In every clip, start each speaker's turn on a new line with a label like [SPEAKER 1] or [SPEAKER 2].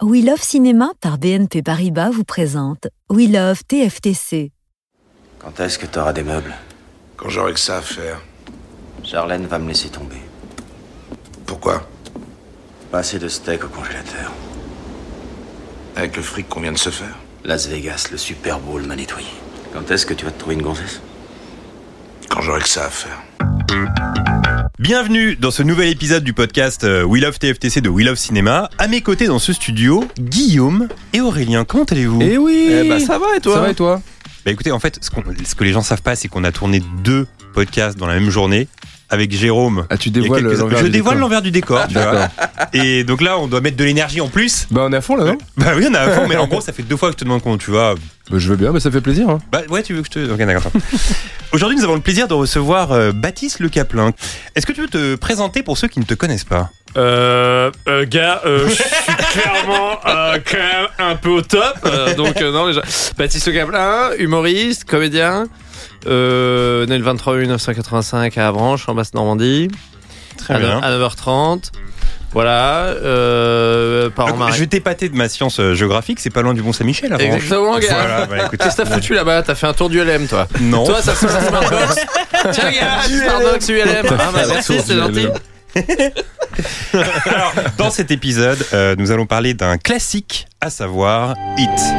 [SPEAKER 1] We Love Cinéma par BNP Paribas vous présente We Love TFTC.
[SPEAKER 2] Quand est-ce que t'auras des meubles
[SPEAKER 3] Quand j'aurai que ça à faire.
[SPEAKER 2] Charlène va me laisser tomber.
[SPEAKER 3] Pourquoi
[SPEAKER 2] Pas assez de steak au congélateur.
[SPEAKER 3] Avec le fric qu'on vient de se faire.
[SPEAKER 2] Las Vegas, le Super Bowl m'a nettoyé. Quand est-ce que tu vas te trouver une gonzesse
[SPEAKER 3] Quand j'aurai que ça à faire.
[SPEAKER 4] Bienvenue dans ce nouvel épisode du podcast euh, We Love TFTC de We Love Cinéma. À mes côtés dans ce studio, Guillaume et Aurélien. Comment allez-vous
[SPEAKER 5] Eh oui
[SPEAKER 6] Eh ben, ça va, et toi
[SPEAKER 5] Ça va et toi
[SPEAKER 4] Bah écoutez, en fait, ce, qu'on- ce que les gens savent pas, c'est qu'on a tourné deux podcasts dans la même journée avec Jérôme.
[SPEAKER 5] Ah, tu
[SPEAKER 4] Il y a
[SPEAKER 5] dévoiles
[SPEAKER 4] quelques-
[SPEAKER 5] l'envers
[SPEAKER 4] Je
[SPEAKER 5] du
[SPEAKER 4] dévoile
[SPEAKER 5] décor.
[SPEAKER 4] l'envers du décor. tu vois.
[SPEAKER 5] D'accord.
[SPEAKER 4] Et donc là, on doit mettre de l'énergie en plus.
[SPEAKER 5] Bah on est à fond là, non
[SPEAKER 4] Bah oui, on a à fond, mais en gros, ça fait deux fois que je te demande comment tu vas.
[SPEAKER 5] Bah, Je veux bien, mais ça fait plaisir. hein.
[SPEAKER 4] Bah ouais, tu veux que je te. Ok, d'accord. Aujourd'hui, nous avons le plaisir de recevoir euh, Baptiste Le Caplin. Est-ce que tu veux te présenter pour ceux qui ne te connaissent pas
[SPEAKER 6] Euh, euh, gars, euh, je suis clairement euh, quand même un peu au top. Euh, donc, euh, non, déjà. Baptiste Caplin, humoriste, comédien. Euh, né le 23 août 1985 à Avranches, en Basse-Normandie.
[SPEAKER 4] Très
[SPEAKER 6] À, 9h30. Voilà. Euh, parents
[SPEAKER 4] Donc, Ah, je
[SPEAKER 6] mariés.
[SPEAKER 4] vais t'épater de ma science euh, géographique, c'est pas loin du Mont-Saint-Michel avant. hein.
[SPEAKER 6] Exactement, gars.
[SPEAKER 4] Voilà, bah écoute,
[SPEAKER 6] Qu'est-ce que t'as foutu là-bas T'as fait un tour du LM, toi
[SPEAKER 4] non.
[SPEAKER 6] Toi, ça se passe à Starbucks. Tiens, gars, Starbucks ULM. Ah, bah, merci, c'est gentil.
[SPEAKER 4] Alors, dans cet épisode, euh, nous allons parler d'un classique, à savoir Hit.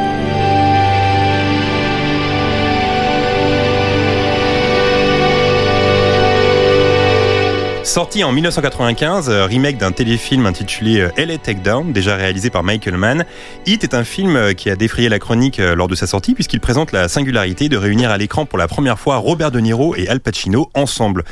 [SPEAKER 4] Sorti en 1995, euh, remake d'un téléfilm intitulé euh, LA Takedown, déjà réalisé par Michael Mann, Hit est un film euh, qui a défrayé la chronique euh, lors de sa sortie puisqu'il présente la singularité de réunir à l'écran pour la première fois Robert De Niro et Al Pacino ensemble.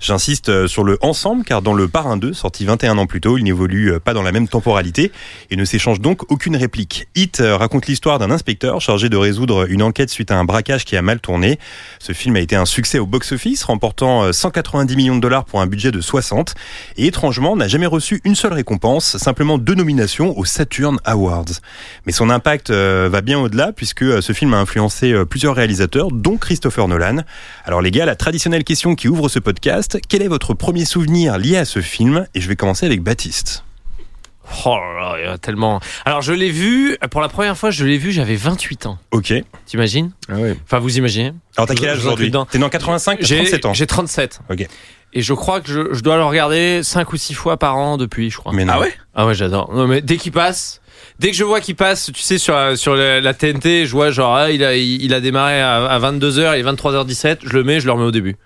[SPEAKER 4] J'insiste euh, sur le ensemble car dans le Parrain 2, sorti 21 ans plus tôt, il n'évolue euh, pas dans la même temporalité et ne s'échange donc aucune réplique. Hit euh, raconte l'histoire d'un inspecteur chargé de résoudre une enquête suite à un braquage qui a mal tourné. Ce film a été un succès au box-office, remportant euh, 190 millions de dollars pour un budget de 60 et étrangement n'a jamais reçu une seule récompense, simplement deux nominations aux Saturn Awards. Mais son impact euh, va bien au-delà puisque euh, ce film a influencé euh, plusieurs réalisateurs, dont Christopher Nolan. Alors les gars, la traditionnelle question qui ouvre ce podcast, quel est votre premier souvenir lié à ce film Et je vais commencer avec Baptiste.
[SPEAKER 6] Oh là là, il y a tellement. Alors, je l'ai vu, pour la première fois, je l'ai vu, j'avais 28 ans.
[SPEAKER 4] Ok.
[SPEAKER 6] T'imagines
[SPEAKER 5] Ah ouais.
[SPEAKER 6] Enfin, vous imaginez
[SPEAKER 4] Alors t'as quel âge
[SPEAKER 6] Je- je rentre
[SPEAKER 4] aujourd'hui
[SPEAKER 6] dedans.
[SPEAKER 4] T'es né en 85, t'as
[SPEAKER 6] J'ai
[SPEAKER 4] 37 ans.
[SPEAKER 6] J'ai 37.
[SPEAKER 4] Ok.
[SPEAKER 6] Et je crois que je, je dois le regarder 5 ou 6 fois par an depuis, je crois.
[SPEAKER 4] Mais non.
[SPEAKER 6] Ah ouais Ah ouais, j'adore. Non, mais dès qu'il passe. Dès que je vois qu'il passe, tu sais, sur la, sur la, la TNT, je vois genre, ah, il, a, il, il a démarré à, 22h, il est 23h17, je le mets, je le remets au début.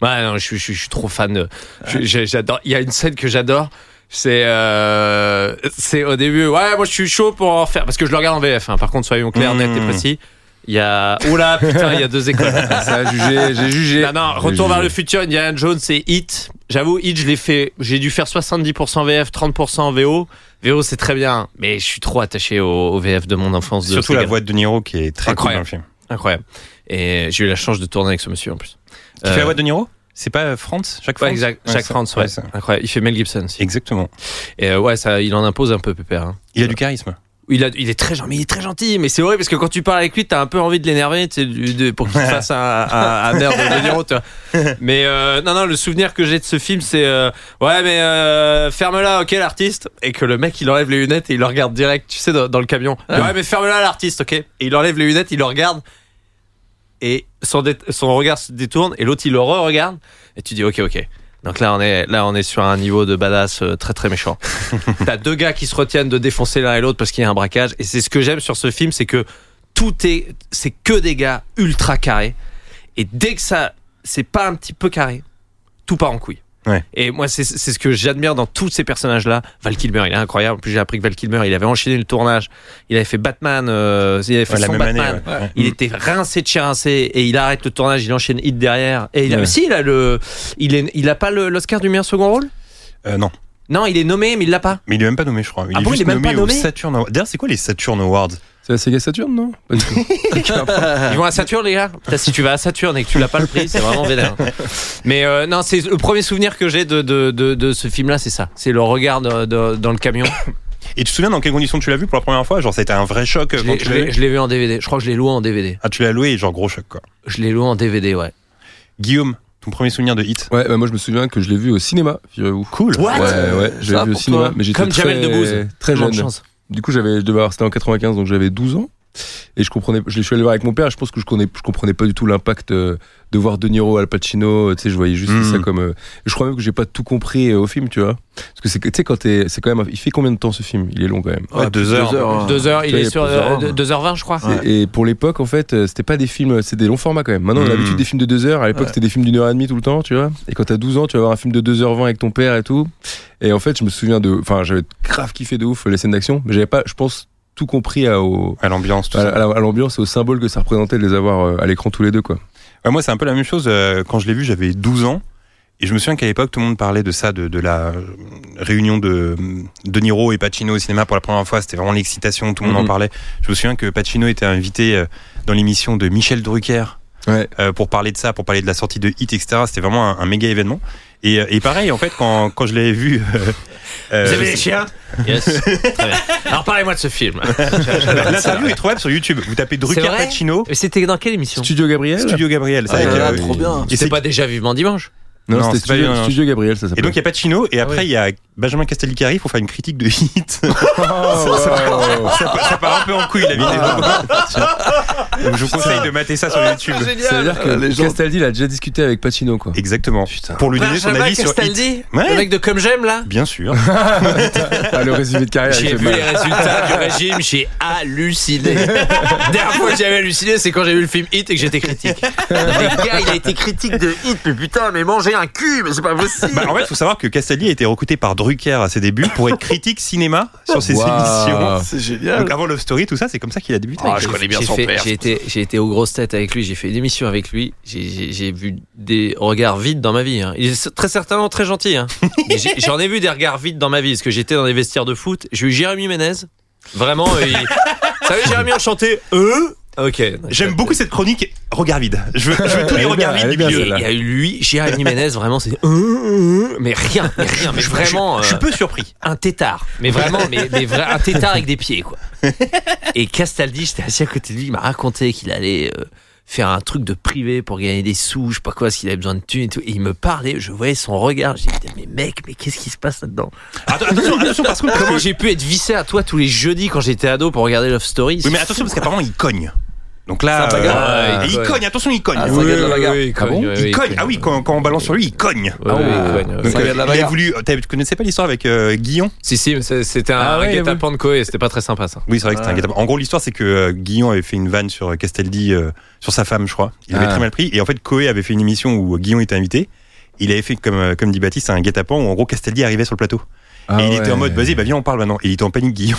[SPEAKER 6] Ouais, non, je, suis- je, suis- je suis trop fan. de- je- j'ai- J'adore. Il y a une scène que j'adore. C'est euh, c'est au début. Ouais, moi je suis chaud pour en faire parce que je le regarde en VF. hein. Par contre, soyons clairs,
[SPEAKER 4] Mmh.
[SPEAKER 6] nets et précis. Il y a oula putain, il y a deux écoles.
[SPEAKER 5] Ça a jugé, j'ai jugé.
[SPEAKER 6] Non, non,
[SPEAKER 5] J'ai
[SPEAKER 6] retour vers
[SPEAKER 5] jugé.
[SPEAKER 6] le futur, Indiana Jones et Hit. J'avoue, Hit, je l'ai fait. J'ai dû faire 70% VF, 30% VO. VO, c'est très bien, mais je suis trop attaché au, au VF de mon enfance. De
[SPEAKER 4] Surtout la
[SPEAKER 6] Seagal.
[SPEAKER 4] voix de De Niro qui est très
[SPEAKER 6] Incroyable.
[SPEAKER 4] cool dans le film.
[SPEAKER 6] Incroyable. Et j'ai eu la chance de tourner avec ce monsieur en plus.
[SPEAKER 4] Tu
[SPEAKER 6] Euh,
[SPEAKER 4] fais la voix de De Niro C'est pas euh, Franz Chaque
[SPEAKER 6] Ouais,
[SPEAKER 4] Franz
[SPEAKER 6] exact.
[SPEAKER 4] Ouais,
[SPEAKER 6] Jacques
[SPEAKER 4] ça-
[SPEAKER 6] France, ouais.
[SPEAKER 4] ouais, ça.
[SPEAKER 6] Incroyable. Il fait Mel Gibson aussi.
[SPEAKER 4] Exactement.
[SPEAKER 6] Et euh, ouais, ça, il en impose un peu, Pépère. hein.
[SPEAKER 4] Il a du charisme.
[SPEAKER 6] Il, a- il est très gentil, mais il est très gentil. Mais c'est horrible parce que quand tu parles avec lui, t'as un peu envie de l'énerver, tu sais, du- de- pour qu'il te fasse un, un, un air de de Niro, tu vois. Mais euh, non, non, le souvenir que j'ai de ce film, c'est euh, ouais, mais euh, ferme-la, ok, l'artiste, et que le mec il enlève les lunettes et il le regarde direct, tu sais, dans, dans le camion. Ouais, mais ferme-la, l'artiste, ok. Et il enlève les lunettes, il le regarde, et son, dé- son regard se détourne, et l'autre il le re-regarde, et tu dis ok, ok. Donc là on est là on est sur un niveau de badass euh, très très méchant. T'as deux gars qui se retiennent de défoncer l'un et l'autre parce qu'il y a un braquage. Et c'est ce que j'aime sur ce film, c'est que tout est, c'est que des gars ultra carrés. Et dès que ça, c'est pas un petit peu carré, tout part en couille.
[SPEAKER 4] Ouais.
[SPEAKER 6] Et moi, c'est c'est ce que j'admire dans tous ces personnages-là. Val Kilmer, il est incroyable. En plus, j'ai appris que Val Kilmer, il avait enchaîné le tournage. Il avait fait Batman, euh, il avait fait
[SPEAKER 4] Ouais, la
[SPEAKER 6] son
[SPEAKER 4] même
[SPEAKER 6] Batman.
[SPEAKER 4] année. ouais. Ouais.
[SPEAKER 6] Il était rincé de chez rincé et il arrête le tournage, il enchaîne hit derrière. Et il a,
[SPEAKER 4] Ouais.
[SPEAKER 6] si, il a le, il, est, il a pas le- l'Oscar du meilleur second rôle
[SPEAKER 4] Euh, non.
[SPEAKER 6] Non, il est nommé, mais il l'a pas.
[SPEAKER 4] Mais il est même pas nommé, je crois. Il
[SPEAKER 6] Ah
[SPEAKER 4] est
[SPEAKER 6] bon, il
[SPEAKER 4] juste
[SPEAKER 6] est même
[SPEAKER 4] nommé,
[SPEAKER 6] pas nommé
[SPEAKER 4] aux Saturn Awards. D'ailleurs, c'est quoi les Saturn Awards
[SPEAKER 5] C'est la Sega Saturn, non Pas du tout.
[SPEAKER 6] Ils vont à Saturne, les gars. Putain, si tu vas à Saturne et que tu l'as pas le prix, c'est vraiment vénère. Mais euh, non, c'est le premier souvenir que j'ai de, de, de, de ce film-là, c'est ça. C'est le regard de- de- dans le camion.
[SPEAKER 4] Et tu te souviens dans quelles conditions tu l'as vu pour la première fois Genre, ça a été un vrai choc euh,
[SPEAKER 6] Je
[SPEAKER 4] quand
[SPEAKER 6] l'ai-
[SPEAKER 4] tu
[SPEAKER 6] je
[SPEAKER 4] l'as
[SPEAKER 6] l'ai
[SPEAKER 4] vu
[SPEAKER 6] je l'ai vu en DVD. Je crois que je l'ai loué en DVD.
[SPEAKER 4] Ah, tu l'as loué, genre gros choc, quoi.
[SPEAKER 6] Je l'ai loué en DVD, ouais.
[SPEAKER 4] Guillaume, ton premier souvenir de hit
[SPEAKER 5] Ouais, bah moi je me souviens que je l'ai vu au cinéma, figurez-vous.
[SPEAKER 4] Cool
[SPEAKER 6] What
[SPEAKER 5] ouais, ouais, je l'ai
[SPEAKER 6] Ça,
[SPEAKER 5] vu au
[SPEAKER 6] pour
[SPEAKER 5] cinéma,
[SPEAKER 6] toi.
[SPEAKER 5] mais j'étais
[SPEAKER 6] Comme
[SPEAKER 5] très,
[SPEAKER 6] Jamel Debbouze.
[SPEAKER 5] très
[SPEAKER 6] Manque de
[SPEAKER 5] jeune.
[SPEAKER 6] chance.
[SPEAKER 5] Du coup, j'avais, je devais avoir, c'était en 95, donc j'avais 12 ans. Et je comprenais, je suis allé voir avec mon père. et Je pense que je comprenais, je comprenais pas du tout l'impact euh, de voir De Niro, Al Pacino. euh, Tu sais, je voyais juste
[SPEAKER 4] Mm.
[SPEAKER 5] ça comme. euh, je crois même que j'ai pas tout compris euh, au film, tu vois. Parce que c'est, que- tu sais, quand t'es, c'est quand même. un- Il fait combien de temps ce film Il est long quand même.
[SPEAKER 4] Ouais, deux
[SPEAKER 7] plus de
[SPEAKER 4] heures.
[SPEAKER 7] hein.
[SPEAKER 6] Deux heures, il
[SPEAKER 5] Ouais, il y
[SPEAKER 6] est
[SPEAKER 5] a
[SPEAKER 6] sur
[SPEAKER 7] plusieurs
[SPEAKER 6] euh,
[SPEAKER 7] heures.
[SPEAKER 6] de- 2h20, je crois.
[SPEAKER 5] Et, et pour l'époque, en fait, euh, c'était pas des films, c'est des longs formats quand même. Maintenant, on a
[SPEAKER 4] Mm.
[SPEAKER 5] l'habitude des films de 2 heures. À l'époque,
[SPEAKER 7] Ouais.
[SPEAKER 5] c'était des films d'une heure et demie tout le temps, tu vois. Et quand t'as 12 ans, tu vas voir un film de 2h20 avec ton père et tout. Et en fait, je me souviens de. Enfin, j'avais grave kiffé de ouf les scènes d'action, mais j'avais pas, je pense, tout compris à, au,
[SPEAKER 4] à l'ambiance, tout
[SPEAKER 6] Euh,
[SPEAKER 5] à,
[SPEAKER 4] ça.
[SPEAKER 5] à la- à l'ambiance et au symbole que ça représentait de les avoir euh, à l'écran tous les deux, quoi.
[SPEAKER 4] Ouais, moi, c'est un peu la même chose. euh, Quand je l'ai vu, j'avais 12 ans. Et je me souviens qu'à l'époque, tout le monde parlait de ça, de, de la euh, réunion de, euh, de Niro et Pacino au cinéma pour la première fois. C'était vraiment l'excitation, tout le monde en
[SPEAKER 5] Mhm.
[SPEAKER 4] parlait. Je me souviens que Pacino était invité euh, dans l'émission de Michel Drucker
[SPEAKER 5] Ouais.
[SPEAKER 4] euh, pour parler de ça, pour parler de la sortie de Hit, etc. C'était vraiment un, un méga événement. Et, euh, et pareil, en fait, quand, quand je l'avais vu. euh, euh,
[SPEAKER 6] Vous aimez les chiens Yes. Très bien. Alors parlez-moi de ce film.
[SPEAKER 4] L'interview est trouvable sur YouTube. Vous tapez Drucker
[SPEAKER 6] vrai
[SPEAKER 4] Pacino,
[SPEAKER 6] Mais C'était dans quelle émission
[SPEAKER 5] Studio Gabriel
[SPEAKER 4] Studio Gabriel. ça,
[SPEAKER 7] Ah,
[SPEAKER 4] avec,
[SPEAKER 7] là,
[SPEAKER 4] euh,
[SPEAKER 7] trop bien.
[SPEAKER 4] et
[SPEAKER 6] C'était
[SPEAKER 4] c'est-
[SPEAKER 6] pas déjà vivement dimanche
[SPEAKER 5] Non,
[SPEAKER 4] Non,
[SPEAKER 5] c'était
[SPEAKER 4] c'est pas
[SPEAKER 5] Studio,
[SPEAKER 4] lui, non.
[SPEAKER 5] Studio Gabriel, ça s'appelle.
[SPEAKER 4] Et donc il y a Pacino et après il y a Benjamin Castaldi pour faire une critique de Hit.
[SPEAKER 5] Oh, wow.
[SPEAKER 4] ça, ça part un peu en couille la vidéo. Donc je vous conseille de mater Ah. ça Ah. sur YouTube.
[SPEAKER 5] C'est-à-dire que
[SPEAKER 7] Euh, les gens-
[SPEAKER 5] Castaldi, il a déjà discuté avec Pacino, quoi.
[SPEAKER 4] Exactement.
[SPEAKER 5] Putain.
[SPEAKER 4] Pour lui donner son
[SPEAKER 6] Benjamin
[SPEAKER 4] avis sur Hit.
[SPEAKER 6] Castaldi
[SPEAKER 4] Ouais.
[SPEAKER 6] Le mec de Comme J'aime là
[SPEAKER 4] Bien sûr.
[SPEAKER 5] Ah, le résumé de carrière.
[SPEAKER 6] J'ai
[SPEAKER 5] avec le
[SPEAKER 6] vu les résultats du régime, j'ai halluciné. Dernière fois que j'avais halluciné, c'est quand j'ai vu le film Hit et que j'étais critique. Les gars, il a été critique de Hit, mais putain, mais manger un cul, mais c'est pas possible.
[SPEAKER 4] Bah, en fait, il faut savoir que Castaldi a été recruté par Drucker à ses débuts pour être critique cinéma sur ses
[SPEAKER 5] Waouh.
[SPEAKER 4] émissions.
[SPEAKER 7] C'est génial.
[SPEAKER 4] Donc avant Love Story, tout ça, c'est comme ça qu'il a débuté.
[SPEAKER 7] Ah, je connais bien
[SPEAKER 6] J'ai
[SPEAKER 7] son
[SPEAKER 6] fait-
[SPEAKER 7] père.
[SPEAKER 6] J'ai été, j'ai été aux grosses têtes avec lui, j'ai fait une émission avec lui, j'ai- j'ai j'ai vu des regards vides dans ma vie. hein. Il est très certainement très gentil. hein. Mais j'ai- J'en ai, vu des regards vides dans ma vie, parce que j'étais dans des vestiaires de foot. J'ai eu Jérémy Ménez. Vraiment, euh, il... Vous savez, Jérémy enchanté, eux Ok.
[SPEAKER 4] J'aime beaucoup cette chronique. Regard vide. Je veux, je veux tous
[SPEAKER 5] Elle
[SPEAKER 4] les
[SPEAKER 5] est
[SPEAKER 4] regards
[SPEAKER 5] bien,
[SPEAKER 4] vides
[SPEAKER 5] elle est
[SPEAKER 4] du
[SPEAKER 5] bien,
[SPEAKER 4] milieu.
[SPEAKER 5] celle-là.
[SPEAKER 6] Il y a eu euh, lui, Jérémy Ménez, vraiment, c'est. euh, Mais rien, mais rien, mais
[SPEAKER 4] Je- je-
[SPEAKER 6] vraiment.
[SPEAKER 4] je suis
[SPEAKER 6] euh,
[SPEAKER 4] peu surpris.
[SPEAKER 6] un tétard. Mais vraiment, mais, mais vra- un tétard avec des pieds, quoi. Et Castaldi, j'étais assis à côté de lui, il m'a raconté qu'il allait euh, faire un truc de privé pour gagner des sous, je sais pas quoi, parce qu'il avait besoin de thunes et tout. Et il me parlait, je voyais son regard, j'ai dit, Putain, mais mec, mais qu'est-ce qui se passe là-dedans
[SPEAKER 4] Attention, attention, attention, parce que
[SPEAKER 6] Comment j'ai pu être vissé à toi tous les jeudis quand j'étais ado pour regarder Love Story
[SPEAKER 4] Oui, mais attention, parce qu'apparemment, il cogne. Donc là,
[SPEAKER 6] C'est un bagarre.
[SPEAKER 4] euh, il cogne, attention, il cogne.
[SPEAKER 7] Ah, c'est un gars de la bagarre.
[SPEAKER 5] Ah bon
[SPEAKER 4] il cogne. Ah oui, quand, quand on balance sur lui, il cogne. euh,
[SPEAKER 6] Ouais, ouais,
[SPEAKER 7] Ah.
[SPEAKER 6] ouais, ouais, ouais.
[SPEAKER 7] C'est un gars de la
[SPEAKER 4] il a
[SPEAKER 7] bagarre.
[SPEAKER 4] voulu. t'as- Tu connaissais pas l'histoire avec euh, Guillon
[SPEAKER 6] Si, si, mais c'est- c'était un
[SPEAKER 5] Ah ouais,
[SPEAKER 6] guet-apens de Koé, c'était pas très sympa ça.
[SPEAKER 4] Oui, c'est vrai que c'était un guet-apens. En gros, l'histoire, c'est que euh, Guillon avait fait une vanne sur euh, Castaldi, euh, sur sa femme, je crois. Il avait
[SPEAKER 5] Ah.
[SPEAKER 4] très mal pris. Et en fait, Coé avait fait une émission où euh, Guillon était invité. Il avait fait, comme, euh, comme dit Baptiste, un guet-apens où en gros Castaldi arrivait sur le plateau.
[SPEAKER 5] Ah
[SPEAKER 4] et il était en
[SPEAKER 5] ouais.
[SPEAKER 4] mode, vas-y, bah viens, on parle maintenant. Et il était en panique, Guillon.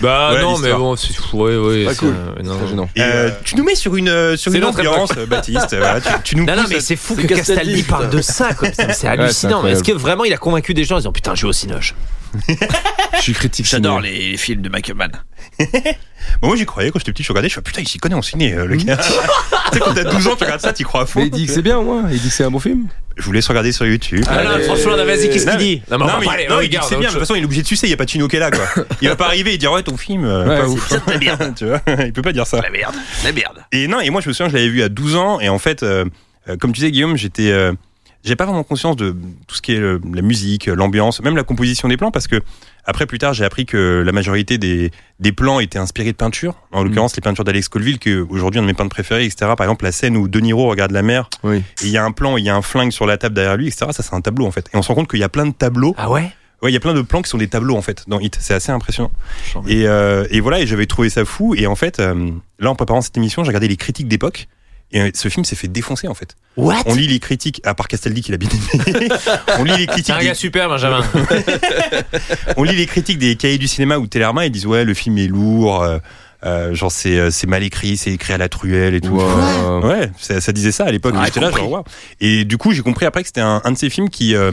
[SPEAKER 6] Bah
[SPEAKER 4] Ouais,
[SPEAKER 6] non, mais
[SPEAKER 4] l'histoire.
[SPEAKER 6] bon, c'est. Ouais, ouais,
[SPEAKER 7] Pas
[SPEAKER 6] c'est-
[SPEAKER 7] cool.
[SPEAKER 6] euh, non.
[SPEAKER 5] Très gênant.
[SPEAKER 4] Et, euh, tu nous mets sur une, euh, sur
[SPEAKER 6] C'est
[SPEAKER 4] une
[SPEAKER 6] notre époque.
[SPEAKER 4] ambiance, euh, Baptiste. Voilà, tu, tu nous
[SPEAKER 6] Non, non,
[SPEAKER 4] pousses à-
[SPEAKER 6] mais c'est fou
[SPEAKER 7] c'est
[SPEAKER 6] que
[SPEAKER 7] Castaldi,
[SPEAKER 6] Castaldi
[SPEAKER 7] putain.
[SPEAKER 6] parle de ça, quoi. Putain, mais C'est hallucinant. mais
[SPEAKER 5] incroyable.
[SPEAKER 6] Est-ce que vraiment il a convaincu des gens en disant putain, je joue au Cinoche
[SPEAKER 5] Je suis critique.
[SPEAKER 7] J'adore
[SPEAKER 5] ciné.
[SPEAKER 7] les, les films de Michael
[SPEAKER 4] Bon, Bah, moi j'y croyais quand j'étais petit, je regardais, je fais putain, il s'y connaît en ciné, euh, le gars. tu sais, quand t'as 12 ans, tu regardes ça, t'y crois à fond.
[SPEAKER 5] Mais il dit que c'est bien, au moins. Il dit que c'est un bon film.
[SPEAKER 4] Je vous laisse regarder sur YouTube.
[SPEAKER 6] Ah non,
[SPEAKER 5] Allez.
[SPEAKER 6] François, non, vas-y, qu'est-ce
[SPEAKER 4] Non,
[SPEAKER 6] qu'il dit
[SPEAKER 4] Non,
[SPEAKER 6] on va
[SPEAKER 4] mais
[SPEAKER 6] pas aller-
[SPEAKER 4] non,
[SPEAKER 6] on
[SPEAKER 4] il dit que
[SPEAKER 6] regarde, hein,
[SPEAKER 4] c'est bien, mais de
[SPEAKER 6] autre
[SPEAKER 4] toute façon, il est obligé de sucer, il y a pas de Chino qui est là, quoi. Il va pas arriver et dire, ouais, ton film, euh,
[SPEAKER 5] Ouais,
[SPEAKER 4] pas
[SPEAKER 5] ouf.
[SPEAKER 4] ouf. tu vois, il peut pas dire ça.
[SPEAKER 7] La merde. La merde.
[SPEAKER 4] Et non, et moi je me souviens, je l'avais vu à 12 ans, et en fait, euh, euh, comme tu disais, Guillaume, j'étais. euh, j'avais pas vraiment conscience de tout ce qui est euh, la musique, euh, l'ambiance, même la composition des plans, parce que après, plus tard, j'ai appris que la majorité des, des plans étaient inspirés de peintures. En l'occurrence, les peintures d'Alex Colville, que aujourd'hui un de mes peintres préférés, etc. Par exemple, la scène où De Niro regarde la mer,
[SPEAKER 5] Oui.
[SPEAKER 4] et il y a un plan, il y a un flingue sur la table derrière lui, etc. Ça, c'est un tableau en fait. Et on se rend compte qu'il y a plein de tableaux.
[SPEAKER 6] Ah ouais
[SPEAKER 4] Ouais, il y a plein de plans qui sont des tableaux en fait dans Hit. C'est assez impressionnant.
[SPEAKER 7] Chambé.
[SPEAKER 4] Et, euh, et voilà, et j'avais trouvé ça fou. Et en fait, euh, là, en préparant cette émission, j'ai regardé les critiques d'époque. Et euh, ce film s'est fait défoncer en fait.
[SPEAKER 6] What
[SPEAKER 4] On lit les critiques, à part Castaldi qui l'a bien aimé. on lit les
[SPEAKER 6] C'est
[SPEAKER 4] critiques,
[SPEAKER 6] un
[SPEAKER 4] des,
[SPEAKER 6] gars super, Benjamin.
[SPEAKER 4] on lit les critiques des cahiers du cinéma ou Télérama. Ils disent ouais, le film est lourd. euh, euh, genre c'est euh, c'est mal écrit, c'est écrit à la truelle et tout.
[SPEAKER 5] Wow.
[SPEAKER 4] Ouais, ça, ça disait ça à l'époque.
[SPEAKER 7] Ah,
[SPEAKER 4] J'étais là,
[SPEAKER 7] compris.
[SPEAKER 4] genre, waouh. Et du coup, j'ai compris après que c'était un, un de ces films qui euh,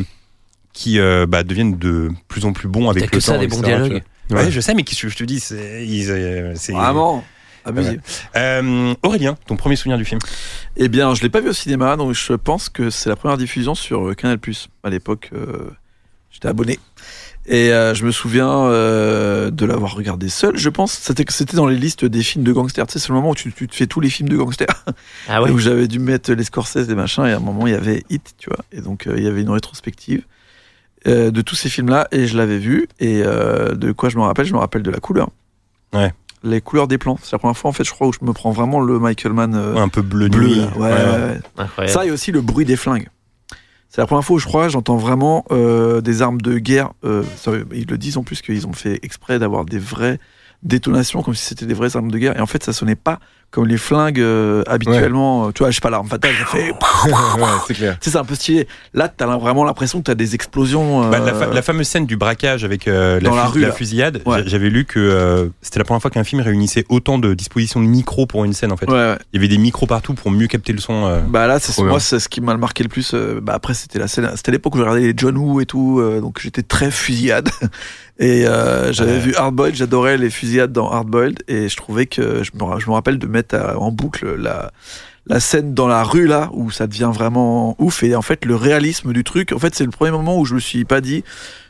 [SPEAKER 4] qui euh, bah, deviennent de plus en plus bons avec
[SPEAKER 6] T'as
[SPEAKER 4] le
[SPEAKER 6] que ça,
[SPEAKER 4] temps,
[SPEAKER 6] des bons
[SPEAKER 4] etc., tu
[SPEAKER 6] dialogues.
[SPEAKER 4] vois. Ouais,
[SPEAKER 5] Ouais.
[SPEAKER 4] je sais, mais qui- je te dis, c'est. ils, euh, c'est-
[SPEAKER 7] Vraiment Abusé.
[SPEAKER 4] Euh, Aurélien, ton premier souvenir du film
[SPEAKER 7] Eh bien, je l'ai pas vu au cinéma, donc je pense que c'est la première diffusion sur euh, Canal+. À l'époque, euh, j'étais abonné et euh, je me souviens euh, de l'avoir regardé seul. Je pense c'était c'était dans les listes des films de gangsters. Tu sais, c'est le moment où tu, tu te fais tous les films de gangsters.
[SPEAKER 6] Ah
[SPEAKER 7] où j'avais dû mettre les Scorsese et machin. Et à un moment, il y avait Hit, tu vois. Et donc, euh, il y avait une rétrospective euh, de tous ces films-là et je l'avais vu. Et euh, de quoi je me rappelle Je me rappelle de la couleur.
[SPEAKER 4] Ouais.
[SPEAKER 7] Les couleurs des plans. C'est la première fois, en fait, je crois, où je me prends vraiment le Michael Mann. euh,
[SPEAKER 4] Ouais, Un peu bleu,
[SPEAKER 7] Bleu,
[SPEAKER 4] nuit.
[SPEAKER 7] là. Ouais,
[SPEAKER 4] Ouais,
[SPEAKER 7] ouais,
[SPEAKER 4] ouais.
[SPEAKER 7] ouais.
[SPEAKER 6] Incroyable.
[SPEAKER 7] Ça et aussi le bruit des flingues. C'est la première fois où je crois j'entends vraiment euh, des armes de guerre. euh, ça, ils le disent en plus qu'ils ont fait exprès d'avoir des vraies détonations comme si c'était des vraies armes de guerre. Et en fait, ça sonnait pas comme les flingues euh, habituellement. Tu vois, je sais pas l'arme fatale. ça fait- Tu
[SPEAKER 5] Ouais, c'est clair.
[SPEAKER 7] sais, c'est un peu stylé. Là, t'as la- vraiment l'impression que t'as des explosions. euh,
[SPEAKER 4] Bah, la, fa- la fameuse scène du braquage avec euh, la,
[SPEAKER 7] Dans la
[SPEAKER 4] fus-
[SPEAKER 7] rue,
[SPEAKER 4] la
[SPEAKER 7] là.
[SPEAKER 4] fusillade,
[SPEAKER 7] Ouais.
[SPEAKER 4] j'a- j'avais lu que euh, c'était la première fois qu'un film réunissait autant de dispositions de micros pour une scène en fait.
[SPEAKER 7] Ouais, ouais.
[SPEAKER 4] Il y avait des micros partout pour mieux capter le son. euh.
[SPEAKER 7] Bah là, c'est
[SPEAKER 4] Trop bien.
[SPEAKER 7] moi, c'est ce qui m'a marqué le plus. euh, Bah après, c'était la scène, c'était l'époque où je regardais les John Woo et tout, euh, donc j'étais très fusillade. Et euh, j'avais
[SPEAKER 4] Ouais.
[SPEAKER 7] vu Hard Boiled, j'adorais les fusillades dans Hard Boiled, et je trouvais que je me, ra- je me rappelle de mettre à- en boucle la la scène dans la rue là où ça devient vraiment ouf et en fait le réalisme du truc en fait c'est le premier moment où je me suis pas dit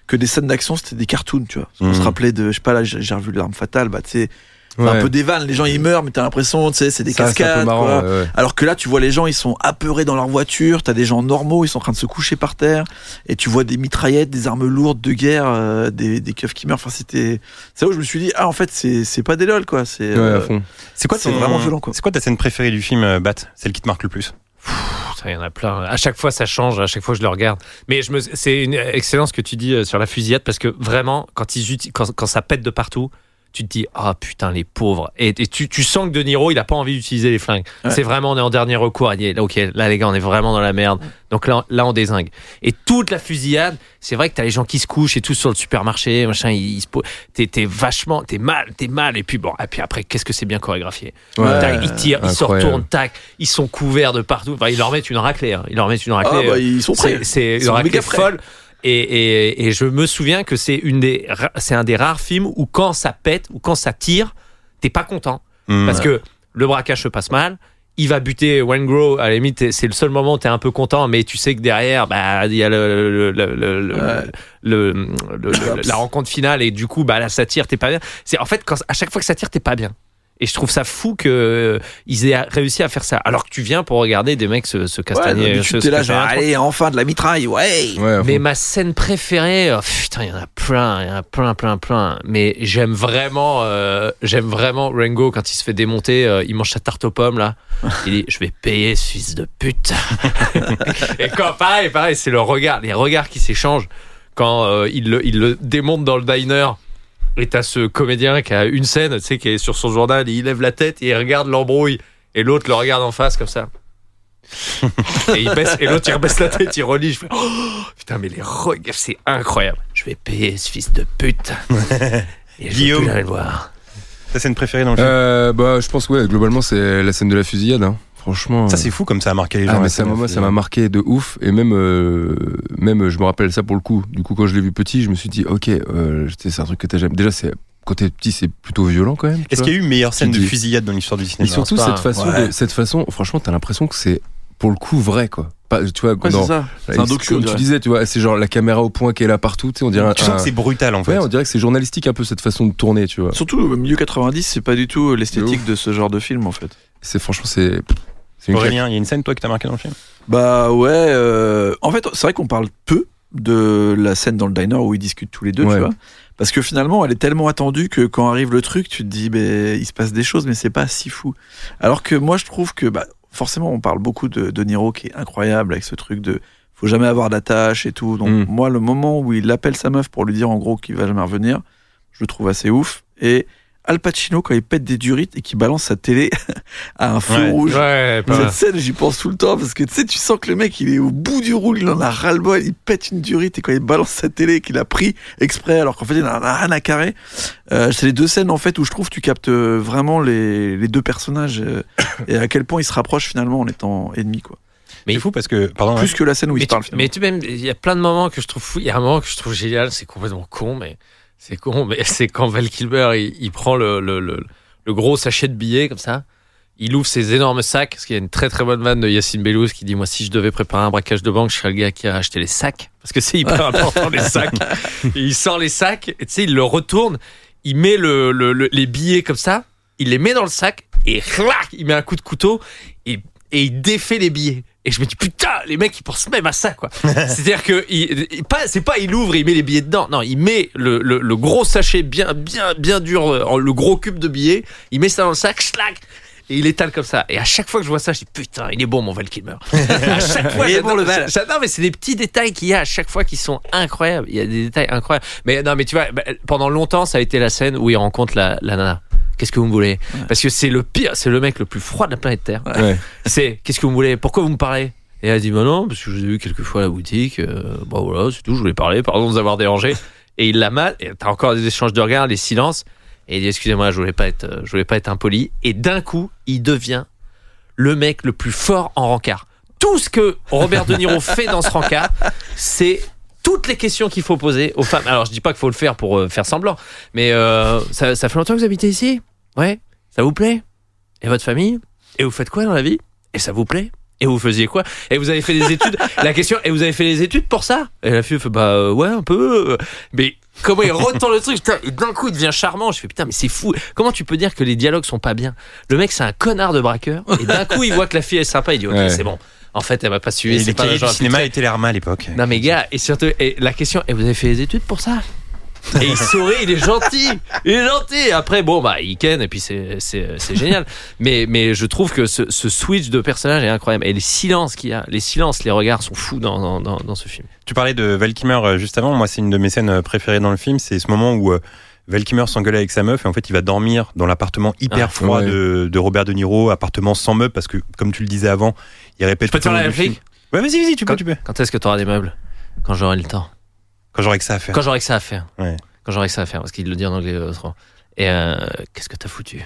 [SPEAKER 7] que des scènes d'action c'était des cartoons tu vois Parce qu'on
[SPEAKER 4] Mhm.
[SPEAKER 7] se rappelait de je sais pas là j'ai j'ai revu l'arme fatale bah tu sais c'est
[SPEAKER 5] Ouais.
[SPEAKER 7] un peu des vannes les gens ils meurent mais t'as l'impression tu sais c'est des
[SPEAKER 5] Ça, c'est un peu
[SPEAKER 7] cascades
[SPEAKER 5] marrant,
[SPEAKER 7] quoi.
[SPEAKER 5] ouais, ouais.
[SPEAKER 7] Alors que là, tu vois les gens, ils sont apeurés dans leur voiture, t'as des gens normaux, ils sont en train de se coucher par terre, et tu vois des mitraillettes, des armes lourdes de guerre, euh, des, des keufs qui meurent. Enfin, c'était. C'est là où je me suis dit, ah, en fait, c'est c'est pas des lol, quoi. C'est.
[SPEAKER 5] Ouais,
[SPEAKER 7] euh,
[SPEAKER 5] à fond.
[SPEAKER 4] C'est quoi,
[SPEAKER 7] c'est
[SPEAKER 4] ton-
[SPEAKER 7] vraiment violent, quoi.
[SPEAKER 4] C'est quoi ta scène préférée du film euh, Bat Celle qui te marque le plus
[SPEAKER 6] Putain, Il y en a plein. À chaque fois, ça change. À chaque fois, je le regarde. Mais je me... c'est une excellence ce que tu dis euh, sur la fusillade parce que vraiment, quand, ils uti- quand, quand ça pète de partout, tu te dis ah putain les pauvres. Et, et tu, tu sens que De Niro, il a pas envie d'utiliser les flingues.
[SPEAKER 7] Ouais.
[SPEAKER 6] C'est vraiment on est en dernier recours. Il est, ok, là les gars, on est vraiment dans la merde. Donc là, là on désingue. Et toute la fusillade, c'est vrai que t'as les gens qui se couchent et tout sur le supermarché, machin. Ils, ils se po- t'es, t'es vachement, t'es mal, t'es mal. Et puis bon, et puis après, qu'est-ce que c'est bien chorégraphié.
[SPEAKER 5] Ouais.
[SPEAKER 6] Tac, ils tirent, ils se
[SPEAKER 5] incroyable.
[SPEAKER 6] retournent, tac, ils sont couverts de partout. Enfin, ils leur mettent une raclée. hein. Ils leur mettent une
[SPEAKER 7] Ah,
[SPEAKER 6] raclée.
[SPEAKER 7] bah,
[SPEAKER 6] euh,
[SPEAKER 7] ils sont prêts.
[SPEAKER 6] c'est c'est
[SPEAKER 7] Ils
[SPEAKER 6] une
[SPEAKER 7] sont
[SPEAKER 6] raclée
[SPEAKER 7] méga prêts.
[SPEAKER 6] folle. Et, et, et je me souviens que c'est une des, ra- c'est un des rares films où quand ça pète ou quand ça tire, t'es pas content
[SPEAKER 4] Hmm.
[SPEAKER 6] parce que le braquage se passe mal. Il va buter Wengrow, à la limite, t'es- c'est le seul moment où t'es un peu content, mais tu sais que derrière, bah, il y a le, le- le- le- le-
[SPEAKER 7] Ouais.
[SPEAKER 6] le- le- le- la rencontre finale, et du coup, bah, là, ça tire, t'es pas bien. C'est, en fait, quand, à chaque fois que ça tire, t'es pas bien. Et je trouve ça fou que euh, ils aient réussi à faire ça. Alors que tu viens pour regarder des mecs se, se
[SPEAKER 7] Ouais,
[SPEAKER 6] castagner.
[SPEAKER 7] d'habitude,
[SPEAKER 6] se- se
[SPEAKER 7] t'es là,
[SPEAKER 6] casser
[SPEAKER 7] genre,
[SPEAKER 6] un
[SPEAKER 7] allez, enfin de la mitraille, ouais.
[SPEAKER 5] Ouais, à fond.
[SPEAKER 6] mais ma scène préférée, oh, putain, il y en a plein, il y en a plein, plein, plein. Mais j'aime vraiment, euh, j'aime vraiment Rango quand il se fait démonter, euh, il mange sa tarte aux pommes là. Il dit, je vais payer, ce fils de pute. Et quand pareil, pareil, c'est le regard, les regards qui s'échangent quand euh, il, le, il le démonte dans le diner. Et t'as ce comédien qui a une scène, tu sais, qui est sur son journal, il lève la tête et il regarde l'embrouille. Et l'autre le regarde en face comme ça. et il baisse, et l'autre il rebaisse la tête, il relit. Je fais, oh, putain, mais les regards, c'est incroyable. Je vais payer ce fils de pute. et je vais
[SPEAKER 4] Guillaume.
[SPEAKER 6] plus jamais le voir.
[SPEAKER 4] Ta scène préférée dans le film
[SPEAKER 5] Euh, bah, je pense, ouais, globalement, c'est la scène de la fusillade, hein. Franchement.
[SPEAKER 4] Ça
[SPEAKER 5] euh,
[SPEAKER 4] c'est fou comme ça a marqué les gens.
[SPEAKER 5] Ah,
[SPEAKER 4] la
[SPEAKER 5] mais ça,
[SPEAKER 4] scène de
[SPEAKER 5] moi,
[SPEAKER 4] la
[SPEAKER 5] ça m'a marqué de ouf. Et même, euh, même, je me rappelle ça pour le coup. Du coup, quand je l'ai vu petit, je me suis dit, ok, euh, tu sais, c'est un truc que t'as jamais. Déjà, c'est quand t'es petit, c'est plutôt violent quand même. tu
[SPEAKER 4] Est-ce
[SPEAKER 5] vois.
[SPEAKER 4] qu'il y a eu meilleure scène de
[SPEAKER 5] dis-
[SPEAKER 4] fusillade dans l'histoire du
[SPEAKER 5] Et
[SPEAKER 4] cinéma
[SPEAKER 5] surtout,
[SPEAKER 6] pas-
[SPEAKER 5] cette façon,
[SPEAKER 7] ouais.
[SPEAKER 5] de- cette façon, franchement, t'as l'impression que c'est pour le coup vrai, quoi. Pas, tu vois,
[SPEAKER 7] Ouais,
[SPEAKER 5] dans-
[SPEAKER 7] c'est ça. C'est un docu.
[SPEAKER 5] Comme
[SPEAKER 7] on
[SPEAKER 5] tu
[SPEAKER 7] dirait.
[SPEAKER 5] disais, tu vois, c'est genre la caméra au point qui est là partout. Tu sais, on dirait.
[SPEAKER 4] Tu sens
[SPEAKER 5] un-
[SPEAKER 4] que c'est brutal en fait.
[SPEAKER 5] Ouais, on dirait que c'est journalistique un peu cette façon de tourner, tu vois.
[SPEAKER 7] Surtout au milieu 90, c'est pas du tout euh,
[SPEAKER 5] De
[SPEAKER 7] l'esthétique
[SPEAKER 5] ouf.
[SPEAKER 7] de ce genre de film en fait.
[SPEAKER 5] C'est franchement, c'est. C'est une claque.
[SPEAKER 4] Aurélien, il y a une scène toi qui t'a marqué dans le film
[SPEAKER 7] Bah ouais. euh, en fait, c'est vrai qu'on parle peu de la scène dans le diner où ils discutent tous les deux,
[SPEAKER 5] Ouais.
[SPEAKER 7] tu vois. Parce que finalement, elle est tellement attendue que quand arrive le truc, tu te dis, ben, il se passe des choses, mais c'est pas si fou. Alors que moi, je trouve que, bah, forcément, on parle beaucoup de, de Niro qui est incroyable avec ce truc de faut jamais avoir d'attache et tout. Donc,
[SPEAKER 5] Mm.
[SPEAKER 7] moi, le moment où il appelle sa meuf pour lui dire en gros qu'il va jamais revenir, je le trouve assez ouf. Et Al Pacino, quand il pète des durites et qu'il balance sa télé à un feu
[SPEAKER 4] Ouais.
[SPEAKER 7] rouge,
[SPEAKER 6] Ouais, pas
[SPEAKER 7] cette scène, j'y pense tout le temps parce que tu sais, tu sens que le mec, il est au bout du roule, il en a ras-le-bol, il pète une durite et quand il balance sa télé qu'il a pris exprès alors qu'en fait, il en a rien à carrer. Euh, c'est les deux scènes en fait où je trouve tu captes euh, vraiment les, les deux personnages euh, et à quel point ils se rapprochent finalement en étant ennemis quoi.
[SPEAKER 6] Mais-
[SPEAKER 4] C'est fou parce que, pardon, hein,
[SPEAKER 7] Plus que la scène où il
[SPEAKER 6] mais,
[SPEAKER 7] se parle.
[SPEAKER 6] tu, mais tu- même, il y a plein de moments que je trouve fou. Il y a un moment que je trouve génial, c'est complètement con, mais c'est con, mais c'est quand Val Kilmer, il, il prend le, le, le, le gros sachet de billets comme ça. Il ouvre ses énormes sacs, parce qu'il y a une très très bonne vanne de Yacine Bellouz qui dit Moi, si je devais préparer un braquage de banque, je serais le gars qui a acheté les sacs. Parce que c'est hyper important, les sacs. Et il sort les sacs, et tu sais, il le retourne, il met le, le- le- les billets comme ça, il les met dans le sac, et clac, il met un coup de couteau, et et il défait les billets. Et je me dis putain, les mecs ils pensent même à ça quoi. C'est-à-dire que il, il- pas, c'est pas il ouvre, et il met les billets dedans. Non, il met le, le, le gros sachet bien bien bien dur, euh, en- le gros cube de billets. Il met ça dans le sac, schlac, et il étale comme ça. Et à chaque fois que je vois ça, je dis putain, il est bon mon Val Kilmer. à chaque fois,
[SPEAKER 7] Il est bon,
[SPEAKER 6] j'adore-
[SPEAKER 7] le Val.
[SPEAKER 6] j'adore, mais c'est des petits détails qu'il y a à chaque fois qui sont incroyables. Il y a des détails incroyables. Mais non, mais tu vois, bah, pendant longtemps ça a été la scène où il rencontre la, la nana. Qu'est-ce que vous me voulez Parce que c'est le pire, c'est le mec le plus froid de la planète Terre
[SPEAKER 5] Ouais.
[SPEAKER 6] c'est qu'est-ce que vous me voulez Pourquoi vous me parlez Et elle dit bah non, parce que je vous ai vu quelques fois à la boutique. euh, bah voilà, c'est tout. Je voulais parler. Pardon de vous avoir dérangé. Et il la mal. Et t'as encore des échanges de regards, des silences. Et il dit excusez-moi, je voulais pas être, euh, je voulais pas être impoli. Et d'un coup, il devient le mec le plus fort en rencard. Tout ce que Robert De Niro fait dans ce rencard, c'est toutes les questions qu'il faut poser aux femmes. Alors, je dis pas qu'il faut le faire pour euh, faire semblant, mais euh, ça, ça fait longtemps que vous habitez ici Ouais Ça vous plaît Et votre famille Et vous faites quoi dans la vie et ça vous plaît et vous faisiez quoi Et vous avez fait des études La question, et vous avez fait des études pour ça Et la fille fait, bah euh, ouais, un peu. euh. Mais comment il retourne le truc putain, Et d'un coup, il devient charmant. Je fais, putain, mais c'est fou. Comment tu peux dire que les dialogues sont pas bien Le mec, c'est un connard de braqueur. Et d'un coup, il voit que la fille est sympa. Il dit, ok,
[SPEAKER 5] Ouais.
[SPEAKER 6] c'est bon. En fait, elle m'a pas
[SPEAKER 4] et
[SPEAKER 6] suivi.
[SPEAKER 4] les
[SPEAKER 6] C'est pas le
[SPEAKER 4] cahiers du
[SPEAKER 6] genre à
[SPEAKER 4] cinéma étaient l'ARMA à l'époque.
[SPEAKER 6] non mais gars, et surtout, et la question, et vous avez fait des études pour ça Et il sourit, il est gentil, il est gentil. Après, bon, bah, il ken, et puis c'est, c'est, c'est génial. Mais, mais je trouve que ce, ce switch de personnage est incroyable. Et les silences qu'il y a, les silences, les regards sont fous dans, dans, dans, dans ce film.
[SPEAKER 4] Tu parlais de Val Kilmer euh, juste avant. Moi, c'est une de mes scènes euh, préférées dans le film. C'est ce moment où euh, Val Kilmer s'engueule avec sa meuf et en fait, il va dormir dans l'appartement hyper
[SPEAKER 6] Ah,
[SPEAKER 4] froid
[SPEAKER 5] ouais.
[SPEAKER 4] de, de Robert De Niro, appartement sans meubles parce que, comme tu le disais avant, il répète.
[SPEAKER 6] Je peux te
[SPEAKER 4] tout
[SPEAKER 6] faire
[SPEAKER 4] au
[SPEAKER 6] la
[SPEAKER 4] long du film.
[SPEAKER 6] réplique
[SPEAKER 4] Ouais, vas-y, vas-y, tu peux, tu peux.
[SPEAKER 6] Quand est-ce que tu auras des meubles Quand j'aurai le temps.
[SPEAKER 4] Quand j'aurai que ça à faire.
[SPEAKER 6] Quand j'aurai que ça à faire.
[SPEAKER 4] Ouais.
[SPEAKER 6] Quand j'aurai que ça à faire, parce qu'il le dit en anglais euh, autrement. Et euh, qu'est-ce que t'as foutu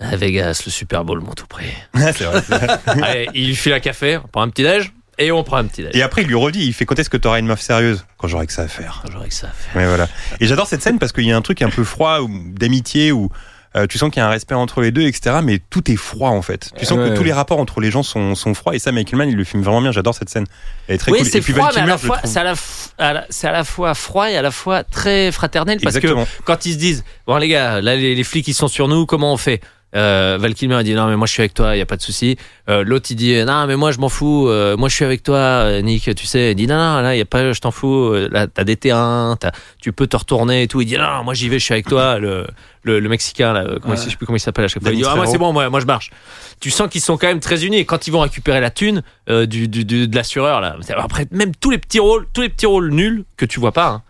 [SPEAKER 6] À Vegas, le Super Bowl, mon tout près.
[SPEAKER 4] C'est vrai, c'est vrai.
[SPEAKER 6] Allez, il lui file un café, on prend un petit déj, et on prend un petit déj.
[SPEAKER 4] Et après, il lui redit, il fait quand est-ce que t'auras une meuf sérieuse Quand j'aurai que ça à faire.
[SPEAKER 6] Quand j'aurai Ah, que ça à faire.
[SPEAKER 4] Ouais, voilà. Et j'adore cette scène parce qu'il y a un truc un peu froid, ou d'amitié, où euh, tu sens qu'il y a un respect entre les deux, etc. Mais tout est froid en fait. Tu sens
[SPEAKER 5] Ouais.
[SPEAKER 4] que tous les rapports entre les gens sont, sont froids. Et ça, Michael Mann, il le filme vraiment bien. J'adore cette scène. Elle est très
[SPEAKER 6] oui,
[SPEAKER 4] cool.
[SPEAKER 6] c'est
[SPEAKER 4] et puis
[SPEAKER 6] froid,
[SPEAKER 4] Val
[SPEAKER 6] mais
[SPEAKER 4] Kilmer,
[SPEAKER 6] à la
[SPEAKER 4] je le
[SPEAKER 6] fois,
[SPEAKER 4] trouve-
[SPEAKER 6] c'est à la, f- à la- c'est à la fois froid et à la fois très fraternel parce
[SPEAKER 4] Exactement.
[SPEAKER 6] que quand ils se disent bon les gars, là les, les flics ils sont sur nous, comment on fait euh, Val Kilmer il dit non mais moi je suis avec toi, il y a pas de souci. Euh, L'autre il dit non mais moi je m'en fous, euh, moi je suis avec toi, euh, Nick, tu sais. Il dit non non là il y a pas, je t'en fous, euh, là t'as des T1, t'as- tu peux te retourner et tout. Il dit non moi j'y vais, je suis avec toi. Le le, le mexicain là, euh, comment il- je sais plus comment il s'appelle à chaque fois. Il
[SPEAKER 4] Danny
[SPEAKER 6] dit ah, moi
[SPEAKER 4] Trejo.
[SPEAKER 6] c'est bon moi moi je marche. Tu sens qu'ils sont quand même très unis et quand ils vont récupérer la thune euh, du, du- du- de l'assureur là. Après même tous les petits rôles, tous les petits rôles nuls que tu vois pas. hein.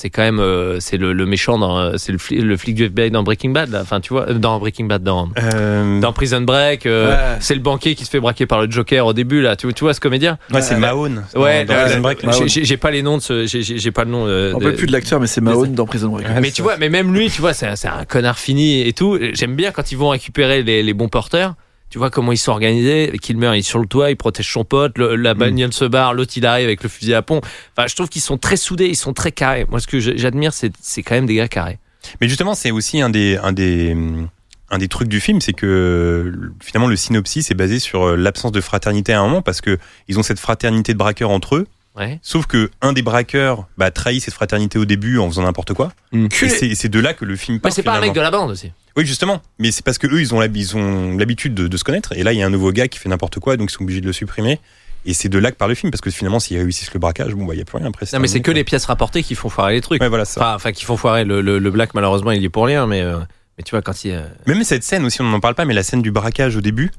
[SPEAKER 6] C'est quand même euh, c'est le, le méchant dans euh, c'est le, fli- le flic du FBI dans Breaking Bad là. Enfin tu vois euh, dans Breaking Bad dans
[SPEAKER 4] Euh,
[SPEAKER 6] dans Prison Break euh,
[SPEAKER 7] Ouais.
[SPEAKER 6] c'est le banquier qui se fait braquer par le Joker au début là. Tu, tu vois ce comédien
[SPEAKER 4] ouais, c'est Mahone.
[SPEAKER 6] Ouais.
[SPEAKER 4] Dans
[SPEAKER 6] euh,
[SPEAKER 4] Prison Break,
[SPEAKER 6] j'ai- j'ai j'ai pas les noms de ce j'ai- j'ai j'ai pas le nom. euh,
[SPEAKER 7] On peut plus de l'acteur, mais c'est Mahone dans Prison Break.
[SPEAKER 6] mais tu vois, mais même lui, tu vois, c'est un, c'est un connard fini et tout. J'aime bien quand ils vont récupérer les, les bons porteurs. Tu vois comment ils sont organisés. Kilmer, il est sur le toit, il protège son pote. le- la bagnole se barre, l'autre il arrive avec le fusil à pompe. Enfin, je trouve qu'ils sont très soudés, ils sont très carrés. Moi, ce que je- j'admire, c'est c'est quand même des gars carrés.
[SPEAKER 4] Mais justement, c'est aussi un des, un des, hum, un des trucs du film, c'est que euh, finalement le synopsis est basé sur euh, l'absence de fraternité à un moment parce que ils ont cette fraternité de braqueurs entre eux.
[SPEAKER 6] Ouais.
[SPEAKER 4] Sauf que un des braqueurs bah, trahit cette fraternité au début en faisant n'importe quoi.
[SPEAKER 5] Mm.
[SPEAKER 4] Et c'est c'est de là que le film part.
[SPEAKER 6] Mais c'est pas un mec
[SPEAKER 4] finalement.
[SPEAKER 6] de la bande aussi.
[SPEAKER 4] Oui, justement. Mais c'est parce que eux, ils ont l'hab- ils ont l'habitude de, de se connaître. Et là, il y a un nouveau gars qui fait n'importe quoi, donc ils sont obligés de le supprimer. Et c'est de là que part le film, parce que finalement, s'ils réussissent le braquage, bon, bah, il n'y a plus rien après.
[SPEAKER 6] Non, mais c'est que les
[SPEAKER 4] terminé,
[SPEAKER 6] pièces rapportées qui font foirer les trucs.
[SPEAKER 4] quoi. Ouais, voilà, ça.
[SPEAKER 6] Enfin, enfin, qui font foirer le, le, le black, malheureusement, il y est pour rien, mais, euh, mais tu vois, quand il. euh,
[SPEAKER 4] Même cette scène aussi, on n'en parle pas, mais la scène du braquage au début,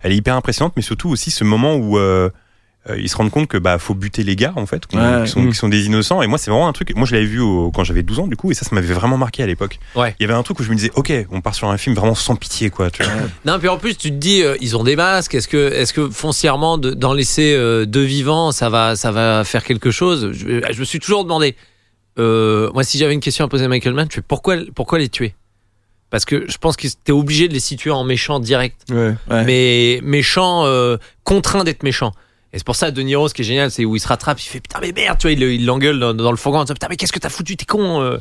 [SPEAKER 4] elle est hyper impressionnante, mais surtout aussi ce moment où euh, euh, ils se rendent compte que bah faut buter les gars en fait, qu'on-
[SPEAKER 7] Ouais.
[SPEAKER 4] qui, sont,
[SPEAKER 5] Mm.
[SPEAKER 4] qui sont des innocents. Et moi, c'est vraiment un truc. Moi, je l'avais vu au- quand j'avais 12 ans du coup, et ça, ça m'avait vraiment marqué à l'époque.
[SPEAKER 6] Ouais.
[SPEAKER 4] Il y avait un truc où je me disais, ok, on part sur un film vraiment sans pitié quoi. Tu vois.
[SPEAKER 6] Non, puis en plus, tu te dis, euh, ils ont des masques. Est-ce que, est-ce que foncièrement, de- d'en laisser euh, deux vivants, ça va, ça va faire quelque chose je, je me suis toujours demandé. euh, moi, si j'avais une question à poser à Michael Mann, je fais pourquoi, pourquoi les tuer Parce que je pense que t'es obligé de les situer en méchant direct,
[SPEAKER 5] Ouais.
[SPEAKER 7] Ouais.
[SPEAKER 6] mais méchant euh, contraint d'être méchant. Et c'est pour ça, De Niro, ce qui est génial, c'est où il se rattrape, il fait putain, mais merde, tu vois, il le- il l'engueule dans, dans le fourgon en disant putain, mais qu'est-ce que t'as foutu, t'es con euh.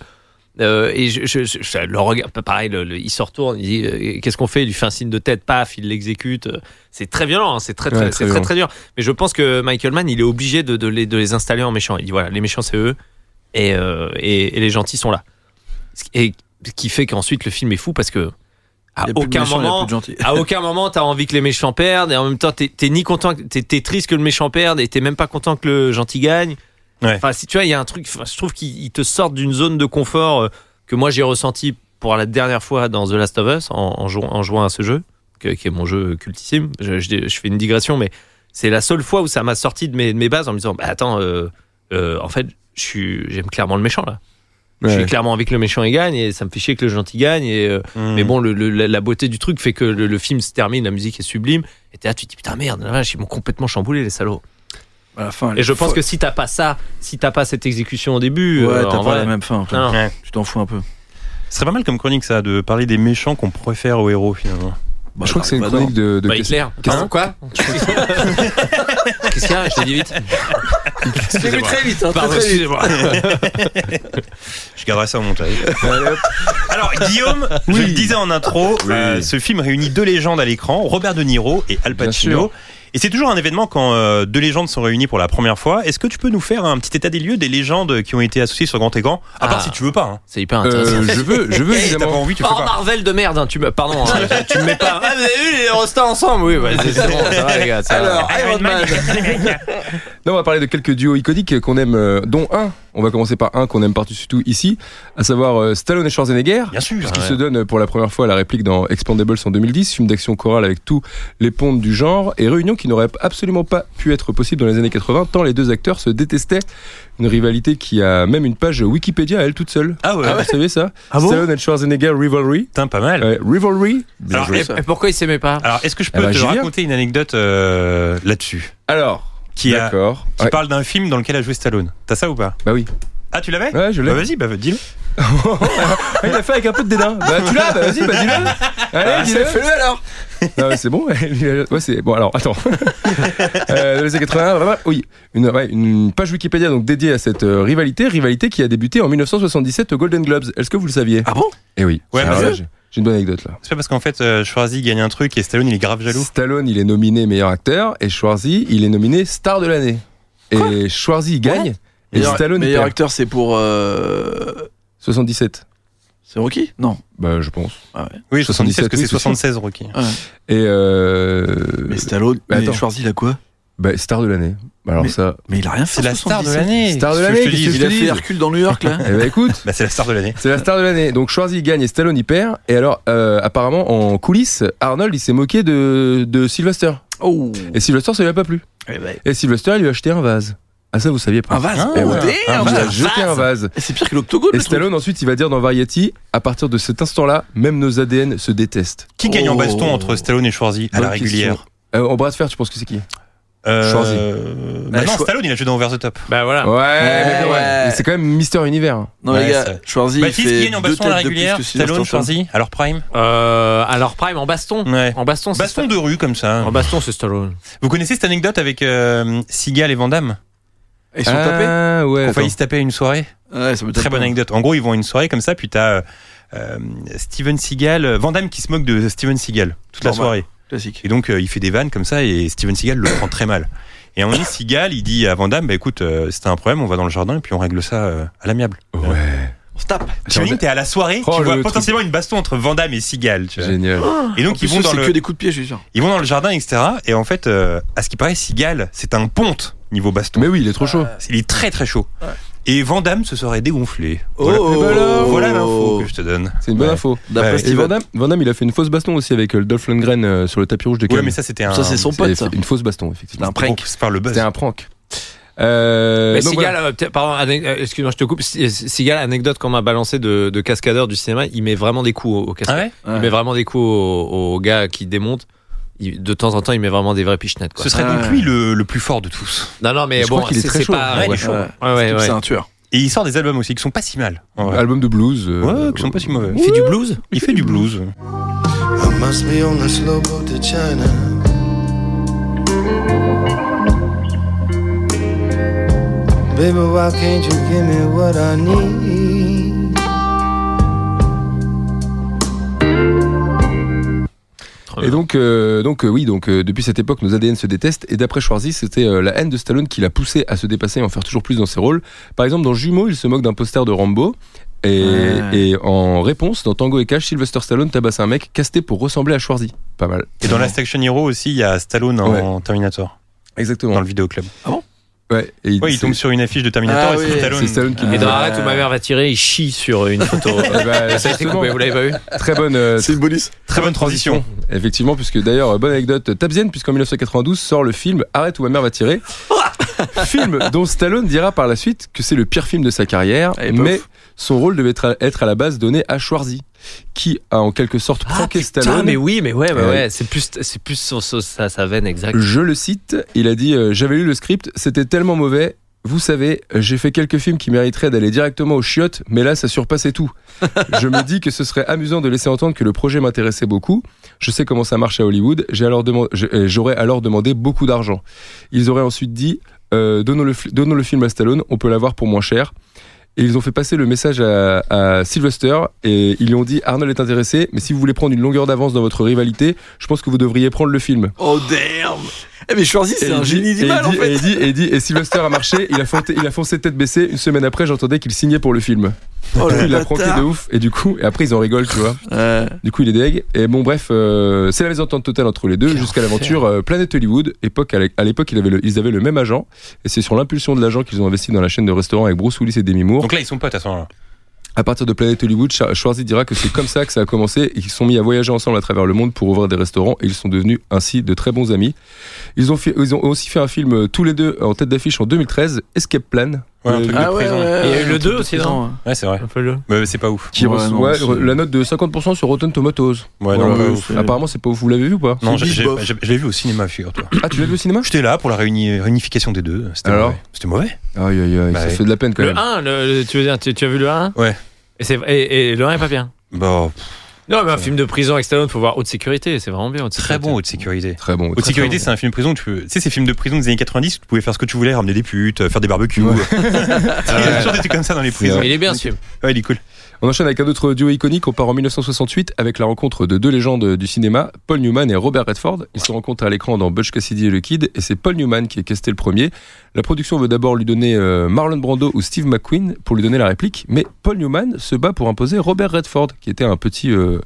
[SPEAKER 6] Euh, et je, je- je- je- le regard, pareil, le- le- il se retourne, il dit euh, qu'est-ce qu'on fait Il lui fait un signe de tête, paf, il l'exécute. euh. C'est très violent, hein, c'est très, très,
[SPEAKER 5] Ouais, très
[SPEAKER 6] c'est très,
[SPEAKER 5] violent.
[SPEAKER 6] très dur. Mais je pense que Michael Mann, il est obligé de, de les, de les installer en méchants. Il dit voilà, les méchants c'est eux, et, euh, et, et les gentils sont là. Ce qui- Et ce qui fait qu'ensuite le film est fou parce que à
[SPEAKER 7] Il y a plus de
[SPEAKER 6] aucun
[SPEAKER 7] méchants, il y a
[SPEAKER 6] moment,
[SPEAKER 7] plus de gentils.
[SPEAKER 6] à aucun moment t'as envie que les méchants perdent et en même temps t'es t'es ni content que- t'es t'es triste que le méchant perde et t'es même pas content que le gentil gagne
[SPEAKER 4] Ouais.
[SPEAKER 6] enfin si tu vois il y a un truc enfin, je trouve qu'ils ils te sortent d'une zone de confort euh, que moi j'ai ressenti pour la dernière fois dans The Last of Us en, en jou- en jouant à ce jeu que- qui est mon jeu cultissime je, je- je fais une digression mais c'est la seule fois où ça m'a sorti de mes, de mes bases en me disant bah attends euh, euh, en fait je suis- j'aime clairement le méchant là je suis
[SPEAKER 5] Ouais.
[SPEAKER 6] clairement avec le méchant il gagne et ça me fait chier que le gentil gagne et euh,
[SPEAKER 4] Mm.
[SPEAKER 6] mais bon, le- le- la, la beauté du truc fait que le, le film se termine, la musique est sublime. Et t'es là, tu te dis putain merde, la vache, ils m'ont complètement chamboulé les salauds.
[SPEAKER 7] À la fin, elle
[SPEAKER 6] Et je
[SPEAKER 7] est
[SPEAKER 6] pense
[SPEAKER 7] folle.
[SPEAKER 6] que si t'as pas ça, si t'as pas cette exécution au début,
[SPEAKER 7] Ouais,
[SPEAKER 6] euh,
[SPEAKER 7] t'as
[SPEAKER 6] en
[SPEAKER 7] pas
[SPEAKER 6] vrai,
[SPEAKER 7] la même fin. en fait.
[SPEAKER 6] non.
[SPEAKER 4] Ouais.
[SPEAKER 7] Tu t'en fous un peu.
[SPEAKER 4] Ce serait pas mal comme chronique ça, de parler des méchants qu'on préfère aux héros finalement.
[SPEAKER 7] Bah,
[SPEAKER 5] je crois que c'est une
[SPEAKER 7] bah,
[SPEAKER 5] chronique de, de
[SPEAKER 6] Bah,
[SPEAKER 5] Cass-
[SPEAKER 6] Hitler. Pardon, quoi Qu'est-ce qu'il y a Je t'ai dit vite.
[SPEAKER 7] très vite,
[SPEAKER 6] Pardon, excusez-moi.
[SPEAKER 4] Je garderai ça au montage. Alors Guillaume, je le disais en intro, euh, ce film réunit deux légendes à l'écran, Robert De Niro et Al
[SPEAKER 5] Bien
[SPEAKER 4] Pacino.
[SPEAKER 5] sûr.
[SPEAKER 4] Et c'est toujours un événement quand euh, deux légendes sont réunies pour la première fois. Est-ce que tu peux nous faire un petit état des lieux des légendes qui ont été associées sur grand écran À part
[SPEAKER 6] Ah.
[SPEAKER 4] si tu veux pas. hein.
[SPEAKER 6] C'est hyper intéressant.
[SPEAKER 5] Euh, je veux, je veux
[SPEAKER 4] Si t'as pas
[SPEAKER 5] évidemment.
[SPEAKER 4] envie, tu fais
[SPEAKER 6] Oh
[SPEAKER 4] pas.
[SPEAKER 6] Marvel de merde, hein, tu me pardon, hein, tu me mets pas. Ah, vous avez vu les Rostars ensemble Oui, ouais, c'est c'est bon, ça va les gars. ça va.
[SPEAKER 4] Euh,
[SPEAKER 6] Ah,
[SPEAKER 4] Iron Man.
[SPEAKER 5] Non, on va parler de quelques duos iconiques qu'on aime, euh, dont un. On va commencer par un qu'on aime par-dessus tout ici, à savoir euh, Stallone et Schwarzenegger.
[SPEAKER 4] Bien sûr.
[SPEAKER 5] qui se donne pour la première fois la réplique dans Expandables en 2010, film d'action chorale avec tous les pontes du genre et réunion qui n'aurait absolument pas pu être possible dans les années 80 tant les deux acteurs se détestaient. Une rivalité qui a même une page Wikipédia à elle toute seule.
[SPEAKER 4] Ah ouais.
[SPEAKER 5] Vous savez ça
[SPEAKER 4] Ah bon
[SPEAKER 5] Stallone et Schwarzenegger Rivalry.
[SPEAKER 4] Putain, pas mal.
[SPEAKER 5] Ouais, rivalry.
[SPEAKER 4] Alors,
[SPEAKER 7] joué,
[SPEAKER 4] est-
[SPEAKER 7] ça.
[SPEAKER 6] Et pourquoi ils s'aimaient pas
[SPEAKER 4] alors, est-ce que je peux
[SPEAKER 5] Eh ben,
[SPEAKER 4] te
[SPEAKER 5] j'y viens.
[SPEAKER 4] raconter une anecdote euh, là-dessus
[SPEAKER 5] Alors,
[SPEAKER 4] qui, a-
[SPEAKER 5] d'accord.
[SPEAKER 4] qui
[SPEAKER 5] Ouais.
[SPEAKER 4] parle d'un film dans lequel a joué Stallone T'as ça ou pas
[SPEAKER 5] Bah oui.
[SPEAKER 4] Ah, tu l'avais
[SPEAKER 5] Ouais, je l'ai.
[SPEAKER 4] Bah vas-y, bah dis-le.
[SPEAKER 5] Ah, il l'a fait avec un peu de dédain. Bah tu l'as, bah vas-y, bah dis-le. Allez, dis-le. Fais-le alors. Non, mais c'est bon. Ouais, c'est bon. Alors, attends. euh, dans les années 80, voilà, oui, une, ouais, une page Wikipédia donc dédiée à cette euh, rivalité, rivalité qui a débuté en 1977 aux Golden Globes. Est-ce que vous le saviez
[SPEAKER 7] Ah bon
[SPEAKER 5] Eh oui.
[SPEAKER 4] Ouais,
[SPEAKER 5] Alors
[SPEAKER 4] vas-y.
[SPEAKER 5] là, j'ai j'ai une bonne anecdote là.
[SPEAKER 4] C'est pas parce qu'en fait, euh, Schwarzy gagne un truc et Stallone, il est grave jaloux.
[SPEAKER 5] Stallone, il est nominé meilleur acteur et Schwarzy, il est nominé star de l'année. Et Schwarzy il gagne et
[SPEAKER 7] Meilleur,
[SPEAKER 5] Stallone il
[SPEAKER 7] meilleur
[SPEAKER 5] perd.
[SPEAKER 7] acteur, c'est pour. euh,
[SPEAKER 5] 77.
[SPEAKER 7] C'est Rocky Non.
[SPEAKER 5] Bah je pense.
[SPEAKER 4] Oui, 77,
[SPEAKER 5] 77,
[SPEAKER 4] que c'est
[SPEAKER 5] oui, c'est sûr.
[SPEAKER 4] 76, Rocky.
[SPEAKER 5] Et euh,
[SPEAKER 7] Mais Stallone.
[SPEAKER 5] mais
[SPEAKER 7] mais
[SPEAKER 5] attends.
[SPEAKER 7] Schwarzy, il a quoi
[SPEAKER 5] bah, star de l'année. Bah, alors ça,
[SPEAKER 7] Mais il a rien fait.
[SPEAKER 4] C'est la star de
[SPEAKER 7] 77.
[SPEAKER 4] l'année.
[SPEAKER 5] Star de
[SPEAKER 4] Qu'est-ce que
[SPEAKER 5] l'année,
[SPEAKER 4] je te dis
[SPEAKER 5] qu'est-ce que
[SPEAKER 7] Il a
[SPEAKER 5] Je te
[SPEAKER 7] fait
[SPEAKER 5] dis.
[SPEAKER 7] Hercule dans New York, là.
[SPEAKER 5] Eh ben écoute,
[SPEAKER 4] Bah, c'est la star de l'année.
[SPEAKER 5] c'est la star de l'année. Donc Schwarzy gagne et Stallone il perd. Et alors, euh, apparemment, en coulisses, Arnold il s'est moqué de, de Sylvester.
[SPEAKER 7] Oh
[SPEAKER 5] Et Sylvester ça lui a pas plu.
[SPEAKER 7] Eh ben,
[SPEAKER 5] Et Sylvester il lui a acheté un vase. Ah ça vous saviez pas
[SPEAKER 7] Un vase
[SPEAKER 4] Hein
[SPEAKER 5] Eh
[SPEAKER 7] Oh,
[SPEAKER 5] ouais.
[SPEAKER 4] Euh,
[SPEAKER 7] damn,
[SPEAKER 5] Il lui a
[SPEAKER 7] un
[SPEAKER 5] jeté un vase.
[SPEAKER 7] C'est pire que l'octogone.
[SPEAKER 5] Et
[SPEAKER 7] le truc.
[SPEAKER 5] Stallone ensuite il va dire dans Variety, à partir de cet instant-là, même nos ADN se détestent.
[SPEAKER 4] Qui gagne en
[SPEAKER 7] Oh.
[SPEAKER 4] baston entre Stallone et Schwarzy à la
[SPEAKER 5] Bonne question.
[SPEAKER 4] régulière
[SPEAKER 5] Euh, en bras de fer, tu penses que c'est qui
[SPEAKER 4] Euh,
[SPEAKER 5] Schwarzy.
[SPEAKER 4] Bah non,
[SPEAKER 7] Schwa-
[SPEAKER 4] Stallone, il a joué dans Over the Top.
[SPEAKER 6] Bah voilà.
[SPEAKER 5] Ouais, mais bon,
[SPEAKER 7] Ah. ouais.
[SPEAKER 5] mais c'est quand même Mister Univers.
[SPEAKER 7] Non,
[SPEAKER 4] Ouais,
[SPEAKER 7] les
[SPEAKER 4] c'est vrai.
[SPEAKER 7] gars, Schwarzy,
[SPEAKER 4] Bah,
[SPEAKER 7] il
[SPEAKER 4] qui est-ce qui
[SPEAKER 7] fait
[SPEAKER 4] gagne en
[SPEAKER 7] deux
[SPEAKER 4] baston à la
[SPEAKER 7] têtes de plus
[SPEAKER 4] régulière
[SPEAKER 7] que Sylvester
[SPEAKER 4] Stallone,
[SPEAKER 7] Stallone.
[SPEAKER 4] Schwarzy Alors Prime
[SPEAKER 6] Euh, alors Prime en baston.
[SPEAKER 4] Ouais.
[SPEAKER 6] En baston, c'est
[SPEAKER 4] Baston de rue comme ça.
[SPEAKER 6] En baston, c'est Stallone.
[SPEAKER 5] Euh,
[SPEAKER 4] Vous connaissez cette anecdote avec euh, Seagal et Van Damme
[SPEAKER 7] Ils sont tapés
[SPEAKER 5] ah, ouais.
[SPEAKER 4] Qui ont
[SPEAKER 5] attends.
[SPEAKER 4] failli se taper à une soirée
[SPEAKER 7] Ouais, ça me
[SPEAKER 4] Très
[SPEAKER 7] tape
[SPEAKER 4] bonne
[SPEAKER 7] pas.
[SPEAKER 4] anecdote. En gros, ils vont à une soirée comme ça, puis t'as euh, euh, Steven Seagal, euh, Van Damme qui se moque de Steven Seagal toute la
[SPEAKER 7] Normal.
[SPEAKER 4] soirée.
[SPEAKER 7] Classique.
[SPEAKER 4] Et donc, euh, il fait des vannes comme ça et Steven Seagal le prend très mal. Et à un moment donné, Seagal, il dit à Van Damme, bah écoute, euh, c'était un problème, on va dans le jardin et puis on règle ça euh, à l'amiable.
[SPEAKER 5] Ouais.
[SPEAKER 7] On se tape.
[SPEAKER 4] T'imagines, t'es à la soirée,
[SPEAKER 5] Oh,
[SPEAKER 4] tu
[SPEAKER 5] le
[SPEAKER 4] vois
[SPEAKER 5] truc.
[SPEAKER 4] potentiellement une baston entre Van Damme et Seagal. tu vois.
[SPEAKER 5] Génial.
[SPEAKER 4] Et
[SPEAKER 7] En
[SPEAKER 4] donc,
[SPEAKER 7] plus,
[SPEAKER 4] ils vont,
[SPEAKER 7] eux,
[SPEAKER 4] dans
[SPEAKER 7] c'est
[SPEAKER 4] le,
[SPEAKER 7] que des coups de pied, je suis sûr.
[SPEAKER 4] ils vont dans le jardin, etc. Et en fait, euh, à ce qui paraît, Seagal, c'est un ponte niveau baston.
[SPEAKER 5] Mais oui, il est trop chaud.
[SPEAKER 4] Il est très très chaud. Et Van Damme se serait dégonflé. Voilà,
[SPEAKER 7] Oh,
[SPEAKER 5] Eh ben alors,
[SPEAKER 4] Voilà l'info que je te donne.
[SPEAKER 5] C'est une bonne
[SPEAKER 4] Ouais.
[SPEAKER 5] info.
[SPEAKER 7] D'après
[SPEAKER 4] Ouais.
[SPEAKER 5] Et Van
[SPEAKER 7] Steven.
[SPEAKER 5] Damme, Van Damme, il a fait une fausse baston aussi avec euh, Dolph Lundgren euh, sur le tapis rouge de
[SPEAKER 4] Ouais,
[SPEAKER 5] Cannes.
[SPEAKER 4] mais ça, c'était un.
[SPEAKER 7] Ça, c'est son pote, ça.
[SPEAKER 5] Une fausse baston,
[SPEAKER 7] C'est
[SPEAKER 5] effectivement.
[SPEAKER 7] un prank.
[SPEAKER 4] C'est par le buzz.
[SPEAKER 5] C'était un prank. Euh,
[SPEAKER 6] Mais
[SPEAKER 5] donc
[SPEAKER 6] Seagal,
[SPEAKER 5] voilà.
[SPEAKER 6] euh, peut-être- pardon, ane- euh, excuse-moi, je te coupe. Se- Seagal, anecdote qu'on m'a balancé de, de cascadeur du cinéma, il met vraiment des coups aux, aux
[SPEAKER 4] Ah
[SPEAKER 6] cascadeurs.
[SPEAKER 4] ouais
[SPEAKER 6] Il met vraiment des coups aux, aux gars qui démontent. Il- de temps en temps, il met vraiment des vrais pichenettes. Quoi.
[SPEAKER 4] Ce serait
[SPEAKER 7] Ouais.
[SPEAKER 4] donc lui le, le plus fort de tous.
[SPEAKER 6] Non, non, mais
[SPEAKER 5] Je
[SPEAKER 6] bon,
[SPEAKER 5] crois qu'il est
[SPEAKER 6] c'est
[SPEAKER 5] très
[SPEAKER 6] c'est
[SPEAKER 5] chaud.
[SPEAKER 6] pas.
[SPEAKER 4] Ah Ouais, il est
[SPEAKER 7] Ouais.
[SPEAKER 4] chaud.
[SPEAKER 6] Ouais, ouais,
[SPEAKER 7] Surtout que
[SPEAKER 6] ouais.
[SPEAKER 7] C'est un tueur.
[SPEAKER 4] Et il sort des albums aussi qui sont pas si mal. en vrai.
[SPEAKER 5] Album de blues. euh,
[SPEAKER 4] Ouais, qui sont pas si mauvais.
[SPEAKER 6] Il fait du blues
[SPEAKER 4] Il fait du blues.
[SPEAKER 8] I must be on a slow boat to China. Baby, why can't you give me what I need?
[SPEAKER 5] Et donc, euh, donc euh, oui, donc euh, depuis cette époque, nos ADN se détestent. Et d'après Schwarzy, c'était euh, la haine de Stallone qui l'a poussé à se dépasser et en faire toujours plus dans ses rôles. Par exemple, dans Jumeaux, il se moque d'un poster de Rambo. Et,
[SPEAKER 7] Ouais.
[SPEAKER 5] et en réponse, dans Tango et Cash, Sylvester Stallone tabasse un mec casté pour ressembler à Schwarzy. Pas mal.
[SPEAKER 4] Et dans Last Action Hero aussi, il y a Stallone en Terminator,
[SPEAKER 5] Exactement.
[SPEAKER 4] dans le vidéoclub.
[SPEAKER 5] Ouais, et
[SPEAKER 4] Ouais, il tombe sur une affiche de Terminator
[SPEAKER 6] Ah
[SPEAKER 4] et c'est
[SPEAKER 6] oui,
[SPEAKER 4] Stallone.
[SPEAKER 5] c'est Stallone qui
[SPEAKER 6] Et dans
[SPEAKER 5] Ah.
[SPEAKER 6] Arrête où ma mère va tirer, il chie sur une photo.
[SPEAKER 5] Eh ben,
[SPEAKER 6] Ça a été
[SPEAKER 5] justement,
[SPEAKER 6] coupé, vous l'avez pas vu
[SPEAKER 5] Très bonne, euh,
[SPEAKER 7] C'est le bonus.
[SPEAKER 4] Très bonne transition.
[SPEAKER 5] Effectivement, puisque d'ailleurs, euh, bonne anecdote, Tabzienne, puisqu'en 1992 sort le film Arrête où ma mère va tirer. film dont Stallone dira par la suite que c'est le pire film de sa carrière,
[SPEAKER 7] Et pof.
[SPEAKER 5] mais son rôle devait être à, être à la base donné à Schwarzy, qui a en quelque sorte pranké Stallone.
[SPEAKER 6] Ah, mais oui, mais ouais, mais
[SPEAKER 5] Euh,
[SPEAKER 6] ouais, c'est plus, c'est plus son- son- sa, sa veine exacte.
[SPEAKER 5] Je le cite, il a dit euh, J'avais lu le script, c'était tellement mauvais. Vous savez, euh, j'ai fait quelques films qui mériteraient d'aller directement aux chiottes, mais là, ça surpassait tout. Je me dis que ce serait amusant de laisser entendre que le projet m'intéressait beaucoup. Je sais comment ça marche à Hollywood. J'ai alors deman- je- euh, J'aurais alors, demandé beaucoup d'argent. Ils auraient ensuite dit euh, donnons, le, fl- donnons le film à Stallone, on peut l'avoir pour moins cher. Et ils ont fait passer le message à, à Sylvester et ils lui ont dit Arnold est intéressé, mais si vous voulez prendre une longueur d'avance dans votre rivalité, je pense que vous devriez prendre le film.
[SPEAKER 7] Oh damn Eh mais Schwarzy,
[SPEAKER 5] Et
[SPEAKER 7] c'est un
[SPEAKER 5] il dit-
[SPEAKER 7] génie
[SPEAKER 5] et
[SPEAKER 7] du
[SPEAKER 5] il
[SPEAKER 7] mal en
[SPEAKER 5] dit- Et
[SPEAKER 7] fait.
[SPEAKER 5] il dit, et il dit, et Sylvester a marché, il a, foncé, il a foncé tête baissée. Une semaine après, j'entendais qu'il signait pour le film.
[SPEAKER 7] Oh le
[SPEAKER 5] il a pranké de ouf. Et du coup, et après, ils en rigolent, tu vois.
[SPEAKER 7] Ouais.
[SPEAKER 5] Du coup, il est deg. Et bon, bref, euh, c'est la mésentente totale entre les deux jusqu'à l'aventure euh, Planète Hollywood. Époque, à la- à l'époque, il avait le- ils avaient le même agent. Et c'est sur l'impulsion de l'agent qu'ils ont investi dans la chaîne de restaurants avec Bruce Willis et Demi Moore.
[SPEAKER 4] Donc là, ils sont potes à ce moment-là.
[SPEAKER 5] À partir de Planète Hollywood, Scha- Schwarzy dira que c'est comme ça que ça a commencé et qu'ils sont mis à voyager ensemble à travers le monde pour ouvrir des restaurants et ils sont devenus ainsi de très bons amis. Ils ont, fait- ils ont aussi fait un film euh, tous les deux en tête d'affiche en 2013, Escape Plan,
[SPEAKER 4] Ouais, un
[SPEAKER 5] euh,
[SPEAKER 4] truc de
[SPEAKER 7] Ah ouais,
[SPEAKER 4] prison. Ouais,
[SPEAKER 7] ouais,
[SPEAKER 6] Il y a
[SPEAKER 7] ouais,
[SPEAKER 6] eu le
[SPEAKER 7] un
[SPEAKER 6] deux
[SPEAKER 7] truc de
[SPEAKER 6] aussi,
[SPEAKER 7] prison,
[SPEAKER 6] non
[SPEAKER 7] ouais.
[SPEAKER 4] c'est vrai.
[SPEAKER 6] Un peu le.
[SPEAKER 4] Mais c'est pas ouf.
[SPEAKER 5] qui
[SPEAKER 7] Ouais,
[SPEAKER 5] reçoit
[SPEAKER 7] non, c'est-
[SPEAKER 5] la note de 50% sur Rotten Tomatoes.
[SPEAKER 4] Ouais, non,
[SPEAKER 7] Ouais,
[SPEAKER 4] pas
[SPEAKER 7] ouais,
[SPEAKER 4] ouf.
[SPEAKER 7] c'est-
[SPEAKER 5] Apparemment, c'est pas vous l'avez vu ou pas
[SPEAKER 4] Non,
[SPEAKER 7] c'est
[SPEAKER 4] j'ai- j'ai-
[SPEAKER 7] bof.
[SPEAKER 4] j'ai- je l'ai vu au cinéma, figure-toi.
[SPEAKER 5] Ah, tu l'as vu au cinéma
[SPEAKER 4] J'étais là pour la réuni- réunification des deux. C'était
[SPEAKER 5] Alors
[SPEAKER 4] mauvais. C'était mauvais.
[SPEAKER 5] Aïe aïe aïe,
[SPEAKER 4] Bah
[SPEAKER 5] ça
[SPEAKER 4] ouais.
[SPEAKER 5] fait de la peine quand
[SPEAKER 6] Le
[SPEAKER 5] même.
[SPEAKER 6] 1, le, le- tu veux dire, tu, tu as vu le 1
[SPEAKER 4] Ouais.
[SPEAKER 6] Et, c'est, et, et le 1 est pas bien.
[SPEAKER 4] Bon, pff,
[SPEAKER 6] Non, mais un film de prison avec Stallone, faut voir haute sécurité, c'est vraiment bien. Haute
[SPEAKER 4] très
[SPEAKER 6] sécurité.
[SPEAKER 4] bon haute sécurité.
[SPEAKER 5] Très bon.
[SPEAKER 4] Haute sécurité, c'est un film de prison. où Tu, peux- tu sais, ces films de prison des années 90, tu pouvais faire ce que tu voulais, ramener des putes, euh, faire des barbecues.
[SPEAKER 5] Ouais.
[SPEAKER 4] Il y a toujours des trucs comme ça dans les prisons.
[SPEAKER 6] Mais Il est bien ce film.
[SPEAKER 4] Ouais, il est cool.
[SPEAKER 5] On enchaîne avec un autre duo iconique. On part en 1968 avec la rencontre de deux légendes du cinéma, Paul Newman et Robert Redford. Ils se rencontrent à l'écran dans Butch Cassidy et le Kid, et c'est Paul Newman qui est casté le premier. La production veut d'abord lui donner euh, Marlon Brando ou Steve McQueen pour lui donner la réplique, mais Paul Newman se bat pour imposer Robert Redford, qui était un petit euh,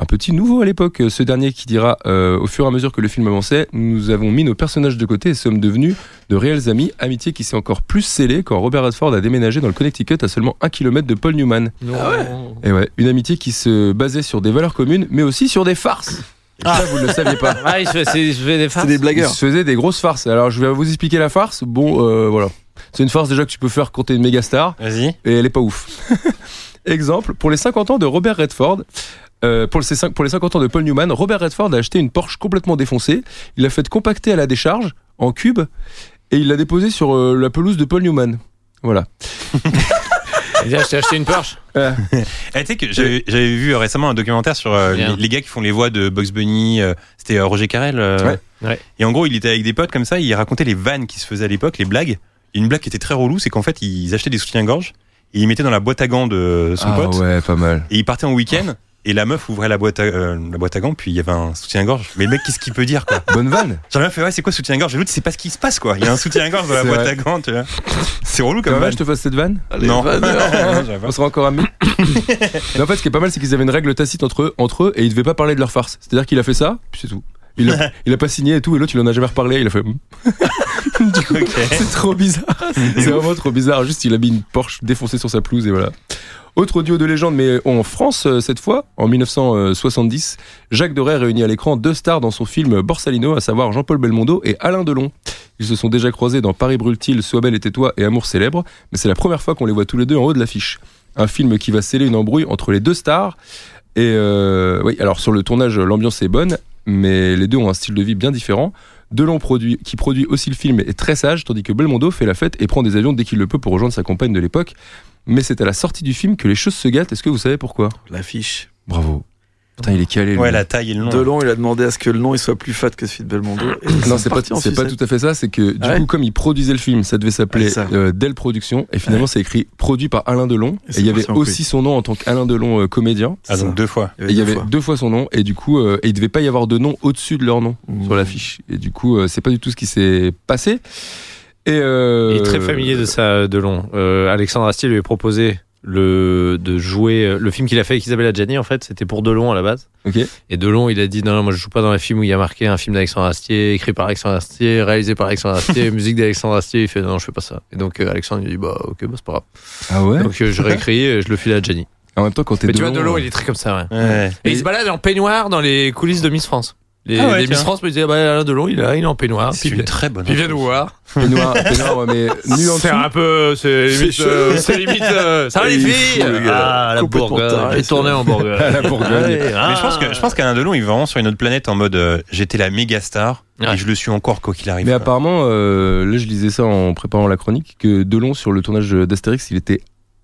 [SPEAKER 5] un petit nouveau à l'époque, ce dernier qui dira euh, au fur et à mesure que le film avançait, nous avons mis nos personnages de côté et sommes devenus de réels amis, amitié qui s'est encore plus scellée quand Robert Redford a déménagé dans le Connecticut à seulement un kilomètre de Paul Newman.
[SPEAKER 6] Non.
[SPEAKER 5] Et Eh ouais, une amitié qui se basait sur des valeurs communes, mais aussi sur des farces. Et ça, vous ne le saviez pas.
[SPEAKER 6] Ah, il se fait, c'est- il se fait des farces.
[SPEAKER 7] C'est des
[SPEAKER 5] Ils
[SPEAKER 7] blagueurs.
[SPEAKER 5] se faisaient des grosses farces. Alors, je vais vous expliquer la farce. Bon, euh, voilà. C'est une farce déjà que tu peux faire quand t'es une méga star,
[SPEAKER 4] Vas-y.
[SPEAKER 5] et elle est pas ouf. Exemple, pour les 50 ans de Robert Redford, euh, pour, ses cinq- pour les 50 ans de Paul Newman, Robert Redford a acheté une Porsche complètement défoncée. Il l'a faite compacter à la décharge, en cube, et il l'a déposée sur euh, la pelouse de Paul Newman. Voilà.
[SPEAKER 6] Il dit, Je t'ai acheté une Porsche.
[SPEAKER 4] Eh, tu sais que j'avais j'avais vu euh, récemment un documentaire sur euh,
[SPEAKER 6] Bien.
[SPEAKER 4] les, les gars qui font les voix de Bugs Bunny. euh, C'était euh, Roger Carrel. euh,
[SPEAKER 5] Ouais.
[SPEAKER 6] Ouais.
[SPEAKER 4] Et en gros, il était avec des potes comme ça. Il racontait les vannes qui se faisaient à l'époque, les blagues. Et une blague qui était très relou, c'est qu'en fait, ils achetaient des soutiens-gorge et ils mettaient dans la boîte à gants de son pote.
[SPEAKER 5] Ah ouais, pas mal.
[SPEAKER 4] Et ils partaient en week-end. Et la meuf ouvrait la boîte à, euh, la boîte à gants, puis il y avait un soutien-gorge. Mais le mec, qu'est-ce qu'il peut dire, quoi
[SPEAKER 5] Bonne vanne.
[SPEAKER 4] Genre, la meuf fait, ouais, c'est quoi soutien-gorge Et l'autre, c'est pas ce qui se passe, quoi. Il y a un soutien-gorge dans la
[SPEAKER 5] C'est
[SPEAKER 4] boîte
[SPEAKER 5] vrai.
[SPEAKER 4] à gants, tu vois. C'est relou
[SPEAKER 5] T'as
[SPEAKER 4] comme
[SPEAKER 5] mal,
[SPEAKER 4] vanne.
[SPEAKER 5] je te fasse cette vanne Oh.
[SPEAKER 7] Ah, les
[SPEAKER 4] Non.
[SPEAKER 7] vanneurs.
[SPEAKER 4] Non, j'avais pas.
[SPEAKER 5] On sera encore amis. Mais en fait, ce qui est pas mal, c'est qu'ils avaient une règle tacite entre eux, entre eux et ils devaient pas parler de leur farce. C'est-à-dire qu'il a fait ça, puis c'est tout. Il a, il a pas signé et tout, et l'autre il en a jamais reparlé. Il a fait. hmm. Du coup,
[SPEAKER 4] Ok.
[SPEAKER 5] C'est trop bizarre. C'est vraiment trop bizarre. Juste, il a mis une Porsche défoncée sur sa pelouse et voilà. Autre duo de légende, mais en France euh, cette fois, en 1970, Jacques Doré réunit à l'écran deux stars dans son film Borsalino, à savoir Jean-Paul Belmondo et Alain Delon. Ils se sont déjà croisés dans Paris brûle-t-il, Sois belle et tais-toi et Amour célèbre, mais c'est la première fois qu'on les voit tous les deux en haut de l'affiche. Un film qui va sceller une embrouille entre les deux stars. Et euh, oui, alors sur le tournage, l'ambiance est bonne, mais les deux ont un style de vie bien différent. Delon produit, qui produit aussi le film est très sage, tandis que Belmondo fait la fête et prend des avions dès qu'il le peut pour rejoindre sa compagne de l'époque. Mais c'est à la sortie du film que les choses se gâtent. Est-ce que vous savez pourquoi
[SPEAKER 7] L'affiche.
[SPEAKER 5] Bravo.
[SPEAKER 9] Putain, il est calé. lui.
[SPEAKER 4] Ouais, la taille et le nom.
[SPEAKER 7] Delon, il a demandé à ce que le nom il soit plus fat que celui de Belmondo. Et
[SPEAKER 5] Non,
[SPEAKER 7] c'est
[SPEAKER 5] c'est pas,
[SPEAKER 7] parti en
[SPEAKER 5] c'est pas
[SPEAKER 7] sucette.
[SPEAKER 5] tout à fait ça. C'est que du
[SPEAKER 7] Ah ouais
[SPEAKER 5] coup, comme il produisait le film, ça devait
[SPEAKER 7] Ouais,
[SPEAKER 5] s'appeler
[SPEAKER 7] ça.
[SPEAKER 5] euh, Dell Production. Et finalement, c'est écrit produit par Alain Delon.
[SPEAKER 7] Et
[SPEAKER 5] Et
[SPEAKER 7] c'est
[SPEAKER 5] il y
[SPEAKER 7] parti
[SPEAKER 5] avait
[SPEAKER 7] en
[SPEAKER 5] aussi son nom en tant qu'Alain Delon euh, comédien.
[SPEAKER 4] Ah, donc deux fois.
[SPEAKER 5] Et il y avait deux fois son nom. Et du coup, euh, et il devait pas y avoir de nom au-dessus de leur nom
[SPEAKER 7] Mmh.
[SPEAKER 5] sur l'affiche. Et du coup, euh, c'est pas du tout ce qui s'est passé. Et euh,
[SPEAKER 6] Il est très familier de ça, Delon. Euh, Alexandre Astier lui a proposé le, de jouer euh, le film qu'il a fait avec Isabelle Adjani, en fait, c'était pour Delon à la base.
[SPEAKER 5] Ok.
[SPEAKER 6] Et Delon, il a dit non, non, moi je joue pas dans un film où il y a marqué un film d'Alexandre Astier, écrit par Alexandre Astier, réalisé par Alexandre Astier, musique d'Alexandre Astier. Il fait non, je fais pas ça. Et donc euh, Alexandre il dit bah ok, bah, c'est pas grave.
[SPEAKER 5] Ah ouais.
[SPEAKER 6] Donc euh, je réécris et je le file à Adjani.
[SPEAKER 5] En même temps, quand t'es
[SPEAKER 6] Mais tu vois,
[SPEAKER 5] Delon,
[SPEAKER 6] Delon,
[SPEAKER 5] euh,
[SPEAKER 6] il est très comme ça, ouais.
[SPEAKER 4] Ouais.
[SPEAKER 6] Et il se balade en peignoir dans les coulisses de Miss France. Les,
[SPEAKER 4] Ah ouais,
[SPEAKER 6] les Miss
[SPEAKER 4] tiens.
[SPEAKER 6] France me disaient, ah bah, Alain Delon, il est là, il est en peignoir.
[SPEAKER 4] C'est
[SPEAKER 6] Ah, Puis,
[SPEAKER 4] une
[SPEAKER 6] il-
[SPEAKER 4] très bonne. Ah,
[SPEAKER 6] puis il vient nous voir.
[SPEAKER 5] peignoir, peignoir, ouais, mais nu en
[SPEAKER 6] C'est
[SPEAKER 5] dessous.
[SPEAKER 6] un peu. C'est limite. euh, c'est limite euh, ça va les
[SPEAKER 7] Il est
[SPEAKER 6] filles
[SPEAKER 7] fou, le gars.
[SPEAKER 6] Ah, la
[SPEAKER 7] Complètement
[SPEAKER 6] Bourgogne.
[SPEAKER 7] taré,
[SPEAKER 6] J'ai
[SPEAKER 7] ce
[SPEAKER 6] tourné
[SPEAKER 7] gars.
[SPEAKER 6] en Bourgogne.
[SPEAKER 5] À la Bourgogne.
[SPEAKER 4] Ah, Mais je pense que je pense qu'Alain Delon, il va vraiment sur une autre planète en mode euh, j'étais la méga star
[SPEAKER 6] Ouais.
[SPEAKER 4] et je le suis encore quoi qu'il arrive.
[SPEAKER 5] Mais
[SPEAKER 4] quoi.
[SPEAKER 5] apparemment, euh, là je lisais ça en préparant la chronique, que Delon sur le tournage d'Astérix, il était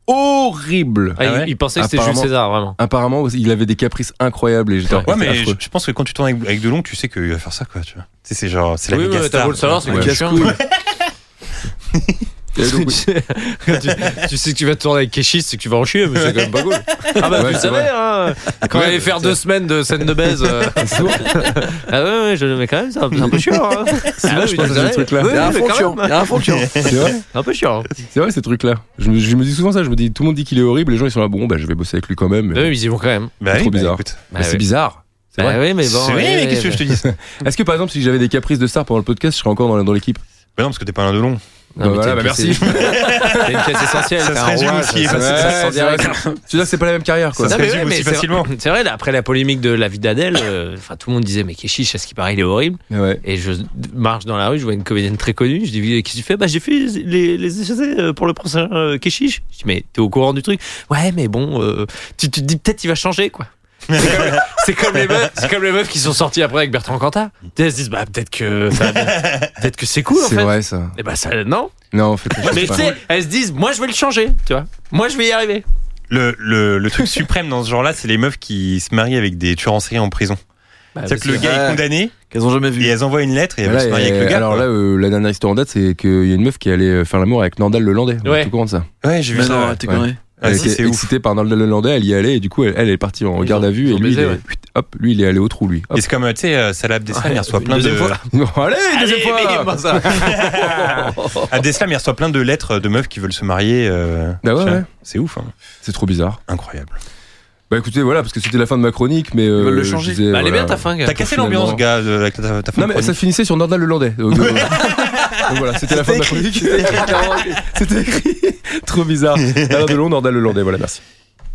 [SPEAKER 5] horrible.
[SPEAKER 6] Ah, il-
[SPEAKER 4] ouais
[SPEAKER 6] Il pensait que c'était Jules
[SPEAKER 5] Apparemment-
[SPEAKER 6] César, vraiment.
[SPEAKER 5] Apparemment, il avait des caprices incroyables et j'étais
[SPEAKER 4] Ouais,
[SPEAKER 5] j'étais
[SPEAKER 4] mais je,
[SPEAKER 5] affreux.
[SPEAKER 4] je pense que quand tu tournes avec, avec Delon, tu sais qu'il va faire ça quoi, tu vois. Tu sais, C'est genre c'est la
[SPEAKER 6] Oui,
[SPEAKER 4] méga
[SPEAKER 6] mais
[SPEAKER 4] star.
[SPEAKER 6] t'as beau le savoir, c'est
[SPEAKER 7] Un
[SPEAKER 6] que tu
[SPEAKER 7] casse-couille.
[SPEAKER 6] chiant.
[SPEAKER 5] Et donc,
[SPEAKER 6] Quand tu, tu sais que tu vas te tourner avec Keshis, c'est que tu vas en chier, mais c'est quand même pas cool. Ah bah
[SPEAKER 5] Ouais,
[SPEAKER 6] tu
[SPEAKER 5] c'est
[SPEAKER 6] savais,
[SPEAKER 5] vrai.
[SPEAKER 6] hein Quand il allait faire deux semaines de scène de baise. euh, ah ouais, ouais, je le mets quand même, c'est un, c'est un peu chiant. Hein. Ah
[SPEAKER 5] là,
[SPEAKER 6] ouais,
[SPEAKER 5] je pense
[SPEAKER 6] mais tu
[SPEAKER 5] à ce
[SPEAKER 6] savais
[SPEAKER 5] truc-là.
[SPEAKER 6] Oui,
[SPEAKER 7] Il y a un
[SPEAKER 6] mais
[SPEAKER 7] fond
[SPEAKER 6] quand
[SPEAKER 7] chiant,
[SPEAKER 6] même,
[SPEAKER 7] il y a un fond chiant.
[SPEAKER 5] c'est vrai,
[SPEAKER 6] un peu chiant.
[SPEAKER 5] c'est vrai ces trucs-là. Je me, je me dis souvent ça, je me dis tout le monde dit qu'il est horrible, les gens ils sont là, bon bah je vais bosser avec lui quand même.
[SPEAKER 6] Eux, ils y vont quand même.
[SPEAKER 4] Bah
[SPEAKER 5] C'est
[SPEAKER 4] oui,
[SPEAKER 5] trop
[SPEAKER 4] bah
[SPEAKER 5] bizarre.
[SPEAKER 4] écoute.
[SPEAKER 5] Mais c'est bizarre. C'est
[SPEAKER 6] Bah
[SPEAKER 5] vrai.
[SPEAKER 6] oui, mais
[SPEAKER 4] C'est
[SPEAKER 6] bon.
[SPEAKER 4] oui,
[SPEAKER 6] ouais,
[SPEAKER 4] mais qu'est-ce que
[SPEAKER 6] ouais.
[SPEAKER 4] je te dis
[SPEAKER 5] Est-ce que par exemple si j'avais des caprices de star pendant le podcast, je serais encore dans, dans l'équipe
[SPEAKER 4] Bah non, parce que t'es pas Alain Delon.
[SPEAKER 6] Non,
[SPEAKER 5] Bah
[SPEAKER 6] mais
[SPEAKER 5] voilà,
[SPEAKER 6] t'es-
[SPEAKER 5] bah merci.
[SPEAKER 6] T'es une pièce essentielle.
[SPEAKER 4] Ça
[SPEAKER 6] t'es
[SPEAKER 4] se
[SPEAKER 6] un
[SPEAKER 4] résume
[SPEAKER 6] roi,
[SPEAKER 4] aussi. ça-
[SPEAKER 6] ça- ça-
[SPEAKER 4] ça-
[SPEAKER 6] ça-
[SPEAKER 5] c'est vrai. Tu veux dire que c'est pas la même carrière quoi.
[SPEAKER 4] Ça se
[SPEAKER 6] Non, mais
[SPEAKER 4] résume
[SPEAKER 6] ouais, mais
[SPEAKER 4] aussi
[SPEAKER 6] c'est vrai-
[SPEAKER 4] facilement.
[SPEAKER 6] C'est vrai, là, après la polémique de la vie d'Adèle, euh, enfin tout le monde disait mais Keshish, à ce qui paraît, il est horrible.
[SPEAKER 5] Ouais.
[SPEAKER 6] Et je marche dans la rue, je vois une comédienne très connue, je dis qu'est-ce que tu fais Bah j'ai fait les, les essais euh, pour le prochain euh, Keshish. Je dis mais t'es au courant du truc Ouais, mais bon, euh, tu, tu te dis peut-être il va changer quoi. C'est comme, c'est comme les meufs, c'est comme les meufs qui sont sorties après avec Bertrand Cantat. Elles se disent bah peut-être que ça va bien. peut-être que c'est cool en
[SPEAKER 5] C'est
[SPEAKER 6] fait.
[SPEAKER 5] vrai ça.
[SPEAKER 6] Et bah ça non.
[SPEAKER 5] Non, en fait, je
[SPEAKER 6] Mais
[SPEAKER 5] sais
[SPEAKER 6] tu
[SPEAKER 5] pas.
[SPEAKER 6] sais, elles se disent moi je vais le changer, tu vois. Moi je vais y arriver.
[SPEAKER 4] Le, le, le truc suprême dans ce genre-là, c'est les meufs qui se marient avec des tueurs en série en prison.
[SPEAKER 6] Bah,
[SPEAKER 4] C'est-à-dire que le
[SPEAKER 6] parce
[SPEAKER 4] gars
[SPEAKER 7] Ouais.
[SPEAKER 4] est condamné
[SPEAKER 7] Qu'elles ont jamais
[SPEAKER 4] et
[SPEAKER 7] vu.
[SPEAKER 4] elles envoient une lettre et elles
[SPEAKER 5] Là,
[SPEAKER 4] veulent se marier
[SPEAKER 5] euh,
[SPEAKER 4] avec le gars.
[SPEAKER 5] alors
[SPEAKER 4] quoi.
[SPEAKER 5] là, euh, la dernière histoire en date, c'est qu'il y a une meuf qui allait faire l'amour avec Nandal le Landais. Vous
[SPEAKER 6] Ouais.
[SPEAKER 5] êtes au courant de ça
[SPEAKER 4] Ouais, j'ai vu
[SPEAKER 7] Mais
[SPEAKER 4] ça.
[SPEAKER 7] non,
[SPEAKER 4] ouais.
[SPEAKER 7] t'es
[SPEAKER 5] ouais.
[SPEAKER 7] connerie.
[SPEAKER 4] Ah,
[SPEAKER 5] Elle
[SPEAKER 4] si,
[SPEAKER 5] était
[SPEAKER 4] c'est ouf.
[SPEAKER 5] excitée par Nandal le Landais, elle y allait et du coup, elle, elle est partie en
[SPEAKER 6] Ils
[SPEAKER 5] garde
[SPEAKER 6] ont-
[SPEAKER 5] à vue
[SPEAKER 6] ils
[SPEAKER 5] et
[SPEAKER 6] ont
[SPEAKER 5] lui, il
[SPEAKER 6] baisé,
[SPEAKER 5] est,
[SPEAKER 6] ouais.
[SPEAKER 5] put- hop, lui, il est allé au trou, lui. Hop.
[SPEAKER 4] Et c'est comme, euh, tu sais, euh, Salab Deslam, il reçoit plein
[SPEAKER 6] deuxième
[SPEAKER 4] de.
[SPEAKER 6] fois.
[SPEAKER 5] Allez, deuxième
[SPEAKER 6] Allez,
[SPEAKER 5] fois euh,
[SPEAKER 6] bégayement, ça.
[SPEAKER 4] Abdeslam, il reçoit plein de lettres de meufs qui veulent se marier. euh,
[SPEAKER 5] Bah ouais,
[SPEAKER 4] tiens,
[SPEAKER 5] ouais.
[SPEAKER 4] C'est ouf, hein.
[SPEAKER 5] C'est trop bizarre.
[SPEAKER 4] incroyable.
[SPEAKER 5] Bah écoutez, voilà, parce que c'était la fin de ma chronique, mais. euh,
[SPEAKER 7] veulent le
[SPEAKER 5] je
[SPEAKER 7] changer.
[SPEAKER 5] disais,
[SPEAKER 6] Bah, elle est
[SPEAKER 5] voilà.
[SPEAKER 6] bien ta fin, gars.
[SPEAKER 4] T'as cassé
[SPEAKER 5] finalement-
[SPEAKER 4] l'ambiance, gars, de- avec ta, ta fin
[SPEAKER 5] Non,
[SPEAKER 4] de
[SPEAKER 5] mais ça
[SPEAKER 4] chronique.
[SPEAKER 5] finissait sur Nandal le Landais. Donc, euh, donc voilà, c'était la fin de ma chronique. C'était écrit. Trop bizarre. Nandal le Long, Nandal le Landais, voilà, merci.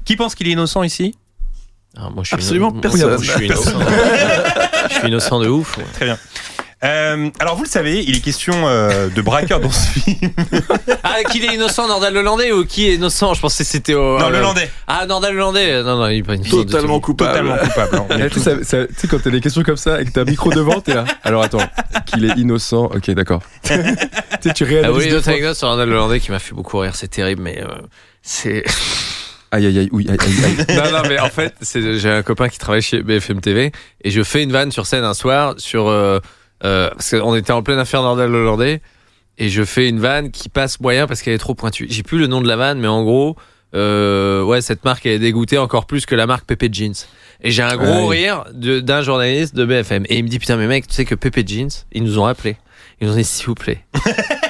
[SPEAKER 4] Qui pense qu'il est innocent ici
[SPEAKER 6] Ah, moi, je suis
[SPEAKER 7] Absolument
[SPEAKER 6] inno-
[SPEAKER 7] personne.
[SPEAKER 6] moi, Je suis innocent. je suis innocent de ouf. moi.
[SPEAKER 4] Euh, Alors, vous le savez, il est question euh, de braqueur dans ce film.
[SPEAKER 6] Ah, qu'il est innocent, Nordal Lelandais ou qui est innocent Je pensais que c'était au.
[SPEAKER 4] Non,
[SPEAKER 6] euh,
[SPEAKER 4] le Landais.
[SPEAKER 6] Ah, Nordal Lelandais. Non, non, il est pas innocent. du
[SPEAKER 7] Totalement
[SPEAKER 6] tout.
[SPEAKER 4] Totalement
[SPEAKER 7] coupable.
[SPEAKER 4] coupable. hein.
[SPEAKER 5] Et là, Tu sais, ça- tu sais, quand t'as des questions comme ça et que t'as un micro devant, t'es là. Alors attends, qu'il est innocent. Ok, d'accord. tu sais, tu
[SPEAKER 6] Ah
[SPEAKER 5] réalises.
[SPEAKER 6] oui, une
[SPEAKER 5] deux
[SPEAKER 6] autre
[SPEAKER 5] fois.
[SPEAKER 6] anecdote sur Nordal Lelandais qui m'a fait beaucoup rire. C'est terrible, mais. euh, C'est.
[SPEAKER 5] Aïe, aïe, aïe, oui, aïe, aïe, aïe.
[SPEAKER 6] non, non, mais en fait, c'est- j'ai un copain qui travaille chez BFM TV et je fais une vanne sur scène un soir sur. euh, euh, parce qu'on était en pleine affaire Nordal Hollandais et je fais une vanne qui passe moyen parce qu'elle est trop pointue. J'ai plus le nom de la vanne, mais en gros, euh, ouais, cette marque elle est dégoûtée encore plus que la marque Pepe Jeans. Et j'ai un
[SPEAKER 5] Ah
[SPEAKER 6] gros
[SPEAKER 5] oui.
[SPEAKER 6] rire de- d'un journaliste de BFM et il me dit Putain, mais mec, tu sais que Pepe Jeans, ils nous ont appelés. Ils nous ont dit S'il vous plaît.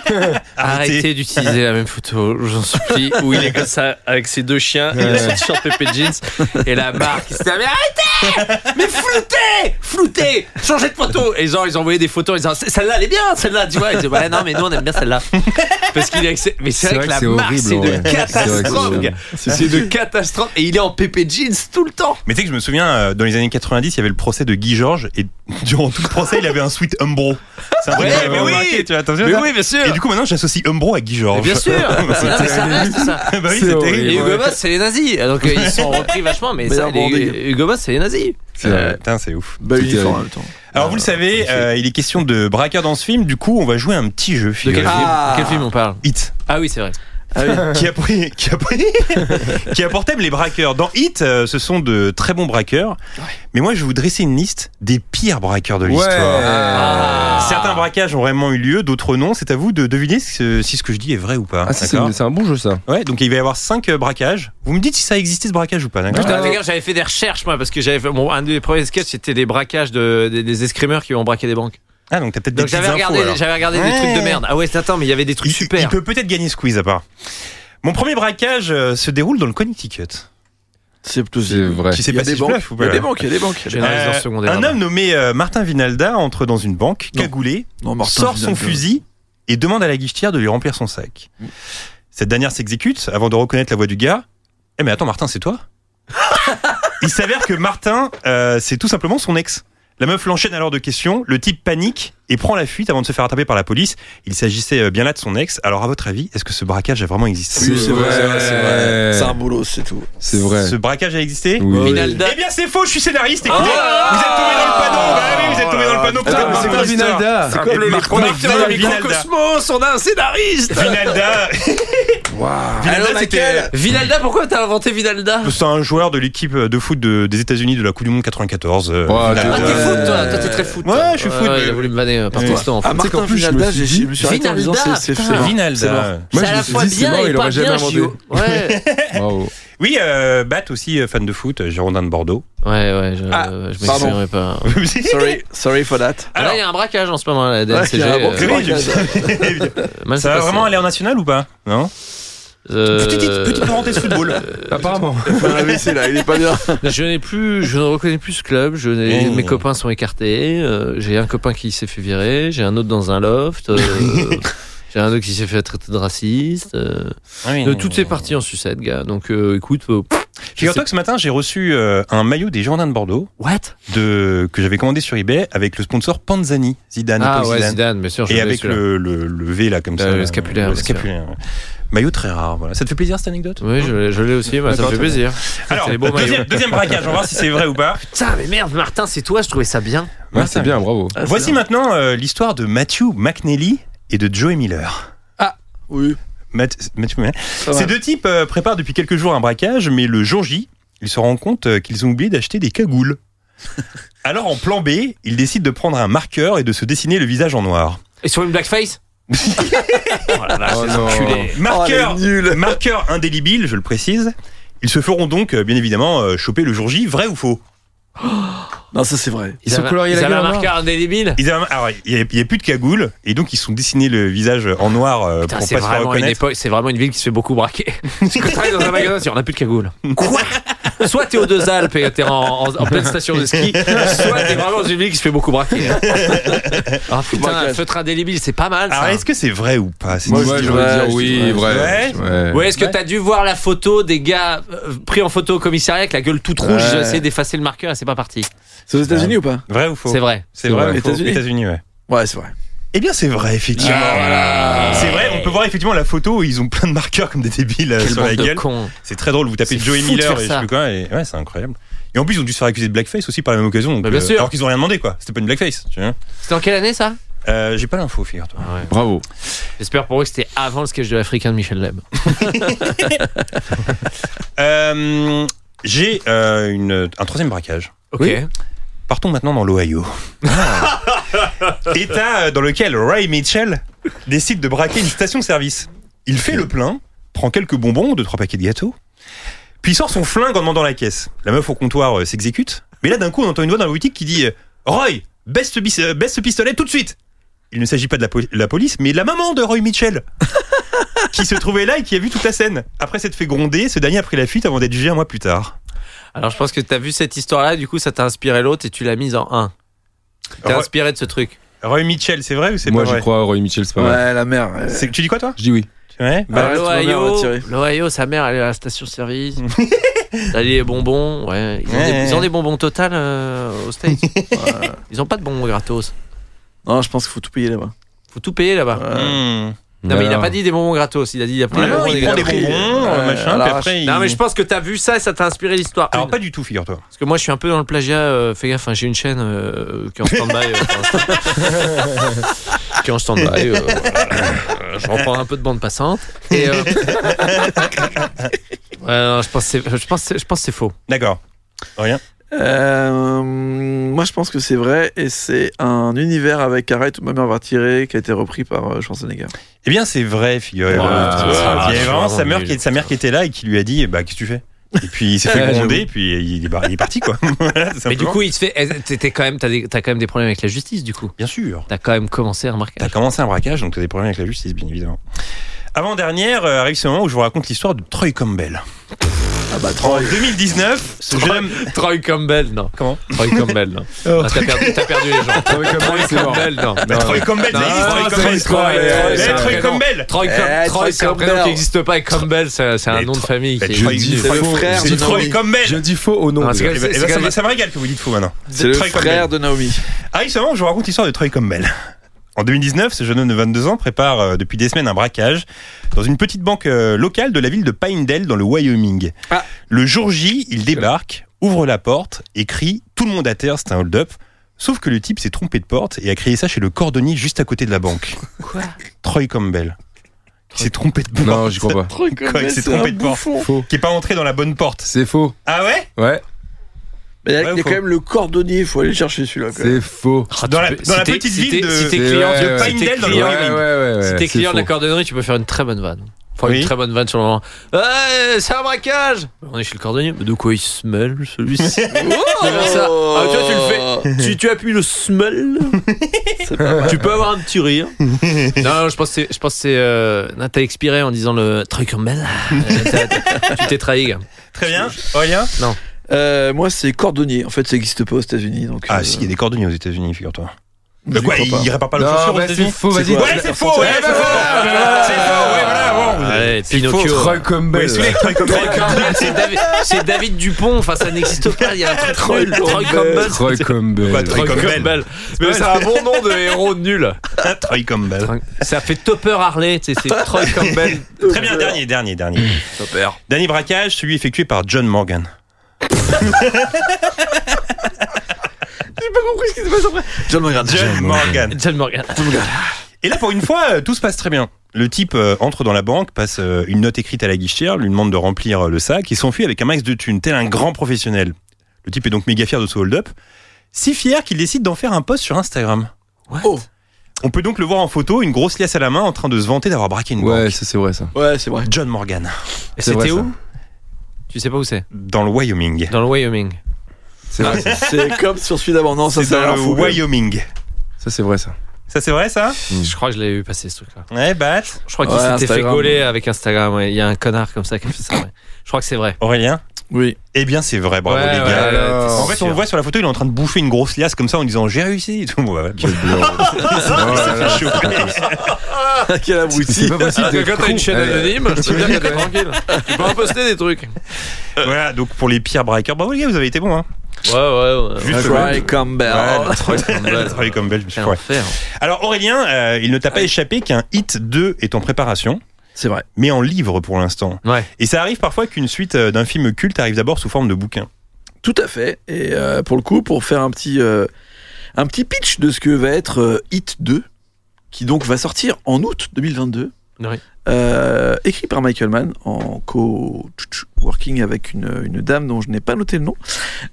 [SPEAKER 6] Arrêtez,
[SPEAKER 4] Arrêtez.
[SPEAKER 6] d'utiliser la même photo, je vous en supplie. Où il est comme ça avec ses deux chiens, il a son t-shirt Pepe Jeans et la marque. Il se dit, mais arrêtez Mais floutez Floutez Changez de photo Et genre, ils ont envoyé des photos, ils disaient celle-là, elle est bien, celle-là, tu vois. Ils disaient, ouais, non, mais nous, on aime bien celle-là. Parce qu'il est accès- Mais c'est vrai, que la marque, c'est
[SPEAKER 5] horrible, ouais.
[SPEAKER 6] une
[SPEAKER 5] C'est
[SPEAKER 6] catastrophe,
[SPEAKER 5] vrai que
[SPEAKER 6] gars. C'est une catastrophe. Et il est en Pepe Jeans tout le temps.
[SPEAKER 4] Mais tu sais que je me souviens, euh, dans les années 90, il y avait le procès de Guy Georges et durant tout le procès, il avait un sweet Umbro. C'est un truc
[SPEAKER 6] Ouais,
[SPEAKER 4] que j'avais
[SPEAKER 6] mais oui.
[SPEAKER 4] remarqué, tu as attention à
[SPEAKER 6] Mais
[SPEAKER 4] ça
[SPEAKER 6] oui, bien sûr
[SPEAKER 4] Et du coup, maintenant, j'associe Umbro à Guy
[SPEAKER 6] Mais
[SPEAKER 4] Georges.
[SPEAKER 6] Bien sûr Non, mais
[SPEAKER 4] C'était-
[SPEAKER 6] ça reste, ça
[SPEAKER 4] bah oui,
[SPEAKER 5] C'est
[SPEAKER 4] c'est
[SPEAKER 5] horrible.
[SPEAKER 6] Et
[SPEAKER 4] terrible.
[SPEAKER 6] Hugo Boss, c'est les nazis. Donc euh, ils sont repris vachement, mais
[SPEAKER 7] Mais
[SPEAKER 6] ça,
[SPEAKER 7] un
[SPEAKER 6] les-
[SPEAKER 7] bandit.
[SPEAKER 6] Hugo Boss, c'est les nazis.
[SPEAKER 5] C'est
[SPEAKER 4] Euh,
[SPEAKER 5] vrai.
[SPEAKER 4] Putain, c'est ouf.
[SPEAKER 7] Bah,
[SPEAKER 5] Tout est hein.
[SPEAKER 7] uniforme en
[SPEAKER 5] horrible.
[SPEAKER 7] même temps.
[SPEAKER 6] Ah,
[SPEAKER 4] Alors vous le savez, euh, il est question de braqueur dans ce film. Du coup, on va jouer à un petit jeu.
[SPEAKER 6] De quel
[SPEAKER 4] figurez-vous.
[SPEAKER 6] film De quel film on parle
[SPEAKER 4] Hit.
[SPEAKER 6] Ah oui, c'est vrai.
[SPEAKER 7] Ah oui.
[SPEAKER 4] qui a pris, qui a pris, qui apportait les braqueurs. Dans Hit, euh, ce sont de très bons braqueurs. Mais moi, je vais vous dresser une liste des pires braqueurs de
[SPEAKER 5] Ouais.
[SPEAKER 4] l'histoire.
[SPEAKER 6] Ah.
[SPEAKER 4] Certains braquages ont vraiment eu lieu, d'autres non. C'est à vous de deviner ce- si ce que je dis est vrai ou pas.
[SPEAKER 5] Ah, ça, c'est
[SPEAKER 4] d'accord
[SPEAKER 5] c'est un bon jeu, ça.
[SPEAKER 4] Ouais, donc il va y avoir 5 braquages. Vous me dites si ça existait ce braquage ou pas, d'accord
[SPEAKER 6] Putain, les gars, j'avais fait des recherches, moi, parce que j'avais fait. Bon, un des premiers sketchs, c'était des braquages de, des, des escrimeurs qui ont braqué des banques.
[SPEAKER 4] Ah, donc t'as peut-être des
[SPEAKER 6] Donc
[SPEAKER 4] petites
[SPEAKER 6] j'avais
[SPEAKER 4] infos.
[SPEAKER 6] regardé,
[SPEAKER 4] alors.
[SPEAKER 6] j'avais regardé des
[SPEAKER 4] Ouais.
[SPEAKER 6] trucs de merde. Ah ouais, attends, mais il y avait des trucs
[SPEAKER 4] Il- Il
[SPEAKER 6] super.
[SPEAKER 4] peut peut-être gagner ce quiz à part. Mon premier braquage euh, se déroule dans le Connecticut.
[SPEAKER 7] C'est
[SPEAKER 5] C'est
[SPEAKER 7] plausible.
[SPEAKER 5] vrai.
[SPEAKER 4] Tu sais
[SPEAKER 7] Il y
[SPEAKER 4] pas
[SPEAKER 7] a
[SPEAKER 4] si
[SPEAKER 7] des
[SPEAKER 4] je
[SPEAKER 7] banques.
[SPEAKER 4] bluffe ou
[SPEAKER 7] Il y a
[SPEAKER 4] pas
[SPEAKER 7] des banques, il y a des banques.
[SPEAKER 6] J'ai- Dans les heures secondaires,
[SPEAKER 4] un
[SPEAKER 6] là.
[SPEAKER 4] homme nommé euh, Martin Vinalda entre dans une banque,
[SPEAKER 7] Non.
[SPEAKER 4] cagoulé,
[SPEAKER 7] Non, Martin,
[SPEAKER 4] sort son
[SPEAKER 7] finalement.
[SPEAKER 4] fusil et demande à la guichetière de lui remplir son sac.
[SPEAKER 6] Mm.
[SPEAKER 4] Cette dernière s'exécute avant de reconnaître la voix du gars. Eh mais attends Martin, c'est toi Il s'avère que Martin, euh, c'est tout simplement son ex. La meuf l'enchaîne alors de questions, le type panique et prend la fuite avant de se faire attraper par la police. Il s'agissait euh, bien là de son ex. Alors à votre avis, est-ce que ce braquage a vraiment existé
[SPEAKER 7] Oui, c'est vrai, c'est vrai, c'est vrai.
[SPEAKER 5] Ouais.
[SPEAKER 7] C'est un boulot, c'est tout.
[SPEAKER 5] C'est vrai.
[SPEAKER 4] Ce braquage a existé
[SPEAKER 5] Oui.
[SPEAKER 6] Vinalda.
[SPEAKER 4] Eh bien c'est faux, je suis scénariste,
[SPEAKER 6] Oh
[SPEAKER 4] écoutez Vous êtes tombé dans le panneau Bah oui, vous êtes tombé dans le panneau
[SPEAKER 5] Putain,
[SPEAKER 4] Putain, mais c'est
[SPEAKER 5] Martin
[SPEAKER 4] votre histoire.
[SPEAKER 5] Ah, Vinalda.
[SPEAKER 4] C'est quoi le
[SPEAKER 6] Producteur de
[SPEAKER 4] Vinalda
[SPEAKER 6] Microcosmos, on a un scénariste
[SPEAKER 4] Vinalda Vinalda,
[SPEAKER 6] Allô,
[SPEAKER 4] c'était-
[SPEAKER 6] Michael Vinalda, euh, pourquoi t'as inventé Vinalda
[SPEAKER 4] C'est un joueur de l'équipe de foot de- des États-Unis de la Coupe du Monde 94. euh,
[SPEAKER 5] Ouais,
[SPEAKER 4] Vinalda.
[SPEAKER 6] Ah, t'es
[SPEAKER 5] Ouais.
[SPEAKER 6] foot, toi Toi, t'es très foot.
[SPEAKER 4] Ouais,
[SPEAKER 6] toi.
[SPEAKER 4] je suis foot, mais-
[SPEAKER 6] Il a voulu me vanner euh, par texto, en fait.
[SPEAKER 7] Ah,
[SPEAKER 5] Tu sais qu'en
[SPEAKER 7] Martin
[SPEAKER 5] plus, je me
[SPEAKER 7] Finalda,
[SPEAKER 5] suis
[SPEAKER 7] j'ai-
[SPEAKER 5] dit-
[SPEAKER 7] je me suis arrêté en disant
[SPEAKER 6] Vinalda,
[SPEAKER 7] c'est- c'est
[SPEAKER 6] putain.
[SPEAKER 7] c'est mort. C'est mort.
[SPEAKER 4] Vinalda.
[SPEAKER 5] Moi,
[SPEAKER 6] C'est
[SPEAKER 5] je
[SPEAKER 6] à
[SPEAKER 5] me
[SPEAKER 6] la
[SPEAKER 5] suis
[SPEAKER 6] fois
[SPEAKER 5] dit, c'est
[SPEAKER 6] bien
[SPEAKER 5] mort,
[SPEAKER 6] et
[SPEAKER 5] il
[SPEAKER 6] pas
[SPEAKER 5] aurait jamais
[SPEAKER 6] bien,
[SPEAKER 5] inventé.
[SPEAKER 6] Chio. Ouais,
[SPEAKER 5] Bravo.
[SPEAKER 4] Oui, euh, Bat aussi, euh, fan de foot, euh, Girondin de Bordeaux.
[SPEAKER 6] ouais, ouais, je,
[SPEAKER 7] Ah,
[SPEAKER 6] je
[SPEAKER 7] pardon.
[SPEAKER 6] m'exprimerai pas.
[SPEAKER 7] Sorry, sorry for that.
[SPEAKER 6] Ah, là, il y a un braquage en ce moment, là, la
[SPEAKER 7] Ouais,
[SPEAKER 6] DNCG.
[SPEAKER 7] il y a un
[SPEAKER 6] euh,
[SPEAKER 7] braquage.
[SPEAKER 4] Oui, je-
[SPEAKER 6] mal
[SPEAKER 4] Ça va
[SPEAKER 6] passé.
[SPEAKER 4] vraiment aller en national ou pas Non
[SPEAKER 6] Euh,
[SPEAKER 4] petite, petite parenthèse football.
[SPEAKER 5] Apparemment.
[SPEAKER 7] Enfin, la WC, là, il est pas bien.
[SPEAKER 6] Je n'ai plus, je ne reconnais plus ce club. Je n'ai-
[SPEAKER 4] Mmh.
[SPEAKER 6] Mes copains sont écartés. euh, j'ai un copain qui s'est fait virer. J'ai un autre dans un loft. euh, j'ai un autre qui s'est fait traiter de raciste. euh.
[SPEAKER 4] Ah oui,
[SPEAKER 6] Euh,
[SPEAKER 4] non,
[SPEAKER 6] tout
[SPEAKER 4] non,
[SPEAKER 6] est
[SPEAKER 4] non.
[SPEAKER 6] parti en sucette, gars. Donc euh, écoute, euh,
[SPEAKER 4] Figure-toi que ce matin, j'ai reçu euh, un maillot des Girondins de Bordeaux
[SPEAKER 6] what
[SPEAKER 4] de, que j'avais commandé sur eBay avec le sponsor Panzani, Zidane.
[SPEAKER 6] Ah
[SPEAKER 4] Paul
[SPEAKER 6] ouais,
[SPEAKER 4] Zidane.
[SPEAKER 6] Zidane, bien sûr. je
[SPEAKER 4] Et
[SPEAKER 6] l'ai,
[SPEAKER 4] avec
[SPEAKER 6] celui-là.
[SPEAKER 4] le, le, le V là comme
[SPEAKER 6] Euh,
[SPEAKER 4] ça.
[SPEAKER 6] le
[SPEAKER 4] là,
[SPEAKER 6] scapulaire,
[SPEAKER 4] Le
[SPEAKER 6] bien
[SPEAKER 4] scapulaire. ouais. Maillot très rare, voilà. Ça te fait plaisir cette anecdote
[SPEAKER 6] Oui, je l'ai- je l'ai aussi. bah, ça me fait plaisir.
[SPEAKER 4] Alors,
[SPEAKER 6] les beaux
[SPEAKER 4] deuxième,
[SPEAKER 6] maillots. Ah,
[SPEAKER 4] deuxième braquage, on va voir si c'est vrai ou pas.
[SPEAKER 6] Putain, mais merde, Martin, c'est toi. Je trouvais ça bien.
[SPEAKER 5] Ouais, c'est bien, bravo.
[SPEAKER 7] Ah, c'est
[SPEAKER 4] Voici
[SPEAKER 7] bien.
[SPEAKER 4] maintenant euh, l'histoire de Matthew McNally et de Joey Miller.
[SPEAKER 7] Oui.
[SPEAKER 4] Matt- Matthew McNally.
[SPEAKER 7] va.
[SPEAKER 4] Ces deux types euh, préparent depuis quelques jours un braquage, mais le jour J, ils se rendent compte euh, qu'ils ont oublié d'acheter des cagoules. Alors en plan B, ils décident de prendre un marqueur et de se dessiner le visage en noir.
[SPEAKER 6] Et sur une blackface. oh là là,
[SPEAKER 5] Oh
[SPEAKER 6] ces
[SPEAKER 5] non.
[SPEAKER 6] enculés.
[SPEAKER 4] Marqueur,
[SPEAKER 7] Oh, elle est nulle.
[SPEAKER 4] marqueur indélébile, je le précise. Ils se feront donc, euh, bien évidemment, euh, choper le jour J, vrai ou faux
[SPEAKER 7] Non, ça c'est vrai.
[SPEAKER 5] Ils sont
[SPEAKER 6] avaient-
[SPEAKER 5] coloriés
[SPEAKER 6] ils
[SPEAKER 5] la
[SPEAKER 6] avaient
[SPEAKER 5] gueule
[SPEAKER 6] un
[SPEAKER 5] en
[SPEAKER 6] marqueur indélébile.
[SPEAKER 4] Ils avaient- alors, Il n'y a, il y a plus de cagoule, et donc ils se sont dessinés le visage en noir euh,
[SPEAKER 6] Putain,
[SPEAKER 4] pour
[SPEAKER 6] c'est
[SPEAKER 4] pas se faire
[SPEAKER 6] vraiment une
[SPEAKER 4] reconnaître.
[SPEAKER 6] époque, c'est vraiment une ville qui se fait beaucoup braquer. Parce que travaille dans un magasin, si on n'a plus de cagoule. Quoi Soit t'es aux deux Alpes et t'es en, en- en pleine station de ski, soit t'es vraiment dans une ville qui se fait beaucoup braquer. Ah putain, un
[SPEAKER 7] Braquage.
[SPEAKER 6] feutre indélébile, c'est pas mal ça.
[SPEAKER 4] Alors, est-ce que c'est vrai ou pas cette
[SPEAKER 5] Moi,
[SPEAKER 4] histoire
[SPEAKER 7] je
[SPEAKER 5] j'aurais
[SPEAKER 7] dirais-
[SPEAKER 5] dire
[SPEAKER 7] je
[SPEAKER 5] oui,
[SPEAKER 7] dirais-
[SPEAKER 5] vrai. Ouais.
[SPEAKER 6] Ouais, est-ce que t'as dû voir la photo des gars euh, pris en photo au commissariat avec la gueule toute rouge, j'ai essayé d'effacer le marqueur et c'est pas parti.
[SPEAKER 4] hein.
[SPEAKER 7] C'est aux États-Unis ou pas
[SPEAKER 4] Vrai ou faux
[SPEAKER 6] C'est vrai.
[SPEAKER 4] C'est vrai,
[SPEAKER 5] vrai.
[SPEAKER 4] ou faux
[SPEAKER 7] États-Unis
[SPEAKER 4] États-Unis, ouais.
[SPEAKER 7] Ouais, c'est vrai.
[SPEAKER 4] Eh bien, c'est vrai, effectivement. C'est vrai, on peut voir effectivement la photo où ils ont plein de marqueurs comme des débiles euh,
[SPEAKER 6] Quel
[SPEAKER 4] sur la
[SPEAKER 6] bande de
[SPEAKER 4] gueule.
[SPEAKER 6] cons.
[SPEAKER 4] C'est très drôle, vous tapez
[SPEAKER 6] C'est
[SPEAKER 4] Joey
[SPEAKER 6] fou de
[SPEAKER 4] Miller
[SPEAKER 6] faire
[SPEAKER 4] et je sais
[SPEAKER 6] ça.
[SPEAKER 4] plus quoi, et ouais, c'est incroyable. Et en plus, ils ont dû se faire accuser de blackface aussi par la même occasion. donc, euh,
[SPEAKER 6] Bah, bien sûr.
[SPEAKER 4] Alors qu'ils ont rien demandé, quoi. C'était pas une blackface, tu vois.
[SPEAKER 6] C'était en quelle année ça
[SPEAKER 4] Euh, J'ai pas l'info, figure-toi.
[SPEAKER 5] Bravo.
[SPEAKER 6] J'espère pour eux que c'était avant le sketch de l'Africain de Michel Leb.
[SPEAKER 4] Euh, J'ai euh, une- un troisième braquage.
[SPEAKER 6] Ok.
[SPEAKER 5] Oui.
[SPEAKER 4] Partons maintenant dans l'Ohio.
[SPEAKER 5] Ah.
[SPEAKER 4] État euh, dans lequel Ray Mitchell décide de braquer une station-service. Il fait le plein, prend quelques bonbons, deux, trois paquets de gâteaux, puis sort son flingue en demandant la caisse. La meuf au comptoir euh, s'exécute, mais là d'un coup on entend une voix dans la boutique qui dit euh, Roy, baisse ce, bis- euh, baisse ce pistolet tout de suite Il ne s'agit pas de la, po- la police, mais de la maman de Roy Mitchell qui se trouvait là et qui a vu toute la scène. Après s'être fait gronder, ce dernier a pris la fuite avant d'être jugé un mois plus tard.
[SPEAKER 6] Alors je pense que t'as vu cette histoire-là, du coup ça t'a inspiré l'autre et tu l'as mise en un. T'es
[SPEAKER 4] Re-
[SPEAKER 6] inspiré de ce truc.
[SPEAKER 4] Roy Mitchell, c'est vrai ou c'est pas
[SPEAKER 5] Moi, j'y
[SPEAKER 4] vrai
[SPEAKER 5] crois, Roy Mitchell, c'est pas mal.
[SPEAKER 7] Ouais, la mère. ouais.
[SPEAKER 4] C'est- Tu dis quoi toi
[SPEAKER 5] Je dis oui.
[SPEAKER 4] Ouais, bah,
[SPEAKER 7] Ah, ouais, tu vas bien, on va
[SPEAKER 6] L'Ohio,
[SPEAKER 7] tirer.
[SPEAKER 6] l'Ohio, sa mère elle est à la station-service. T'as les bonbons, ouais. Ils ont,
[SPEAKER 4] Ouais.
[SPEAKER 6] des, ils ont des bonbons total euh, aux States. Ouais. Ils ont pas de bonbons gratos.
[SPEAKER 7] Non, je pense qu'il faut tout payer là-bas.
[SPEAKER 6] Faut tout payer là-bas.
[SPEAKER 7] Ouais.
[SPEAKER 4] hmm.
[SPEAKER 6] Non, mais il n'a
[SPEAKER 5] Alors.
[SPEAKER 6] pas dit des bonbons gratos. Il a dit il a pris
[SPEAKER 4] Ah
[SPEAKER 6] des
[SPEAKER 4] non,
[SPEAKER 6] bonbons
[SPEAKER 4] il prend des
[SPEAKER 6] gratos.
[SPEAKER 4] bonbons, euh,
[SPEAKER 7] Ouais,
[SPEAKER 4] machin,
[SPEAKER 7] à
[SPEAKER 4] puis
[SPEAKER 7] l'arrache.
[SPEAKER 4] après il.
[SPEAKER 6] Non, mais je pense que t'as vu ça et ça t'a inspiré l'histoire.
[SPEAKER 4] Alors
[SPEAKER 6] Une.
[SPEAKER 4] pas du tout, figure-toi.
[SPEAKER 6] Parce que moi, je suis un peu dans le plagiat. euh, fais gaffe, hein, j'ai une chaîne euh, qui est en stand-by. euh, pour l'instant. qui est en stand-by. euh, voilà. je reprends un peu de bande passante. Et, euh, ouais, non, je pense que c'est- je pense que c'est- je pense que c'est faux.
[SPEAKER 4] D'accord. Rien.
[SPEAKER 7] Euh, moi, je pense que c'est vrai et c'est un univers avec Arrête où ma mère va tirer qui a été repris par euh, Schwarzenegger.
[SPEAKER 4] Eh bien, c'est vrai, figurez-vous.
[SPEAKER 6] Ouais,
[SPEAKER 4] Ah, il y
[SPEAKER 6] ouais, ouais,
[SPEAKER 4] avait vraiment
[SPEAKER 6] ouais,
[SPEAKER 4] sa mère,
[SPEAKER 6] ouais,
[SPEAKER 4] qui, sa mère qui était là et qui lui a dit eh bah, Qu'est-ce que tu fais Et puis il s'est
[SPEAKER 5] Ouais,
[SPEAKER 4] fait
[SPEAKER 5] j'avoue.
[SPEAKER 4] gronder, puis il est, bar- il est parti, quoi. Voilà,
[SPEAKER 6] Mais du
[SPEAKER 4] simplement.
[SPEAKER 6] coup, il se fait. eh, t'es- t'es quand même- T'as des- t'as quand même des problèmes avec la justice, du coup.
[SPEAKER 4] Bien sûr.
[SPEAKER 6] T'as quand même commencé à remarquer.
[SPEAKER 4] T'as commencé un braquage, donc t'as des problèmes avec la justice, bien évidemment. Avant-dernière, euh, arrive ce moment où je vous raconte l'histoire de Troy Campbell. Ah bah, En 2019, ce jeune.
[SPEAKER 6] Troy Campbell, non.
[SPEAKER 4] Comment
[SPEAKER 6] Troy Campbell, non. Ah, T'as perdu, t'as perdu les gens.
[SPEAKER 5] Troy Campbell, c'est mort.
[SPEAKER 6] Campbell, non.
[SPEAKER 4] Bah, Troy Campbell,
[SPEAKER 6] Non,
[SPEAKER 4] ça existe,
[SPEAKER 6] non,
[SPEAKER 4] Troy
[SPEAKER 6] c'est
[SPEAKER 4] Campbell.
[SPEAKER 6] l'histoire,
[SPEAKER 4] Eh,
[SPEAKER 6] ouais, c'est un
[SPEAKER 4] Troy
[SPEAKER 6] prénom.
[SPEAKER 4] Campbell
[SPEAKER 6] Troy, Com- Troy,
[SPEAKER 7] Eh, Troy
[SPEAKER 6] c'est un
[SPEAKER 7] Campbell.
[SPEAKER 6] prénom qui n'existe pas. et Campbell, c'est c'est un
[SPEAKER 4] Mais
[SPEAKER 6] nom de
[SPEAKER 4] Troy-
[SPEAKER 6] famille. qui-
[SPEAKER 4] Je dis
[SPEAKER 5] faux.
[SPEAKER 7] le frère
[SPEAKER 5] J'ai
[SPEAKER 7] de
[SPEAKER 5] dit
[SPEAKER 4] Troy
[SPEAKER 7] Naomi.
[SPEAKER 4] Campbell.
[SPEAKER 5] Je dis faux au nom.
[SPEAKER 6] Non,
[SPEAKER 5] de-
[SPEAKER 6] c'est
[SPEAKER 4] Eh ben, eh ben,
[SPEAKER 6] quand
[SPEAKER 4] ça,
[SPEAKER 6] même-
[SPEAKER 4] me- ça me régale que vous dites faux maintenant.
[SPEAKER 7] C'est le
[SPEAKER 4] Troy Campbell.
[SPEAKER 7] frère de Naomi.
[SPEAKER 4] Ah oui, seulement, je vous raconte l'histoire de Troy Campbell. En 2019, ce jeune homme de 22 ans prépare euh, depuis des semaines un braquage dans une petite banque euh, locale de la ville de Pinedale dans le Wyoming.
[SPEAKER 7] Ah.
[SPEAKER 4] Le jour J, il débarque, ouvre la porte et crie « Tout le monde à terre, c'est un hold-up ». Sauf que le type s'est trompé de porte et a crié ça chez le cordonnier juste à côté de la banque.
[SPEAKER 6] Quoi
[SPEAKER 4] Troy Campbell. Qui s'est trompé de porte.
[SPEAKER 5] Non, j'y crois pas.
[SPEAKER 7] Troy
[SPEAKER 4] il
[SPEAKER 7] Campbell,
[SPEAKER 4] s'est
[SPEAKER 7] c'est
[SPEAKER 4] trompé
[SPEAKER 7] un
[SPEAKER 4] de porte.
[SPEAKER 7] bouffon.
[SPEAKER 5] Faux.
[SPEAKER 4] Qui est pas entré dans la bonne porte.
[SPEAKER 5] C'est faux.
[SPEAKER 4] Ah ouais
[SPEAKER 5] Ouais,
[SPEAKER 7] Mais il y a-
[SPEAKER 4] Ouais,
[SPEAKER 7] il y a
[SPEAKER 4] faut-
[SPEAKER 7] quand même le cordonnier, il faut aller le chercher celui-là. quoi.
[SPEAKER 5] c'est faux.
[SPEAKER 6] Ah, tu
[SPEAKER 4] Dans la-
[SPEAKER 6] peux-
[SPEAKER 4] dans la
[SPEAKER 6] si t'es-
[SPEAKER 4] petite
[SPEAKER 6] si
[SPEAKER 4] ville
[SPEAKER 6] t'es-
[SPEAKER 4] de-
[SPEAKER 6] Si t'es
[SPEAKER 5] C'est-
[SPEAKER 6] client
[SPEAKER 5] ouais,
[SPEAKER 6] de
[SPEAKER 5] ouais.
[SPEAKER 6] Pinedale dans le
[SPEAKER 5] Ouais,
[SPEAKER 4] Wyoming.
[SPEAKER 5] ouais, ouais, ouais.
[SPEAKER 6] Si
[SPEAKER 5] c'est
[SPEAKER 6] t'es client
[SPEAKER 5] faux.
[SPEAKER 6] de la cordonnerie, tu peux faire une très bonne vanne. Faut faire
[SPEAKER 4] Oui.
[SPEAKER 6] une très bonne vanne sur le moment. Ouais, c'est un braquage On est chez le cordonnier. Mais de quoi il se mêle, celui-ci
[SPEAKER 4] Oh,
[SPEAKER 6] Tu fais ça. Ah, tu vois, tu le fais. Si tu appuies le smell, tu peux avoir un petit rire. non, non, je pense que c'est. Je pense que c'est. euh, non, T'as expiré en disant le truc en belle. Tu t'es trahi, gars.
[SPEAKER 4] Très bien. Aurélien
[SPEAKER 7] Euh, moi, c'est cordonnier. En fait, ça n'existe pas aux États-Unis. Donc,
[SPEAKER 4] Ah
[SPEAKER 7] euh,
[SPEAKER 4] si, il y a des cordonniers aux états unis figure-toi.
[SPEAKER 7] je
[SPEAKER 4] De quoi
[SPEAKER 7] crois
[SPEAKER 4] Il
[SPEAKER 7] pas.
[SPEAKER 4] répare pas le
[SPEAKER 5] Non,
[SPEAKER 4] chaussure aux
[SPEAKER 5] mais c'est
[SPEAKER 4] États-Unis
[SPEAKER 5] faux,
[SPEAKER 7] C'est
[SPEAKER 5] vas-y.
[SPEAKER 7] quoi
[SPEAKER 4] Ouais, c'est faux, ouais, c'est faux, c'est faux, ouais, Ah, bah, voilà, bon.
[SPEAKER 6] Allez,
[SPEAKER 4] C'est
[SPEAKER 6] Pinocchio.
[SPEAKER 4] faux.
[SPEAKER 5] Troy Campbell.
[SPEAKER 4] Ouais, celui-là, Troy
[SPEAKER 6] Troy
[SPEAKER 4] Campbell.
[SPEAKER 6] Campbell, c'est David, c'est David Dupont. Enfin, ça n'existe pas. Il y a un truc Troy, Troy Campbell.
[SPEAKER 5] Troy Campbell.
[SPEAKER 4] Bah, Troy
[SPEAKER 6] Troy
[SPEAKER 4] Campbell.
[SPEAKER 6] Campbell. Mais c'est un bon nom de héros nul.
[SPEAKER 4] Troy Campbell.
[SPEAKER 6] Ça fait Topper Harley. tu sais, C'est Troy Campbell.
[SPEAKER 4] Très bien, dernier, dernier, dernier.
[SPEAKER 6] Topper.
[SPEAKER 4] Dernier braquage, celui effectué par John Morgan.
[SPEAKER 7] J'ai pas compris ce qui se passe après. John Morgan.
[SPEAKER 4] John Morgan.
[SPEAKER 6] John Morgan.
[SPEAKER 4] Et là, pour une fois, euh, tout se passe très bien. Le type euh, entre dans la banque, passe euh, une note écrite à la guichetière, lui demande de remplir euh, le sac et s'enfuit avec un max de thunes, tel un grand professionnel. Le type est donc méga fier de ce hold-up, si fier qu'il décide d'en faire un post sur Instagram.
[SPEAKER 7] Oh.
[SPEAKER 4] On peut donc le voir en photo, une grosse liasse à la main, en train de se vanter d'avoir braqué une
[SPEAKER 5] Ouais,
[SPEAKER 4] banque.
[SPEAKER 5] ça, c'est vrai ça.
[SPEAKER 7] Ouais, c'est vrai.
[SPEAKER 4] John Morgan,
[SPEAKER 6] Et
[SPEAKER 5] C'est vrai,
[SPEAKER 6] c'était
[SPEAKER 5] ça.
[SPEAKER 6] où Tu sais pas où c'est
[SPEAKER 4] dans le Wyoming.
[SPEAKER 6] Dans le Wyoming.
[SPEAKER 5] C'est
[SPEAKER 6] Ah.
[SPEAKER 5] vrai, ça.
[SPEAKER 7] C'est comme sur celui d'avant. Non, ça,
[SPEAKER 4] C'est
[SPEAKER 7] c'est
[SPEAKER 4] dans
[SPEAKER 7] un
[SPEAKER 4] le
[SPEAKER 7] fou.
[SPEAKER 4] Wyoming.
[SPEAKER 5] Ça, c'est vrai ça.
[SPEAKER 4] Ça, c'est vrai, ça
[SPEAKER 6] Je crois que je l'ai vu passer ce truc-là.
[SPEAKER 4] Ouais, bat.
[SPEAKER 6] Je crois qu'il
[SPEAKER 7] Ouais,
[SPEAKER 6] s'était fait
[SPEAKER 7] Instagram.
[SPEAKER 6] gauler avec Instagram. ouais. Il y a un connard comme ça qui a fait ça. ouais. Je crois que c'est vrai.
[SPEAKER 4] Aurélien
[SPEAKER 7] Oui.
[SPEAKER 4] Eh bien, c'est vrai, bravo
[SPEAKER 6] Ouais,
[SPEAKER 4] les
[SPEAKER 6] ouais,
[SPEAKER 4] gars.
[SPEAKER 6] ouais, t'es
[SPEAKER 4] en fait,
[SPEAKER 6] sûr.
[SPEAKER 4] on le voit sur la photo, il est en train de bouffer une grosse liasse comme ça en disant j'ai réussi et tout. Bon, bah, voilà.
[SPEAKER 5] Oh
[SPEAKER 4] Il s'est fait choper.
[SPEAKER 7] Quel
[SPEAKER 5] C'est
[SPEAKER 7] abruti.
[SPEAKER 5] pas possible. Eh,
[SPEAKER 6] Parce que
[SPEAKER 5] d'être
[SPEAKER 6] Ah, quand t'as
[SPEAKER 5] con.
[SPEAKER 6] une chaîne
[SPEAKER 5] Ouais.
[SPEAKER 6] anonyme, je peux dire que t'es tranquille. Tu peux en poster des trucs.
[SPEAKER 4] Voilà, donc pour les pires breakers, bravo les gars, vous avez été bons. Hein.
[SPEAKER 6] Ouais, ouais, ouais.
[SPEAKER 4] Juste euh,
[SPEAKER 7] Troy Campbell.
[SPEAKER 4] Ouais, Troy Campbell, je me suis
[SPEAKER 6] Quel
[SPEAKER 4] foiré.
[SPEAKER 6] enfer.
[SPEAKER 4] Alors Aurélien, euh, il ne t'a pas échappé qu'un hit 2 est en préparation,
[SPEAKER 7] C'est vrai.
[SPEAKER 4] mais en livre pour l'instant.
[SPEAKER 6] Ouais.
[SPEAKER 4] Et ça arrive parfois qu'une suite euh, d'un film culte arrive d'abord sous forme de bouquin.
[SPEAKER 7] Tout à fait. Et euh, pour le coup, pour faire un petit, euh, un petit pitch de ce que va être euh, Hit 2, qui donc va sortir en août 2022.
[SPEAKER 6] Oui.
[SPEAKER 7] Euh, écrit par Michael Mann en co-working avec une, une dame dont je n'ai pas noté le nom.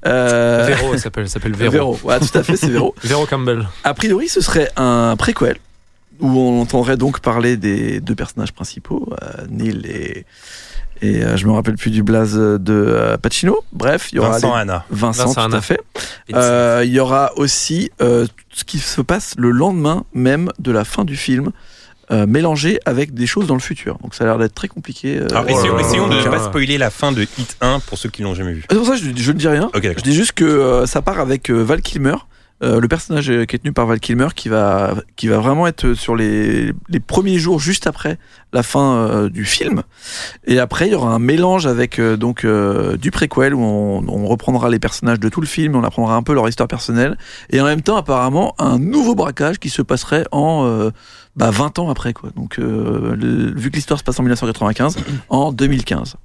[SPEAKER 7] Euh,
[SPEAKER 6] Véro, elle s'appelle, elle s'appelle Véro. Véro.
[SPEAKER 7] Véro. Ouais, tout à fait, c'est Véro.
[SPEAKER 6] Campbell.
[SPEAKER 7] A priori, ce serait un préquel où on entendrait donc parler des deux personnages principaux, euh, Neil et. Et euh, je me rappelle plus du blaze de euh, Pacino. Bref, il y aura
[SPEAKER 4] Vincent
[SPEAKER 7] les-
[SPEAKER 4] Anna.
[SPEAKER 7] Vincent,
[SPEAKER 6] Vincent
[SPEAKER 7] tout
[SPEAKER 6] Hanna.
[SPEAKER 7] à fait. Euh, Il y aura aussi euh, ce qui se passe le lendemain même de la fin du film, euh, mélangé avec des choses dans le futur. Donc ça a l'air d'être très compliqué. euh,
[SPEAKER 4] Alors,
[SPEAKER 6] Oh
[SPEAKER 4] essayons,
[SPEAKER 6] là là
[SPEAKER 4] essayons de
[SPEAKER 6] là
[SPEAKER 4] ne
[SPEAKER 6] là.
[SPEAKER 4] pas spoiler la fin de hit 1 pour ceux qui l'ont jamais vu.
[SPEAKER 7] C'est pour ça que je, je ne dis rien.
[SPEAKER 4] Ok,
[SPEAKER 7] Je
[SPEAKER 4] d'accord.
[SPEAKER 7] dis juste que euh, ça part avec euh, Val Kilmer, euh, le personnage euh, qui est tenu par Val Kilmer qui va, qui va vraiment être sur les, les premiers jours juste après la fin euh, du film. Et après, il y aura un mélange avec euh, donc euh, du préquel où on, on reprendra les personnages de tout le film, on apprendra un peu leur histoire personnelle. Et en même temps, apparemment, un nouveau braquage qui se passerait en euh, bah, 20 ans après. Quoi. Donc, euh, le- vu que l'histoire se passe en 1995, en 2015.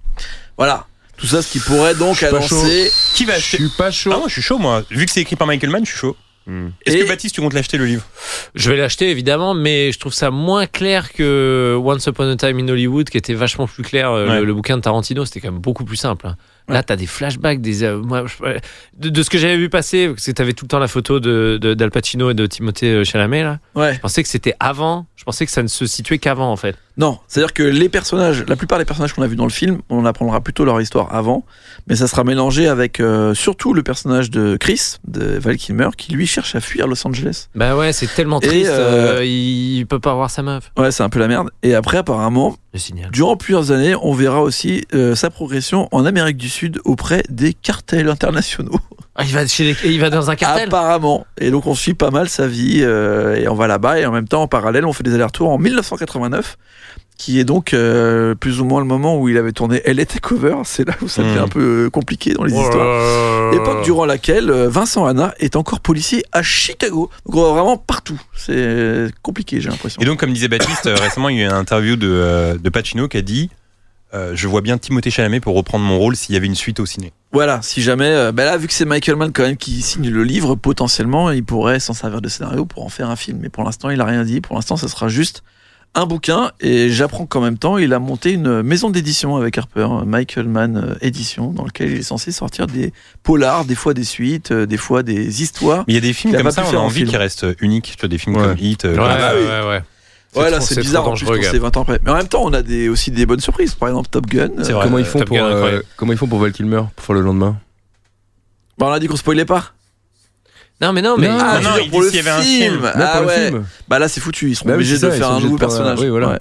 [SPEAKER 7] Voilà. Tout ça, ce qui pourrait donc
[SPEAKER 5] pas chaud.
[SPEAKER 7] annoncer.
[SPEAKER 4] Qui va
[SPEAKER 5] Je
[SPEAKER 4] acheter
[SPEAKER 5] suis pas
[SPEAKER 4] Ah
[SPEAKER 5] chaud.
[SPEAKER 4] non, je suis chaud moi. Vu que c'est écrit par Michael Mann, je suis chaud.
[SPEAKER 6] hmm.
[SPEAKER 4] Est-ce
[SPEAKER 7] Et-
[SPEAKER 4] que Baptiste, tu comptes l'acheter le livre
[SPEAKER 6] Je vais l'acheter évidemment, mais je trouve ça moins clair que Once Upon a Time in Hollywood, qui était vachement plus clair. Euh,
[SPEAKER 4] Ouais.
[SPEAKER 6] Le, le bouquin de Tarantino, c'était quand même beaucoup plus simple. hein. Là,
[SPEAKER 7] Ouais.
[SPEAKER 6] t'as des flashbacks, des euh, moi, je- de, de ce que j'avais vu passer, parce que t'avais tout le temps la photo de de- d'Al Pacino et de Timothée euh, Chalamet. Là,
[SPEAKER 7] Ouais.
[SPEAKER 6] je pensais que c'était avant. Je pensais que ça ne se situait qu'avant en fait.
[SPEAKER 7] Non, c'est-à-dire que les personnages, la plupart des personnages qu'on a vus dans le film, on apprendra plutôt leur histoire avant, mais ça sera mélangé avec euh, surtout le personnage de Chris, de Val Kilmer, qui lui cherche à fuir Los Angeles.
[SPEAKER 6] Bah ouais, c'est tellement
[SPEAKER 7] Et,
[SPEAKER 6] triste.
[SPEAKER 7] euh,
[SPEAKER 6] euh, il, il peut pas voir sa meuf.
[SPEAKER 7] Ouais, c'est un peu la merde. Et après, apparemment,
[SPEAKER 6] Le signal.
[SPEAKER 7] durant plusieurs années, on verra aussi euh, sa progression en Amérique du Sud auprès des cartels internationaux.
[SPEAKER 6] Ah, il va chez les- il va dans un cartel.
[SPEAKER 7] Apparemment. Et donc on suit pas mal sa vie euh, et on va là-bas et en même temps en parallèle on fait des allers-retours en 1989 qui est donc euh, plus ou moins le moment où il avait tourné Elle était cover, c'est là où ça devient
[SPEAKER 4] Mhm.
[SPEAKER 7] un peu euh, compliqué dans les histoires. Époque durant laquelle euh, Vincent Hanna est encore policier à Chicago. Donc euh, vraiment partout. C'est compliqué, j'ai l'impression.
[SPEAKER 4] Et donc, comme disait Baptiste, euh, récemment, il y a eu une interview de, euh, de Pacino qui a dit euh, Je vois bien Timothée Chalamet pour reprendre mon rôle s'il y avait une suite au ciné.
[SPEAKER 7] Voilà, si jamais euh, bah là vu que c'est Michael Mann quand même qui signe le livre, potentiellement il pourrait s'en servir de scénario pour en faire un film, mais pour l'instant, il a rien dit. Pour l'instant, ça sera juste un bouquin et j'apprends qu'en même temps, il a monté une maison d'édition avec Harper, euh, Michael Mann euh, Édition, dans lequel il est censé sortir des polars, des fois des suites, euh, des fois des histoires.
[SPEAKER 4] Mais il y a des films
[SPEAKER 7] Il a
[SPEAKER 4] comme
[SPEAKER 7] pas
[SPEAKER 4] ça,
[SPEAKER 7] pu
[SPEAKER 4] on a
[SPEAKER 7] faire un
[SPEAKER 4] envie
[SPEAKER 7] film.
[SPEAKER 4] qu'ils restent uniques. Tu vois, des films
[SPEAKER 5] Ouais.
[SPEAKER 4] comme Hit. euh,
[SPEAKER 6] Ah, Ouais,
[SPEAKER 4] comme-
[SPEAKER 7] bah oui.
[SPEAKER 6] ouais, ouais.
[SPEAKER 7] Ouais, là,
[SPEAKER 6] trop-
[SPEAKER 7] c'est
[SPEAKER 6] c'est trop
[SPEAKER 7] bizarre. en plus,
[SPEAKER 6] dangereux,
[SPEAKER 7] quand
[SPEAKER 6] gars.
[SPEAKER 7] c'est 20 ans après. Mais en même temps, on a des, aussi des bonnes surprises. Par exemple, Top Gun.
[SPEAKER 4] C'est
[SPEAKER 7] Euh,
[SPEAKER 4] vrai.
[SPEAKER 5] Comment ils
[SPEAKER 6] euh,
[SPEAKER 5] font
[SPEAKER 6] Top
[SPEAKER 5] pour
[SPEAKER 6] Gun,
[SPEAKER 5] euh,
[SPEAKER 6] incroyable.
[SPEAKER 5] comment ils font pour Val Kilmer pour faire le lendemain
[SPEAKER 7] bah, on a dit qu'on spoilait pas.
[SPEAKER 6] Non, mais non, mais
[SPEAKER 5] Non,
[SPEAKER 7] Ah,
[SPEAKER 4] non,
[SPEAKER 7] tu veux dire
[SPEAKER 4] il
[SPEAKER 7] pour
[SPEAKER 4] dit
[SPEAKER 7] le
[SPEAKER 4] s'il y avait un
[SPEAKER 7] film.
[SPEAKER 4] film.
[SPEAKER 5] Non,
[SPEAKER 7] Ah
[SPEAKER 5] pour le
[SPEAKER 7] ouais.
[SPEAKER 5] film.
[SPEAKER 7] Bah là, c'est foutu. Ils seront
[SPEAKER 5] Bah oui,
[SPEAKER 7] obligés
[SPEAKER 5] c'est
[SPEAKER 7] de
[SPEAKER 5] ça, ils
[SPEAKER 7] faire
[SPEAKER 5] sont
[SPEAKER 7] un
[SPEAKER 5] obligés
[SPEAKER 7] nouveau
[SPEAKER 5] de faire un-
[SPEAKER 7] personnage.
[SPEAKER 5] oui, voilà.
[SPEAKER 7] Ouais.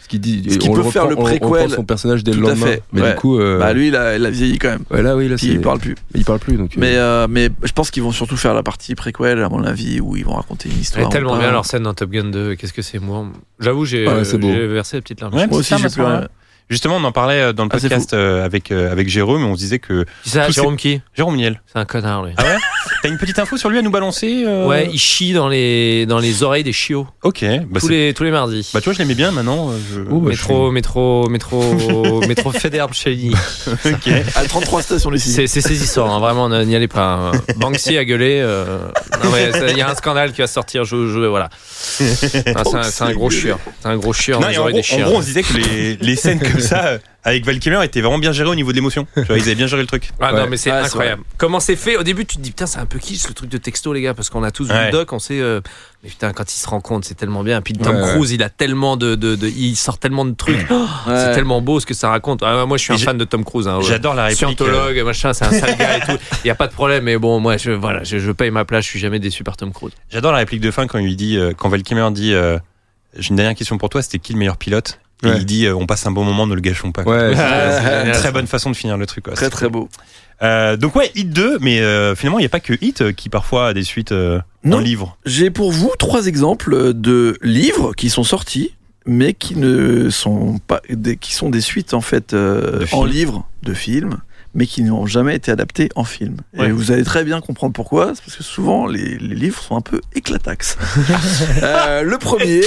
[SPEAKER 5] Ce qu'il dit,
[SPEAKER 7] Ce qui
[SPEAKER 5] on
[SPEAKER 7] peut
[SPEAKER 5] reprend-
[SPEAKER 7] faire le
[SPEAKER 5] on- on reprend
[SPEAKER 7] préquel.
[SPEAKER 5] son personnage dès le
[SPEAKER 7] Tout à
[SPEAKER 5] lendemain.
[SPEAKER 7] fait,
[SPEAKER 5] Mais
[SPEAKER 7] ouais.
[SPEAKER 5] du coup, euh,
[SPEAKER 7] Bah lui, il a, il a vieilli quand même.
[SPEAKER 5] ouais, là, oui, là,
[SPEAKER 7] Puis
[SPEAKER 5] c'est-
[SPEAKER 7] il parle plus.
[SPEAKER 5] il parle plus. Donc, euh,
[SPEAKER 7] Mais, euh, mais je pense qu'ils vont surtout faire la partie préquel, à mon avis, où ils vont raconter une
[SPEAKER 6] Elle
[SPEAKER 7] histoire.
[SPEAKER 6] est tellement
[SPEAKER 7] ou pas.
[SPEAKER 6] bien leur scène dans Top Gun 2. Qu'est-ce que c'est moi J'avoue, j'ai
[SPEAKER 5] Ouais, c'est beau.
[SPEAKER 6] j'ai versé la petite larme.
[SPEAKER 4] Ouais,
[SPEAKER 7] Moi
[SPEAKER 4] c'est
[SPEAKER 7] aussi,
[SPEAKER 4] ça,
[SPEAKER 7] j'ai
[SPEAKER 4] Vincent,
[SPEAKER 7] plus rien.
[SPEAKER 4] hein. Justement, on en parlait euh, dans le
[SPEAKER 7] Ah, c'est
[SPEAKER 4] podcast euh, avec, euh, avec Jérôme. On se disait que
[SPEAKER 6] C'est ça,
[SPEAKER 4] Tous
[SPEAKER 6] Jérôme qui
[SPEAKER 4] Jérôme Niel.
[SPEAKER 6] C'est un connard, lui.
[SPEAKER 4] Ah ouais T'as une petite info sur lui à nous balancer euh
[SPEAKER 6] Ouais, il chie dans les, dans les oreilles des chiots
[SPEAKER 4] Ok. Bah,
[SPEAKER 6] tous,
[SPEAKER 4] c'est-
[SPEAKER 6] les, tous les mardis.
[SPEAKER 4] bah, tu vois, je l'aimais bien maintenant. euh, je-
[SPEAKER 5] Oh, bah, je
[SPEAKER 6] métro, métro, métro, métro Federbe
[SPEAKER 4] Bah,
[SPEAKER 6] Chelly.
[SPEAKER 4] Ok.
[SPEAKER 7] À 33 stations d'ici.
[SPEAKER 6] C'est c'est saisissant, hein, vraiment, ne- n'y allez pas. hein. Banksy a gueulé. euh, Non, mais ça- il y a un scandale qui va sortir, je, je- voilà. Ah, c'est un- C'est un gros chieur. C'est un gros chieur
[SPEAKER 4] Non,
[SPEAKER 6] dans
[SPEAKER 4] et
[SPEAKER 6] les
[SPEAKER 4] en,
[SPEAKER 6] oreilles
[SPEAKER 4] gros,
[SPEAKER 6] des chiens.
[SPEAKER 4] en gros, on se disait que les, les scènes comme ça euh, avec Val Kilmer étaient vraiment bien gérées au niveau de l'émotion. Tu vois, Ils avaient bien géré le truc.
[SPEAKER 6] Ah non,
[SPEAKER 5] Ouais.
[SPEAKER 6] mais c'est
[SPEAKER 7] Ouais, c'est
[SPEAKER 6] incroyable. Comment c'est fait Au début, tu te dis, putain, c'est un peu kitsch le truc de texto, les gars, parce qu'on a tous vu
[SPEAKER 4] Ouais.
[SPEAKER 6] le doc, on sait. euh, mais putain, quand il se rend compte, c'est tellement bien. Puis Tom
[SPEAKER 5] Ouais, ouais.
[SPEAKER 6] Cruise, il a tellement de, de, de- Il sort tellement de trucs. Oh, C'est
[SPEAKER 7] Ouais.
[SPEAKER 6] tellement beau ce que ça raconte. Ah, moi, je suis
[SPEAKER 4] Et
[SPEAKER 6] un
[SPEAKER 4] j'ai-
[SPEAKER 6] fan de Tom Cruise. Hein, ouais.
[SPEAKER 4] J'adore la réplique. euh,
[SPEAKER 6] Scientologue, machin, c'est un sale gars et tout. Il n'y a pas de problème, mais bon, moi, je, voilà, je, je paye ma place, je suis jamais déçu par Tom Cruise.
[SPEAKER 4] J'adore la réplique de fin quand il lui dit, euh, quand Val Kilmer dit, euh, j'ai une dernière question pour toi, c'était qui le meilleur pilote Et
[SPEAKER 5] Ouais.
[SPEAKER 4] il dit, euh, on passe un bon moment, ne le gâchons pas. Euh,
[SPEAKER 5] Ouais,
[SPEAKER 7] Ouais,
[SPEAKER 5] c'est-
[SPEAKER 7] ouais, ouais.
[SPEAKER 4] Très bonne façon de finir le truc. quoi.
[SPEAKER 7] Très très beau.
[SPEAKER 4] Euh, donc ouais, Hit 2, mais euh, finalement il n'y a pas que Hit euh, qui parfois a des suites euh,
[SPEAKER 7] Non.
[SPEAKER 4] dans le livre.
[SPEAKER 7] J'ai pour vous trois exemples de livres qui sont sortis, mais qui ne sont pas, des- qui sont des suites en fait euh,
[SPEAKER 4] De
[SPEAKER 7] en
[SPEAKER 4] films.
[SPEAKER 7] livres de films, mais qui n'ont jamais été adaptés en film.
[SPEAKER 4] Ouais.
[SPEAKER 7] Et vous allez très bien comprendre pourquoi, c'est parce que souvent les, les livres sont un peu éclataxes. Euh, le premier,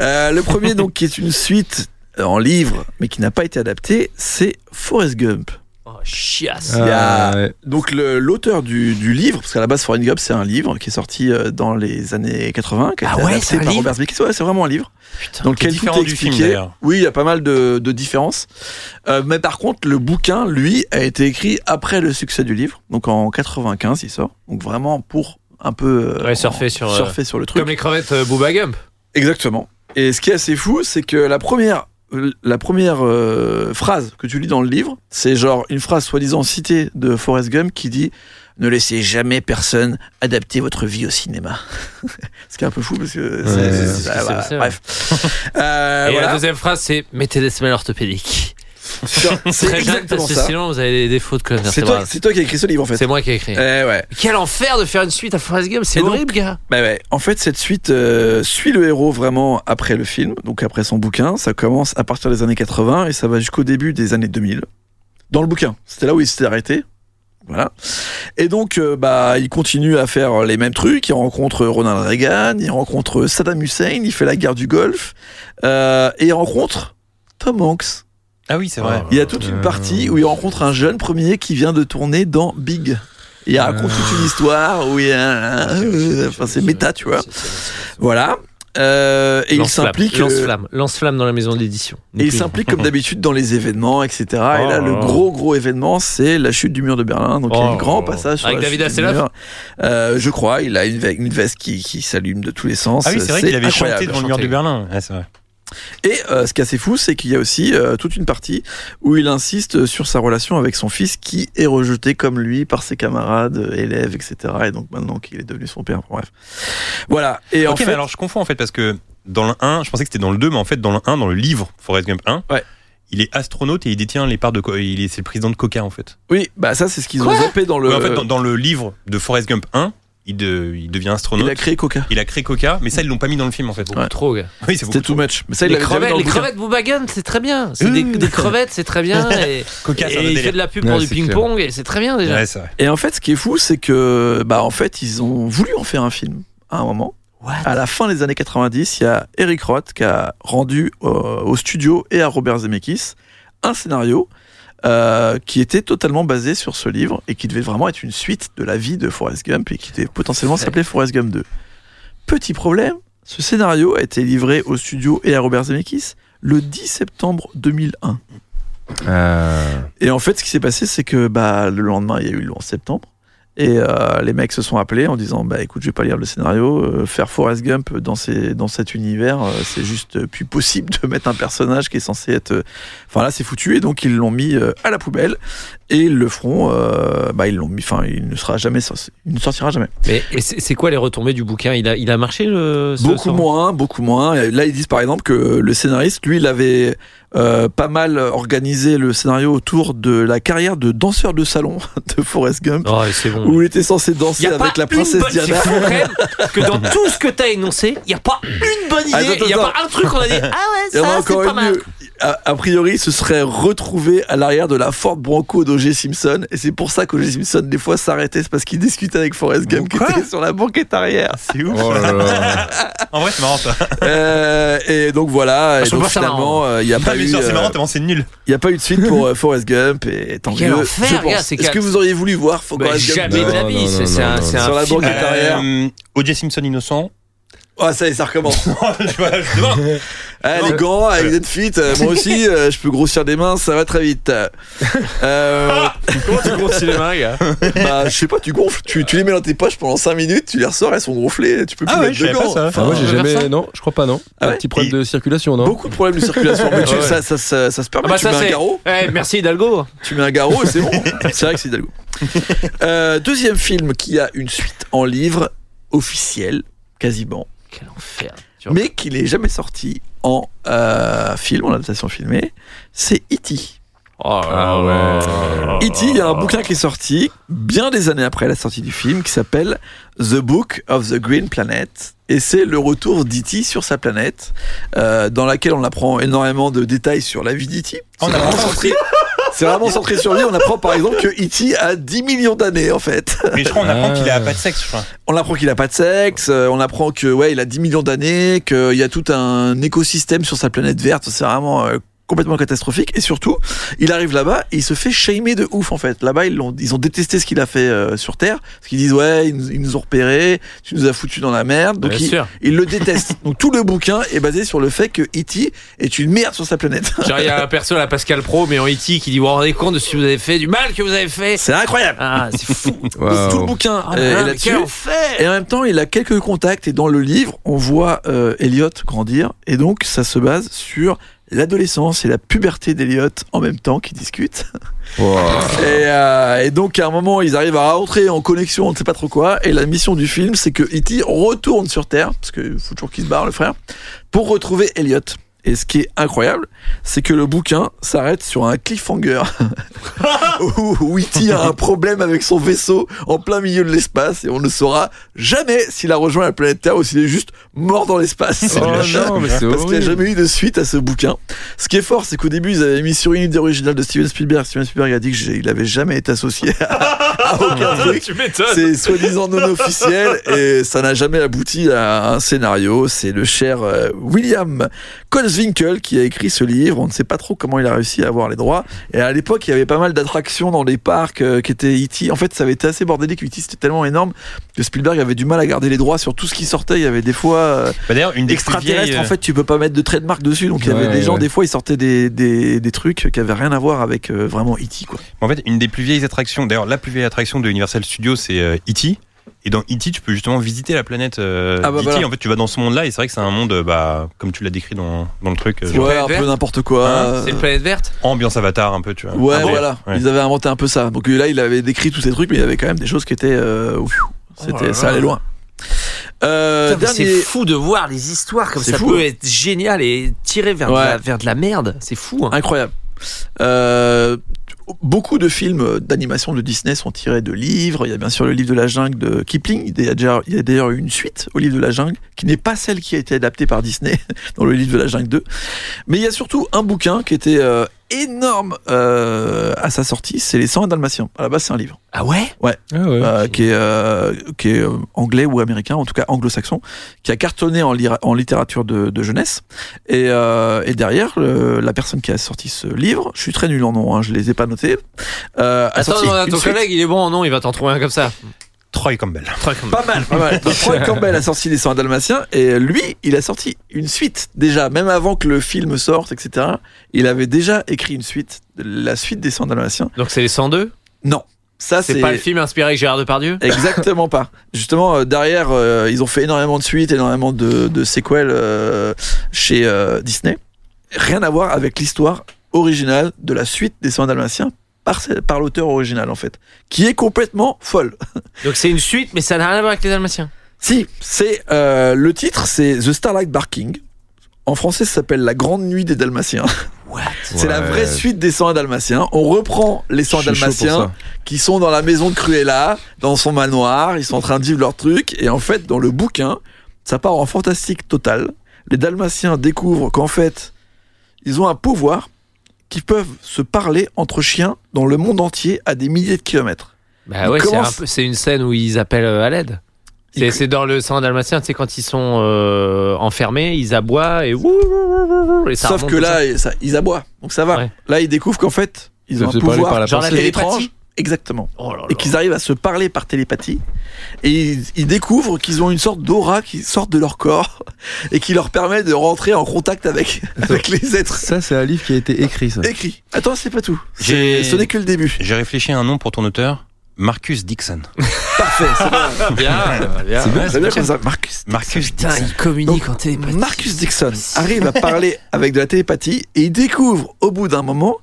[SPEAKER 7] euh, le premier donc qui est une suite en livre, mais qui n'a pas été adaptée, c'est Forrest Gump.
[SPEAKER 6] Oh, chiasse.
[SPEAKER 7] Il y a-
[SPEAKER 5] Ah, ouais.
[SPEAKER 7] Donc le- l'auteur du, du livre, parce qu'à la base Forrest Gump c'est un livre qui est sorti euh, dans les années 80, qui a
[SPEAKER 6] Ah
[SPEAKER 7] été
[SPEAKER 6] ouais, c'est un
[SPEAKER 7] adapté par
[SPEAKER 6] livre
[SPEAKER 7] Robert Zemeckis. Ouais, c'est vraiment un livre.
[SPEAKER 6] Putain,
[SPEAKER 7] Dans
[SPEAKER 4] qui est
[SPEAKER 7] lequel tout
[SPEAKER 4] différent
[SPEAKER 7] est
[SPEAKER 4] du film,
[SPEAKER 7] expliqué.
[SPEAKER 4] d'ailleurs.
[SPEAKER 7] oui, il y a pas mal de, de différences. Euh, mais par contre, le bouquin, lui, a été écrit après le succès du livre, donc en 95 il sort. Donc vraiment pour un peu euh,
[SPEAKER 6] Ouais, surfer
[SPEAKER 7] en-
[SPEAKER 6] sur, euh,
[SPEAKER 7] surfer sur le truc.
[SPEAKER 6] Comme les crevettes euh, Booba Gump.
[SPEAKER 7] Exactement. Et ce qui est assez fou, c'est que la première, la première euh, phrase que tu lis dans le livre, c'est genre une phrase soi-disant citée de Forrest Gump qui dit Ne laissez jamais personne adapter votre vie au cinéma. ce qui est un peu fou parce que. c'est-
[SPEAKER 5] Ouais,
[SPEAKER 7] c'est-
[SPEAKER 5] c'est
[SPEAKER 7] c'est-
[SPEAKER 6] ce que
[SPEAKER 7] voilà,
[SPEAKER 6] c'est, c'est
[SPEAKER 7] bref. Euh,
[SPEAKER 6] et
[SPEAKER 7] voilà.
[SPEAKER 6] la deuxième phrase, c'est mettez des semelles orthopédiques. Très jeune, parce que sinon vous avez des défauts de connard.
[SPEAKER 7] C'est toi, c'est toi qui as écrit ce livre en fait.
[SPEAKER 6] C'est moi qui ai écrit.
[SPEAKER 7] Eh ouais.
[SPEAKER 6] Quel enfer de faire une suite à Forrest Gump, c'est
[SPEAKER 7] Et donc-
[SPEAKER 6] horrible, gars.
[SPEAKER 7] Bah ouais. En fait, cette suite euh, suit le héros vraiment après le film, donc après son bouquin. Ça commence à partir des années 80 et ça va jusqu'au début des années 2000. Dans le bouquin, c'était là où il s'était arrêté. Voilà. Et donc, euh, bah, il continue à faire les mêmes trucs. Il rencontre Ronald Reagan, il rencontre Saddam Hussein, il fait la guerre du Golfe euh, et il rencontre Tom Hanks.
[SPEAKER 4] Ah oui, c'est
[SPEAKER 5] vrai.
[SPEAKER 7] Il y a toute une partie où il rencontre un jeune premier qui vient de tourner dans Big. Et il raconte toute une histoire où il y a un- Enfin, c'est méta, tu vois. Voilà. Euh, et il
[SPEAKER 6] Lance-flamme,
[SPEAKER 7] s'implique. euh,
[SPEAKER 6] Lance-flamme, lance-flamme dans la maison de l'édition.
[SPEAKER 7] et il s'implique comme d'habitude dans les événements, etc. et là,
[SPEAKER 6] Oh.
[SPEAKER 7] le gros gros événement, c'est la chute du mur de Berlin. Donc il y a
[SPEAKER 6] Oh.
[SPEAKER 7] un grand passage sur
[SPEAKER 6] Avec
[SPEAKER 7] la
[SPEAKER 6] David
[SPEAKER 7] chute du
[SPEAKER 6] Hasselhoff
[SPEAKER 7] mur. Euh, je crois, il a une, ve- une veste qui, qui s'allume de tous les sens.
[SPEAKER 4] Ah oui, c'est vrai qu'il avait chanté
[SPEAKER 7] incroyable.
[SPEAKER 4] devant le mur de Berlin. Ah, c'est vrai.
[SPEAKER 7] Et euh, ce qui est assez fou, c'est qu'il y a aussi euh, toute une partie où il insiste sur sa relation avec son fils qui est rejeté comme lui par ses camarades, euh, élèves, etc. Et donc maintenant qu'il est devenu son père, bref. Voilà. Et
[SPEAKER 4] ok,
[SPEAKER 7] en fait,
[SPEAKER 4] mais alors je confonds en fait parce que dans le 1, je pensais que c'était dans le 2, mais en fait dans le 1, dans le livre Forrest Gump 1,
[SPEAKER 7] Ouais.
[SPEAKER 4] il est astronaute et il détient les parts de. co- Il est, c'est le président de Coca en fait.
[SPEAKER 7] oui, bah ça c'est ce qu'ils ont zappé dans le.
[SPEAKER 4] Ouais, en fait, dans, dans le livre de Forrest Gump 1, il, de- il devient astronaute.
[SPEAKER 7] il a créé Coca.
[SPEAKER 4] créé Coca, mais ça ils l'ont pas mis dans le film en fait.
[SPEAKER 7] Ouais.
[SPEAKER 6] Trop, gars.
[SPEAKER 4] Oui, c'est
[SPEAKER 7] C'était
[SPEAKER 4] beaucoup.
[SPEAKER 7] too much. Mais ça, il
[SPEAKER 6] les
[SPEAKER 7] l'avait déjà vu
[SPEAKER 6] crevettes,
[SPEAKER 7] dans le
[SPEAKER 6] les
[SPEAKER 7] bouquin.
[SPEAKER 6] crevettes Booba Gunn, c'est très bien. C'est des,
[SPEAKER 7] Mm.
[SPEAKER 4] Mmh.
[SPEAKER 6] des crevettes, c'est très bien. Et,
[SPEAKER 4] Coca, c'est un
[SPEAKER 6] et
[SPEAKER 4] autre
[SPEAKER 6] il
[SPEAKER 4] délire.
[SPEAKER 6] fait de la pub
[SPEAKER 5] Ouais,
[SPEAKER 6] pour du
[SPEAKER 5] c'est
[SPEAKER 6] ping-pong, et c'est très bien déjà.
[SPEAKER 4] Ouais, c'est vrai.
[SPEAKER 7] Et en fait, ce qui est fou, c'est que, bah, en fait, ils ont voulu en faire un film à un moment. À la fin des années 90, il y a Eric Roth qui a rendu euh, au studio et à Robert Zemeckis un scénario euh, qui était totalement basé sur ce livre et qui devait vraiment être une suite de la vie de Forrest Gump et qui devait potentiellement s'appeler Forrest Gump 2. Petit problème, ce scénario a été livré au studio et à Robert Zemeckis le 10 septembre 2001. Et en fait, ce qui s'est passé, c'est que bah, le lendemain, il y a eu le 11 septembre. Et euh, les mecs se sont appelés en disant bah écoute je vais pas lire le scénario euh, faire Forrest Gump dans ces dans cet univers euh, c'est juste euh, plus possible de mettre un personnage qui est censé être euh, enfin là c'est foutu et donc ils l'ont mis euh, à la poubelle et ils le feront euh, bah ils l'ont mis enfin il ne sera jamais sorti- il ne sortira jamais
[SPEAKER 6] Mais et c'est c'est quoi les retombées du bouquin il a, il a marché le. ce-
[SPEAKER 7] Beaucoup
[SPEAKER 6] ce-
[SPEAKER 7] moins, beaucoup moins. Et Là, ils disent par exemple que le scénariste, lui, il avait euh, pas mal organisé le scénario autour de la carrière de danseur de salon de Forrest Gump,
[SPEAKER 6] Oh, c'est bon.
[SPEAKER 7] où il était censé danser
[SPEAKER 6] Y a
[SPEAKER 7] avec
[SPEAKER 6] pas
[SPEAKER 7] la princesse
[SPEAKER 6] une bonne-
[SPEAKER 7] Diana.
[SPEAKER 6] C'est fou, quand même, que dans tout ce que t'as énoncé, il n'y a pas une bonne
[SPEAKER 7] Ah,
[SPEAKER 6] idée,
[SPEAKER 7] attends,
[SPEAKER 6] il n'y a
[SPEAKER 7] attends.
[SPEAKER 6] pas un truc qu'on a dit. Ah ouais,
[SPEAKER 7] Il y en a
[SPEAKER 6] ça, c'est
[SPEAKER 7] encore
[SPEAKER 6] pas
[SPEAKER 7] une
[SPEAKER 6] mal.
[SPEAKER 7] mieux. A, a priori, ce serait retrouvé à l'arrière de la Ford Bronco d'O.G. Simpson. Et c'est pour ça qu'O.G. Simpson, des fois, s'arrêtait. C'est parce qu'il discutait avec Forrest Gump qui
[SPEAKER 4] Quoi
[SPEAKER 7] était sur la banquette arrière.
[SPEAKER 4] C'est ouf.
[SPEAKER 5] Oh là là.
[SPEAKER 4] En vrai, c'est marrant ça.
[SPEAKER 7] Euh, et donc voilà.
[SPEAKER 6] je
[SPEAKER 7] et
[SPEAKER 6] trouve
[SPEAKER 7] donc
[SPEAKER 6] Ah, pas ça hein.
[SPEAKER 7] finalement, euh, il n'y a pas
[SPEAKER 4] bien
[SPEAKER 7] eu.
[SPEAKER 4] sûr, c'est
[SPEAKER 7] euh,
[SPEAKER 4] marrant tellement c'est nul.
[SPEAKER 7] Il n'y a pas eu de suite pour euh, Forrest Gump et tant
[SPEAKER 6] Quel
[SPEAKER 7] mieux.
[SPEAKER 6] enfer,
[SPEAKER 7] je
[SPEAKER 6] gars,
[SPEAKER 7] pense.
[SPEAKER 6] c'est
[SPEAKER 7] Est-ce
[SPEAKER 6] qu'à-
[SPEAKER 7] que vous auriez voulu voir
[SPEAKER 6] Bah,
[SPEAKER 7] Forrest Gump
[SPEAKER 6] jamais de
[SPEAKER 7] deux
[SPEAKER 6] la
[SPEAKER 5] Non,
[SPEAKER 6] vie.
[SPEAKER 5] non,
[SPEAKER 6] c'est-
[SPEAKER 5] non,
[SPEAKER 6] C'est un,
[SPEAKER 5] non,
[SPEAKER 6] c'est
[SPEAKER 7] Sur
[SPEAKER 6] un
[SPEAKER 7] la
[SPEAKER 6] film.
[SPEAKER 7] banquette arrière.
[SPEAKER 4] Euh, O.J. Simpson innocent.
[SPEAKER 7] Ah ça y est, ça recommence.
[SPEAKER 4] Je vois, je vois.
[SPEAKER 7] Ah,
[SPEAKER 4] Non.
[SPEAKER 7] les gants avec des fit. euh, moi aussi, euh, je peux grossir des mains, ça va très vite. Euh,
[SPEAKER 6] Ah Comment tu grossis les mains, gars
[SPEAKER 7] bah, je sais pas, tu gonfles, tu, tu les mets dans tes poches pendant 5 minutes, tu les ressors, elles sont gonflées, tu peux plus
[SPEAKER 4] Ah ouais,
[SPEAKER 7] mettre
[SPEAKER 4] je
[SPEAKER 7] de
[SPEAKER 4] savais pas
[SPEAKER 7] gants.
[SPEAKER 4] ça.
[SPEAKER 5] Ah, moi, j'ai
[SPEAKER 6] On peut faire
[SPEAKER 5] jamais.
[SPEAKER 6] ça
[SPEAKER 5] Non, je crois pas, non.
[SPEAKER 7] Ah
[SPEAKER 5] Un
[SPEAKER 7] ouais
[SPEAKER 5] petit problème
[SPEAKER 4] Et-
[SPEAKER 5] de circulation, non
[SPEAKER 7] Beaucoup de problèmes de circulation. Mais tu-
[SPEAKER 6] Ouais.
[SPEAKER 7] ça, ça, ça, ça se permet,
[SPEAKER 6] Ah bah
[SPEAKER 7] tu
[SPEAKER 6] ça
[SPEAKER 7] mets un
[SPEAKER 6] c'est.
[SPEAKER 7] garrot.
[SPEAKER 6] Eh, merci Hidalgo.
[SPEAKER 7] tu mets un garrot et c'est bon. c'est vrai que c'est Hidalgo. Euh, deuxième film qui a une suite en livre officiel, quasiment,
[SPEAKER 6] Quel enfer. tu vois.
[SPEAKER 7] mais qui n'est jamais sorti en euh, film, en adaptation filmée, c'est E E.T.
[SPEAKER 6] Oh là
[SPEAKER 5] Ah
[SPEAKER 6] là là
[SPEAKER 5] ouais.
[SPEAKER 6] là là.
[SPEAKER 7] E.T., il y a un bouquin qui est sorti bien des années après la sortie du film qui s'appelle The Book of the Green Planet. Et c'est le retour d'E.T. sur sa planète, euh, dans laquelle on apprend énormément de détails sur la vie d'E.T.
[SPEAKER 4] On
[SPEAKER 7] C'est
[SPEAKER 4] apprend
[SPEAKER 7] vraiment centré- C'est vraiment centré sur lui. On apprend par exemple que E.T. a 10 millions d'années en fait.
[SPEAKER 4] Mais je crois qu'on apprend
[SPEAKER 5] Ah.
[SPEAKER 4] qu'il a pas de sexe, je crois.
[SPEAKER 7] On apprend qu'il a pas de sexe, euh, on apprend que ouais, il a 10 millions d'années, qu'il y a tout un écosystème sur sa planète verte, c'est vraiment euh, complètement catastrophique et surtout, il arrive là-bas et il se fait shamer de ouf en fait. Là-bas, ils l'ont ils ont détesté ce qu'il a fait euh, sur terre, parce qu'ils disent ouais, ils nous, ils nous ont repérés, tu nous as foutu dans la merde. Donc
[SPEAKER 6] Bien
[SPEAKER 7] ils,
[SPEAKER 6] sûr.
[SPEAKER 7] ils le détestent. Donc tout le bouquin est basé sur le fait que E.T. est une merde sur sa planète.
[SPEAKER 6] Genre, il y a un perso, la Pascal Pro, mais en E.T. qui dit Vous vous rendez compte de ce que vous avez fait, du mal que vous avez fait
[SPEAKER 7] C'est incroyable.
[SPEAKER 6] Ah, c'est fou
[SPEAKER 7] Donc, Tout le
[SPEAKER 5] Waouh.
[SPEAKER 7] bouquin
[SPEAKER 6] Ah,
[SPEAKER 7] euh, est
[SPEAKER 6] mais
[SPEAKER 7] là-dessus.
[SPEAKER 6] Quel enfer
[SPEAKER 7] Et en même temps, il a quelques contacts et dans le livre, on voit euh, Elliot grandir et donc ça se base sur l'adolescence et la puberté d'Elliot en même temps qui discutent.
[SPEAKER 5] Waouh.
[SPEAKER 7] Et, euh, et donc à un moment, ils arrivent à rentrer en connexion, on ne sait pas trop quoi. Et la mission du E film, c'est que E.T. retourne sur Terre, parce qu'il faut toujours qu'il se barre le frère, pour retrouver Elliot. Et ce qui est incroyable, c'est que le bouquin s'arrête sur un cliffhanger où Witty a un problème avec son vaisseau en plein milieu de l'espace et on ne saura jamais s'il a rejoint la planète Terre ou s'il est juste mort dans l'espace.
[SPEAKER 5] Oh non, mais c'est
[SPEAKER 7] Parce qu'il n'y a
[SPEAKER 5] horrible.
[SPEAKER 7] jamais eu de suite à ce bouquin. Ce qui est fort, c'est qu'au début, ils avaient mis sur une idée originale de Steven Spielberg. Steven Spielberg a dit qu'il n'avait jamais été associé à, à aucun truc.
[SPEAKER 6] tu m'étonnes.
[SPEAKER 7] C'est soi-disant non officiel et ça n'a jamais abouti à un scénario. C'est le cher euh, William Kotzwinkel qui a écrit ce livre. On ne sait pas trop comment il a réussi à avoir les droits. Et à l'époque, il y avait pas mal d'attractions dans les parcs euh, qui étaient E.T. En fait, ça avait été assez bordélique. E.T. c'était tellement énorme que Spielberg avait du mal à garder les droits sur tout ce qui sortait. Il y avait des fois euh,
[SPEAKER 4] Bah, D'ailleurs, une des plus
[SPEAKER 7] extraterrestre
[SPEAKER 6] euh,
[SPEAKER 4] vieilles,
[SPEAKER 7] en fait tu peux pas mettre de trademark dessus donc il y avait
[SPEAKER 5] Ouais,
[SPEAKER 7] des
[SPEAKER 5] ouais,
[SPEAKER 7] gens
[SPEAKER 5] ouais.
[SPEAKER 7] des fois ils sortaient des, des, des trucs qui avaient rien à voir avec euh, vraiment E.T. quoi
[SPEAKER 4] En fait, une des plus vieilles attractions, d'ailleurs la plus vieille attraction de Universal Studios, c'est euh, E.T. Et dans E.T., tu peux justement visiter la planète euh,
[SPEAKER 7] Ah bah
[SPEAKER 4] d'E.T.
[SPEAKER 7] voilà.
[SPEAKER 4] En fait, tu vas dans ce monde-là et c'est vrai que c'est un monde, euh, bah, comme tu l'as décrit dans, dans le truc, euh, genre,
[SPEAKER 7] ouais un
[SPEAKER 6] verte
[SPEAKER 7] peu n'importe quoi euh,
[SPEAKER 4] Hein,
[SPEAKER 6] C'est une planète verte
[SPEAKER 4] ambiance avatar un peu, tu vois.
[SPEAKER 7] Ouais,
[SPEAKER 4] Ah bon
[SPEAKER 7] voilà.
[SPEAKER 4] Ouais.
[SPEAKER 7] Ils avaient inventé un peu ça. Donc euh, là, il avait décrit tous ces trucs, mais il y avait quand même des choses qui étaient. euh, ouf,
[SPEAKER 6] Oh
[SPEAKER 7] C'était,
[SPEAKER 6] là là.
[SPEAKER 7] ça allait loin. Euh,
[SPEAKER 6] Putain, mais
[SPEAKER 7] dernier.
[SPEAKER 6] C'est fou de voir les histoires comme
[SPEAKER 7] C'est
[SPEAKER 6] ça
[SPEAKER 7] fou,
[SPEAKER 6] peut
[SPEAKER 7] hein.
[SPEAKER 6] être génial et tirer vers,
[SPEAKER 7] Ouais.
[SPEAKER 6] de, la, vers de la merde. C'est fou. hein.
[SPEAKER 7] Incroyable. Euh, beaucoup de films d'animation de Disney sont tirés de livres. Il y a bien sûr le livre de la jungle de Kipling. Il y a déjà- il y a d'ailleurs eu une suite au livre de la jungle qui n'est pas celle qui a été adaptée par Disney dans le livre de la jungle 2. Mais il y a surtout un bouquin qui était euh, énorme euh, à sa sortie. C'est Les 101 Dalmatiens. À la base, c'est un livre.
[SPEAKER 6] Ah ouais
[SPEAKER 5] Ah ouais.
[SPEAKER 7] Euh, qui est, euh, qui est euh, anglais ou américain, en tout cas anglo-saxon, qui a cartonné en, lira- en littérature de, de jeunesse. Et, euh, et derrière, le- la personne qui a sorti ce livre, je suis très nul en nom, hein, je les ai pas notés. Euh, a
[SPEAKER 6] Attends,
[SPEAKER 7] sorti
[SPEAKER 6] non, non,
[SPEAKER 7] une
[SPEAKER 6] ton
[SPEAKER 7] suite.
[SPEAKER 6] collègue, il est bon en nom, il va t'en trouver un comme ça.
[SPEAKER 4] Troy Campbell.
[SPEAKER 7] Pas mal, pas mal. Donc, Frank Campbell a sorti Les 101 Dalmatiens et lui, il a sorti une suite déjà, même avant que le film sorte, etc. Il avait déjà écrit une suite, la suite des 101 Dalmatiens.
[SPEAKER 6] Donc c'est les 102
[SPEAKER 7] Non, ça c'est
[SPEAKER 6] C'est pas le film inspiré avec Gérard Depardieu
[SPEAKER 7] Exactement pas. Justement, euh, derrière, euh, ils ont fait énormément de suites, énormément de, de séquelles euh, chez euh, Disney. Rien à voir avec l'histoire originale de la suite des 100 Dalmatiens par, ce- par l'auteur original, en fait, qui est complètement folle.
[SPEAKER 6] Donc c'est une suite, mais ça n'a rien à voir avec les Dalmatiens.
[SPEAKER 7] Si, c'est euh, le titre, c'est The Starlight Barking. En français, ça s'appelle La Grande Nuit des Dalmatiens.
[SPEAKER 6] What
[SPEAKER 7] C'est la vraie suite des 101 Dalmatiens. On reprend les 101
[SPEAKER 5] Je suis chaud pour
[SPEAKER 7] Dalmatiens
[SPEAKER 5] ça.
[SPEAKER 7] qui sont dans la maison de Cruella, dans son manoir, ils sont en train de vivre leur truc, et en fait, dans le bouquin, ça part en fantastique total. Les Dalmatiens découvrent qu'en fait, ils ont un pouvoir qui peuvent se parler entre chiens dans le monde entier à des milliers de kilomètres.
[SPEAKER 6] Bah
[SPEAKER 7] Il
[SPEAKER 6] ouais, c'est un
[SPEAKER 7] commence-
[SPEAKER 6] peu- c'est une scène où ils appellent euh, à l'aide.
[SPEAKER 7] Il
[SPEAKER 6] C'est
[SPEAKER 7] co-
[SPEAKER 6] c'est dans le sang dalmatien, tu sais, quand ils sont euh, enfermés, ils aboient et, ouh, ouh, ouh, ouh, et ça
[SPEAKER 7] Sauf
[SPEAKER 6] remonte
[SPEAKER 7] que
[SPEAKER 6] comme ça.
[SPEAKER 7] là, ça- ils aboient, donc ça va.
[SPEAKER 6] Ouais.
[SPEAKER 7] Là, ils découvrent qu'en fait, ils
[SPEAKER 5] Ça
[SPEAKER 7] ont un
[SPEAKER 5] se parlait par
[SPEAKER 7] pouvoir
[SPEAKER 5] la
[SPEAKER 6] genre la
[SPEAKER 5] pensée.
[SPEAKER 6] télépathie.
[SPEAKER 7] étrange. Exactement.
[SPEAKER 6] Oh là là.
[SPEAKER 7] et qu'ils arrivent à se parler par télépathie. Et ils, ils découvrent qu'ils ont une sorte d'aura qui sort de leur corps et qui leur permet de rentrer en contact avec, avec les êtres.
[SPEAKER 5] Ça, c'est un livre qui a été écrit, ça.
[SPEAKER 7] Écrit. Attends, c'est pas tout.
[SPEAKER 4] J'ai-
[SPEAKER 7] C'est- Ce n'est que le début.
[SPEAKER 4] J'ai réfléchi à un nom pour ton auteur, Marcus Dixon.
[SPEAKER 7] Parfait. c'est pas mal.
[SPEAKER 6] bien, bien.
[SPEAKER 7] Ah, C'est bien, c'est bien comme ça. Marcus.
[SPEAKER 4] Marcus
[SPEAKER 6] Putain,
[SPEAKER 4] Dixon.
[SPEAKER 6] ils communiquent en télépathie.
[SPEAKER 7] Marcus Dixon arrive à parler avec de la télépathie et il découvre au bout d'un moment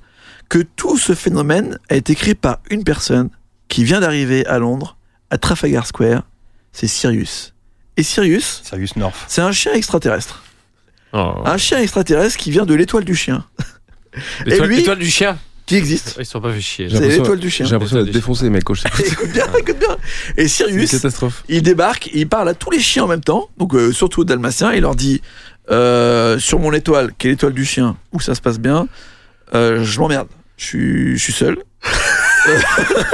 [SPEAKER 7] que tout ce phénomène a été créé par une personne qui vient d'arriver à Londres, à Trafalgar Square. C'est Sirius. Et Sirius,
[SPEAKER 4] Sirius North.
[SPEAKER 7] c'est un chien extraterrestre.
[SPEAKER 6] Oh.
[SPEAKER 7] Un chien extraterrestre qui vient de l'étoile du chien, et
[SPEAKER 6] L'étoile
[SPEAKER 7] lui-
[SPEAKER 6] l'étoile du chien
[SPEAKER 7] qui existe.
[SPEAKER 6] Ils sont pas fait chier.
[SPEAKER 5] J'ai
[SPEAKER 7] C'est
[SPEAKER 5] l'impression-
[SPEAKER 7] l'étoile du chien.
[SPEAKER 5] J'ai l'impression d'être défoncé, mec, quand je
[SPEAKER 7] Écoute bien, écoute bien. Et
[SPEAKER 5] C'est une
[SPEAKER 7] Sirius,
[SPEAKER 5] catastrophe.
[SPEAKER 7] il débarque, il parle à tous les chiens en même temps, donc euh, surtout aux dalmatiens, il leur dit euh, sur mon étoile, qui est l'étoile du chien, où ça se passe bien, euh, je m'emmerde, je suis, je suis seul. Euh,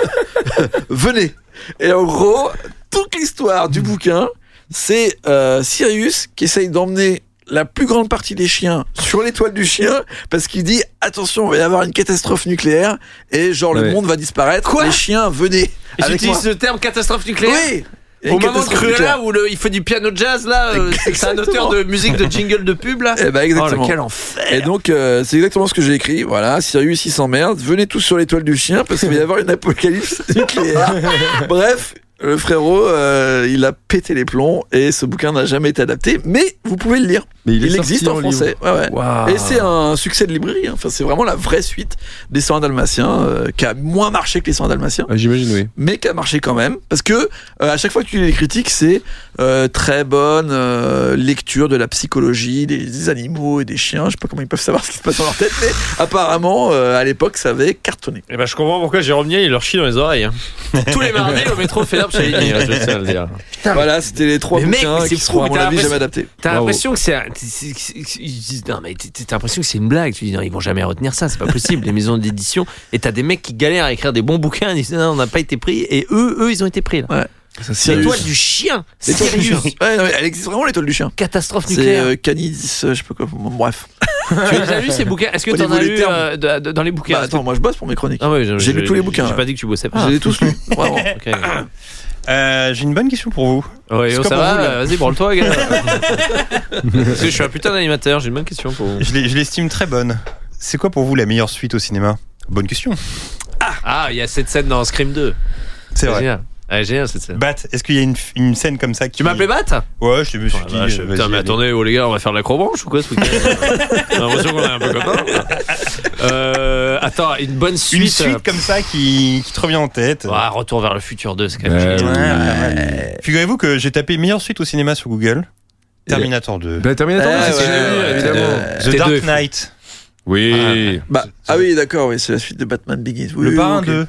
[SPEAKER 7] Venez. Et en gros, toute l'histoire du bouquin, c'est euh, Sirius qui essaye d'emmener la plus grande partie des chiens sur l'étoile du chien parce qu'il dit attention, il va y avoir une catastrophe nucléaire et genre le
[SPEAKER 5] Ouais.
[SPEAKER 7] monde va disparaître. les chiens, venez.
[SPEAKER 6] Ils
[SPEAKER 7] avec moi.
[SPEAKER 6] utilisent le terme catastrophe nucléaire
[SPEAKER 7] Oui. Et
[SPEAKER 6] Au moment de
[SPEAKER 7] catastrophe
[SPEAKER 6] Cruella
[SPEAKER 7] nucléaire.
[SPEAKER 6] où le- il fait du piano jazz là, euh, c'est c'est un auteur
[SPEAKER 7] Exactement.
[SPEAKER 6] de musique de jingle de pub là.
[SPEAKER 7] Eh ben, exactement.
[SPEAKER 6] Oh, quel enfer.
[SPEAKER 7] Et donc, euh, c'est exactement ce que j'ai écrit. Voilà, Sirius, il s'emmerde. Venez tous sur l'étoile du chien parce qu'il va y avoir une apocalypse nucléaire. Bref, le frérot, euh, il a pété les plombs et ce bouquin n'a jamais été adapté, mais vous pouvez le lire.
[SPEAKER 5] Mais
[SPEAKER 7] Il,
[SPEAKER 5] est sorti
[SPEAKER 7] existe en,
[SPEAKER 5] livre.
[SPEAKER 7] français. Ouais, ouais.
[SPEAKER 5] Waouh.
[SPEAKER 7] Et c'est un succès de librairie. hein. Enfin, c'est vraiment la vraie suite des 101 Dalmatiens euh, qui a moins marché que les 101 Dalmatiens,
[SPEAKER 5] Ah, J'imagine, oui.
[SPEAKER 7] mais qui a marché quand même. Parce que euh, à chaque fois que tu lis les critiques, c'est euh, très bonne euh, lecture de la psychologie des, des animaux et des chiens. Je sais pas comment ils peuvent savoir ce qui se passe dans leur tête, mais apparemment, euh, à l'époque, ça avait cartonné.
[SPEAKER 6] Et ben, je comprends pourquoi Jérôme Niel, il leur chie dans les oreilles. hein. Tous les mardis, au métro Fédère chez Ligny, hein, je tiens à le dire.
[SPEAKER 7] voilà, c'était les trois
[SPEAKER 6] Mais mec,
[SPEAKER 7] bouquins
[SPEAKER 6] mais c'est
[SPEAKER 7] qui
[SPEAKER 6] fou,
[SPEAKER 7] seront, à
[SPEAKER 6] mais
[SPEAKER 7] mon
[SPEAKER 6] t'as
[SPEAKER 7] avis,
[SPEAKER 6] l'impression-
[SPEAKER 7] jamais adaptés.
[SPEAKER 6] T'as
[SPEAKER 5] Bravo.
[SPEAKER 6] l'impression que c'est. un- c'est- c'est- c'est- Non, mais t'es- t'as l'impression que c'est une blague. Tu dis, non, ils vont jamais retenir ça, c'est pas possible, les maisons d'édition. Et t'as des mecs qui galèrent à écrire des bons bouquins, ils disent, non, on n'a pas été pris. Et eux, eux, ils ont été pris, là. C'est
[SPEAKER 7] Sirius.
[SPEAKER 6] l'étoile du chien.
[SPEAKER 7] L'étoile du
[SPEAKER 6] Sirius.
[SPEAKER 7] chien. Ouais, non, mais elle existe vraiment, l'étoile du chien.
[SPEAKER 6] Catastrophe
[SPEAKER 7] C'est
[SPEAKER 6] nucléaire.
[SPEAKER 7] euh, Canis, euh, je sais pas quoi. bon, Bref.
[SPEAKER 6] Tu les as lus, ces bouquins Est-ce que
[SPEAKER 7] Au
[SPEAKER 6] t'en
[SPEAKER 7] niveau
[SPEAKER 6] as
[SPEAKER 7] des
[SPEAKER 6] lu
[SPEAKER 7] termes.
[SPEAKER 6] euh, de- de- dans les
[SPEAKER 7] Bah,
[SPEAKER 6] bouquins
[SPEAKER 7] attends, moi je bosse pour mes chroniques.
[SPEAKER 6] Ah ouais, je-
[SPEAKER 7] J'ai
[SPEAKER 6] je-
[SPEAKER 7] lu tous les bouquins,
[SPEAKER 6] J'ai
[SPEAKER 7] hein.
[SPEAKER 6] pas dit que tu bossais
[SPEAKER 7] Je
[SPEAKER 6] pas.
[SPEAKER 7] les ai tous lus. Vraiment.
[SPEAKER 6] Ok.
[SPEAKER 4] Euh, J'ai une bonne question pour vous.
[SPEAKER 6] Ouais,
[SPEAKER 4] C'est
[SPEAKER 6] oh,
[SPEAKER 4] quoi pour
[SPEAKER 6] ça
[SPEAKER 4] vous,
[SPEAKER 6] va,
[SPEAKER 4] là
[SPEAKER 6] euh, vas-y, branle-toi, gars. Parce que je suis un putain d'animateur, j'ai une bonne question pour vous.
[SPEAKER 4] Je l'ai- je l'estime très bonne. C'est quoi pour vous la meilleure suite au cinéma Bonne question.
[SPEAKER 6] Ah, il y a cette scène dans Scream 2.
[SPEAKER 4] C'est vrai.
[SPEAKER 6] génial. Ouais, génial cette scène.
[SPEAKER 4] Bat, est-ce qu'il y a une, une scène comme ça qui...
[SPEAKER 6] Bah, Tu m'appelais Bat
[SPEAKER 4] Ouais, je me suis dit. euh, vas-y,
[SPEAKER 6] Ah, Putain, mais
[SPEAKER 4] allez.
[SPEAKER 6] attendez, oh les gars, on va faire de l'acrobranche ou quoi ce week-end J'ai l'impression qu'on est un peu copains. Euh, attends, une bonne suite. hein. euh,
[SPEAKER 4] Une suite comme ça qui, qui te revient en tête.
[SPEAKER 6] Ouais, Retour vers le futur 2, c'est quand même
[SPEAKER 5] Ouais,
[SPEAKER 6] génial.
[SPEAKER 4] Ouais, ouais, ouais. Figurez-vous que j'ai tapé meilleure suite au cinéma sur Google. Terminator 2.
[SPEAKER 5] Bah, Terminator,
[SPEAKER 7] Ah,
[SPEAKER 5] c'est ce que
[SPEAKER 7] ouais,
[SPEAKER 5] j'ai vu,
[SPEAKER 7] ouais,
[SPEAKER 5] évidemment.
[SPEAKER 4] The
[SPEAKER 6] T2,
[SPEAKER 4] Dark
[SPEAKER 6] il faut-
[SPEAKER 4] Knight.
[SPEAKER 5] Oui.
[SPEAKER 7] Bah, ah oui, d'accord, oui, c'est la suite de Batman Begins. Oui,
[SPEAKER 4] le
[SPEAKER 7] oui,
[SPEAKER 4] parrain
[SPEAKER 7] ok.
[SPEAKER 4] 2.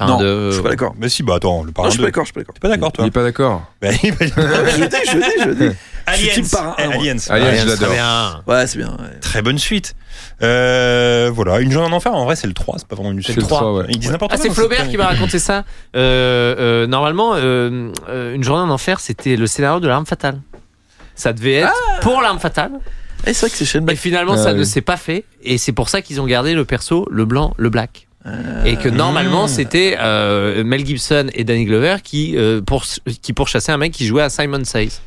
[SPEAKER 6] Un,
[SPEAKER 7] non,
[SPEAKER 6] deux, euh,
[SPEAKER 7] je suis pas d'accord.
[SPEAKER 4] Mais si, bah attends, le
[SPEAKER 7] Non,
[SPEAKER 4] parrain
[SPEAKER 7] je suis
[SPEAKER 4] 2.
[SPEAKER 7] pas
[SPEAKER 4] T'es
[SPEAKER 7] d'accord, je suis
[SPEAKER 4] pas
[SPEAKER 7] pas d'accord.
[SPEAKER 4] d'accord,
[SPEAKER 5] Il
[SPEAKER 4] toi
[SPEAKER 5] est pas d'accord.
[SPEAKER 4] Bah, il est pas d'accord.
[SPEAKER 7] je dis, je dis, je dis. Je suis
[SPEAKER 4] Aliens.
[SPEAKER 7] team parrain,
[SPEAKER 4] Eh,
[SPEAKER 7] moi.
[SPEAKER 4] Aliens.
[SPEAKER 5] Aliens,
[SPEAKER 6] Rien,
[SPEAKER 5] je
[SPEAKER 6] c'est
[SPEAKER 5] l'adore.
[SPEAKER 6] Ah, bien.
[SPEAKER 7] Ouais, c'est bien. ouais.
[SPEAKER 4] Très bonne suite. Euh, voilà, Une journée en enfer, en vrai, c'est le 3, c'est pas vraiment une
[SPEAKER 5] C'est
[SPEAKER 4] suite.
[SPEAKER 5] le 3, ouais.
[SPEAKER 4] Ils disent n'importe
[SPEAKER 6] Ah,
[SPEAKER 4] quoi.
[SPEAKER 6] c'est
[SPEAKER 4] dans
[SPEAKER 6] Flaubert
[SPEAKER 4] cette-
[SPEAKER 6] qui m'a raconté ça. Euh, euh, normalement, euh, euh, Une journée en enfer, c'était le scénario de l'arme fatale. Ça devait être pour l'arme fatale.
[SPEAKER 7] Eh, c'est vrai que c'est Shane
[SPEAKER 6] Et
[SPEAKER 7] Black.
[SPEAKER 6] finalement,
[SPEAKER 5] Ah
[SPEAKER 6] ça
[SPEAKER 5] oui.
[SPEAKER 6] ne s'est pas fait. Et c'est pour ça qu'ils ont gardé le perso, le blanc, le black. Et que normalement,
[SPEAKER 5] Ah.
[SPEAKER 6] c'était euh, Mel Gibson et Danny Glover qui, euh, pour, qui pourchassaient un mec qui jouait à Simon Says.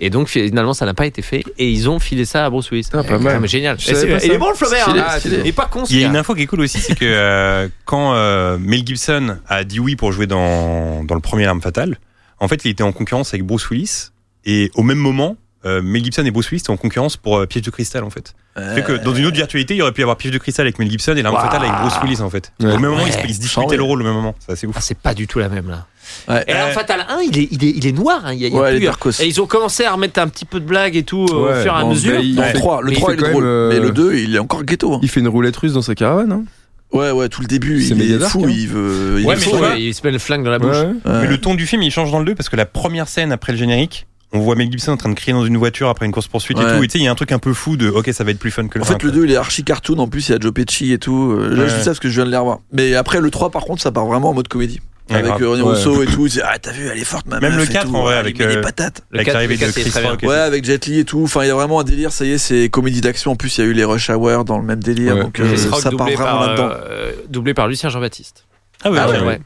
[SPEAKER 6] Et donc finalement, ça n'a pas été fait. Et ils ont filé ça à Bruce Willis.
[SPEAKER 5] Putain, Ah, pas
[SPEAKER 6] Eh,
[SPEAKER 5] mal.
[SPEAKER 6] mais génial.
[SPEAKER 5] Je
[SPEAKER 6] Et
[SPEAKER 5] savais
[SPEAKER 6] c'est-
[SPEAKER 5] pas
[SPEAKER 6] il
[SPEAKER 5] ça.
[SPEAKER 6] est bon le Flaubert.
[SPEAKER 7] Stylé,
[SPEAKER 6] hein.
[SPEAKER 7] stylé.
[SPEAKER 6] Il est pas con. ce
[SPEAKER 4] Il y a
[SPEAKER 6] gars.
[SPEAKER 4] une info qui est cool aussi, c'est que euh, quand euh, Mel Gibson a dit oui pour jouer dans, dans le premier Arme Fatale, en fait, il était en concurrence avec Bruce Willis. Et au même moment, euh, Mel Gibson et Bruce Willis étaient en concurrence pour euh, Piège de Cristal, en fait. Ça fait que dans une autre virtualité, il y aurait pu y avoir Piège de Cristal avec Mel Gibson et L'Arme
[SPEAKER 6] Waouh.
[SPEAKER 4] Fatale avec Bruce Willis, en fait.
[SPEAKER 5] Ouais.
[SPEAKER 4] Au même moment,
[SPEAKER 6] Ouais.
[SPEAKER 4] ils se- ils se
[SPEAKER 7] Ah ouais.
[SPEAKER 4] disputaient le rôle au même moment. C'est assez ouf.
[SPEAKER 6] Ah, c'est pas du tout la même là.
[SPEAKER 7] Ouais.
[SPEAKER 6] Et alors,
[SPEAKER 4] Euh,
[SPEAKER 6] Fatal 1, il est, il est, il est noir. hein. Il y a- il y a
[SPEAKER 7] Ouais,
[SPEAKER 6] plus,
[SPEAKER 7] les
[SPEAKER 6] hein.
[SPEAKER 7] Darkos.
[SPEAKER 6] Et ils ont commencé à remettre un petit peu de blagues et tout euh,
[SPEAKER 5] Ouais,
[SPEAKER 6] au fur et à
[SPEAKER 5] bon,
[SPEAKER 6] mesure.
[SPEAKER 5] bah, il-
[SPEAKER 7] Dans le
[SPEAKER 5] Ouais.
[SPEAKER 7] 3, le
[SPEAKER 6] Mais
[SPEAKER 7] 3
[SPEAKER 5] il
[SPEAKER 7] il
[SPEAKER 5] fait
[SPEAKER 7] est
[SPEAKER 5] quand
[SPEAKER 7] drôle.
[SPEAKER 5] même, euh,
[SPEAKER 7] Mais le 2, il est encore ghetto. hein.
[SPEAKER 5] Il fait une roulette russe dans sa caravane, hein.
[SPEAKER 7] Ouais, ouais, tout le début,
[SPEAKER 5] C'est
[SPEAKER 7] il est
[SPEAKER 5] Mediadark,
[SPEAKER 7] fou,
[SPEAKER 5] hein.
[SPEAKER 7] il veut. il
[SPEAKER 4] Ouais,
[SPEAKER 7] veut
[SPEAKER 4] mais
[SPEAKER 7] sauver.
[SPEAKER 4] tu vois,
[SPEAKER 6] Ouais, il se met le flingue dans la bouche.
[SPEAKER 5] Ouais.
[SPEAKER 7] Ouais.
[SPEAKER 4] Mais le ton du film, il change dans le 2 parce que la première scène après le générique, on voit Mel Gibson en train de crier dans une voiture après une course-poursuite
[SPEAKER 7] Ouais.
[SPEAKER 4] et tout. Et tu sais, il y a un truc un peu fou de OK, ça va être plus fun que le
[SPEAKER 7] En
[SPEAKER 4] 1,
[SPEAKER 7] fait, le
[SPEAKER 4] quoi.
[SPEAKER 7] 2, il est archi cartoon. En plus, il y a Joe Pesci et tout. Euh, Là, je
[SPEAKER 4] Ouais.
[SPEAKER 7] dis ça parce que je viens de les revoir. Mais après, le 3, par contre, ça part vraiment en mode comédie.
[SPEAKER 4] Ouais,
[SPEAKER 7] avec
[SPEAKER 4] grave.
[SPEAKER 7] euh, René
[SPEAKER 5] Ouais.
[SPEAKER 7] Rousseau et tout. C'est, Ah, t'as vu, elle est forte, ma
[SPEAKER 4] Même
[SPEAKER 7] meuf
[SPEAKER 4] le
[SPEAKER 7] et
[SPEAKER 4] 4,
[SPEAKER 7] tout.
[SPEAKER 4] en vrai,
[SPEAKER 7] Elle
[SPEAKER 4] avec,
[SPEAKER 7] met des
[SPEAKER 4] euh,
[SPEAKER 7] patates.
[SPEAKER 4] Avec
[SPEAKER 6] quatre-
[SPEAKER 4] l'arrivée
[SPEAKER 6] le
[SPEAKER 4] de
[SPEAKER 6] quatre, il est
[SPEAKER 4] Chris
[SPEAKER 6] très bien.
[SPEAKER 4] Rock. et
[SPEAKER 7] Ouais,
[SPEAKER 4] tout.
[SPEAKER 7] avec Jet Li et tout. Enfin, il y a vraiment un délire. Ça y est, c'est comédie d'action. En plus, il y a eu les rush hour dans le même délire.
[SPEAKER 5] Ouais.
[SPEAKER 7] Donc, euh,
[SPEAKER 6] Chris Rock
[SPEAKER 7] ça part
[SPEAKER 6] doublé,
[SPEAKER 7] vraiment
[SPEAKER 6] par,
[SPEAKER 7] là-dedans.
[SPEAKER 6] euh, doublé par Lucien Jean-Baptiste.
[SPEAKER 4] Ah ouais, ouais, ouais.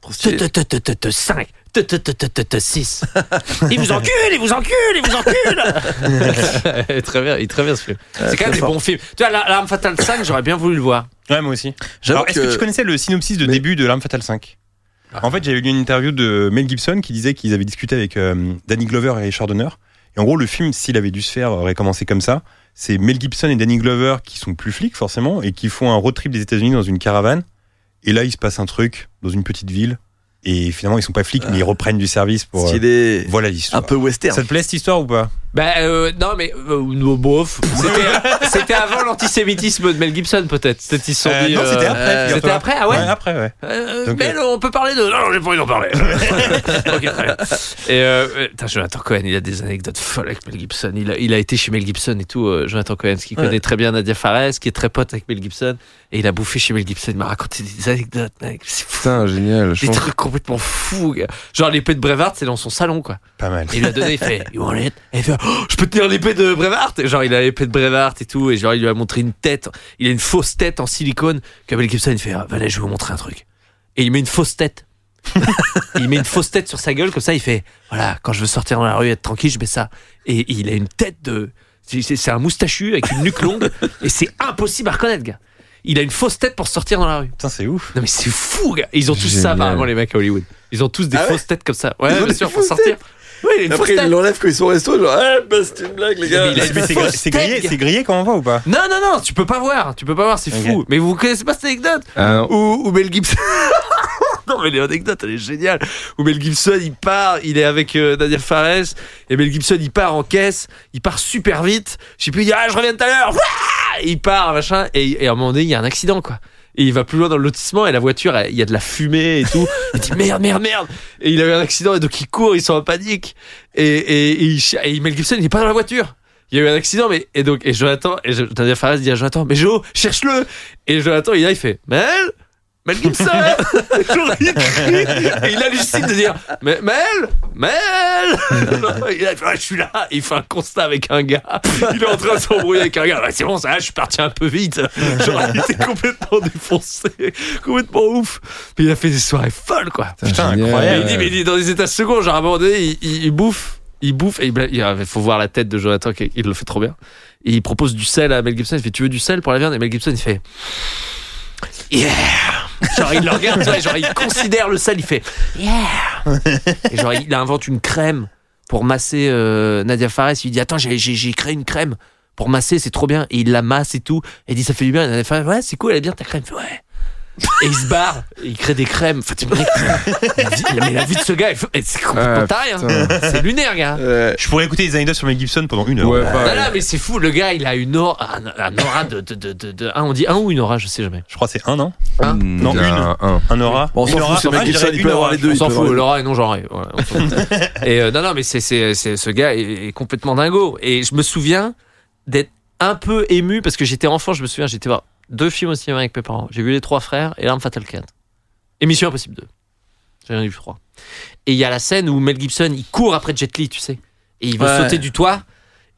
[SPEAKER 7] Trop stylé.
[SPEAKER 6] 5 6 Il vous encule, il vous encule, il vous encule Très bien, il est très bien ce film. C'est quand
[SPEAKER 7] très
[SPEAKER 6] même des
[SPEAKER 7] Euh, fort.
[SPEAKER 6] bons films. Tu vois, la- L'Arme Fatale 5, j'aurais bien voulu le voir.
[SPEAKER 4] Ouais, moi aussi.
[SPEAKER 7] J'avoue
[SPEAKER 4] Alors, est-ce que... tu connaissais le synopsis de
[SPEAKER 5] Mais-
[SPEAKER 4] début de L'Arme Fatale 5 En fait, j'avais lu une interview de Mel Gibson qui disait qu'ils avaient discuté avec euh, Danny Glover et Richard Donner. Et en gros, le film, s'il avait dû se faire, aurait commencé comme ça. C'est Mel Gibson et Danny Glover qui sont plus flics, forcément, et qui font un road trip des États-Unis dans une caravane. Et là, il se passe un truc dans une petite ville. Et finalement, ils sont pas flics, mais ils reprennent du service pour. euh,
[SPEAKER 7] Stylé.
[SPEAKER 4] Voilà
[SPEAKER 7] Un
[SPEAKER 4] l'histoire.
[SPEAKER 7] peu western.
[SPEAKER 4] Ça te plaît cette histoire ou pas
[SPEAKER 6] Bah euh, non mais euh, no, bof. C'était- C'était avant l'antisémitisme de Mel Gibson peut-être. Peut-être ils se sont
[SPEAKER 4] Euh,
[SPEAKER 6] dit.
[SPEAKER 4] Non, c'était
[SPEAKER 6] euh,
[SPEAKER 4] après.
[SPEAKER 7] euh,
[SPEAKER 4] figure-toi.
[SPEAKER 6] c'était après, ah ouais
[SPEAKER 4] après, ouais.
[SPEAKER 6] euh,
[SPEAKER 4] Donc,
[SPEAKER 6] Mel, on peut parler de. Non, non, j'ai pas envie d'en parler. ok, très bien. Et euh, euh, putain, Jonathan Cohen, il a des anecdotes folles avec Mel Gibson. Il a, il a été chez Mel Gibson et tout. euh, Jonathan Cohen, ce qui
[SPEAKER 7] Ouais.
[SPEAKER 6] connaît très bien Nadia Fares, qui est très pote avec Mel Gibson. Et il a bouffé chez Mel Gibson. Il m'a raconté des anecdotes, mec. C'est fou.
[SPEAKER 5] Putain, génial. Je
[SPEAKER 6] Des
[SPEAKER 5] pense-
[SPEAKER 6] trucs complètement fous. gars. Genre l'épée de Brevard, c'est dans son salon, quoi.
[SPEAKER 4] Pas mal.
[SPEAKER 6] Et il lui a donné, il fait You want it Et il fait Oh, Je peux tenir l'épée de Brevard Et Genre, il a l'épée de Brevard et tout. Et genre, il lui a montré une tête. Il a une fausse tête en silicone. Que Mel Gibson, il fait Ah, Venez, je vais vous montrer un truc. Et il met une fausse tête. il met une fausse tête sur sa gueule, comme ça, il fait Voilà, quand je veux sortir dans la rue et être tranquille, je mets ça. Et il a une tête de. c'est- C'est c'est un moustachu avec une nuque longue. et c'est impossible à reconnaître, gars. il a une fausse tête pour sortir dans la rue.
[SPEAKER 4] Putain, c'est ouf.
[SPEAKER 6] Non mais c'est fou, gars. Ils ont tous ça
[SPEAKER 4] Génial.
[SPEAKER 6] apparemment les mecs à Hollywood. Ils ont tous des
[SPEAKER 9] Ah ouais
[SPEAKER 6] fausses têtes comme ça. Ouais,
[SPEAKER 9] Ils ont
[SPEAKER 6] bien
[SPEAKER 9] des
[SPEAKER 6] sûr, pour
[SPEAKER 9] fausses
[SPEAKER 6] sortir. Ouais, il a une
[SPEAKER 9] Après,
[SPEAKER 6] fausse
[SPEAKER 9] ils
[SPEAKER 6] tête.
[SPEAKER 9] l'enlèvent quand ils sont au resto, genre, ah, bah, c'était une blague, les gars.
[SPEAKER 6] Mais il a une
[SPEAKER 4] Mais c'est
[SPEAKER 6] fausse
[SPEAKER 4] gr- c'est
[SPEAKER 6] tête,
[SPEAKER 4] grillé,
[SPEAKER 6] gars.
[SPEAKER 4] c'est grillé quand on va ou pas
[SPEAKER 6] Non, non, non, tu peux pas voir, tu peux pas voir, c'est
[SPEAKER 4] Ok.
[SPEAKER 6] fou. Mais vous connaissez pas cette anecdote
[SPEAKER 5] Ah, non.
[SPEAKER 6] Ou ou Mel Gibson. non, mais l'anecdote, elle est géniale. Où Mel Gibson, il part, il est avec euh, Daniel Fares, et Mel Gibson, il part en caisse, il part super vite. Je sais plus, il dit, ah, je reviens tout à l'heure. Ouah Il part, machin, et, et à un moment donné, il y a un accident, quoi. Et il va plus loin dans le lotissement et la voiture, elle- il y a de la fumée et tout. Il dit merde, merde, merde. Et il a eu un accident et donc il court, ils sont en panique. Et, et, et il ch- et Mel Gibson, il est pas dans la voiture. Il y a eu un accident, mais et donc et Jonathan et je- Daniel Fares dit à Jonathan, mais Joe, cherche-le. Et Jonathan, il est là, il fait Mel, Mel Gibson. Genre, il crie hein. et il hallucine de dire mais Mel, Mel. Il est là, il fait, Ouais, je suis là. Et il fait un constat avec un gars. Il est en train de s'embrouiller avec un gars. Ouais, c'est bon, ça, va, je suis parti un peu vite. Genre, il était complètement défoncé, complètement ouf. Mais il a fait des soirées folles, quoi.
[SPEAKER 4] Putain,
[SPEAKER 5] génial.
[SPEAKER 6] Et
[SPEAKER 4] incroyable.
[SPEAKER 6] il dit, mais il est dans des états seconds, genre à un moment donné, il, il- il bouffe, il bouffe, et il, bla- il ah, faut voir la tête de Jonathan, qui, il le fait trop bien. Et il propose du sel à Mel Gibson, il fait, tu veux du sel pour la viande Et Mel Gibson, il fait, yeah Genre il le regarde, tu vois, genre il considère le sel, il fait, yeah Et genre il invente une crème pour masser euh, Nadia Fares, il dit, attends, j'ai- j'ai j'ai créé une crème pour masser, c'est trop bien. Et il la masse et tout, et il dit, ça fait du bien. Et Nadia Fares, ouais, c'est cool, elle est bien ta crème. Il fait, ouais et il se barre, et il crée des crèmes. Enfin, tu me dis, la vie, mais la vie de ce gars, elle fait- elle- c'est complètement
[SPEAKER 5] Ah,
[SPEAKER 6] taré. hein.
[SPEAKER 5] putain.
[SPEAKER 6] C'est lunaire, gars.
[SPEAKER 9] Ouais.
[SPEAKER 4] Je pourrais écouter des anecdotes sur Mel Gibson pendant une heure.
[SPEAKER 5] Ouais,
[SPEAKER 6] Non,
[SPEAKER 5] pareil.
[SPEAKER 6] non, mais c'est fou, le gars, il a une aura, un, un aura de, de, de, de- de- un, on dit un ou une aura, je sais jamais.
[SPEAKER 4] Je crois que c'est un, non
[SPEAKER 6] Hein
[SPEAKER 4] Non,
[SPEAKER 5] Il y a un- un.
[SPEAKER 4] Un aura
[SPEAKER 7] Bon, on s'en
[SPEAKER 4] Une
[SPEAKER 7] fout,
[SPEAKER 4] aura
[SPEAKER 7] c'est Mel
[SPEAKER 4] Ah, je
[SPEAKER 7] Gibson,
[SPEAKER 4] dirais
[SPEAKER 7] il
[SPEAKER 4] une
[SPEAKER 7] peut avoir
[SPEAKER 4] aura,
[SPEAKER 7] les
[SPEAKER 4] je
[SPEAKER 6] on
[SPEAKER 7] deux,
[SPEAKER 4] pense.
[SPEAKER 7] il
[SPEAKER 6] s'en
[SPEAKER 7] peut
[SPEAKER 6] fout,
[SPEAKER 7] avoir-
[SPEAKER 6] l'aura est non genrée. Voilà, on s'en fout. et euh, non, non, mais c'est, c'est, c'est- ce gars est, est complètement dingo. Et je me souviens d'être un peu ému parce que j'étais enfant, je me souviens, j'étais voir deux films au cinéma avec mes parents. J'ai vu Les Trois Frères et L'Arme Fatale 4. Et Mission Impossible 2. J'ai rien vu 3. Et il y a la scène où Mel Gibson, il court après Jet Li, tu sais. Et il va
[SPEAKER 9] Ouais.
[SPEAKER 6] sauter du toit.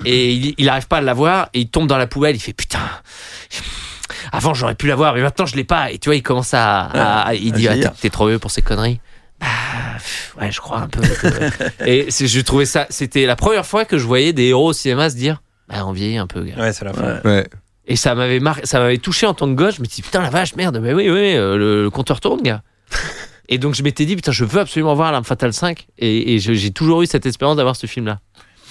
[SPEAKER 6] Et il, il arrive pas à l'avoir et il tombe dans la poubelle. Il fait putain. Avant j'aurais pu l'avoir, mais maintenant je l'ai pas. Et tu vois, il commence à, à- à- il
[SPEAKER 7] à
[SPEAKER 6] dit ah, t'es-
[SPEAKER 7] vieillir.
[SPEAKER 6] t'es trop vieux pour ces conneries. Bah, pff, ouais, je crois un peu. que- et c'est- je trouvais ça, c'était la première fois que je voyais des héros au cinéma se dire bah on vieillit un peu. Gars.
[SPEAKER 4] Ouais, c'est la fin.
[SPEAKER 7] Ouais.
[SPEAKER 5] Ouais.
[SPEAKER 6] Et ça m'avait marqué, ça m'avait touché en tant que gauche. Je me dis putain la vache merde, mais oui oui, euh, le, le compteur tourne gars. et donc je m'étais dit putain je veux absolument voir l'arme fatale 5 et, et je- j'ai toujours eu cette espérance d'avoir ce film là,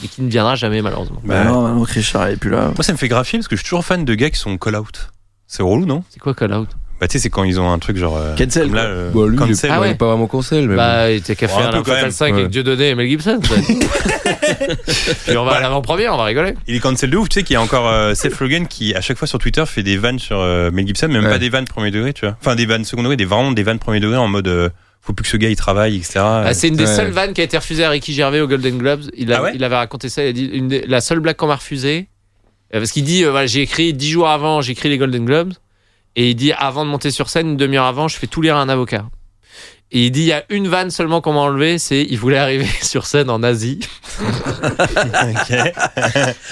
[SPEAKER 6] mais qui ne viendra jamais malheureusement.
[SPEAKER 7] Bah non, maintenant que Richard est plus là.
[SPEAKER 4] Moi, ça me fait graffier parce que je suis toujours fan de gars qui sont call-out. C'est relou, non
[SPEAKER 6] C'est quoi Call Out
[SPEAKER 4] Bah, tu sais, c'est quand ils ont un truc genre. euh,
[SPEAKER 7] Cancel,
[SPEAKER 4] comme là,
[SPEAKER 7] quoi.
[SPEAKER 4] euh,
[SPEAKER 5] Bah, lui, il est-
[SPEAKER 4] cancel.
[SPEAKER 6] Ah
[SPEAKER 5] il
[SPEAKER 6] ouais.
[SPEAKER 5] est pas vraiment conseil, mais. bon.
[SPEAKER 6] Bah, t'as qu'à
[SPEAKER 4] Bon,
[SPEAKER 6] faire
[SPEAKER 4] un peu
[SPEAKER 6] la
[SPEAKER 4] quand
[SPEAKER 6] Fatal
[SPEAKER 4] même.
[SPEAKER 6] 5
[SPEAKER 5] Ouais.
[SPEAKER 6] avec Dieudonné et Mel Gibson. quoi. Puis on va à l'avant-première, on va rigoler.
[SPEAKER 4] Il est cancel de ouf. Tu sais qu'il y a encore euh, Seth Rogen qui, à chaque fois sur Twitter, fait des vannes sur euh, Mel Gibson, mais même
[SPEAKER 5] Ouais.
[SPEAKER 4] pas des vannes premier degré, tu vois. Enfin, des vannes second degré, des vraiment des vannes premier degré en mode. euh, faut plus que ce gars il travaille, etc.
[SPEAKER 6] Ah, c'est une des
[SPEAKER 5] ouais.
[SPEAKER 6] seules vannes qui a été refusée à Ricky Gervais au Golden Globes. Il, a-
[SPEAKER 4] Ah ouais
[SPEAKER 6] il avait raconté ça, il a dit une des- la seule blague qu'on m'a refusée. euh, Parce qu'il dit, euh, voilà, j'ai écrit 10 jours avant, j'ai écrit les Golden Globes. Et il dit, avant de monter sur scène, une demi-heure avant, je fais tout lire à un avocat. Et il dit, il y a une vanne seulement qu'on m'a enlevée, c'est il voulait arriver sur scène en Asie.
[SPEAKER 4] Ok.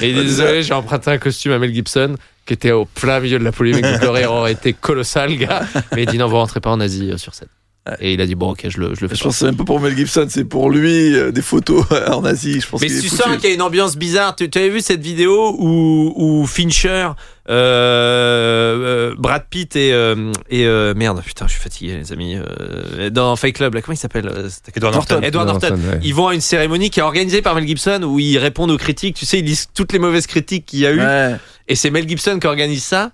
[SPEAKER 6] Et il est désolé, j'ai emprunté un costume à Mel Gibson qui était au plein milieu de la polémique. Le horaire aurait été colossal, gars. Mais il dit non, vous rentrez pas en Asie euh, sur scène. Et il a dit bon, ok, je le, je le fais.
[SPEAKER 7] Je
[SPEAKER 6] pas.
[SPEAKER 7] pense que c'est même pas pour Mel Gibson, c'est pour lui, euh, des photos en Asie. Je pense
[SPEAKER 6] Mais
[SPEAKER 7] qu'il
[SPEAKER 6] tu
[SPEAKER 7] est
[SPEAKER 6] sens
[SPEAKER 7] foutu.
[SPEAKER 6] qu'il y a une ambiance bizarre. Tu, tu avais vu cette vidéo où, où Fincher, euh, euh, Brad Pitt et, euh, et euh, merde, putain, je suis fatigué, les amis. euh, dans Fight Club, là, comment il s'appelle euh, cet acteur
[SPEAKER 4] Edward Norton.
[SPEAKER 6] Edward Norton.
[SPEAKER 5] Norton, ouais.
[SPEAKER 6] Ils vont à une cérémonie qui est organisée par Mel Gibson où ils répondent aux critiques. Tu sais, ils lisent toutes les mauvaises critiques qu'il y a eu.
[SPEAKER 7] Ouais.
[SPEAKER 6] Et c'est Mel Gibson qui organise ça.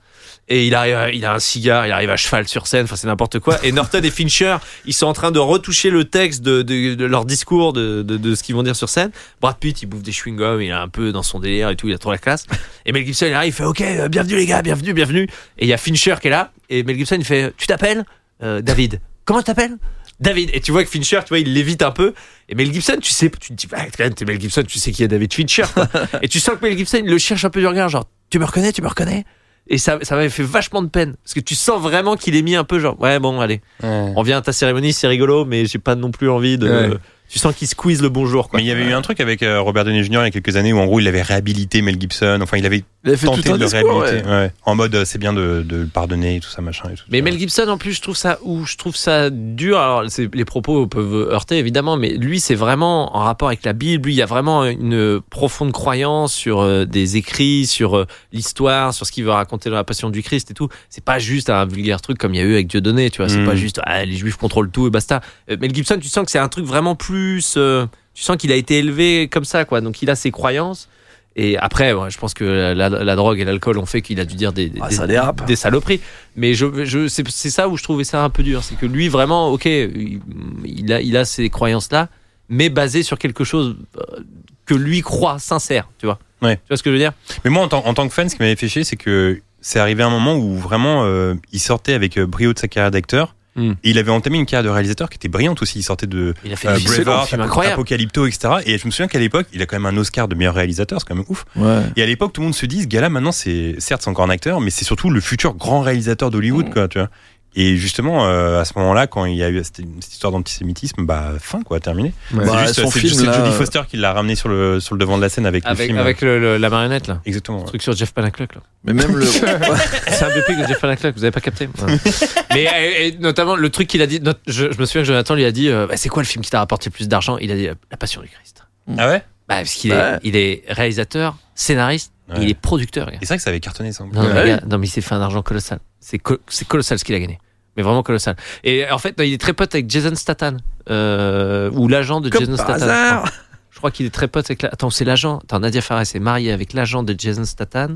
[SPEAKER 6] Et il arrive, euh, il a un cigare, il arrive à cheval sur scène, enfin c'est n'importe quoi. Et Norton et Fincher, ils sont en train de retoucher le texte de, de- de leur discours, de, de- de ce qu'ils vont dire sur scène. Brad Pitt, il bouffe des chewing-gums, il est un peu dans son délire et tout, il a trop la classe. Et Mel Gibson, il arrive, il fait OK, euh, bienvenue les gars, bienvenue, bienvenue. Et il y a Fincher qui est là. Et Mel Gibson, il fait Tu t'appelles Euh, David. Comment tu t'appelles David. Et tu vois que Fincher, tu vois, il lévite un peu. Et Mel Gibson, tu sais, tu te dis, bah, quand même, t'es Mel Gibson, tu sais qu'il y a David Fincher. quoi. et tu sens que Mel Gibson, il le cherche un peu du regard, genre, tu me reconnais, tu me reconnais. Et ça, ça m'avait fait vachement de peine. Parce que tu sens vraiment qu'il est mis un peu genre, ouais, bon, allez, on vient à ta cérémonie, c'est rigolo, mais j'ai pas non plus envie de.
[SPEAKER 5] Ouais.
[SPEAKER 6] tu sens qu'il squeeze le bonjour. Quoi.
[SPEAKER 4] Mais il y avait eu un truc avec euh, Robert Downey Jr. il y a quelques années où en gros il avait réhabilité Mel Gibson. Enfin, il avait
[SPEAKER 7] Il a fait
[SPEAKER 4] tenté
[SPEAKER 7] tout
[SPEAKER 4] de
[SPEAKER 7] un
[SPEAKER 4] le
[SPEAKER 7] discours.
[SPEAKER 4] réhabiliter.
[SPEAKER 7] ouais.
[SPEAKER 4] ouais. En mode euh, c'est bien de, de le pardonner et tout ça machin et tout.
[SPEAKER 6] Mais Mel Gibson, en plus, je trouve ça ou je trouve ça dur. Alors, c'est- les propos peuvent heurter évidemment, mais lui, c'est vraiment en rapport avec la Bible. Lui, il y a vraiment une profonde croyance sur euh, des écrits, sur euh, l'histoire, sur ce qu'il veut raconter dans la Passion du Christ et tout. C'est pas juste un vulgaire truc comme il y a eu avec Dieudonné, tu vois. C'est
[SPEAKER 4] Mm.
[SPEAKER 6] pas juste ah, les Juifs contrôlent tout et basta. Euh, Mel Gibson, tu sens que c'est un truc vraiment plus. euh, tu sens qu'il a été élevé comme ça, quoi. Donc, il a ses croyances. Et après, ouais, je pense que la, la drogue et l'alcool ont fait qu'il a dû dire des, des-
[SPEAKER 7] Ah, ça dérape.
[SPEAKER 6] des saloperies. Mais je, je, c'est c'est ça où je trouvais ça un peu dur. C'est que lui, vraiment, ok, il il a, il a ces croyances-là, mais basées sur quelque chose euh, que lui croit sincère, tu vois.
[SPEAKER 4] Ouais.
[SPEAKER 6] Tu vois ce que je veux dire
[SPEAKER 4] Mais moi, en, tant- en tant que fan, ce qui m'avait fait chier, c'est que c'est arrivé un moment où vraiment euh, il sortait avec euh, brio de sa carrière d'acteur.
[SPEAKER 7] Hmm.
[SPEAKER 6] Mm.
[SPEAKER 4] Et il avait entamé une carrière de réalisateur qui était brillante aussi. Il sortait de
[SPEAKER 6] Il a fait
[SPEAKER 4] euh,
[SPEAKER 6] des films
[SPEAKER 4] Braveheart,
[SPEAKER 6] incroyables.
[SPEAKER 4] Apocalypto, etc. Et je me souviens qu'à l'époque, il a quand même un Oscar de meilleur réalisateur, c'est quand même ouf.
[SPEAKER 7] Ouais.
[SPEAKER 4] Et à l'époque, tout le monde se dit, ce gars-là, maintenant, c'est certes, c'est encore un acteur, mais c'est surtout le futur grand réalisateur d'Hollywood,
[SPEAKER 6] Mm.
[SPEAKER 4] quoi, tu vois. Et justement, euh, à ce moment-là, quand il y a eu cette, cette histoire d'antisémitisme, bah, fin, quoi, terminé.
[SPEAKER 5] Ouais.
[SPEAKER 4] C'est
[SPEAKER 7] Bah,
[SPEAKER 4] juste,
[SPEAKER 7] son
[SPEAKER 4] c'est
[SPEAKER 7] film,
[SPEAKER 4] juste
[SPEAKER 7] là,
[SPEAKER 4] Jodie
[SPEAKER 7] euh,
[SPEAKER 4] Foster qui l'a ramené sur le, sur le devant de la scène avec, le
[SPEAKER 6] Avec,
[SPEAKER 4] film. euh,
[SPEAKER 6] avec le- le- la marionnette, là.
[SPEAKER 4] Exactement. ouais.
[SPEAKER 6] Le truc sur Jeff Panaclock, là.
[SPEAKER 7] Mais même le. Ouais.
[SPEAKER 6] C'est un biopic de Jeff Panaclock, vous avez pas capté Ouais. Mais euh, et notamment, le truc qu'il a dit, notre- je, je me souviens que Jonathan lui a dit euh, Bah, C'est quoi le film qui t'a rapporté le plus d'argent Il a dit euh, La Passion du Christ.
[SPEAKER 4] Ah ouais?
[SPEAKER 6] Bah, parce qu'il
[SPEAKER 7] Ouais.
[SPEAKER 6] est, il est réalisateur, scénariste, et
[SPEAKER 4] Ouais.
[SPEAKER 6] il est producteur,
[SPEAKER 4] Et
[SPEAKER 6] gars.
[SPEAKER 4] c'est vrai que ça avait cartonné, ça. en plus.
[SPEAKER 6] Non, mais
[SPEAKER 7] Ouais.
[SPEAKER 6] regarde, non, mais il s'est fait un argent colossal. C'est co- c'est colossal ce qu'il a gagné. Mais vraiment colossal. Et en fait, non, il est très pote avec Jason Statham. euh, ou l'agent de
[SPEAKER 7] Comme
[SPEAKER 6] Jason
[SPEAKER 7] par
[SPEAKER 6] Statham. je
[SPEAKER 7] hasard.
[SPEAKER 6] crois. Je crois qu'il est très pote avec. la- Attends, c'est l'agent. Attends, Nadia Farès est mariée avec l'agent de Jason Statham.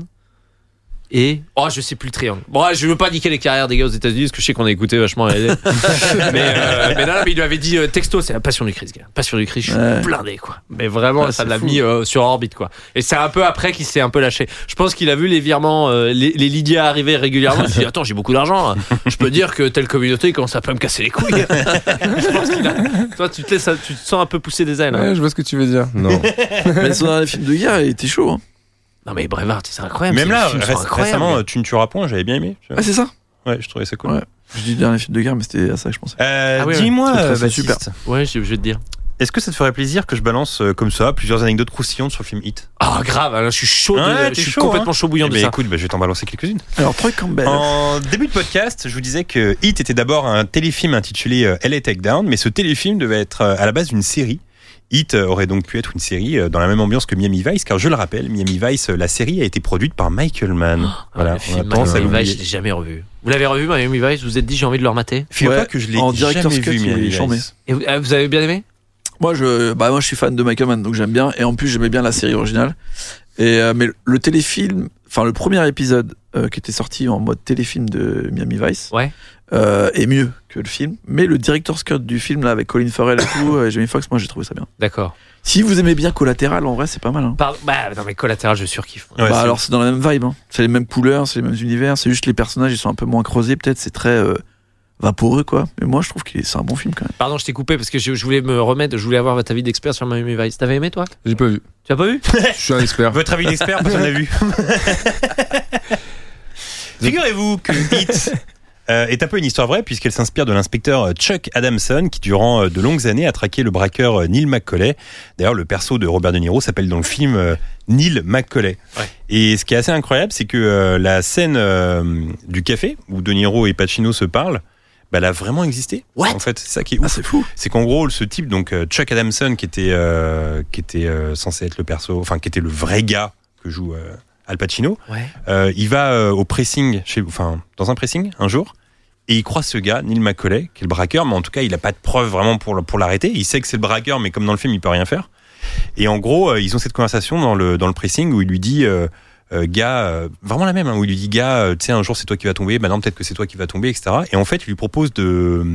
[SPEAKER 6] Et. Oh, je sais plus le triangle. Bon, ouais, je veux pas niquer les carrières des gars aux États-Unis parce que je sais qu'on a écouté vachement RD. mais, euh, mais non, non, mais il lui avait dit euh, texto, c'est la passion du Christ, gars. Passion du Christ, je suis
[SPEAKER 7] Ouais.
[SPEAKER 6] blindé, quoi. Mais vraiment,
[SPEAKER 7] Ah,
[SPEAKER 6] ça
[SPEAKER 7] c'est
[SPEAKER 6] l'a
[SPEAKER 7] fou.
[SPEAKER 6] mis euh, sur orbite, quoi. Et c'est un peu après qu'il s'est un peu lâché. Je pense qu'il a vu les virements, euh, les, les Lydia arriver régulièrement. Il s'est dit, attends, j'ai beaucoup d'argent. hein. Je peux dire que telle communauté commence à pas me casser les couilles. je pense qu'il a. Toi, tu te, laisses, tu te sens un peu pousser des ailes. hein.
[SPEAKER 5] Ouais, je vois ce que tu veux dire. Non.
[SPEAKER 7] Mais son dernier film de guerre, il était chaud. hein.
[SPEAKER 6] Non, mais Brevard, c'est incroyable.
[SPEAKER 4] Même
[SPEAKER 6] ces
[SPEAKER 4] là,
[SPEAKER 6] films sont
[SPEAKER 4] réc-
[SPEAKER 6] incroyables.
[SPEAKER 4] récemment, euh, Tu ne tueras point, j'avais bien aimé. tu vois.
[SPEAKER 7] Ah, c'est ça
[SPEAKER 4] Ouais, je trouvais ça cool.
[SPEAKER 7] Ouais. Je dis dernier film de guerre, mais c'était à ça que je pensais.
[SPEAKER 4] Euh,
[SPEAKER 6] Ah oui, oui.
[SPEAKER 4] Dis-moi,
[SPEAKER 7] C'est très-
[SPEAKER 4] euh,
[SPEAKER 7] c'est super.
[SPEAKER 4] Baptiste,
[SPEAKER 6] Ouais, je, je vais te dire.
[SPEAKER 4] est-ce que ça te ferait plaisir que je balance euh, comme ça plusieurs anecdotes croustillantes sur le film Hit
[SPEAKER 6] Ah, grave, alors, je suis chaud, de-
[SPEAKER 4] Ouais, t'es
[SPEAKER 6] je suis
[SPEAKER 4] chaud,
[SPEAKER 6] complètement
[SPEAKER 4] hein.
[SPEAKER 6] chaud bouillant
[SPEAKER 4] Eh
[SPEAKER 6] de
[SPEAKER 4] ben,
[SPEAKER 6] ça.
[SPEAKER 4] écoute, ben, je vais t'en balancer quelques-unes.
[SPEAKER 7] Alors, Troy Campbell.
[SPEAKER 4] En début de podcast, je vous disais que Hit était d'abord un téléfilm intitulé euh, LA Takedown, mais ce téléfilm devait être euh, à la base une série. Hit euh, aurait donc pu être une série euh, dans la même ambiance que Miami Vice, car je le rappelle, Miami Vice, euh, la série a été produite par Michael Mann. voilà, on
[SPEAKER 6] Voilà, Ah, le
[SPEAKER 4] a
[SPEAKER 6] film
[SPEAKER 4] tendance à
[SPEAKER 6] Miami Vice,
[SPEAKER 4] l'oublier.
[SPEAKER 6] je l'ai jamais revu. Vous l'avez revu, Miami Vice Vous vous êtes dit, j'ai envie de le remater
[SPEAKER 4] Figure-toi
[SPEAKER 7] Ouais,
[SPEAKER 4] que je l'ai
[SPEAKER 7] en
[SPEAKER 4] jamais
[SPEAKER 7] director's cut,
[SPEAKER 4] vu,
[SPEAKER 7] il
[SPEAKER 4] Miami
[SPEAKER 7] est
[SPEAKER 4] Vice.
[SPEAKER 7] chambé.
[SPEAKER 6] Et vous, ah, vous avez bien aimé
[SPEAKER 7] Moi, je, bah, moi, je suis fan de Michael Mann, donc j'aime bien. Et en plus, j'aimais bien la série originale. Et, euh, mais le téléfilm, enfin, le premier épisode euh, qui était sorti en mode téléfilm de Miami Vice
[SPEAKER 6] Ouais.
[SPEAKER 7] euh, est mieux que le film. Mais le director's cut du film, là, avec Colin Farrell et tout, euh, et Jamie Foxx, moi, j'ai trouvé ça bien.
[SPEAKER 6] D'accord.
[SPEAKER 7] Si vous aimez bien Collateral, en vrai, c'est pas mal. hein.
[SPEAKER 6] Par- Bah, non, mais collatéral, je surkiffe.
[SPEAKER 4] Ouais,
[SPEAKER 7] bah
[SPEAKER 4] c'est-
[SPEAKER 7] alors c'est dans la même vibe, hein. c'est les mêmes couleurs, c'est les mêmes univers, c'est juste les personnages ils sont un peu moins creusés, peut-être c'est très euh, vaporeux quoi. Mais moi je trouve que c'est un bon film quand même.
[SPEAKER 6] Pardon, je t'ai coupé parce que je, je voulais me remettre, je voulais avoir votre avis d'expert sur Miami Vice. T'avais aimé toi
[SPEAKER 5] J'ai pas vu.
[SPEAKER 6] Tu as pas vu
[SPEAKER 5] Je suis un expert.
[SPEAKER 4] Votre avis d'expert, personne n'a vu. Figurez-vous que Hit euh, est un peu une histoire vraie puisqu'elle s'inspire de l'inspecteur euh, Chuck Adamson qui durant euh, de longues années a traqué le braqueur euh, Neil McCauley. D'ailleurs, le perso de Robert De Niro s'appelle dans le film euh, Neil McCauley.
[SPEAKER 6] Ouais.
[SPEAKER 4] Et ce qui est assez incroyable, c'est que euh, la scène euh, du café où De Niro et Pacino se parlent, bah, elle a vraiment existé.
[SPEAKER 6] What
[SPEAKER 4] en fait, c'est ça qui est ouf
[SPEAKER 7] Ah c'est fou.
[SPEAKER 4] c'est qu'en gros ce type donc euh, Chuck Adamson qui était euh, qui était euh, censé être le perso enfin qui était le vrai gars que joue euh, Al Pacino
[SPEAKER 6] Ouais.
[SPEAKER 4] euh, il va euh, au pressing chez enfin dans un pressing un jour et il croise ce gars Neil McCauley qui est le braqueur mais en tout cas il n'a pas de preuves vraiment pour le- pour l'arrêter il sait que c'est le braqueur mais comme dans le film il peut rien faire et en gros euh, ils ont cette conversation dans le dans le pressing où il lui dit euh, euh, gars, euh, vraiment la même, hein, où il lui dit gars, euh, tu sais, un jour c'est toi qui va tomber, maintenant peut-être que c'est toi qui va tomber, etc. Et en fait, il lui propose de,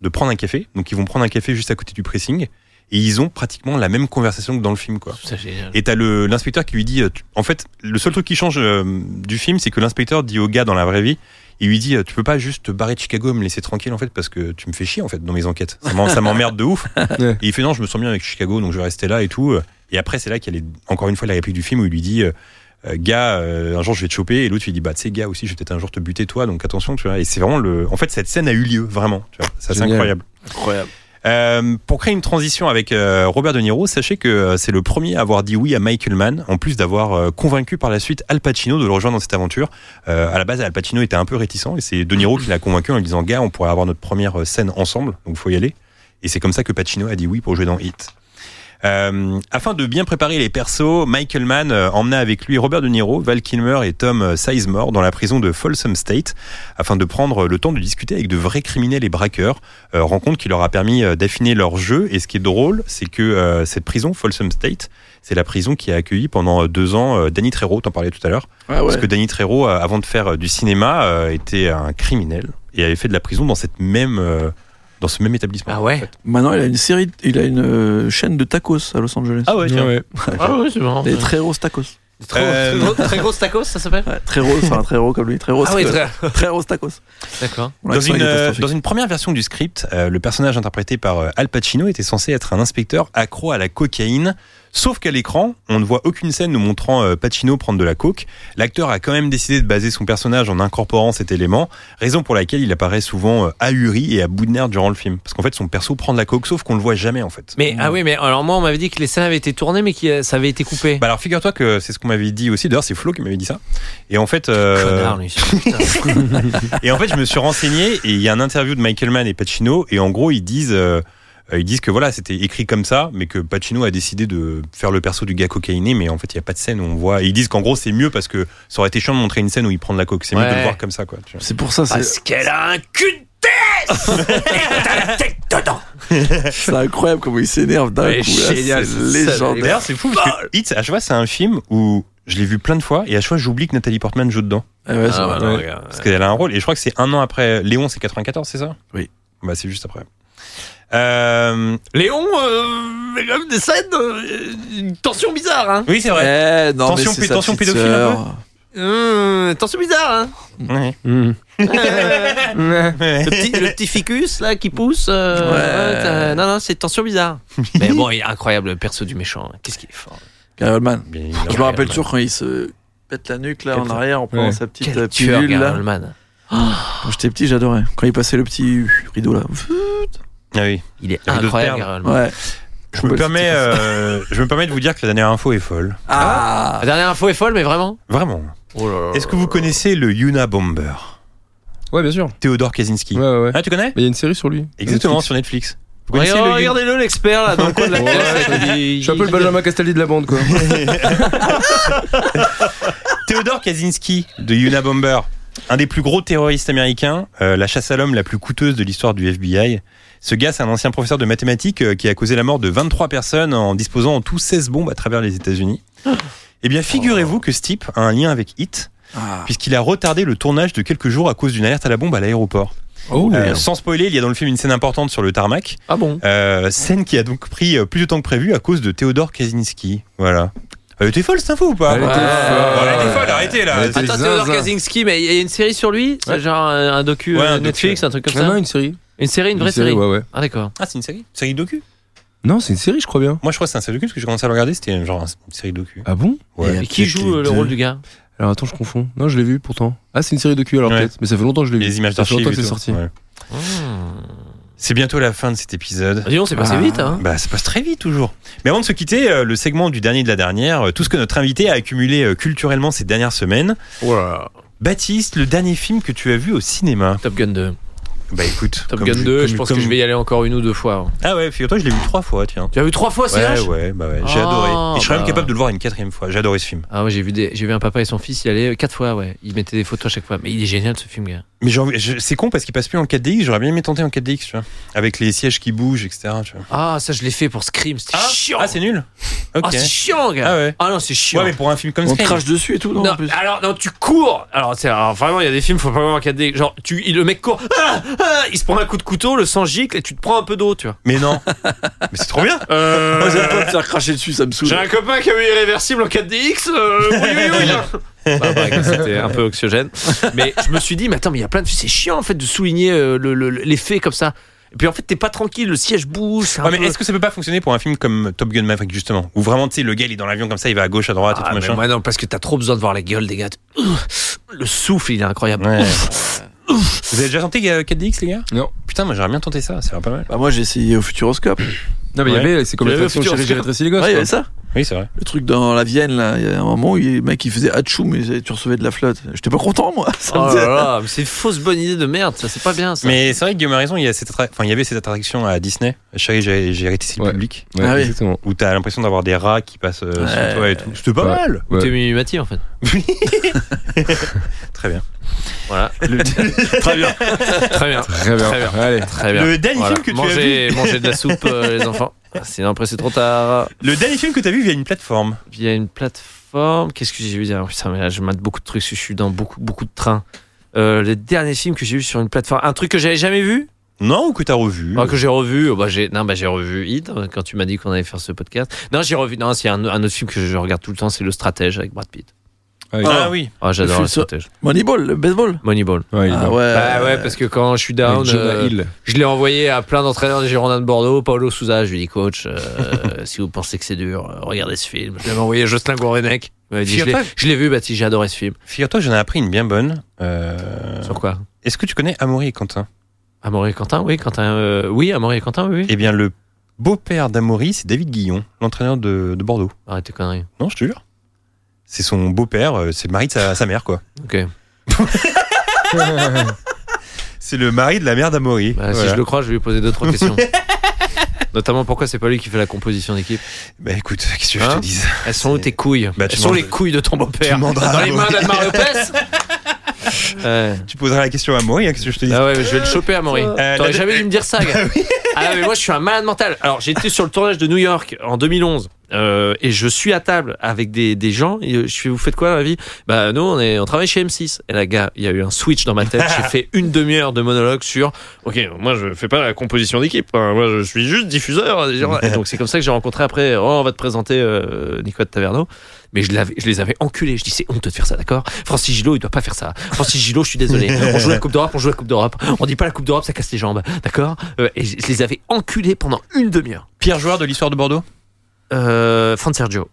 [SPEAKER 4] de prendre un café. Donc ils vont prendre un café juste à côté du pressing. Et ils ont pratiquement la même conversation que dans le film, quoi.
[SPEAKER 6] Ça, j'ai-
[SPEAKER 4] Et t'as le- l'inspecteur qui lui dit, euh, tu- en fait, le seul truc qui change euh, du film, c'est que l'inspecteur dit au gars dans la vraie vie, il lui dit, euh, tu peux pas juste te barrer de Chicago et me laisser tranquille, en fait, parce que tu me fais chier, en fait, dans mes enquêtes. Ça m'en- ça m'emmerde de ouf.
[SPEAKER 5] Ouais.
[SPEAKER 4] Et il fait, non, je me sens bien avec Chicago, donc je vais rester là et tout. Et après, c'est là qu'il y a les- encore une fois la réplique du film où il lui dit, euh, euh, gars, euh, un jour je vais te choper, et l'autre il dit, bah, tu sais, gars aussi, je vais peut-être un jour te buter toi, donc attention, tu vois. Et c'est vraiment le, en fait, cette scène a eu lieu, vraiment, tu vois. Ça, C'est
[SPEAKER 5] Génial.
[SPEAKER 4] incroyable.
[SPEAKER 7] Incroyable.
[SPEAKER 4] Euh, pour créer une transition avec euh, Robert De Niro, sachez que euh, c'est le premier à avoir dit oui à Michael Mann, en plus d'avoir euh, convaincu par la suite Al Pacino de le rejoindre dans cette aventure. Euh, à la base, Al Pacino était un peu réticent et c'est De Niro qui l'a convaincu en lui disant "Gars, on pourrait avoir notre première euh, scène ensemble, donc faut y aller." Et c'est comme ça que Pacino a dit oui pour jouer dans Hit. Euh, afin de bien préparer les persos, Michael Mann euh, emmena avec lui Robert De Niro, Val Kilmer et Tom euh, Sizemore dans la prison de Folsom State afin de prendre le temps de discuter avec de vrais criminels et braqueurs, euh, rencontre qui leur a permis euh, d'affiner leur jeu. Et ce qui est drôle, c'est que euh, cette prison, Folsom State, c'est la prison qui a accueilli pendant deux ans euh, Danny Trejo, t'en parlais tout à l'heure,
[SPEAKER 7] Ah ouais.
[SPEAKER 4] parce que Danny Trejo, euh, avant de faire euh, du cinéma, euh, était un criminel et avait fait de la prison dans cette même... euh, dans ce même établissement.
[SPEAKER 6] Ah ouais.
[SPEAKER 4] en fait.
[SPEAKER 7] Maintenant, il a une série, il a une euh, chaîne de tacos à Los Angeles.
[SPEAKER 4] Ah ouais, tiens.
[SPEAKER 5] Ouais.
[SPEAKER 6] Ah oui, c'est marrant.
[SPEAKER 7] Des très roses tacos.
[SPEAKER 6] Très,
[SPEAKER 4] Euh,
[SPEAKER 6] gros- très grosses tacos, ça s'appelle
[SPEAKER 7] Ouais, très rose, enfin très rose comme lui, très rose.
[SPEAKER 6] Ah oui,
[SPEAKER 7] tacos.
[SPEAKER 6] très.
[SPEAKER 7] très rose tacos.
[SPEAKER 6] D'accord.
[SPEAKER 7] Bon,
[SPEAKER 4] Dans
[SPEAKER 7] l'accent
[SPEAKER 4] une,
[SPEAKER 7] est
[SPEAKER 4] euh,
[SPEAKER 7] catastrophique.
[SPEAKER 4] dans une première version du script, euh, le personnage interprété par euh, Al Pacino était censé être un inspecteur accro à la cocaïne. Sauf qu'à l'écran, on ne voit aucune scène nous montrant euh, Pacino prendre de la coke. L'acteur a quand même décidé de baser son personnage en incorporant cet élément, raison pour laquelle il apparaît souvent euh, ahuri et à bout de nerfs durant le film. Parce qu'en fait, son perso prend de la coke, sauf qu'on le voit jamais en fait.
[SPEAKER 6] Mais ah oui, mais alors moi on m'avait dit que les scènes avaient été tournées mais que euh, ça avait été coupé.
[SPEAKER 4] Bah alors figure-toi que c'est ce qu'on m'avait dit aussi. D'ailleurs, c'est Flo qui m'avait dit ça. Et en fait, euh,
[SPEAKER 6] Connard, lui. Putain.
[SPEAKER 4] Et en fait, je me suis renseigné et il y a un interview de Michael Mann et Pacino et en gros, ils disent euh, euh, ils disent que voilà, c'était écrit comme ça, mais que Pacino a décidé de faire le perso du gars cocaïné, mais en fait, il n'y a pas de scène où on voit. Et ils disent qu'en gros, c'est mieux parce que ça aurait été chiant de montrer une scène où il prend de la coke. C'est mieux de
[SPEAKER 6] Ouais.
[SPEAKER 4] le voir comme ça, quoi. tu vois.
[SPEAKER 7] C'est pour ça, c'est
[SPEAKER 6] Parce qu'elle a un cul de tête Et t'as la tête dedans
[SPEAKER 7] c'est incroyable comment il s'énerve d'un
[SPEAKER 6] Ouais,
[SPEAKER 7] coup. là,
[SPEAKER 6] génial,
[SPEAKER 7] Ah, c'est
[SPEAKER 6] c'est ça,
[SPEAKER 7] légendaire.
[SPEAKER 4] D'ailleurs, c'est fou parce que Hit, Bah, à chaque fois, c'est un film où je l'ai vu plein de fois et à chaque fois, j'oublie que Nathalie Portman joue dedans
[SPEAKER 7] Ah ouais, c'est
[SPEAKER 6] Ah, bah,
[SPEAKER 7] vrai.
[SPEAKER 6] non,
[SPEAKER 4] Ouais.
[SPEAKER 6] regarde.
[SPEAKER 4] parce qu'elle a un rôle. Et je crois que c'est un an après Léon, c'est 94, c'est ça
[SPEAKER 7] Oui.
[SPEAKER 4] Bah, c'est juste après. Euh,
[SPEAKER 6] Léon, euh, il y a quand même des scènes, euh, une tension bizarre, hein
[SPEAKER 4] Oui, c'est vrai.
[SPEAKER 7] Eh, non,
[SPEAKER 4] Euh, Tension
[SPEAKER 7] mais
[SPEAKER 4] pé-
[SPEAKER 7] c'est sa
[SPEAKER 4] tension
[SPEAKER 7] petite
[SPEAKER 4] pédophile un peu.
[SPEAKER 7] sœur.
[SPEAKER 6] Hum, Tension bizarre, hein
[SPEAKER 4] Ouais.
[SPEAKER 6] le, petit, le petit ficus là qui pousse. euh,
[SPEAKER 7] Ouais.
[SPEAKER 6] ouais, t'as- non, non, c'est tension bizarre. Mais bon, il est incroyable, le perso du méchant. hein. Qu'est-ce qu'il est fort.
[SPEAKER 7] Gary Oldman.
[SPEAKER 4] Bien
[SPEAKER 7] Je
[SPEAKER 4] évidemment.
[SPEAKER 7] me rappelle toujours quand il se pète la nuque là en
[SPEAKER 6] Quel-
[SPEAKER 7] arrière en prenant
[SPEAKER 5] Ouais.
[SPEAKER 7] sa petite
[SPEAKER 6] Quel
[SPEAKER 7] euh,
[SPEAKER 6] tueur,
[SPEAKER 7] pilule
[SPEAKER 6] Gary
[SPEAKER 7] là.
[SPEAKER 6] Oldman.
[SPEAKER 7] Quand j'étais petit, j'adorais. Quand il passait le petit rideau là.
[SPEAKER 4] Ah oui.
[SPEAKER 6] Il est
[SPEAKER 4] Il y a deux perles.
[SPEAKER 6] incroyable, Gary Oldman.
[SPEAKER 7] Ouais. Bah,
[SPEAKER 4] Je me, permets, euh, je me permets de vous dire que la dernière info est folle.
[SPEAKER 7] Ah,
[SPEAKER 6] La dernière info est folle, mais vraiment.
[SPEAKER 4] Vraiment.
[SPEAKER 6] Oh là là.
[SPEAKER 4] Est-ce que vous connaissez le Yuna Bomber
[SPEAKER 5] Ouais, bien sûr.
[SPEAKER 4] Théodore Kaczynski.
[SPEAKER 5] Ouais, ouais, ouais.
[SPEAKER 4] Ah, tu connais
[SPEAKER 5] Mais il y a une série sur lui.
[SPEAKER 4] Exactement, sur Netflix. Vous connaissez
[SPEAKER 6] Regardez-
[SPEAKER 4] le Yuna-
[SPEAKER 6] Regardez-le, l'expert, là, dans le coin de la
[SPEAKER 5] Ouais.
[SPEAKER 6] classe, là, qui-
[SPEAKER 5] Je suis un peu le Benjamin Castaldi de la bande, quoi.
[SPEAKER 4] Théodore Kaczynski de Yuna Bomber. Un des plus gros terroristes américains, euh, la chasse à l'homme la plus coûteuse de l'histoire du FBI. Ce gars, c'est un ancien professeur de mathématiques euh, qui a causé la mort de 23 personnes en disposant en tout 16 bombes à travers les États-Unis. Eh bien, figurez-vous que ce type a un lien avec Hit,
[SPEAKER 7] Ah.
[SPEAKER 4] puisqu'il a retardé le tournage de quelques jours à cause d'une alerte à la bombe à l'aéroport.
[SPEAKER 5] Oh,
[SPEAKER 4] Euh, sans spoiler, il y a dans le film une scène importante sur le tarmac,
[SPEAKER 6] Ah bon
[SPEAKER 4] Euh, scène qui a donc pris euh, plus de temps que prévu à cause de Théodore Kaczynski. Voilà. Elle était folle cette info ou pas
[SPEAKER 5] Elle était
[SPEAKER 4] Ouais.
[SPEAKER 5] folle.
[SPEAKER 4] Elle était folle, arrêtez là.
[SPEAKER 5] Elle était-
[SPEAKER 6] Attends,
[SPEAKER 5] Zinzin.
[SPEAKER 6] Theodore Kaczynski, mais il y a une série sur lui C'est
[SPEAKER 5] Ouais.
[SPEAKER 6] Genre euh, un docu
[SPEAKER 4] Ouais,
[SPEAKER 6] euh,
[SPEAKER 4] un docu,
[SPEAKER 6] Netflix, un truc comme
[SPEAKER 5] Ah
[SPEAKER 6] ça
[SPEAKER 5] non, une série.
[SPEAKER 6] Une série, une vraie série,
[SPEAKER 5] Ouais, ouais.
[SPEAKER 6] Ah d'accord.
[SPEAKER 4] Ah, c'est une série Série docu
[SPEAKER 5] Non, c'est une série, je crois bien.
[SPEAKER 4] Moi je crois que c'est un série docu parce que j'ai commencé à le regarder, c'était genre une série docu.
[SPEAKER 5] Ah bon
[SPEAKER 4] Ouais.
[SPEAKER 6] Et qui joue euh, le rôle du gars
[SPEAKER 5] Alors attends, je confonds. Non, je l'ai vu pourtant. Ah, c'est une série de cul alors
[SPEAKER 4] Ouais.
[SPEAKER 5] peut-être. Mais ça fait longtemps que je l'ai vu.
[SPEAKER 4] Les images
[SPEAKER 5] Ça fait
[SPEAKER 4] d'archives.
[SPEAKER 5] longtemps que
[SPEAKER 4] et
[SPEAKER 5] c'est
[SPEAKER 4] tout.
[SPEAKER 5] sorti.
[SPEAKER 4] Ouais. C'est bientôt la fin de cet épisode.
[SPEAKER 6] Ah, Dis donc, c'est passé
[SPEAKER 7] Ah.
[SPEAKER 6] vite, hein
[SPEAKER 4] Bah, ça passe très vite toujours. Mais avant de se quitter, euh, le segment du dernier de la dernière, euh, tout ce que notre invité a accumulé euh, culturellement ces dernières semaines. Baptiste, le dernier film que tu as vu au cinéma
[SPEAKER 6] Top Gun 2.
[SPEAKER 4] Bah écoute.
[SPEAKER 6] Top
[SPEAKER 4] comme
[SPEAKER 6] Gun 2, je
[SPEAKER 4] comme-
[SPEAKER 6] pense
[SPEAKER 4] comme-
[SPEAKER 6] que je vais y aller encore une ou deux fois. hein.
[SPEAKER 4] Ah ouais, figure-toi, je l'ai vu trois fois, tiens.
[SPEAKER 6] Tu as vu trois fois, c'est
[SPEAKER 4] Ouais, ouais, bah ouais, j'ai
[SPEAKER 6] Ah,
[SPEAKER 4] adoré. Et je serais même
[SPEAKER 6] bah.
[SPEAKER 4] capable de le voir une quatrième fois. J'ai adoré ce film.
[SPEAKER 6] Ah ouais, j'ai vu, des- j'ai vu un papa et son fils, il allait quatre fois, ouais. Il mettait des photos à chaque fois. Mais il est génial ce film, gars.
[SPEAKER 4] Mais j'ai envie- je- c'est con parce qu'il passe plus en 4DX. J'aurais bien aimé tenter en 4DX, tu vois. Avec les sièges qui bougent, etc. Tu vois.
[SPEAKER 6] Ah, ça, je l'ai fait pour Scream, c'était
[SPEAKER 4] Ah,
[SPEAKER 6] chiant.
[SPEAKER 4] ah, c'est nul. Ok.
[SPEAKER 6] Ah, c'est chiant, gars.
[SPEAKER 4] Ah ouais.
[SPEAKER 6] Ah non, c'est chiant.
[SPEAKER 4] ouais, mais pour un film comme
[SPEAKER 7] On
[SPEAKER 4] Scream.
[SPEAKER 7] crache dessus et tout, non,
[SPEAKER 6] Non, Ah.
[SPEAKER 7] en plus.
[SPEAKER 6] alors non, tu cours. Alors, c'est alors, vraiment, il y a des films, faut pas voir qu'il y a des genre, tu, il- le mec court, Ah Ah il se prend un coup de couteau, le sang gicle et tu te prends un peu d'eau, tu vois.
[SPEAKER 4] Mais non. mais c'est trop bien.
[SPEAKER 6] Euh,
[SPEAKER 7] Moi, j'aime pas me faire cracher dessus, ça me saoule.
[SPEAKER 6] J'ai un copain qui a eu irréversible en 4DX. euh, oui, oui, oui. hein. Bah, bah, écoute, C'était un peu anxiogène. Mais je me suis dit, mais attends, mais il y a plein de. C'est chiant en fait de souligner euh, le- le- l'effet comme ça. Et puis en fait, t'es pas tranquille, le siège bouge. c'est un
[SPEAKER 4] Ouais, mais
[SPEAKER 6] peu-
[SPEAKER 4] est-ce que ça peut pas fonctionner pour un film comme Top Gun Maverick, justement Où vraiment, tu sais, le gars, il est dans l'avion comme ça, il va à gauche, à droite et
[SPEAKER 6] Ah,
[SPEAKER 4] tout
[SPEAKER 6] mais
[SPEAKER 4] machin.
[SPEAKER 6] moi, non, parce que t'as trop besoin de voir la gueule des gars. Ouh, Le souffle, il est incroyable.
[SPEAKER 4] Ouais.
[SPEAKER 6] Ouf.
[SPEAKER 4] Vous avez déjà tenté euh, 4DX, les gars
[SPEAKER 5] Non.
[SPEAKER 4] Putain, moi j'aurais bien tenté ça, ça serait pas mal.
[SPEAKER 7] Bah moi j'ai essayé au Futuroscope.
[SPEAKER 5] Non, mais il y
[SPEAKER 4] Ouais.
[SPEAKER 5] avait, c'est comme
[SPEAKER 6] Il y
[SPEAKER 5] la
[SPEAKER 6] avait
[SPEAKER 5] façon
[SPEAKER 6] Futuroscope.
[SPEAKER 5] chérie, j'ai rétréci les gosses.
[SPEAKER 7] Ouais, il y
[SPEAKER 5] quoi.
[SPEAKER 7] avait ça.
[SPEAKER 4] Oui, c'est vrai.
[SPEAKER 7] Le truc dans la Vienne, là, il y a un moment où les mecs ils faisaient Hachou, mais tu recevais de la flotte. J'étais pas content, moi. Ça me
[SPEAKER 6] Oh
[SPEAKER 7] faisait-
[SPEAKER 6] là là, mais c'est une fausse bonne idée de merde, ça c'est pas bien ça.
[SPEAKER 4] Mais c'est vrai que Guillaume a raison, il y, a cette attra- enfin, il y avait cette attraction à Disney, Chérie, j'ai j'ai hérité c'est le
[SPEAKER 5] Ouais.
[SPEAKER 4] public,
[SPEAKER 5] Ouais,
[SPEAKER 7] Ah oui.
[SPEAKER 5] exactement.
[SPEAKER 4] où t'as l'impression d'avoir des rats qui passent euh,
[SPEAKER 7] Ouais.
[SPEAKER 4] sur toi et tout. C'était pas
[SPEAKER 5] Ouais.
[SPEAKER 4] mal
[SPEAKER 6] Ou
[SPEAKER 5] Ouais.
[SPEAKER 6] t'es minimati en fait.
[SPEAKER 4] Très bien.
[SPEAKER 6] Voilà. Très bien. Très bien.
[SPEAKER 5] Très bien.
[SPEAKER 6] Très bien.
[SPEAKER 5] Allez.
[SPEAKER 6] Très bien.
[SPEAKER 4] Le dernier
[SPEAKER 6] Voilà.
[SPEAKER 4] film que tu
[SPEAKER 6] mangez, mangez de la soupe, euh, les enfants. Sinon, après, c'est trop tard.
[SPEAKER 4] Le dernier film que t'as vu via une plateforme.
[SPEAKER 6] Via une plateforme. Qu'est-ce que j'ai vu dire Putain, mais là, je mate beaucoup de trucs. parce que Je suis dans beaucoup, beaucoup de trains. Euh, les derniers films que j'ai vu sur une plateforme. Un truc que j'avais jamais vu
[SPEAKER 4] Non, ou que t'as revu
[SPEAKER 6] Ah, Que j'ai revu oh, bah, j'ai, Non, bah, j'ai revu It euh, quand tu m'as dit qu'on allait faire ce podcast. Non, j'ai revu. Non, c'est un, un autre film que je regarde tout le temps c'est Le Stratège avec Brad Pitt.
[SPEAKER 4] Ah oui.
[SPEAKER 6] Ah, j'adore
[SPEAKER 7] film
[SPEAKER 6] Le
[SPEAKER 7] sur-
[SPEAKER 6] Stratège.
[SPEAKER 7] Moneyball, le baseball.
[SPEAKER 6] Moneyball.
[SPEAKER 5] Ouais, il est
[SPEAKER 7] Ah
[SPEAKER 5] bon.
[SPEAKER 7] ouais.
[SPEAKER 4] Euh,
[SPEAKER 6] Bah ouais, parce que quand je suis down,
[SPEAKER 5] Avec Jonah
[SPEAKER 6] euh,
[SPEAKER 5] Hill.
[SPEAKER 6] je l'ai envoyé à plein d'entraîneurs des Girondins de Bordeaux. Paolo Souza, je lui ai dit, coach, euh, si vous pensez que c'est dur, euh, regardez ce film. Je l'avais envoyé à Jocelyn Gourvenec. Il m'avait dit, Je
[SPEAKER 4] Figure-toi-
[SPEAKER 6] l'ai- je l'ai vu, Baptiste, j'ai adoré ce film.
[SPEAKER 4] Figure-toi, j'en ai appris une bien bonne. Euh,
[SPEAKER 6] Sur quoi
[SPEAKER 4] Est-ce que tu connais Amaury et Quentin
[SPEAKER 6] Amaury et Quentin, oui, Quentin, euh, oui, Amaury et Quentin, oui, oui.
[SPEAKER 4] Eh bien, le beau-père d'Amaury, c'est David Guillon, l'entraîneur de, de Bordeaux.
[SPEAKER 6] Arrête tes conneries.
[SPEAKER 4] Non, je te jure. C'est son beau-père, euh, c'est le mari de sa, sa mère, quoi.
[SPEAKER 6] Ok.
[SPEAKER 4] C'est le mari de la mère d'Amaury.
[SPEAKER 6] Bah, Si
[SPEAKER 4] Voilà.
[SPEAKER 6] je le crois, je vais lui poser deux, trois questions. Notamment pourquoi c'est pas lui qui fait la composition d'équipe.
[SPEAKER 4] Bah, écoute, qu'est-ce que je
[SPEAKER 6] Hein
[SPEAKER 4] te dise
[SPEAKER 6] Elles sont où tes couilles
[SPEAKER 4] Bah, tu
[SPEAKER 6] Elles sont
[SPEAKER 4] demandes-
[SPEAKER 6] les couilles de ton beau-père.
[SPEAKER 4] tu demanderas
[SPEAKER 6] Dans
[SPEAKER 4] à
[SPEAKER 6] les mains
[SPEAKER 4] Amaury.
[SPEAKER 6] d'Admar Lopez Ouais.
[SPEAKER 4] Tu poseras la question à Amaury, hein, qu'est-ce que je te dise
[SPEAKER 6] Ah ouais, mais je vais le choper à Maury.
[SPEAKER 4] la
[SPEAKER 6] T'aurais
[SPEAKER 4] de-
[SPEAKER 6] jamais dû me dire ça, gars. Ah mais moi je suis un malade mental. Alors j'étais sur le tournage de New York en 2011 euh, et je suis à table avec des, des gens. Et euh, je suis vous faites quoi dans la vie Bah nous on est on travaille chez M6. Et là gars, il y a eu un switch dans ma tête. J'ai fait une demi-heure de monologue sur. Ok, moi je fais pas la composition d'équipe. hein. Moi je suis juste diffuseur. hein, des gens. Et donc c'est comme ça que j'ai rencontré après. Oh, on va te présenter euh, Nicolas de Taverneau. Mais je, l'avais- je les avais enculés. Je dis c'est honteux de faire ça, d'accord Francis Gillot, il doit pas faire ça. Francis Gillot, je suis désolé. On joue la Coupe d'Europe, on joue la Coupe d'Europe. On dit pas la Coupe d'Europe, ça casse les jambes, d'accord Euh, Et je je les avais enculés pendant une demi-heure.
[SPEAKER 4] Pire joueur de l'histoire de Bordeaux
[SPEAKER 6] Euh, Franz Sergio.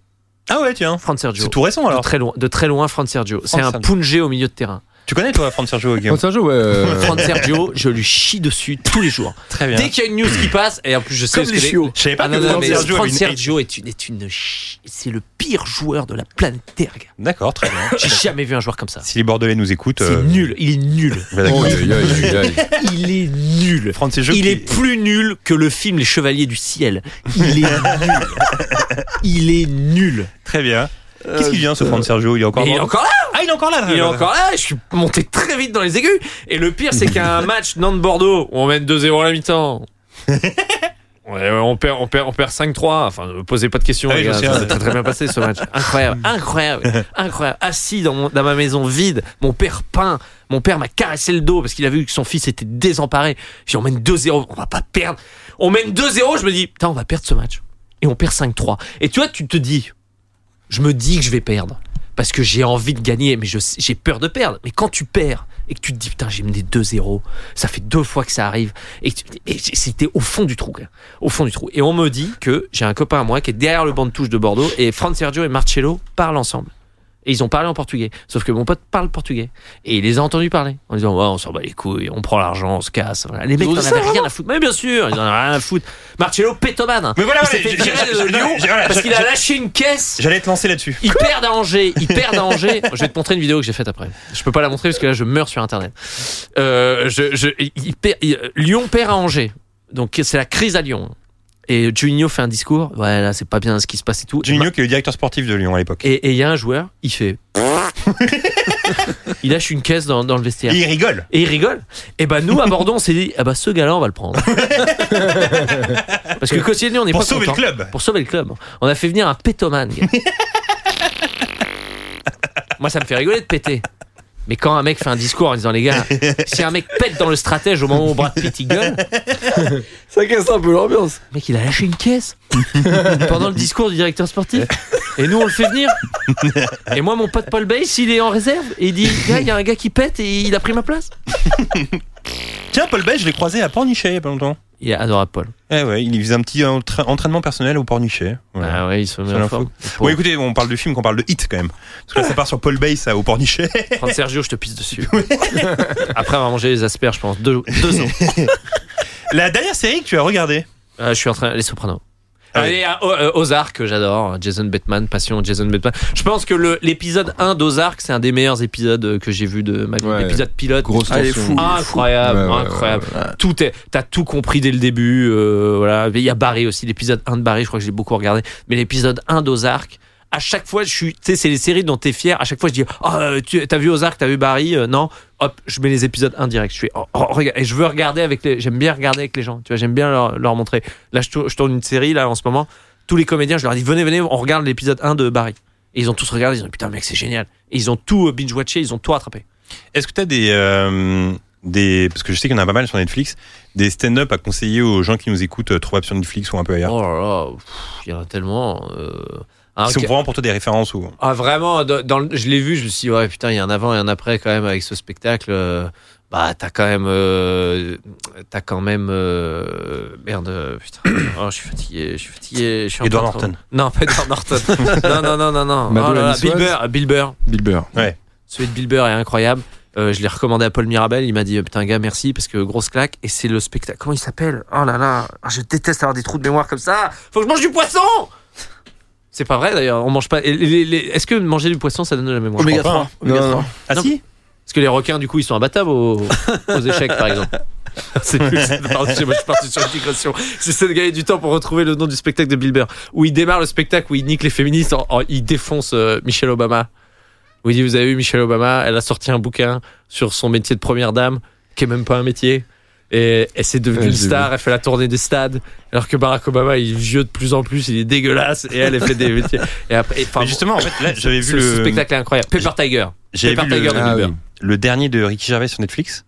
[SPEAKER 4] Ah ouais, tiens.
[SPEAKER 6] Franz Sergio.
[SPEAKER 4] C'est tout récent
[SPEAKER 6] De
[SPEAKER 4] alors.
[SPEAKER 6] très loin, de très loin, Franz Sergio. C'est
[SPEAKER 4] Franz
[SPEAKER 6] un
[SPEAKER 4] Sergio.
[SPEAKER 6] pungé au milieu de terrain.
[SPEAKER 4] Tu connais toi, Franck Sergio Guillaume
[SPEAKER 5] Franck Sergio, ouais. euh,
[SPEAKER 6] Franz Sergio, je lui chie dessus tous les jours.
[SPEAKER 4] Très bien.
[SPEAKER 6] Dès qu'il y a une news qui passe, et en plus je sais
[SPEAKER 7] Comme
[SPEAKER 6] parce
[SPEAKER 7] les
[SPEAKER 6] que
[SPEAKER 7] chiots.
[SPEAKER 4] Je savais pas
[SPEAKER 6] Ah non,
[SPEAKER 4] que
[SPEAKER 6] non,
[SPEAKER 4] Franck
[SPEAKER 6] mais
[SPEAKER 4] Sergio
[SPEAKER 6] Franz
[SPEAKER 4] avait une-
[SPEAKER 6] Sergio est une, est une chi- c'est le pire joueur de la planète Terre. gars.
[SPEAKER 4] D'accord, très bien.
[SPEAKER 6] J'ai jamais vu un joueur comme ça.
[SPEAKER 4] Si les Bordelais nous écoutent.
[SPEAKER 6] C'est
[SPEAKER 4] euh,
[SPEAKER 6] nul, il est nul.
[SPEAKER 4] bah, d'accord.
[SPEAKER 5] oh, aïe, aïe, aïe, aïe.
[SPEAKER 6] Il est nul.
[SPEAKER 4] Franck Sergio
[SPEAKER 6] Il
[SPEAKER 4] qui-
[SPEAKER 6] est plus nul que le film Les Chevaliers du Ciel. Il est nul. Il est nul.
[SPEAKER 4] Très bien. Qu'est-ce qu'il vient ce Franck Sergio Il est encore.
[SPEAKER 6] Euh, Mais il est
[SPEAKER 4] mort
[SPEAKER 6] encore là
[SPEAKER 4] Ah, il est encore là.
[SPEAKER 6] Il est
[SPEAKER 4] là.
[SPEAKER 6] encore là Je suis monté très vite dans les aigus. Et le pire, c'est qu'un match Nantes-Bordeaux, où on mène 2-0 à la mi-temps. Ouais, ouais, on perd, on perd, on perd 5-3. Enfin, ne posez pas de questions.
[SPEAKER 4] Ah oui,
[SPEAKER 6] les gars.
[SPEAKER 4] je me
[SPEAKER 6] Ça
[SPEAKER 4] souviens.
[SPEAKER 6] s'est très, très bien passé ce match. Incroyable, incroyable, incroyable. Assis dans, mon- dans ma maison vide, mon père peint. Mon père m'a caressé le dos parce qu'il a vu que son fils était désemparé. Je dis, on mène 2-0, on va pas perdre. On mène 2-0, je me dis, putain, on va perdre ce match. Et on perd 5-3. Et tu vois, tu te dis, je me dis que je vais perdre parce que j'ai envie de gagner, mais je sais- j'ai peur de perdre. Mais quand tu perds et que tu te dis putain, j'ai mené 2-0, ça fait deux fois que ça arrive, et, tu- et c'était au fond du trou, gars. au fond du trou. Et on me dit que j'ai un copain à moi qui est derrière le banc de touche de Bordeaux et Franz Sergio et Marcello parlent ensemble. Et ils ont parlé en portugais. Sauf que mon pote parle portugais. Et il les a entendus parler. En disant, Ouais, on s'en bat les couilles, on prend l'argent, on se casse. Voilà. Les mecs n'en avaient rien à foutre. Mais bien sûr, ils n'en avaient rien à foutre. Marcello pétomane.
[SPEAKER 4] Mais voilà,
[SPEAKER 6] il s'est
[SPEAKER 4] voilà,
[SPEAKER 6] fait
[SPEAKER 4] j'ai-
[SPEAKER 6] virer
[SPEAKER 4] j'ai-
[SPEAKER 6] de
[SPEAKER 4] j'ai-
[SPEAKER 6] Lyon
[SPEAKER 4] j'ai- voilà,
[SPEAKER 6] parce
[SPEAKER 4] j'ai-
[SPEAKER 6] qu'il a
[SPEAKER 4] j'ai-
[SPEAKER 6] lâché une caisse
[SPEAKER 4] J'allais te lancer là-dessus.
[SPEAKER 6] ils perdent à Angers, ils perdent à Angers. Je vais te montrer une vidéo que j'ai faite après. Je peux pas la montrer parce que là je meurs sur internet. Euh, je, je, ils per- ils- Lyon perd à Angers, donc c'est la crise à Lyon. Et Juninho fait un discours. Ouais, là c'est pas bien ce qui se passe et tout.
[SPEAKER 4] Juninho qui est le directeur sportif de Lyon à l'époque.
[SPEAKER 6] Et et il y a un joueur, il fait. il lâche une caisse dans, dans le vestiaire.
[SPEAKER 4] Et il rigole.
[SPEAKER 6] Et il rigole. Et ben nous à Bordeaux on s'est dit ah bah ce gars-là on va le prendre. Parce que quotidien on est
[SPEAKER 4] Pour
[SPEAKER 6] pas
[SPEAKER 4] sauver
[SPEAKER 6] content.
[SPEAKER 4] le club.
[SPEAKER 6] Pour sauver le club, on a fait venir un pétoman. gars. Moi, ça me fait rigoler de péter. Mais quand un mec fait un discours en disant les gars, si un mec pète dans le stratège au moment où Brad Pitt il gueule,
[SPEAKER 7] Ça casse un peu l'ambiance.
[SPEAKER 6] le mec il a lâché une caisse pendant le discours du directeur sportif. Et nous on le fait venir. Et moi mon pote Paul Bass il est en réserve et il dit gars il y a un gars qui pète et il a pris ma place.
[SPEAKER 4] Tiens, Paul Bay, je l'ai croisé à Pornichet il y a pas longtemps.
[SPEAKER 6] Il est adorable, Paul.
[SPEAKER 4] Eh ouais, il faisait un petit entra- entraînement personnel au pornichet. Voilà.
[SPEAKER 6] Ah ouais, il se met
[SPEAKER 4] C'est
[SPEAKER 6] en
[SPEAKER 4] l'info.
[SPEAKER 6] forme.
[SPEAKER 4] Bon, écoutez, on parle de film, qu'on parle de hit quand même. Parce que là, ça part sur Paul Bay, ça, au pornichet.
[SPEAKER 6] Prends Sergio, je te pisse dessus. Après avoir mangé les asperges, je pense, deux, deux ans.
[SPEAKER 4] La dernière série que tu as regardée.
[SPEAKER 6] Euh, je suis en train. Les Sopranos.
[SPEAKER 4] Ah oui.
[SPEAKER 6] Et, euh, O- euh, Ozark, que j'adore. Jason Bateman, passion Jason Bateman. Je pense que le- l'épisode 1 d'Ozark, c'est un des meilleurs épisodes euh, que j'ai vu de ma vie.
[SPEAKER 5] Ouais.
[SPEAKER 6] L'épisode pilote.
[SPEAKER 5] Grosse
[SPEAKER 7] Ah, il est
[SPEAKER 5] tension.
[SPEAKER 7] fou.
[SPEAKER 6] Incroyable,
[SPEAKER 5] Ouais, ouais,
[SPEAKER 6] incroyable. Tout est, t'as tout compris dès le début. euh, voilà. Mais Il y a Barry aussi, l'épisode 1 de Barry, je crois que j'ai beaucoup regardé. Mais l'épisode 1 d'Ozark, à chaque fois, je suis, tu sais, c'est les séries dont t'es fier. À chaque fois, je dis, oh, euh, tu- t'as vu Ozark, t'as vu Barry, Euh, non. Hop, je mets les épisodes 1 direct. Je suis, oh, oh, regarde. et je veux regarder avec les, j'aime bien regarder avec les gens. Tu vois, j'aime bien leur, leur montrer. Là, je tourne, je tourne une série, là, en ce moment. Tous les comédiens, je leur dis, venez, venez, on regarde l'épisode 1 de Barry. Et ils ont tous regardé, ils ont dit, putain, mec, c'est génial. Et ils ont tout euh, binge-watché, ils ont tout attrapé.
[SPEAKER 4] Est-ce que tu as des, euh, des. Parce que je sais qu'il y en a pas mal sur Netflix, des stand-up à conseiller aux gens qui nous écoutent, euh, trouvables sur Netflix ou un peu ailleurs.
[SPEAKER 6] Oh là là, pff, il y en a tellement. euh, un
[SPEAKER 4] Qui sont
[SPEAKER 6] qui-
[SPEAKER 4] vraiment pour toi des références ou.
[SPEAKER 6] Ah vraiment, dans- dans le- je l'ai vu, je me suis dit, ouais putain, il y a un avant et un après quand même avec ce spectacle. euh, bah t'as quand même, euh, t'as quand même, euh, merde, euh, putain, oh, je suis fatigué, je suis fatigué, je suis en
[SPEAKER 4] Edward
[SPEAKER 6] train de-
[SPEAKER 4] Norton.
[SPEAKER 6] Non, pas Edward Norton. non, non, non, non, non.
[SPEAKER 5] Mado
[SPEAKER 6] Oh là
[SPEAKER 5] la
[SPEAKER 6] là,
[SPEAKER 5] niçoise.
[SPEAKER 6] Bill Burr, Bill Burr.
[SPEAKER 5] Bill Burr.
[SPEAKER 6] Celui de Bill Burr est incroyable. Euh, je l'ai recommandé à Paul Mirabel. Il m'a dit euh, putain gars merci parce que grosse claque et c'est le spectacle. Comment il s'appelle Oh là là, ah, je déteste avoir des trous de mémoire comme ça. Faut que je mange du poisson. C'est pas vrai d'ailleurs. On mange pas. et les- les- les- Est-ce que manger du poisson ça donne de la mémoire
[SPEAKER 7] Oméga
[SPEAKER 4] pas,
[SPEAKER 7] 3.
[SPEAKER 4] hein.
[SPEAKER 7] Oméga
[SPEAKER 5] Non,
[SPEAKER 7] 3.
[SPEAKER 5] non.
[SPEAKER 4] Ah
[SPEAKER 6] Non.
[SPEAKER 4] si
[SPEAKER 6] Parce que les requins du coup ils sont imbattables aux, aux échecs par exemple. C'est plus. c'est pas- Je sais pas, je suis parti sur une digression. J'essaie de gagner du temps pour retrouver le nom du spectacle de Bill Burr où il démarre le spectacle où il nique les féministes, en, en- il défonce euh, Michelle Obama. Où il dit vous avez vu Michelle Obama, elle a sorti un bouquin sur son métier de première dame qui est même pas un métier. Et, et c'est devenu
[SPEAKER 5] Ouais,
[SPEAKER 6] une
[SPEAKER 5] j'ai vu.
[SPEAKER 6] star, elle fait la tournée des stades, alors que Barack Obama il est vieux de plus en plus, il est dégueulasse, et elle, elle fait des métiers. Et après, et, enfin,
[SPEAKER 4] Mais Justement, en fait, là, j'avais
[SPEAKER 6] ce-
[SPEAKER 4] vu
[SPEAKER 6] ce
[SPEAKER 4] le.
[SPEAKER 6] spectacle est incroyable. Pepper Tiger.
[SPEAKER 4] J'avais
[SPEAKER 6] Pepper
[SPEAKER 4] vu le,
[SPEAKER 6] Tiger de
[SPEAKER 5] Ah
[SPEAKER 6] Bill
[SPEAKER 5] oui.
[SPEAKER 6] Burr.
[SPEAKER 4] le dernier de Ricky Gervais sur Netflix.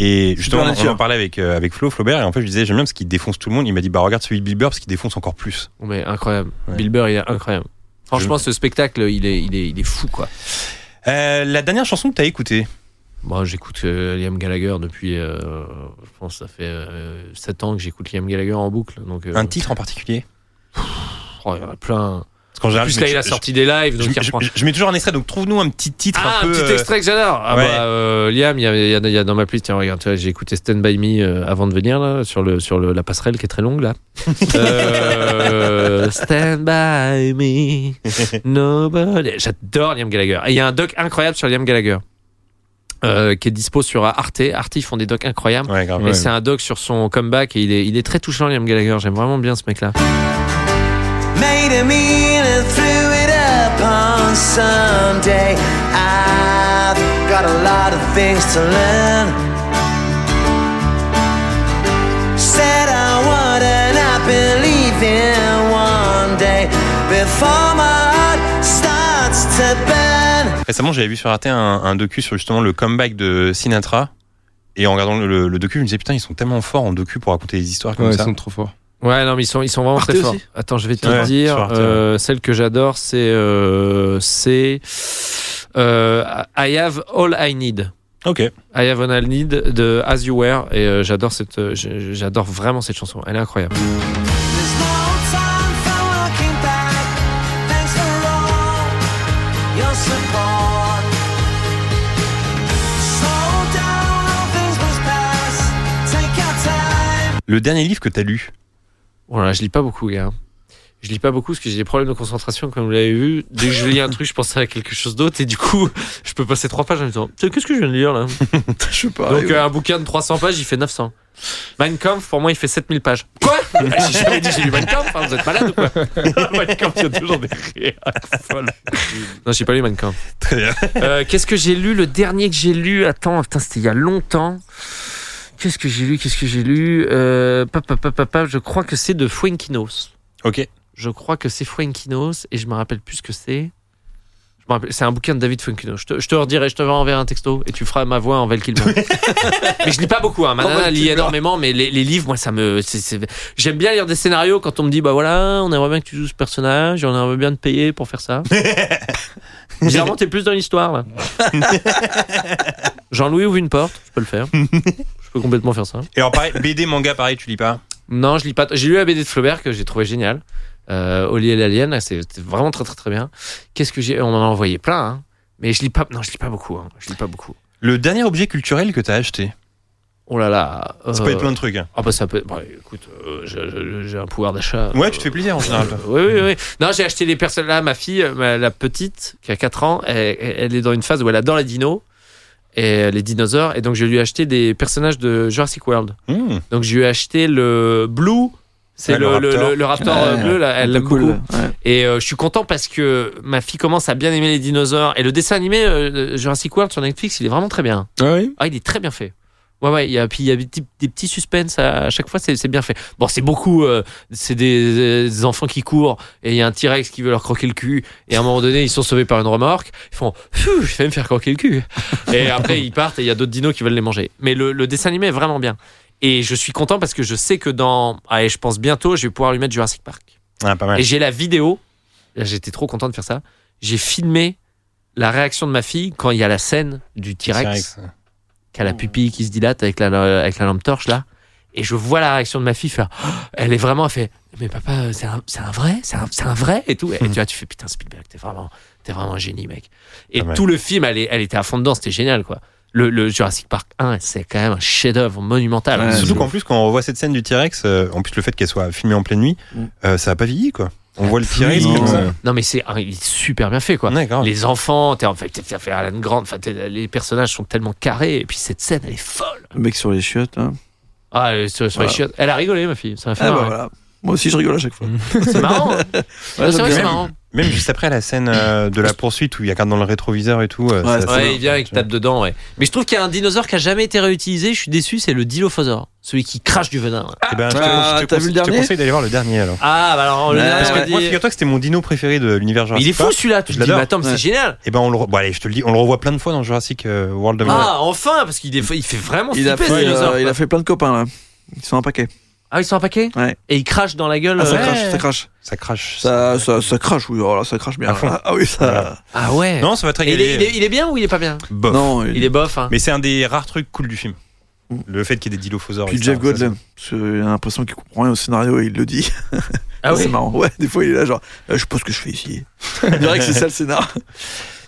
[SPEAKER 4] Et justement, on
[SPEAKER 7] Supernature.
[SPEAKER 4] en parlait avec, euh, avec Flo Flaubert, et en fait, je disais, j'aime bien parce qu'il défonce tout le monde. Il m'a dit, bah regarde celui de Bill Burr parce qu'il défonce encore plus.
[SPEAKER 6] Mais incroyable.
[SPEAKER 4] Ouais.
[SPEAKER 6] Bill Burr, il est incroyable. Franchement, ce spectacle, il est, il est, il est fou, quoi.
[SPEAKER 4] Euh, la dernière chanson que t'as écoutée
[SPEAKER 6] Moi, j'écoute euh, Liam Gallagher depuis, euh, je pense, que ça fait euh, 7 ans que j'écoute Liam Gallagher en boucle. Donc, euh,
[SPEAKER 4] Un titre en particulier
[SPEAKER 6] oh, il y en a plein.
[SPEAKER 4] Parce qu'en
[SPEAKER 6] En
[SPEAKER 4] général,
[SPEAKER 6] plus,
[SPEAKER 4] je
[SPEAKER 6] là,
[SPEAKER 4] mets-
[SPEAKER 6] il a
[SPEAKER 4] je-
[SPEAKER 6] sorti des lives, donc
[SPEAKER 4] je,
[SPEAKER 6] il
[SPEAKER 4] je-
[SPEAKER 6] reprend.
[SPEAKER 4] je- je mets toujours un extrait, donc trouve-nous un petit titre
[SPEAKER 6] Ah,
[SPEAKER 4] un
[SPEAKER 6] un
[SPEAKER 4] peu.
[SPEAKER 6] petit
[SPEAKER 4] euh,
[SPEAKER 6] extrait que j'adore. Ah
[SPEAKER 4] ouais.
[SPEAKER 6] bah, euh, Liam, il y a- il y en a, il y a dans ma playlist. Tiens, regarde, tu vois, j'ai écouté Stand By Me euh, avant de venir là, sur le sur le, la passerelle qui est très longue là. Euh, Stand By Me, Nobody. J'adore Liam Gallagher. Et il y a un doc incroyable sur Liam Gallagher euh, qui est dispo sur Arte. Arte ils font des docs incroyables.
[SPEAKER 4] Ouais, grave.
[SPEAKER 6] Et c'est un doc sur son comeback et il est, il est très touchant, Liam Gallagher. J'aime vraiment bien ce mec-là.
[SPEAKER 8] Made a mean and threw it up on Sunday. I've got a lot of things to learn. Said I would and I believe in one day before my heart starts to burn.
[SPEAKER 4] Récemment, j'avais vu sur Arte un, un docu sur justement le comeback de Sinatra. Et en regardant le, le docu, je me disais, putain, ils sont tellement forts en docu pour raconter des histoires comme
[SPEAKER 5] Ouais, ils
[SPEAKER 4] ça.
[SPEAKER 5] sont trop forts.
[SPEAKER 6] Ouais, non, mais ils sont, ils sont vraiment
[SPEAKER 7] Arte
[SPEAKER 6] très forts.
[SPEAKER 7] aussi
[SPEAKER 6] Attends, je vais te
[SPEAKER 4] Ouais,
[SPEAKER 6] dire.
[SPEAKER 4] sur Arte,
[SPEAKER 6] euh, Celle que j'adore, c'est. euh, c'est. euh, I have all I need.
[SPEAKER 4] Ok.
[SPEAKER 6] I have all I need de As You Were. Et euh, j'adore cette. euh, j- j'adore vraiment cette chanson. Elle est incroyable.
[SPEAKER 8] There's no time for looking back. Thanks for all your support. Slow down, all things must pass. Take your time.
[SPEAKER 4] Le dernier livre que t'as lu
[SPEAKER 6] Voilà, Oh je lis pas beaucoup, gars. Je lis pas beaucoup parce que j'ai des problèmes de concentration, comme vous l'avez vu. Dès que je lis un truc, je pense à quelque chose d'autre et du coup, je peux passer trois pages en me disant Tiens, Qu'est-ce que je viens de lire là
[SPEAKER 7] Je sais pas.
[SPEAKER 6] Donc
[SPEAKER 7] ouais.
[SPEAKER 6] euh, un bouquin de 300 pages, il fait 900. Mein Kampf, pour moi, il fait 7000 pages. Quoi Bah, J'ai jamais dit que j'ai lu Mein Kampf, hein, vous êtes malade ou quoi Mein Kampf, il y a toujours des réacs folles. Non, j'ai pas lu Mein Kampf.
[SPEAKER 4] Très bien.
[SPEAKER 6] Euh, Qu'est-ce que j'ai lu Le dernier que j'ai lu, attends, putain, c'était il y a longtemps. Qu'est-ce que j'ai lu Qu'est-ce que j'ai lu euh, pap, pap, pap, pap, pap, Je crois que c'est de Fuenquinos.
[SPEAKER 4] Ok.
[SPEAKER 6] Je crois que c'est Fuenquinos et je me rappelle plus ce que c'est. Je me rappelle- C'est un bouquin de David Fuenquinos. Je te, je te redirai, je te renverrai un texto et tu feras ma voix en Val Kilmer. mais je lis pas beaucoup. Hein. Ma
[SPEAKER 7] En
[SPEAKER 6] nana
[SPEAKER 7] Val
[SPEAKER 6] lit
[SPEAKER 7] Kilmer.
[SPEAKER 6] énormément, mais les, les livres, moi, ça me. c'est- c'est- J'aime bien lire des scénarios quand on me dit, bah voilà, on aimerait bien que tu joues ce personnage, et on aimerait bien te payer pour faire ça. Bizarrement, t'es plus dans l'histoire là. Jean-Louis ouvre une porte, je peux le faire. Je Je peux complètement faire ça.
[SPEAKER 4] Et alors, pareil, BD, manga, pareil, tu lis pas
[SPEAKER 6] Non, je lis pas. t- J'ai lu la BD de Flaubert que j'ai trouvé géniale. Euh, Oli et l'Alien, c'est c'était vraiment très très très bien. Qu'est-ce que j'ai On m'en a envoyé plein, hein. mais je lis pas. Non, je lis pas beaucoup. hein. Je lis pas beaucoup.
[SPEAKER 4] Le dernier objet culturel que t'as acheté
[SPEAKER 6] Oh là là.
[SPEAKER 4] Ça
[SPEAKER 6] euh,
[SPEAKER 4] peut être plein de trucs. hein.
[SPEAKER 6] Ah bah ça peut. Bah, écoute, euh, j'ai- j'ai- j'ai un pouvoir d'achat.
[SPEAKER 4] Ouais,
[SPEAKER 6] euh,
[SPEAKER 4] tu te fais plaisir en général. toi.
[SPEAKER 6] Oui, oui, oui. Non, j'ai acheté les personnes. Là, ma fille, ma- la petite, qui a 4 ans, elle, elle est dans une phase où elle adore les dinos et euh, les dinosaures. Et donc, je lui ai acheté des personnages de Jurassic World.
[SPEAKER 4] Mmh.
[SPEAKER 6] Donc, je lui ai acheté le Blue. C'est
[SPEAKER 4] Ouais, le
[SPEAKER 6] le, le-
[SPEAKER 4] raptor.
[SPEAKER 6] le- le raptor euh,
[SPEAKER 7] Ouais,
[SPEAKER 6] bleu, là, elle
[SPEAKER 7] Pas
[SPEAKER 6] l'aime
[SPEAKER 7] cool.
[SPEAKER 6] beaucoup.
[SPEAKER 7] Ouais.
[SPEAKER 6] Et euh, je suis content parce que ma fille commence à bien aimer les dinosaures. Et le dessin animé euh, Jurassic World sur Netflix, il est vraiment très bien.
[SPEAKER 5] Ah oui
[SPEAKER 6] Ah, il est très bien fait. Ouais, ouais, il y a, puis il y a des, petits- des petits suspens à, à chaque fois, c'est c'est bien fait. Bon, c'est beaucoup, euh, c'est des, des enfants qui courent et il y a un T-Rex qui veut leur croquer le cul et à un moment donné, ils sont sauvés par une remorque. Ils font, Phew, je vais me faire croquer le cul. Et après, ils partent et il y a d'autres dinos qui veulent les manger. Mais le, le dessin animé est vraiment bien. Et je suis content parce que je sais que dans, allez, je pense bientôt, je vais pouvoir lui mettre Jurassic Park.
[SPEAKER 4] Ah, pas mal.
[SPEAKER 6] Et j'ai la vidéo, Là, j'étais trop content de faire ça, j'ai filmé la réaction de ma fille quand il y a la scène du T-Rex
[SPEAKER 4] T-Rex.
[SPEAKER 6] qui a la pupille qui se dilate avec la, la- avec la lampe torche là. Et je vois la réaction de ma fille faire. Oh elle est vraiment elle fait. Mais papa, euh, c'est un, c'est un vrai, c'est un, c'est un vrai et tout. Et tu vois, tu fais putain Spielberg, t'es vraiment, t'es vraiment un génie, mec. Et
[SPEAKER 4] Ah ouais.
[SPEAKER 6] tout le film, elle, est- elle était à fond dedans, c'était génial quoi. Le, le Jurassic Park 1, c'est quand même un chef-d'œuvre monumental.
[SPEAKER 7] Ah, Ouais,
[SPEAKER 4] Surtout
[SPEAKER 7] de
[SPEAKER 4] qu'en plus, quand on revoit cette scène du T-Rex, euh, en plus le fait qu'elle soit filmée en pleine nuit,
[SPEAKER 7] Mm.
[SPEAKER 4] euh, ça a pas vieilli quoi. On voit le T-Rex
[SPEAKER 7] non,
[SPEAKER 4] comme ça.
[SPEAKER 7] Ah, ouais.
[SPEAKER 6] Non mais c'est un- il est super bien fait quoi.
[SPEAKER 4] euh, Ouais, grave.
[SPEAKER 6] Les enfants, t'es en fait, t'es- t'as fait Alan Grant, enfin, t'es- les personnages sont tellement carrés et puis cette scène, elle est folle.
[SPEAKER 7] Le mec sur les chiottes. hein.
[SPEAKER 6] Ah, elle, est sur- sur les
[SPEAKER 7] Voilà.
[SPEAKER 6] chiottes. elle a rigolé ma fille, ça m'a fait
[SPEAKER 7] Ah bah
[SPEAKER 6] marrer.
[SPEAKER 7] voilà. Moi aussi, je rigole à chaque
[SPEAKER 6] Mm.
[SPEAKER 7] fois.
[SPEAKER 6] C'est marrant. hein.
[SPEAKER 7] Ouais,
[SPEAKER 6] c'est vrai,
[SPEAKER 7] j'aime
[SPEAKER 6] que c'est
[SPEAKER 7] bien.
[SPEAKER 6] marrant.
[SPEAKER 4] Même juste après la scène euh, de la poursuite où il y a regarde dans le rétroviseur et tout. euh,
[SPEAKER 7] Ouais,
[SPEAKER 4] ça,
[SPEAKER 7] c'est
[SPEAKER 6] Ouais,
[SPEAKER 7] bien.
[SPEAKER 6] il vient et qui tape dedans, ouais. Mais je trouve qu'il y a un dinosaure qui a jamais été réutilisé, je suis déçu, c'est le Dilophosaure. Celui qui crache du venin.
[SPEAKER 4] Eh ben, je te,
[SPEAKER 7] Ah,
[SPEAKER 4] je te
[SPEAKER 7] t'as
[SPEAKER 4] conse-
[SPEAKER 7] vu le
[SPEAKER 4] je te
[SPEAKER 7] dernier
[SPEAKER 4] conseille d'aller voir le dernier alors.
[SPEAKER 6] Ah, bah alors, le
[SPEAKER 7] Ouais,
[SPEAKER 6] dernier,
[SPEAKER 7] parce
[SPEAKER 4] Parce que
[SPEAKER 6] je te
[SPEAKER 4] moi,
[SPEAKER 6] dis-
[SPEAKER 4] figure-toi que c'était mon dino préféré de l'univers
[SPEAKER 6] Mais
[SPEAKER 4] Jurassic
[SPEAKER 6] il est fou
[SPEAKER 4] Park.
[SPEAKER 6] celui-là, tu
[SPEAKER 4] Je
[SPEAKER 6] te dis, mais
[SPEAKER 4] l'adore.
[SPEAKER 6] attends, mais
[SPEAKER 7] Ouais.
[SPEAKER 6] c'est génial.
[SPEAKER 4] Eh ben on le, re- bon, allez, je te le dis, on le revoit plein de fois dans Jurassic euh, World.
[SPEAKER 6] Ah, enfin, parce qu'il est, il fait vraiment
[SPEAKER 7] Il a,
[SPEAKER 6] flipper
[SPEAKER 7] fait,
[SPEAKER 6] ce
[SPEAKER 7] euh,
[SPEAKER 6] dinosaure.
[SPEAKER 7] il a fait plein de copains là. Ils sont un paquet.
[SPEAKER 6] Ah, ils sont un paquet
[SPEAKER 7] Ouais.
[SPEAKER 6] Et il crache dans la gueule.
[SPEAKER 7] Ah, ça
[SPEAKER 6] euh,
[SPEAKER 7] crache, ça crache.
[SPEAKER 4] Ça crache.
[SPEAKER 7] Ça, ça, ça crache, oui. Oh là, ça crache bien.
[SPEAKER 4] À fond.
[SPEAKER 7] Ah, ah oui, ça.
[SPEAKER 6] Ah ouais.
[SPEAKER 4] Non, ça va te
[SPEAKER 6] Et il, est,
[SPEAKER 4] régaler.
[SPEAKER 6] il est- il est bien ou il est pas bien
[SPEAKER 4] Bof.
[SPEAKER 7] Non,
[SPEAKER 6] Il est bof, hein.
[SPEAKER 4] Mais c'est un des rares trucs cool du film.
[SPEAKER 7] Mm.
[SPEAKER 4] Le fait qu'il y ait des dilophosaures.
[SPEAKER 7] Puis
[SPEAKER 4] et
[SPEAKER 7] Jeff
[SPEAKER 4] ça, ça,
[SPEAKER 7] Goldblum, parce qu'il a l'impression qu'il comprend rien au scénario et il le dit.
[SPEAKER 6] Ah
[SPEAKER 7] c'est
[SPEAKER 6] oui.
[SPEAKER 7] marrant. Ouais, des fois il est là genre, euh, je sais pas ce que je fais ici. On dirait que c'est ça le scénar.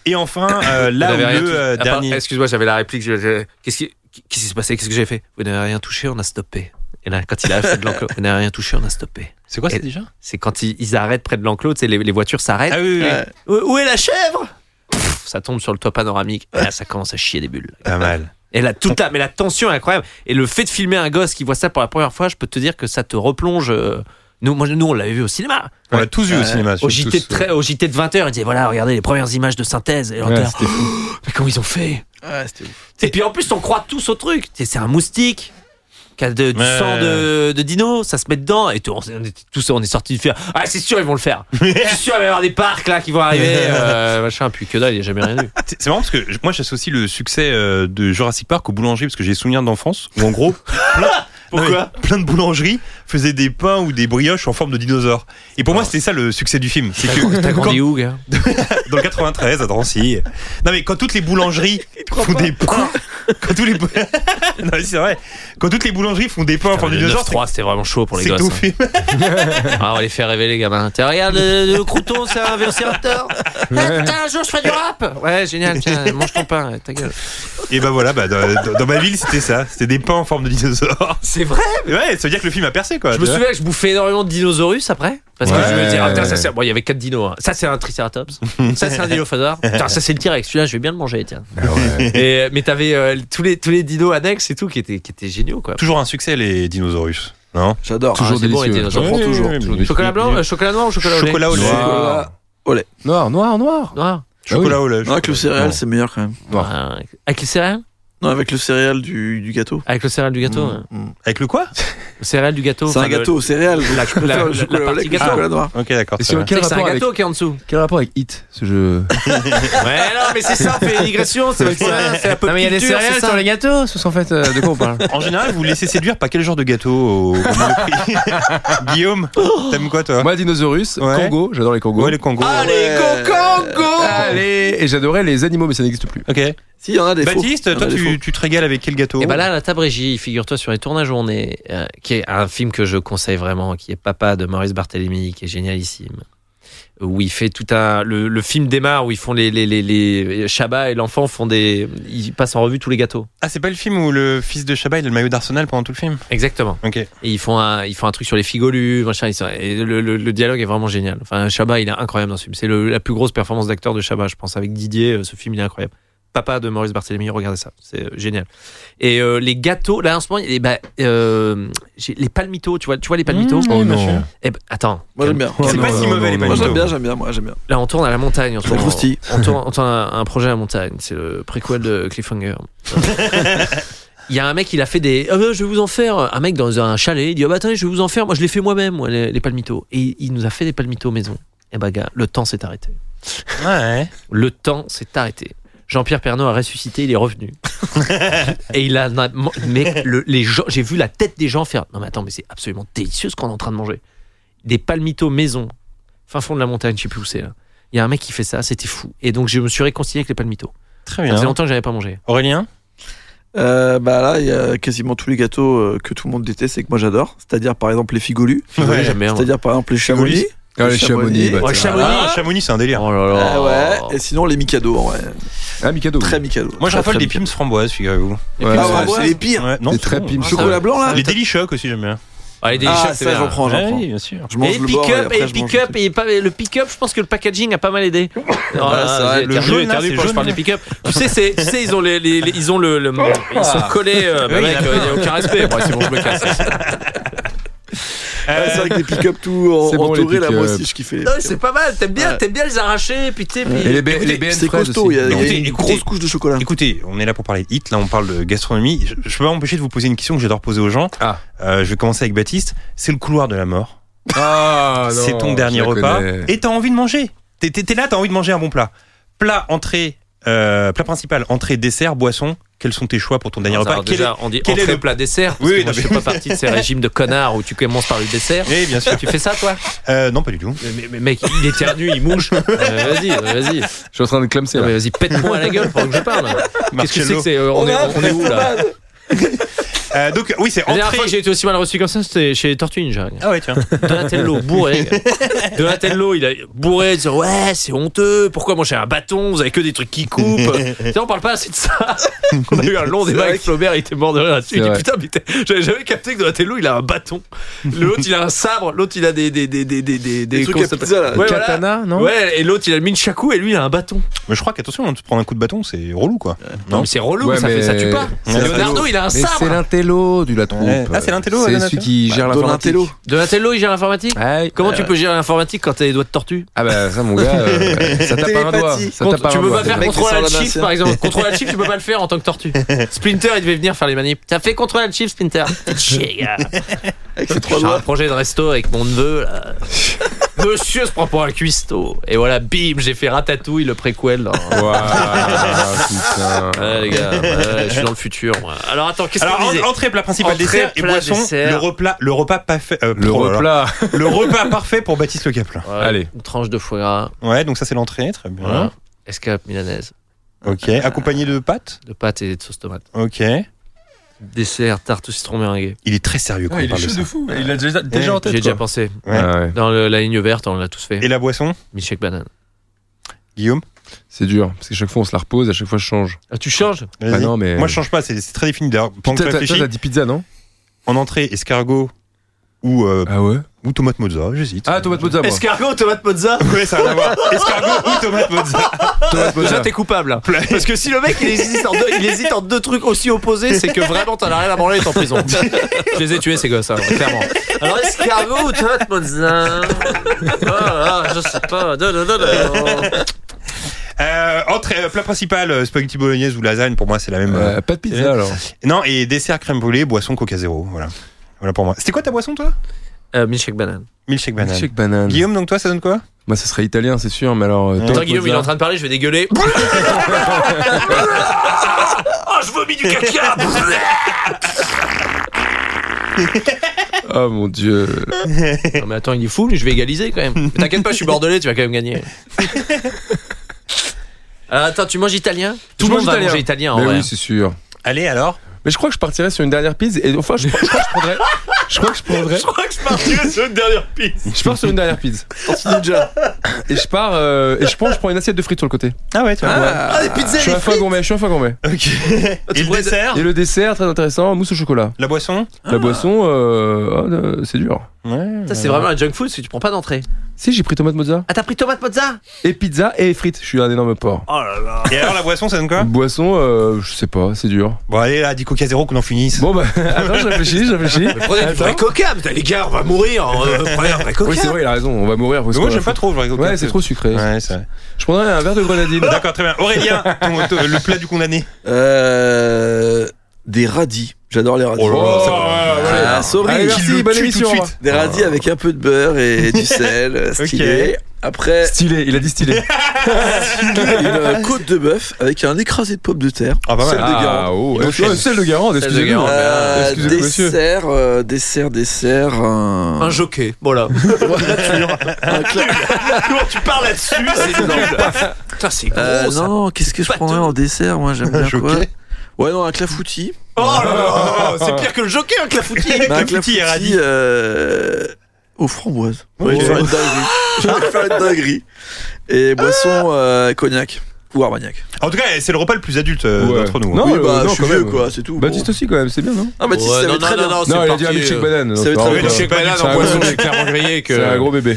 [SPEAKER 4] Et enfin, euh,
[SPEAKER 6] Vous
[SPEAKER 4] là où
[SPEAKER 6] n'avez rien
[SPEAKER 4] le
[SPEAKER 6] touché.
[SPEAKER 4] euh,
[SPEAKER 6] Ah, pardon,
[SPEAKER 4] dernier.
[SPEAKER 6] Excuse-moi, j'avais la réplique. je- je- Qu'est-ce qui qu'est-ce qui s'est passé Qu'est-ce que j'ai fait Vous n'avez rien touché, on a stoppé. Et là, quand il arrive près de l'enclos, vous n'avez rien touché, on a stoppé.
[SPEAKER 4] C'est quoi
[SPEAKER 6] ça,
[SPEAKER 4] déjà
[SPEAKER 6] C'est quand ils, ils arrêtent près de l'enclos, tu sais, les, les voitures s'arrêtent.
[SPEAKER 4] Ah oui, oui, oui.
[SPEAKER 7] Ouais.
[SPEAKER 6] Où, où est la chèvre Pff, Ça tombe sur le toit panoramique. Et là, ça commence à chier des bulles.
[SPEAKER 4] Pas mal.
[SPEAKER 6] Et là, toute la, mais la tension est incroyable. Et le fait de filmer un gosse qui voit ça pour la première fois, je peux te dire que ça te replonge. euh, Nous, moi, nous, on l'avait vu au cinéma.
[SPEAKER 4] On l'a tous euh, vu au cinéma.
[SPEAKER 6] Au
[SPEAKER 4] surtout.
[SPEAKER 6] JT, de très- au JT de 20h, il disait voilà, regardez les premières images de synthèse. Et on était
[SPEAKER 5] Ouais,
[SPEAKER 6] là,
[SPEAKER 5] c'était fou.
[SPEAKER 6] mais comment ils ont fait
[SPEAKER 7] Ouais, c'était ouf.
[SPEAKER 6] Et puis en plus, on croit tous au truc. T'sais, C'est un moustique qui a de- du
[SPEAKER 4] Ouais.
[SPEAKER 6] sang de, de dino, ça se met dedans. Et tout, on, s'est- on était tous on est sortis de faire. Ah, c'est sûr, ils vont le faire. c'est sûr, il va y avoir des parcs là qui vont arriver. euh, machin, puis que dalle, il n'y a jamais rien eu.
[SPEAKER 4] C'est c'est marrant parce que je- moi j'associe le succès euh, de Jurassic Park au boulanger parce que j'ai des souvenirs d'enfance où en gros plein,
[SPEAKER 6] Pourquoi
[SPEAKER 4] plein de boulangeries faisaient des pains ou des brioches en forme de dinosaures. Et pour moi c'était ça le succès du film. C'est que
[SPEAKER 6] T'as
[SPEAKER 4] quand-
[SPEAKER 6] grandi où, gars
[SPEAKER 4] dans le 93 à Drancy. Non mais quand toutes les boulangeries font des pains, quand tous les bou- non mais c'est vrai, quand toutes les boulangeries font des pains en forme de
[SPEAKER 6] Le
[SPEAKER 4] dinosaures,
[SPEAKER 6] 9-3, c'était vraiment chaud pour
[SPEAKER 4] c'est
[SPEAKER 6] les
[SPEAKER 4] que
[SPEAKER 6] gosses.
[SPEAKER 4] au
[SPEAKER 6] hein.
[SPEAKER 4] film.
[SPEAKER 6] Ah, on va les faire rêver, les gamins. Tiens, regarde, le, le crouton, c'est un vélociraptor. Ah, putain, un jour, je ferai du rap. Ouais, génial, tiens, mange ton pain, ta gueule.
[SPEAKER 4] Et ben voilà, bah, dans, dans- dans ma ville c'était ça, c'était des pains en forme de dinosaures.
[SPEAKER 6] C'est vrai
[SPEAKER 4] Ouais, ça veut dire que le film a percé quoi.
[SPEAKER 6] Je me
[SPEAKER 4] tu vois.
[SPEAKER 6] souviens que je bouffais énormément de dinosaurus après. Parce que
[SPEAKER 4] Ouais.
[SPEAKER 6] je me disais, ah, putain, ça c'est. Bon, il y avait 4 dinos. hein. Ça c'est un triceratops. ça c'est un dilophosaure. Putain, ça c'est le T-Rex. Celui-là, je vais bien le manger, tiens. Et, euh, mais t'avais euh, tous, les, tous les dinos annexes et tout qui étaient, qui étaient géniaux, quoi. Ah,
[SPEAKER 4] Toujours un succès les dinosaures. Non
[SPEAKER 7] J'adore.
[SPEAKER 6] Toujours
[SPEAKER 7] des
[SPEAKER 6] délicieux.
[SPEAKER 7] J'en
[SPEAKER 6] Ouais,
[SPEAKER 7] prends
[SPEAKER 6] ouais,
[SPEAKER 7] toujours.
[SPEAKER 4] ouais,
[SPEAKER 7] toujours.
[SPEAKER 4] ouais.
[SPEAKER 6] Chocolat blanc, euh, chocolat noir ou chocolat au lait
[SPEAKER 4] Chocolat au lait.
[SPEAKER 7] Chocolat.
[SPEAKER 5] Noir, noir, noir.
[SPEAKER 6] Noir.
[SPEAKER 4] Chocolat au lait.
[SPEAKER 7] Non, avec le céréal, c'est meilleur quand même.
[SPEAKER 6] Ah, Avec le céréales
[SPEAKER 7] Non, avec le céréal du, du gâteau.
[SPEAKER 6] Avec le céréal du gâteau. hein.
[SPEAKER 7] Mm, mm.
[SPEAKER 4] Avec le quoi
[SPEAKER 6] Le céréal du gâteau.
[SPEAKER 7] C'est un
[SPEAKER 6] enfin, le-
[SPEAKER 7] gâteau au céréal. donc Je
[SPEAKER 6] la-
[SPEAKER 7] préfère le
[SPEAKER 6] la
[SPEAKER 7] chocolat au lait
[SPEAKER 6] partie
[SPEAKER 7] que le
[SPEAKER 6] gâteau.
[SPEAKER 7] chocolat noir.
[SPEAKER 4] Ok, d'accord.
[SPEAKER 5] Et
[SPEAKER 4] ça
[SPEAKER 5] sur
[SPEAKER 4] va.
[SPEAKER 5] lequel-
[SPEAKER 6] C'est que c'est un
[SPEAKER 5] Quel rapport
[SPEAKER 6] gâteau qui est en dessous.
[SPEAKER 5] Quel rapport avec Hit, ce jeu
[SPEAKER 6] Ouais, non, mais c'est ça, on fait des digressions. C'est ça, c'est la pop
[SPEAKER 10] Non, mais il y a des
[SPEAKER 6] culture, c'est
[SPEAKER 10] céréales
[SPEAKER 6] ça.
[SPEAKER 10] sur les gâteaux, c'est en fait euh, de quoi on parle.
[SPEAKER 4] En général, vous vous laissez séduire par quel genre de gâteau au, au Monoprix Guillaume, t'aimes quoi toi
[SPEAKER 5] Moi, Dinosaurus,
[SPEAKER 4] Euh, Ouais.
[SPEAKER 5] Congo, j'adore les Kangos.
[SPEAKER 6] Ah,
[SPEAKER 4] Ouais, les Congo.
[SPEAKER 6] Allez,
[SPEAKER 7] Ouais.
[SPEAKER 6] go, go, go
[SPEAKER 5] Allez Et j'adorais les animaux, mais ça n'existe plus.
[SPEAKER 4] Ok.
[SPEAKER 7] Si, il y en a des faux. Il y
[SPEAKER 4] Baptiste,
[SPEAKER 7] en
[SPEAKER 4] toi,
[SPEAKER 7] a des faux.
[SPEAKER 4] tu, tu te régales avec quel gâteau
[SPEAKER 6] Et bah là, à la table régie, figure-toi sur les tournages où on est, euh, qui est un film que je conseille vraiment, qui est Papa de Maurice Barthélémy, qui est génialissime. Où il fait tout un. Le, le film démarre où ils font les. les, les, les Chabat et l'enfant font des. Ils passent en revue tous les gâteaux.
[SPEAKER 4] Ah, c'est pas le film où le fils de Chabat il a le maillot d'Arsenal pendant tout le film
[SPEAKER 6] Exactement.
[SPEAKER 4] Ok.
[SPEAKER 6] Et ils font un, ils font un truc sur les figolus, machin. Ils sont- et le, le- le dialogue est vraiment génial. Enfin, Chabat, il est incroyable dans ce film. C'est le- la plus grosse performance d'acteur de Chabat, je pense. Avec Didier, euh, ce film, il est incroyable. Papa de Maurice Barthélémy, regardez ça, c'est euh, génial. Et euh, les gâteaux, là en ce moment, eh ben, euh, j'ai les palmitos, tu vois, tu vois les palmitos.
[SPEAKER 4] Oh non.
[SPEAKER 6] Eh ben, attends,
[SPEAKER 7] Moi, j'aime bien.
[SPEAKER 4] C'est
[SPEAKER 5] non,
[SPEAKER 4] pas
[SPEAKER 5] non,
[SPEAKER 4] si
[SPEAKER 5] non,
[SPEAKER 4] mauvais les
[SPEAKER 5] non,
[SPEAKER 7] Moi,
[SPEAKER 4] panitos.
[SPEAKER 7] j'aime bien, j'aime bien. Moi, j'aime bien.
[SPEAKER 6] là on tourne à la montagne en ce
[SPEAKER 7] Ça
[SPEAKER 6] moment.
[SPEAKER 7] croustille.
[SPEAKER 6] On tourne, on tourne un un projet à la montagne, c'est le préquel de Cliffhanger. Il y a un mec, il a fait des. Ah ben, je vais vous en faire. Un mec dans un chalet, il dit Ah bah, attendez, je vais vous en faire. Moi, je les fais moi-même, moi, les, les palmitos. Et il- il nous a fait des palmitos maison. Et bah, gars, le temps s'est arrêté.
[SPEAKER 4] Ouais.
[SPEAKER 6] Le temps s'est arrêté. Jean-Pierre Pernaut a ressuscité, il est revenu. et il a. Mais le- les gens, j'ai vu la tête des gens faire. Non, mais attends, mais c'est absolument délicieux ce qu'on est en train de manger. Des palmitos maison, fin fond de la montagne, je sais plus où c'est là. Il y a un mec qui fait ça, c'était fou. Et donc, je me suis réconcilié avec les palmitos.
[SPEAKER 4] Très
[SPEAKER 6] Ça faisait
[SPEAKER 4] bien.
[SPEAKER 6] longtemps que j'avais pas mangé.
[SPEAKER 4] Ah, Aurélien
[SPEAKER 7] Euh, bah là, il y a quasiment tous les gâteaux euh, que tout le monde déteste et que moi j'adore. C'est-à-dire par exemple les figolus.
[SPEAKER 6] Figolus, j'aime bien, moi.
[SPEAKER 7] C'est-à-dire par exemple les chamonix.
[SPEAKER 5] Ah, les chamonix, bah,
[SPEAKER 6] Ouais,
[SPEAKER 4] Chamonix,
[SPEAKER 6] Chamonix.
[SPEAKER 4] ah, Chamonix, c'est un délire.
[SPEAKER 6] Oh là là.
[SPEAKER 7] Ah ouais. Et sinon les Mikado, en vrai.
[SPEAKER 5] Ah, Mikado.
[SPEAKER 7] Très Mikado.
[SPEAKER 4] Moi, je
[SPEAKER 7] Très,
[SPEAKER 4] raffole
[SPEAKER 7] très
[SPEAKER 4] des
[SPEAKER 7] Mikado.
[SPEAKER 4] pimes framboises, figurez-vous.
[SPEAKER 5] Ouais,
[SPEAKER 7] Ah
[SPEAKER 5] ouais,
[SPEAKER 7] ouais,
[SPEAKER 5] ouais.
[SPEAKER 7] c'est les pires.
[SPEAKER 4] Ouais, non,
[SPEAKER 5] Des
[SPEAKER 4] c'est
[SPEAKER 5] très
[SPEAKER 4] bon. Ah,
[SPEAKER 5] pimes.
[SPEAKER 7] Chocolat blanc là.
[SPEAKER 4] Les Daily Shock aussi, j'aime bien.
[SPEAKER 6] Allez, des
[SPEAKER 7] Ah
[SPEAKER 6] chats, c'est
[SPEAKER 7] ça
[SPEAKER 6] bien.
[SPEAKER 7] j'en prends, j'en
[SPEAKER 4] Ouais,
[SPEAKER 7] prends.
[SPEAKER 4] bien sûr.
[SPEAKER 7] Je mange
[SPEAKER 6] et
[SPEAKER 7] le
[SPEAKER 6] pick-up,
[SPEAKER 7] bord et après,
[SPEAKER 6] et
[SPEAKER 7] je mange
[SPEAKER 6] pick-up,
[SPEAKER 7] le truc.
[SPEAKER 6] et pas- et le pick-up, je pense que le packaging a pas mal aidé. Oh là
[SPEAKER 7] c'est
[SPEAKER 6] là,
[SPEAKER 7] vrai,
[SPEAKER 6] j'ai
[SPEAKER 4] le
[SPEAKER 6] éternué,
[SPEAKER 4] jaune, là,
[SPEAKER 6] éternué
[SPEAKER 4] c'est
[SPEAKER 6] quand je
[SPEAKER 4] jaune,
[SPEAKER 6] parle des
[SPEAKER 4] là.
[SPEAKER 6] pick-up. Tu sais, c'est, tu sais, ils ont les, les- les- ils ont le, le- ils sont collés. euh, bah,
[SPEAKER 4] Oui,
[SPEAKER 6] mec,
[SPEAKER 4] d'accord.
[SPEAKER 6] euh, y a aucun respect. Bon, c'est bon, je me casse.
[SPEAKER 7] Ouais,
[SPEAKER 4] Euh,
[SPEAKER 7] c'est vrai que des pick-up tout en-
[SPEAKER 5] C'est bon, les
[SPEAKER 7] entourés là, moi
[SPEAKER 5] pick-up.
[SPEAKER 7] aussi je kiffais. les
[SPEAKER 6] Non,
[SPEAKER 7] pick-up.
[SPEAKER 6] c'est pas mal. T'aimes bien, t'aimes bien les arracher, puis t'es.
[SPEAKER 5] Et les, B- les BN
[SPEAKER 7] C'est
[SPEAKER 5] Fred
[SPEAKER 7] costaud,
[SPEAKER 5] aussi.
[SPEAKER 7] il y a il y a
[SPEAKER 4] Écoutez,
[SPEAKER 7] une
[SPEAKER 4] écoutez.
[SPEAKER 7] grosse couche de chocolat.
[SPEAKER 4] Écoutez, on est là pour parler de hit, là on parle de gastronomie. Je, je peux pas m'empêcher de vous poser une question que j'adore poser aux gens.
[SPEAKER 5] Ah.
[SPEAKER 4] Euh, je vais commencer avec Baptiste. C'est le couloir de la mort.
[SPEAKER 5] Ah, non,
[SPEAKER 4] c'est ton
[SPEAKER 5] je
[SPEAKER 4] dernier
[SPEAKER 5] la
[SPEAKER 4] repas.
[SPEAKER 5] connais.
[SPEAKER 4] Et t'as envie de manger. T'es, t'es- t'es là, t'as envie de manger un bon plat. Plat, entrée, euh, plat principal, entrée, dessert, boisson. Quels sont tes choix pour ton dernier
[SPEAKER 6] Alors,
[SPEAKER 4] repas Quel
[SPEAKER 6] déjà, on dit
[SPEAKER 4] quel est
[SPEAKER 6] entrée,
[SPEAKER 4] le-
[SPEAKER 6] plat dessert.
[SPEAKER 4] Oui,
[SPEAKER 6] Oui,
[SPEAKER 4] oui, non,
[SPEAKER 6] moi, je fais
[SPEAKER 4] mais-
[SPEAKER 6] pas partie de ces régimes de connards où tu commences par le dessert.
[SPEAKER 4] est- Eh bien sûr.
[SPEAKER 6] Tu fais ça, toi
[SPEAKER 4] Euh, non, pas du tout.
[SPEAKER 6] mais, mais- mais mec, il éternue, il mouche. Euh, vas-y, euh, vas-y.
[SPEAKER 5] Je suis en train de clamser
[SPEAKER 6] Non,
[SPEAKER 5] là.
[SPEAKER 6] mais Vas-y, pète-moi à la gueule pendant que je parle. Qu'est-ce que c'est que
[SPEAKER 4] Marcello.
[SPEAKER 6] c'est euh, on, est, on est où là
[SPEAKER 4] Euh, donc oui, c'est
[SPEAKER 6] La dernière fois
[SPEAKER 4] entrée.
[SPEAKER 6] que j'ai été aussi mal reçu comme ça, c'était chez Tortue Ninja.
[SPEAKER 4] Ah ouais, tiens.
[SPEAKER 6] Donatello, bourré. Donatello, il a bourré, il disait Ouais, c'est honteux, pourquoi manger un bâton Vous avez que des trucs qui coupent. Tu sais, on parle pas assez de ça. On a eu un long débat avec Flaubert, il était mort de rire là-dessus. Il
[SPEAKER 5] C'est
[SPEAKER 6] dit
[SPEAKER 5] vrai.
[SPEAKER 6] Putain, mais t'es- j'avais jamais capté que Donatello, il a un bâton. L'autre, il a un sabre, l'autre, il a des. Des, des, des, des, des,
[SPEAKER 7] Des trucs
[SPEAKER 6] comment
[SPEAKER 7] à
[SPEAKER 6] ça s'appelle
[SPEAKER 7] pizza là.
[SPEAKER 6] Ouais, voilà.
[SPEAKER 10] Katana, non
[SPEAKER 6] Ouais, et l'autre, il a le Minchaku et lui, il a un bâton.
[SPEAKER 4] Mais je crois qu'attention, on te prend un coup de bâton, c'est relou quoi.
[SPEAKER 6] Non,
[SPEAKER 4] Non.
[SPEAKER 6] mais c'est relou,
[SPEAKER 5] Ouais,
[SPEAKER 6] ça,
[SPEAKER 5] mais-
[SPEAKER 6] fait, ça tue pas.
[SPEAKER 4] C'est un
[SPEAKER 6] Leonardo,
[SPEAKER 5] salaud.
[SPEAKER 6] il a un
[SPEAKER 5] Mais c'est
[SPEAKER 6] sabre.
[SPEAKER 5] l'intello du la troupe.
[SPEAKER 4] Ouais. Ah, c'est l'intello,
[SPEAKER 5] C'est
[SPEAKER 4] Donatello
[SPEAKER 5] celui qui gère
[SPEAKER 7] Bah,
[SPEAKER 5] l'informatique.
[SPEAKER 7] Donatello.
[SPEAKER 6] Donatello, il gère l'informatique
[SPEAKER 5] Ouais.
[SPEAKER 6] Comment tu peux gérer l'informatique quand t'as les doigts de tortue
[SPEAKER 5] Ah bah ça mon gars, euh, ça tape par un doigt.
[SPEAKER 7] Télépathie.
[SPEAKER 5] Ça
[SPEAKER 6] Contre-
[SPEAKER 5] tape par
[SPEAKER 6] tu
[SPEAKER 5] un
[SPEAKER 6] peux
[SPEAKER 5] doigt.
[SPEAKER 6] pas faire
[SPEAKER 7] Le mec qui
[SPEAKER 6] contrôle
[SPEAKER 7] sort
[SPEAKER 6] al
[SPEAKER 7] la
[SPEAKER 6] shift
[SPEAKER 7] nacelle.
[SPEAKER 6] par exemple. Contrôle al shift, tu peux pas le faire en tant que tortue. Splinter, il devait venir faire les manips. T'as fait contrôle al shift, Splinter Chier, gars.
[SPEAKER 7] Avec ses trois
[SPEAKER 6] J'ai un
[SPEAKER 7] doigts.
[SPEAKER 6] projet de resto avec mon neveu, là. Monsieur se prend pour un cuistot. Et voilà, bim, j'ai fait ratatouille, le préquel. là.
[SPEAKER 5] Ouah, putain.
[SPEAKER 6] Ouais, les gars, ouais, je suis dans le futur. moi. Alors attends, qu'est-ce
[SPEAKER 4] Alors
[SPEAKER 6] qu'on disait
[SPEAKER 4] en- entrée, plat principal,
[SPEAKER 6] Entrée,
[SPEAKER 4] dessert et
[SPEAKER 6] plat,
[SPEAKER 4] boisson.
[SPEAKER 6] dessert.
[SPEAKER 4] Le repas, le repas parfait. euh,
[SPEAKER 5] Le
[SPEAKER 4] oh là là.
[SPEAKER 5] replat.
[SPEAKER 4] Le repas parfait pour Baptiste Le Caplin.
[SPEAKER 6] Ouais,
[SPEAKER 5] Allez.
[SPEAKER 6] Une tranche de foie gras.
[SPEAKER 4] Ouais, donc ça c'est l'entrée, très bien.
[SPEAKER 6] Voilà. Escape milanaise
[SPEAKER 4] Ok. Accompagné de pâtes.
[SPEAKER 6] de pâtes et de sauce tomate.
[SPEAKER 4] Ok.
[SPEAKER 6] Dessert, tarte au citron meringué.
[SPEAKER 4] Il est très sérieux quand on parle de ça.
[SPEAKER 5] fou. Il a déjà,
[SPEAKER 4] déjà en
[SPEAKER 6] J'ai déjà pensé.
[SPEAKER 4] Ouais.
[SPEAKER 6] Dans le- la ligne verte, on l'a tous fait.
[SPEAKER 4] Et la boisson,
[SPEAKER 6] Milkshake banane.
[SPEAKER 4] Guillaume
[SPEAKER 5] C'est dur parce que chaque fois on se la repose, à chaque fois je change.
[SPEAKER 6] Ah, tu changes
[SPEAKER 4] Vas-y.
[SPEAKER 5] Bah non, mais-
[SPEAKER 4] Moi je change pas, c'est c'est très défini. D'ailleurs, pendant que tu
[SPEAKER 5] Putain, toi toi,
[SPEAKER 4] réfléchis,
[SPEAKER 5] t'as dit pizza non
[SPEAKER 4] en entrée, escargot ou, euh,
[SPEAKER 5] Ah ouais.
[SPEAKER 4] ou tomate mozza, j'hésite.
[SPEAKER 5] Ah tomate mozza moi.
[SPEAKER 6] Escargot, tomate mozza
[SPEAKER 4] Ouais, ça n'a rien à voir. Escargot ou tomate mozza.
[SPEAKER 5] Tomate
[SPEAKER 6] Déjà,
[SPEAKER 5] mozza.
[SPEAKER 6] t'es coupable. là. Parce que si le mec, il hésite, en deux, il hésite en deux trucs aussi opposés, c'est que vraiment, t'en as rien à branler, il est en prison. Je les ai tués, ces gosses, alors, clairement. Alors, escargot ou tomate mozza Ah, ah, Je sais pas. Non, non, non, non.
[SPEAKER 4] Euh, entrée, euh, plat principal, euh, spaghetti bolognaise ou lasagne, pour moi c'est la même. euh,
[SPEAKER 5] Euh, Pas de pizza alors.
[SPEAKER 4] Non, et dessert crème brûlée, boisson coca zéro. Voilà. Voilà pour moi. C'était quoi ta boisson, toi
[SPEAKER 6] Euh, milkshake banane.
[SPEAKER 4] Milkshake banane.
[SPEAKER 5] Milkshake banane.
[SPEAKER 4] Guillaume, donc toi, ça donne quoi
[SPEAKER 5] Moi ça serait italien c'est sûr mais alors. euh,
[SPEAKER 4] Attends,
[SPEAKER 6] Attends,
[SPEAKER 5] tomate
[SPEAKER 6] Guillaume, il est
[SPEAKER 5] mozza.
[SPEAKER 6] en train de parler, je vais dégueuler. Ah, je vomis du caca
[SPEAKER 5] Oh mon dieu.
[SPEAKER 6] Non, mais attends, il est fou, lui, je vais égaliser quand même. Mais T'inquiète pas, je suis bordelais, tu vas quand même gagner. Alors, Euh, attends, tu manges italien Tout
[SPEAKER 5] Je
[SPEAKER 6] le monde
[SPEAKER 5] mange
[SPEAKER 6] va manger italien en
[SPEAKER 5] Mais
[SPEAKER 6] vrai.
[SPEAKER 5] oui, c'est sûr.
[SPEAKER 4] Allez alors
[SPEAKER 5] Mais je crois que je partirais sur une dernière piste et enfin je, je crois que je prendrais. Je crois que je prendrais.
[SPEAKER 6] que je partirais sur une dernière piste.
[SPEAKER 5] Je pars sur une dernière pizza.
[SPEAKER 7] Ninja.
[SPEAKER 5] Et je pars euh, et je pense que je prends une assiette de frites sur le côté.
[SPEAKER 4] Ah ouais, tu vois.
[SPEAKER 6] Ah, des pizzas
[SPEAKER 5] Je suis un fin gourmet, je suis un fin gourmet.
[SPEAKER 4] Ok.
[SPEAKER 5] Ah,
[SPEAKER 4] Et le
[SPEAKER 6] pourrais-
[SPEAKER 4] dessert
[SPEAKER 5] Et le dessert très intéressant, mousse au chocolat.
[SPEAKER 4] La boisson
[SPEAKER 5] La boisson euh, oh, euh, c'est dur.
[SPEAKER 4] Ouais.
[SPEAKER 6] Ça, c'est vraiment un junk food parce que tu prends pas d'entrée.
[SPEAKER 5] Si j'ai pris tomate mozza
[SPEAKER 6] Ah, t'as pris tomate mozza
[SPEAKER 5] et pizza et frites, je suis un énorme porc.
[SPEAKER 6] Oh là là.
[SPEAKER 4] Et alors la boisson, ça donne quoi
[SPEAKER 5] Boisson euh, je sais pas, c'est dur.
[SPEAKER 4] Bon, allez là, dis coca zéro qu'on en finisse.
[SPEAKER 5] Bon bah attends, je réfléchis, je réfléchis.
[SPEAKER 6] Prenez du vrai
[SPEAKER 5] Attends.
[SPEAKER 6] coca, putain, les gars, on va mourir. euh, Prenez un vrai coca.
[SPEAKER 5] Oui, c'est vrai, il a raison, on va mourir
[SPEAKER 4] Mais
[SPEAKER 5] parce
[SPEAKER 4] moi,
[SPEAKER 5] qu'on a
[SPEAKER 4] j'aime pas
[SPEAKER 5] faim.
[SPEAKER 4] trop. je dirais coca.
[SPEAKER 5] Ouais, c'est trop sucré.
[SPEAKER 4] Ouais, c'est vrai.
[SPEAKER 5] Je prendrais un verre de grenadine.
[SPEAKER 4] D'accord, très bien. Aurélien, ton- ton- le plat du condamné.
[SPEAKER 7] Euh, des radis. J'adore les radis.
[SPEAKER 4] Oh là là, ça-
[SPEAKER 7] Ah, sorry.
[SPEAKER 5] Allez,
[SPEAKER 4] Qui
[SPEAKER 5] merci,
[SPEAKER 4] le
[SPEAKER 5] bonne
[SPEAKER 4] tue tout de
[SPEAKER 5] émission. au
[SPEAKER 4] suite.
[SPEAKER 5] revoir.
[SPEAKER 7] Des radis avec un peu de beurre et du sel, euh, stylé. Après,
[SPEAKER 5] Stylé, il a dit stylé.
[SPEAKER 7] une euh, côte de bœuf avec un écrasé de pommes de terre.
[SPEAKER 4] Ah, pas mal.
[SPEAKER 7] Celle de Guérande.
[SPEAKER 5] oh,
[SPEAKER 7] Il enchaîne.
[SPEAKER 5] ouais, celle de Garande,
[SPEAKER 6] Celle de
[SPEAKER 5] excusez-moi.
[SPEAKER 6] Guérande.
[SPEAKER 7] Euh,
[SPEAKER 5] Oh, excusez-moi, monsieur.
[SPEAKER 7] dessert, euh, dessert, dessert, un-
[SPEAKER 6] Un jockey, voilà.
[SPEAKER 7] un cla-
[SPEAKER 6] Quand tu parles là-dessus, Ah, c'est nul. Putain, c'est gros
[SPEAKER 7] Euh,
[SPEAKER 6] Oh, ça.
[SPEAKER 7] non, qu'est-ce que je
[SPEAKER 6] Pâteux.
[SPEAKER 7] prendrais en dessert Moi, j'aime bien quoi
[SPEAKER 4] Jockey.
[SPEAKER 7] Ouais, non, un clafoutis.
[SPEAKER 6] Oh là là, c'est pire que le jockey, un clafoutis.
[SPEAKER 7] Bah, un
[SPEAKER 4] clafoutis et radis.
[SPEAKER 7] euh, aux framboises.
[SPEAKER 4] Ok.
[SPEAKER 7] Je vais faire une dinguerie. Je vais faire une dinguerie. Et boisson euh, cognac ou armagnac.
[SPEAKER 4] En tout cas, c'est le repas le plus adulte euh,
[SPEAKER 5] Ouais.
[SPEAKER 4] d'entre nous. hein.
[SPEAKER 5] Non,
[SPEAKER 7] oui,
[SPEAKER 5] euh,
[SPEAKER 7] bah,
[SPEAKER 5] non,
[SPEAKER 7] je suis
[SPEAKER 5] quand
[SPEAKER 7] vieux,
[SPEAKER 5] même.
[SPEAKER 7] quoi, c'est tout.
[SPEAKER 5] Baptiste aussi, quand même, c'est bien, non
[SPEAKER 7] Ah, Baptiste,
[SPEAKER 6] Ouais,
[SPEAKER 7] ça
[SPEAKER 6] non,
[SPEAKER 7] va très
[SPEAKER 6] non,
[SPEAKER 7] bien.
[SPEAKER 6] non, non,
[SPEAKER 5] Non,
[SPEAKER 6] c'est
[SPEAKER 5] il a dit un
[SPEAKER 6] parti,
[SPEAKER 5] milkshake
[SPEAKER 6] euh,
[SPEAKER 5] banane.
[SPEAKER 7] ça va être
[SPEAKER 5] Non,
[SPEAKER 7] très
[SPEAKER 5] c'est
[SPEAKER 7] bien.
[SPEAKER 5] pas-
[SPEAKER 6] Milkshake banane
[SPEAKER 5] c'est
[SPEAKER 6] en
[SPEAKER 5] un
[SPEAKER 6] boisson,
[SPEAKER 5] gros-
[SPEAKER 6] c'est clairement grillé que.
[SPEAKER 5] C'est un gros bébé.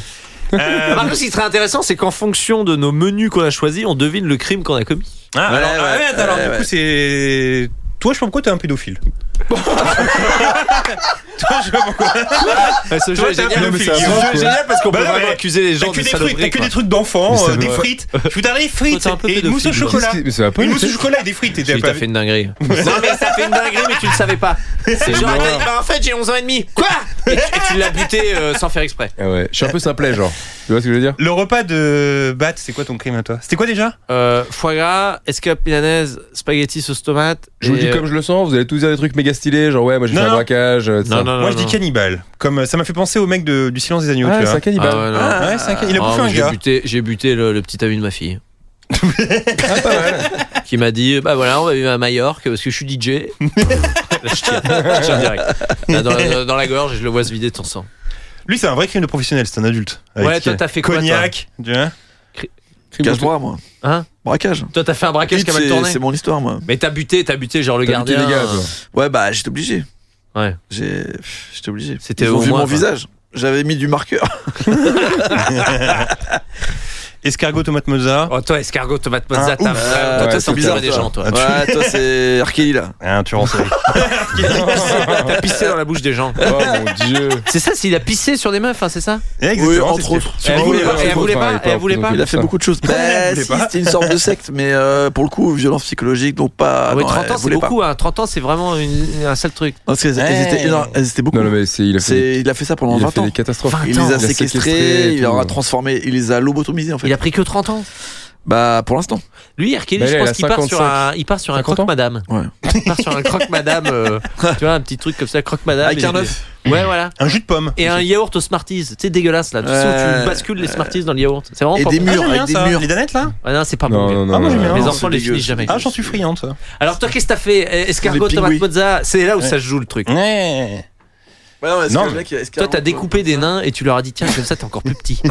[SPEAKER 4] hein. Euh,
[SPEAKER 6] Par contre, ce qui serait intéressant, c'est qu'en fonction de nos menus qu'on a choisis, on devine le crime qu'on a commis.
[SPEAKER 4] ah,
[SPEAKER 7] Ouais,
[SPEAKER 4] alors,
[SPEAKER 7] ouais,
[SPEAKER 4] ah, ouais, attends,
[SPEAKER 7] ouais,
[SPEAKER 4] alors, du
[SPEAKER 7] ouais.
[SPEAKER 4] coup, c'est. Toi, je sais pas pourquoi t'es un pédophile. Toi, je sais pas pourquoi.
[SPEAKER 6] ce
[SPEAKER 4] Toi,
[SPEAKER 6] jeu est
[SPEAKER 4] t'es un
[SPEAKER 6] génial.
[SPEAKER 4] pédophile.
[SPEAKER 6] Ce
[SPEAKER 4] Tu
[SPEAKER 6] jeu est
[SPEAKER 4] vois.
[SPEAKER 6] génial parce qu'on peut
[SPEAKER 4] Bah,
[SPEAKER 6] vraiment
[SPEAKER 4] mais
[SPEAKER 6] accuser les
[SPEAKER 4] T'as
[SPEAKER 6] gens
[SPEAKER 4] que
[SPEAKER 6] de
[SPEAKER 4] des trucs, t'as
[SPEAKER 6] saloperie.
[SPEAKER 4] que
[SPEAKER 6] quoi.
[SPEAKER 4] des trucs d'enfants,
[SPEAKER 5] Mais ça
[SPEAKER 4] euh,
[SPEAKER 5] veut-
[SPEAKER 4] des frites. Je vous donne des
[SPEAKER 6] Toi,
[SPEAKER 4] frites
[SPEAKER 6] t'es un peu
[SPEAKER 4] et une mousse au
[SPEAKER 6] pédophile,
[SPEAKER 4] chocolat.
[SPEAKER 5] Qu'est-ce qui- Mais ça va pas
[SPEAKER 4] Une
[SPEAKER 5] lui,
[SPEAKER 4] mousse au
[SPEAKER 5] tu sais
[SPEAKER 4] chocolat et des frites. et t'as
[SPEAKER 6] Si,
[SPEAKER 4] pas
[SPEAKER 6] t'as
[SPEAKER 4] vu.
[SPEAKER 6] fait une dinguerie. non, mais ça fait une dinguerie, mais tu le savais pas. C'est genre, attends, bah, en fait, j'ai 11 ans et demi. Quoi Et tu, et tu l'as buté euh, sans faire exprès.
[SPEAKER 5] Ah ouais, je suis un peu simplet, genre. Tu vois ce que je veux dire
[SPEAKER 4] Le repas de Bat, c'est quoi ton crime à toi C'était quoi déjà
[SPEAKER 6] Euh, foie gras, escape milanaise, spaghetti sauce tomate.
[SPEAKER 5] Je vous
[SPEAKER 6] et, euh,
[SPEAKER 5] dis comme je le sens, vous allez tous dire des trucs méga stylés, genre ouais, moi j'ai
[SPEAKER 4] Non,
[SPEAKER 5] fait un
[SPEAKER 4] non.
[SPEAKER 5] braquage. euh, tout
[SPEAKER 6] Non,
[SPEAKER 5] ça.
[SPEAKER 6] non, non.
[SPEAKER 4] Moi, je
[SPEAKER 6] non.
[SPEAKER 4] dis cannibale. Comme euh, ça m'a fait penser au mec de- du Silence des Agneaux,
[SPEAKER 5] Ah,
[SPEAKER 4] tu
[SPEAKER 5] c'est
[SPEAKER 4] vois.
[SPEAKER 5] un
[SPEAKER 6] Ah,
[SPEAKER 5] cannibale.
[SPEAKER 6] ouais, non.
[SPEAKER 4] Ouais, c'est un cannibale. Il a
[SPEAKER 6] Ah,
[SPEAKER 4] bouffé
[SPEAKER 6] moi,
[SPEAKER 4] un
[SPEAKER 6] J'ai
[SPEAKER 4] gars.
[SPEAKER 6] buté, j'ai buté le, le petit ami de ma fille. qui m'a dit bah voilà on va vivre à Majorque parce que je suis DJ Là, je tire, je tire direct Là, dans, la, dans la gorge je le vois se vider de ton sang
[SPEAKER 4] Lui, c'est un vrai crime de professionnel, c'est un adulte.
[SPEAKER 6] Ouais, toi, t'as fait quoi,
[SPEAKER 4] Cognac, tu vois
[SPEAKER 7] Cache-moi, moi.
[SPEAKER 6] Hein Ah,
[SPEAKER 7] Braquage.
[SPEAKER 6] toi t'as fait un braquage
[SPEAKER 7] Vite,
[SPEAKER 6] qui a mal
[SPEAKER 7] c'est-
[SPEAKER 6] tourné
[SPEAKER 7] C'est mon histoire, moi.
[SPEAKER 6] mais t'as buté t'as buté genre le
[SPEAKER 5] T'as buté
[SPEAKER 6] gardien
[SPEAKER 5] les gars,
[SPEAKER 6] euh,
[SPEAKER 5] toi.
[SPEAKER 7] Ouais, bah, j'étais obligé.
[SPEAKER 6] Ouais.
[SPEAKER 7] J'ai- pff, J'étais obligé.
[SPEAKER 6] C'était
[SPEAKER 7] Ils
[SPEAKER 6] au
[SPEAKER 7] ont vu
[SPEAKER 6] moins,
[SPEAKER 7] mon
[SPEAKER 6] quoi.
[SPEAKER 7] visage. J'avais mis du marqueur.
[SPEAKER 4] Escargot, tomate mozza.
[SPEAKER 6] oh toi escargot tomate mozza
[SPEAKER 4] Un
[SPEAKER 6] t'as
[SPEAKER 5] Ah,
[SPEAKER 4] ouf.
[SPEAKER 6] vraiment- toi,
[SPEAKER 7] Ouais,
[SPEAKER 6] t'as
[SPEAKER 7] c'est
[SPEAKER 6] sorti
[SPEAKER 7] bizarre,
[SPEAKER 6] la des
[SPEAKER 7] ça.
[SPEAKER 6] gens toi
[SPEAKER 4] Ah, tu-
[SPEAKER 7] Ouais, toi, c'est Arkeli, là.
[SPEAKER 4] Un tueur en série.
[SPEAKER 6] t'as pissé dans la bouche des gens
[SPEAKER 5] Oh mon dieu.
[SPEAKER 6] c'est ça s'il a pissé sur des meufs hein, c'est ça
[SPEAKER 7] Oui,
[SPEAKER 4] Exactement,
[SPEAKER 7] entre
[SPEAKER 4] c'est-
[SPEAKER 7] autres.
[SPEAKER 6] elle
[SPEAKER 5] oui,
[SPEAKER 6] voulait
[SPEAKER 5] oui,
[SPEAKER 6] pas
[SPEAKER 5] oui,
[SPEAKER 6] elle voulait
[SPEAKER 5] oui,
[SPEAKER 6] pas
[SPEAKER 5] oui,
[SPEAKER 6] elle voulait pas
[SPEAKER 5] oui,
[SPEAKER 7] Il a fait
[SPEAKER 5] Ça.
[SPEAKER 7] beaucoup de choses. Bah, si, c'était une sorte de secte, mais euh, pour le coup, violence psychologique, donc pas.
[SPEAKER 6] Ah ouais,
[SPEAKER 7] non,
[SPEAKER 6] 30
[SPEAKER 7] elle
[SPEAKER 6] ans c'est
[SPEAKER 7] voulait pas.
[SPEAKER 6] beaucoup hein. 30 ans c'est vraiment une- un seul truc
[SPEAKER 7] Parce qu'elles elles
[SPEAKER 4] Ouais.
[SPEAKER 7] étaient énormes, elles étaient beaucoup.
[SPEAKER 5] Non, non, mais c'est il a fait.
[SPEAKER 7] C'est- il a fait ça pendant
[SPEAKER 5] Il a
[SPEAKER 7] 20
[SPEAKER 5] fait
[SPEAKER 7] ans.
[SPEAKER 5] des catastrophes.
[SPEAKER 7] Il les a
[SPEAKER 5] Il a
[SPEAKER 7] séquestrés,
[SPEAKER 5] séquestrés et
[SPEAKER 7] il
[SPEAKER 5] tout.
[SPEAKER 7] les a transformés, il les a lobotomisés en fait.
[SPEAKER 6] il a pris que 30 ans
[SPEAKER 7] Bah pour l'instant.
[SPEAKER 6] Lui, Erkeli,
[SPEAKER 5] Bah,
[SPEAKER 6] je
[SPEAKER 5] il a
[SPEAKER 6] pense qu'il part sur
[SPEAKER 5] 55.
[SPEAKER 6] un, il part sur un
[SPEAKER 5] 50 ans
[SPEAKER 6] croque-madame.
[SPEAKER 7] Ouais.
[SPEAKER 6] Il part sur un croque-madame, euh, tu vois, un petit truc comme ça, croque-madame.
[SPEAKER 7] Avec
[SPEAKER 6] et-
[SPEAKER 7] un œuf.
[SPEAKER 6] Ouais, voilà.
[SPEAKER 4] Un jus de pomme.
[SPEAKER 6] Et un yaourt aux Smarties, tu sais, dégueulasse là. Tu sais, où tu
[SPEAKER 7] Ouais.
[SPEAKER 6] bascules les Smarties dans le yaourt. C'est vraiment
[SPEAKER 7] Et
[SPEAKER 6] pas
[SPEAKER 7] des
[SPEAKER 6] bon.
[SPEAKER 4] Ah,
[SPEAKER 7] murs,
[SPEAKER 4] j'aime bien
[SPEAKER 7] avec des
[SPEAKER 4] ça.
[SPEAKER 7] murs.
[SPEAKER 4] Les danettes, là
[SPEAKER 6] Ah non, c'est pas
[SPEAKER 5] Non,
[SPEAKER 6] bon.
[SPEAKER 5] non,
[SPEAKER 4] Ah, moi, j'aime bien.
[SPEAKER 6] Les
[SPEAKER 4] non,
[SPEAKER 6] enfants les
[SPEAKER 7] c'est dégueu.
[SPEAKER 6] finissent jamais.
[SPEAKER 4] Ah, j'en suis friande, ça.
[SPEAKER 6] Alors toi, qu'est-ce que t'as fait Eh, Escargot,
[SPEAKER 7] Les
[SPEAKER 6] tomate
[SPEAKER 7] pingouins.
[SPEAKER 6] mozza, c'est là où
[SPEAKER 4] Ouais.
[SPEAKER 6] ça se joue le truc.
[SPEAKER 4] Ouais.
[SPEAKER 7] Ouais, non,
[SPEAKER 4] Non,
[SPEAKER 7] non,
[SPEAKER 4] mais-
[SPEAKER 6] Toi, t'as découpé des nains et tu leur as dit, tiens, comme ça, t'es encore plus petit.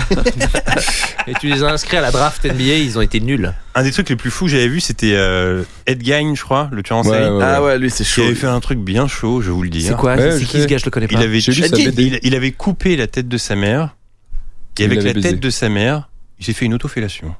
[SPEAKER 6] et tu les as inscrits à la draft NBA, ils ont été nuls.
[SPEAKER 4] Un des trucs les plus fous que j'avais vu, c'était euh, Ed Gein, je crois, le tueur en
[SPEAKER 5] Ouais,
[SPEAKER 4] série.
[SPEAKER 5] ouais, ouais.
[SPEAKER 7] Ah ouais, lui c'est
[SPEAKER 4] Qui
[SPEAKER 7] chaud.
[SPEAKER 4] avait fait un truc bien chaud, je vous le dis. hein.
[SPEAKER 6] C'est quoi
[SPEAKER 5] Ouais,
[SPEAKER 6] C'est
[SPEAKER 5] je
[SPEAKER 6] qui ce
[SPEAKER 5] sais.
[SPEAKER 6] gars Je le connais pas.
[SPEAKER 4] Il avait,
[SPEAKER 5] J'ai lu sa
[SPEAKER 4] il,
[SPEAKER 5] BD.
[SPEAKER 4] il avait coupé la tête de sa mère. Et
[SPEAKER 5] Il
[SPEAKER 4] avec
[SPEAKER 5] l'avait
[SPEAKER 4] la
[SPEAKER 5] baisé.
[SPEAKER 4] tête de sa mère, j'ai fait une autofellation.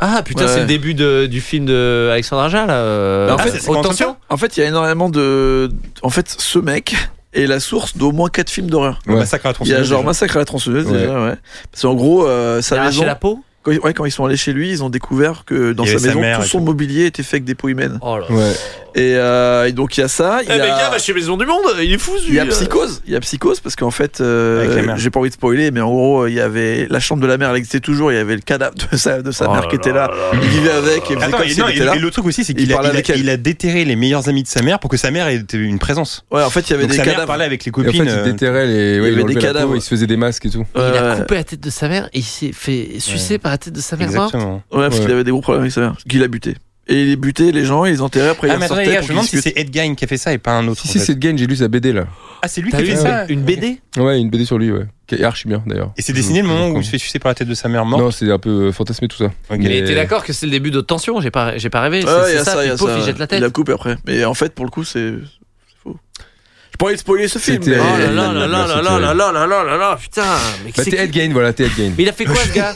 [SPEAKER 6] Ah putain,
[SPEAKER 7] Ouais.
[SPEAKER 6] c'est le début de- du film de Alexandre Aja là. euh,
[SPEAKER 7] Mais en
[SPEAKER 6] ah,
[SPEAKER 7] fait,
[SPEAKER 6] c'est-
[SPEAKER 4] c'est pas un
[SPEAKER 6] attention.
[SPEAKER 7] En fait, il y a énormément de. En fait, ce mec est la source d'au moins 4 films d'horreur.
[SPEAKER 4] Le
[SPEAKER 5] Ouais.
[SPEAKER 4] massacre à la
[SPEAKER 7] Il y a
[SPEAKER 4] tronçonneuse,
[SPEAKER 7] genre
[SPEAKER 4] déjà.
[SPEAKER 7] Massacre à la tronçonneuse
[SPEAKER 5] Ouais.
[SPEAKER 7] déjà, ouais. Parce qu'en gros, euh,
[SPEAKER 6] T'as
[SPEAKER 7] sa
[SPEAKER 6] arraché
[SPEAKER 7] maison.
[SPEAKER 6] la peau
[SPEAKER 7] Quand, ouais, quand ils sont allés chez lui, ils ont découvert que dans
[SPEAKER 4] Il y
[SPEAKER 7] sa
[SPEAKER 4] avait sa
[SPEAKER 7] maison,
[SPEAKER 4] mère
[SPEAKER 7] tout
[SPEAKER 4] et
[SPEAKER 7] son
[SPEAKER 4] tout.
[SPEAKER 7] mobilier était fait avec des peaux humaines.
[SPEAKER 6] Oh là.
[SPEAKER 5] Ouais.
[SPEAKER 7] Et, euh, et donc il y a ça.
[SPEAKER 6] Eh,
[SPEAKER 7] Il y a,
[SPEAKER 6] chez Maison du Monde, il est fou
[SPEAKER 7] il y a psychose. Il y a psychose parce qu'en fait, euh,
[SPEAKER 4] Avec la mère.
[SPEAKER 7] j'ai pas envie de spoiler, mais en gros, il y avait la chambre de la mère, elle existait toujours. Il y avait le cadavre de sa, de sa
[SPEAKER 6] Oh
[SPEAKER 7] mère
[SPEAKER 6] là
[SPEAKER 7] qui était là.
[SPEAKER 6] là
[SPEAKER 7] Il vivait avec et faisait
[SPEAKER 4] Attends,
[SPEAKER 7] comme
[SPEAKER 4] et,
[SPEAKER 7] s'il
[SPEAKER 4] non,
[SPEAKER 7] était
[SPEAKER 4] et-
[SPEAKER 7] là.
[SPEAKER 4] et le truc aussi, c'est
[SPEAKER 7] Il
[SPEAKER 4] qu'il a,
[SPEAKER 7] parlait
[SPEAKER 4] il a-
[SPEAKER 7] avec elle.
[SPEAKER 4] il a déterré les meilleurs amis de sa mère pour que sa mère ait une présence.
[SPEAKER 7] Ouais, en fait, il y avait
[SPEAKER 4] Donc
[SPEAKER 7] des
[SPEAKER 4] sa mère
[SPEAKER 7] cadavres.
[SPEAKER 4] parlait avec les
[SPEAKER 5] Et en fait,
[SPEAKER 4] copines.
[SPEAKER 5] il
[SPEAKER 4] euh,
[SPEAKER 5] déterrait les. ouais,
[SPEAKER 7] avait
[SPEAKER 5] il
[SPEAKER 7] des
[SPEAKER 5] enlevait la peau,
[SPEAKER 7] cadavres.
[SPEAKER 5] Il se faisait des masques et tout.
[SPEAKER 6] Il a
[SPEAKER 7] Ouais.
[SPEAKER 6] coupé la tête de sa mère et il s'est fait sucer par la la tête de sa mère morte
[SPEAKER 4] Exactement.
[SPEAKER 7] Ouais, parce qu'il avait des gros problèmes avec sa mère. Qu'il a buté. Et il a buté les gens, ils les enterraient, après
[SPEAKER 4] Ah,
[SPEAKER 7] ils
[SPEAKER 4] mais attendez,
[SPEAKER 7] ressortaient
[SPEAKER 4] les gars, je me
[SPEAKER 7] pour qu'ils
[SPEAKER 4] demande si
[SPEAKER 7] discutent.
[SPEAKER 4] c'est Ed Gein qui a fait ça et pas un autre.
[SPEAKER 5] Si,
[SPEAKER 4] en
[SPEAKER 5] si,
[SPEAKER 4] fait.
[SPEAKER 5] c'est Gain, j'ai lu sa BD là.
[SPEAKER 4] Ah, c'est lui qui a
[SPEAKER 6] T'as vu
[SPEAKER 4] fait
[SPEAKER 6] une,
[SPEAKER 4] ça
[SPEAKER 6] une BD
[SPEAKER 5] Ouais, une BD sur lui, ouais. Qui est archi bien d'ailleurs.
[SPEAKER 4] Et c'est dessiné le moment où il se fait sucer par la tête de sa mère morte.
[SPEAKER 5] Non, c'est un peu euh, fantasmé tout ça.
[SPEAKER 4] Ok.
[SPEAKER 5] Mais-
[SPEAKER 6] Mais t'es d'accord que c'est le début de tension J'ai pas, j'ai pas rêvé.
[SPEAKER 7] Ouais,
[SPEAKER 6] c'est
[SPEAKER 7] y
[SPEAKER 6] c'est
[SPEAKER 7] a
[SPEAKER 6] ça,
[SPEAKER 7] ça, y
[SPEAKER 6] puis
[SPEAKER 7] a
[SPEAKER 6] pauvre,
[SPEAKER 7] ça.
[SPEAKER 6] il jette la tête.
[SPEAKER 7] la coupe après. Mais en fait, pour le coup, c'est c'est faux. Je pourrais spoiler ce film.
[SPEAKER 5] C'était-
[SPEAKER 7] mais-
[SPEAKER 6] Oh là là là là
[SPEAKER 5] Merci,
[SPEAKER 6] là là là
[SPEAKER 5] Thierry.
[SPEAKER 6] là là là là là, putain mais
[SPEAKER 5] Bah,
[SPEAKER 6] c'est
[SPEAKER 5] t'es
[SPEAKER 6] qui-
[SPEAKER 5] Ed Gain, voilà, t'es Ed Gain.
[SPEAKER 6] Mais il a fait quoi ce gars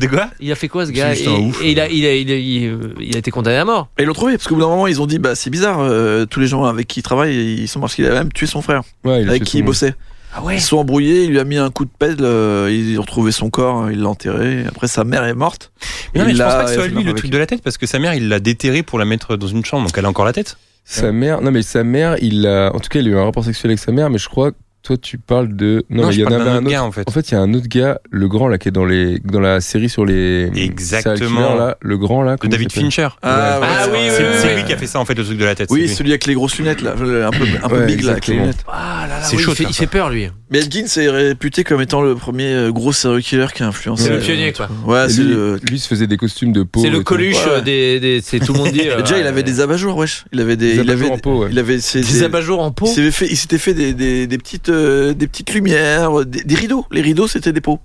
[SPEAKER 4] De quoi
[SPEAKER 6] Il a fait quoi ce gars
[SPEAKER 4] C'est
[SPEAKER 6] Et,
[SPEAKER 4] juste un ouf.
[SPEAKER 6] et il, a, il, a, il, a, il, euh, il a été condamné à mort.
[SPEAKER 7] Et ils l'ont trouvé, parce qu'au bout d'un moment, ils ont dit bah c'est bizarre, euh, tous les gens avec qui il travaille, ils sont morts parce qu'il a même tué son frère,
[SPEAKER 5] Ouais, il a
[SPEAKER 7] avec
[SPEAKER 5] fait
[SPEAKER 7] qui il
[SPEAKER 5] son-
[SPEAKER 7] bossait.
[SPEAKER 6] Ah ouais
[SPEAKER 7] Ils se sont embrouillés, il lui a mis un coup de pelle, euh, ils ont retrouvé son corps, il l'a enterré. Après, sa mère est morte.
[SPEAKER 4] Non, mais
[SPEAKER 7] Il
[SPEAKER 4] je pense
[SPEAKER 7] l'a-
[SPEAKER 4] pas que ce soit
[SPEAKER 7] il
[SPEAKER 4] lui
[SPEAKER 7] l'a
[SPEAKER 4] le
[SPEAKER 7] avec-
[SPEAKER 4] truc de la tête parce que sa mère, il l'a déterré pour la mettre dans une chambre, donc elle a encore la tête.
[SPEAKER 5] Sa mère, non mais sa mère, il a, en tout cas, il a eu un rapport sexuel avec sa mère, mais je crois que toi tu parles de, non, mais il
[SPEAKER 4] je
[SPEAKER 5] y en
[SPEAKER 4] parle
[SPEAKER 5] avait
[SPEAKER 4] d'un
[SPEAKER 5] un
[SPEAKER 4] autre
[SPEAKER 5] autre.
[SPEAKER 4] gars en fait.
[SPEAKER 5] En fait, il y a un autre gars, le grand là, qui est dans les, dans la série sur les,
[SPEAKER 4] Exactement.
[SPEAKER 5] serial killers, là, le grand là,
[SPEAKER 4] De
[SPEAKER 5] comment il
[SPEAKER 4] David
[SPEAKER 5] s'appelle
[SPEAKER 4] Fincher.
[SPEAKER 7] Ah, ouais,
[SPEAKER 6] Ah
[SPEAKER 7] c'est-
[SPEAKER 6] oui,
[SPEAKER 4] C'est
[SPEAKER 6] oui,
[SPEAKER 4] c'est
[SPEAKER 6] oui.
[SPEAKER 4] lui qui a fait ça en fait, le truc de la tête.
[SPEAKER 7] Oui,
[SPEAKER 4] c'est lui.
[SPEAKER 7] celui avec les grosses lunettes, là, le- un peu, un peu
[SPEAKER 5] Ouais,
[SPEAKER 7] big là, avec les
[SPEAKER 5] exactement.
[SPEAKER 7] lunettes.
[SPEAKER 6] Ah là là,
[SPEAKER 4] C'est
[SPEAKER 6] oui,
[SPEAKER 4] chaud
[SPEAKER 6] il, fait,
[SPEAKER 4] de
[SPEAKER 6] il
[SPEAKER 4] faire
[SPEAKER 6] fait peur lui.
[SPEAKER 7] Mais Edgins est réputé comme étant le premier euh, gros serial killer qui a influencé.
[SPEAKER 6] C'est le
[SPEAKER 7] euh,
[SPEAKER 6] pionnier quoi.
[SPEAKER 7] Ouais,
[SPEAKER 5] Et
[SPEAKER 7] c'est
[SPEAKER 5] lui,
[SPEAKER 7] le.
[SPEAKER 5] lui se faisait des costumes de peau.
[SPEAKER 6] C'est le
[SPEAKER 5] et tout.
[SPEAKER 6] coluche
[SPEAKER 7] Ouais.
[SPEAKER 6] euh, des, des c'est tout le monde dit. euh,
[SPEAKER 7] Déjà, il avait
[SPEAKER 6] ouais.
[SPEAKER 7] des abat-jours, wesh. Il avait des.
[SPEAKER 5] Des
[SPEAKER 7] il
[SPEAKER 5] abat-jours
[SPEAKER 7] avait,
[SPEAKER 5] en peau, ouais.
[SPEAKER 7] il avait ses-
[SPEAKER 6] des
[SPEAKER 7] ses-
[SPEAKER 6] abat-jours en
[SPEAKER 7] Il
[SPEAKER 6] peau.
[SPEAKER 7] s'était fait, il s'était fait des, des, des petites, euh, des petites lumières, euh, des, des rideaux. Les rideaux, c'était des pots.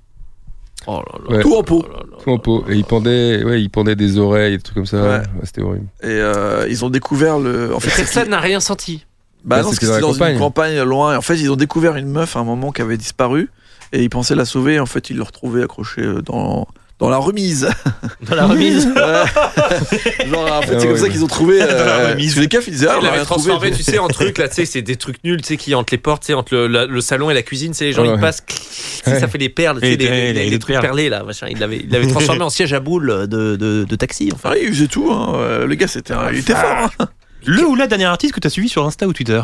[SPEAKER 6] Oh là là.
[SPEAKER 5] Ouais.
[SPEAKER 7] Tout en peau.
[SPEAKER 5] Tout en peau. Et il pendait, ouais, il pendait des oreilles et des trucs comme ça.
[SPEAKER 7] Ouais.
[SPEAKER 5] Ouais, C'était horrible.
[SPEAKER 7] Et euh, ils ont découvert le. En
[SPEAKER 6] Et
[SPEAKER 7] fait, c'est-
[SPEAKER 6] Personne n'a rien senti.
[SPEAKER 7] bah
[SPEAKER 5] Ouais,
[SPEAKER 7] non, parce
[SPEAKER 5] c'était
[SPEAKER 7] que c'était
[SPEAKER 5] dans
[SPEAKER 7] dans
[SPEAKER 5] la
[SPEAKER 7] une campagne loin. Et en fait, ils ont découvert une meuf à un moment qui avait disparu et ils pensaient la sauver. Et en fait, ils l'ont retrouvée accrochée euh, dans. Dans la remise.
[SPEAKER 6] Dans la remise.
[SPEAKER 7] Genre, en
[SPEAKER 5] Ah
[SPEAKER 7] fait, c'est comme
[SPEAKER 5] oui.
[SPEAKER 7] ça qu'ils ont trouvé.
[SPEAKER 4] Dans la
[SPEAKER 7] euh,
[SPEAKER 4] remise.
[SPEAKER 7] sous les keufs, ils disaient, ah, on
[SPEAKER 6] il
[SPEAKER 7] a
[SPEAKER 6] l'avait
[SPEAKER 7] rien trouvé.
[SPEAKER 6] transformé, tu sais, en truc là, tu sais, c'est des trucs nuls, tu sais, qui entre les portes, tu sais, entre le, la- le salon et la cuisine, tu sais, les gens
[SPEAKER 5] Ouais,
[SPEAKER 6] ils
[SPEAKER 5] ouais.
[SPEAKER 6] passent, clic, tu sais,
[SPEAKER 5] Ouais.
[SPEAKER 6] ça fait des perles, tu sais,
[SPEAKER 4] Et
[SPEAKER 6] les,
[SPEAKER 4] t'as-
[SPEAKER 6] les,
[SPEAKER 4] les-
[SPEAKER 6] les
[SPEAKER 4] les
[SPEAKER 6] trucs
[SPEAKER 4] perles.
[SPEAKER 6] perlés là, machin. Il l'avait, il l'avait transformé en siège à boules de, de, de taxi, enfin.
[SPEAKER 7] Ah, il faisait tout, hein. Euh, Le gars, c'était,
[SPEAKER 6] Ah,
[SPEAKER 7] un- il était fort. hein.
[SPEAKER 4] Le ou la dernière artiste que t'as suivi sur Insta ou Twitter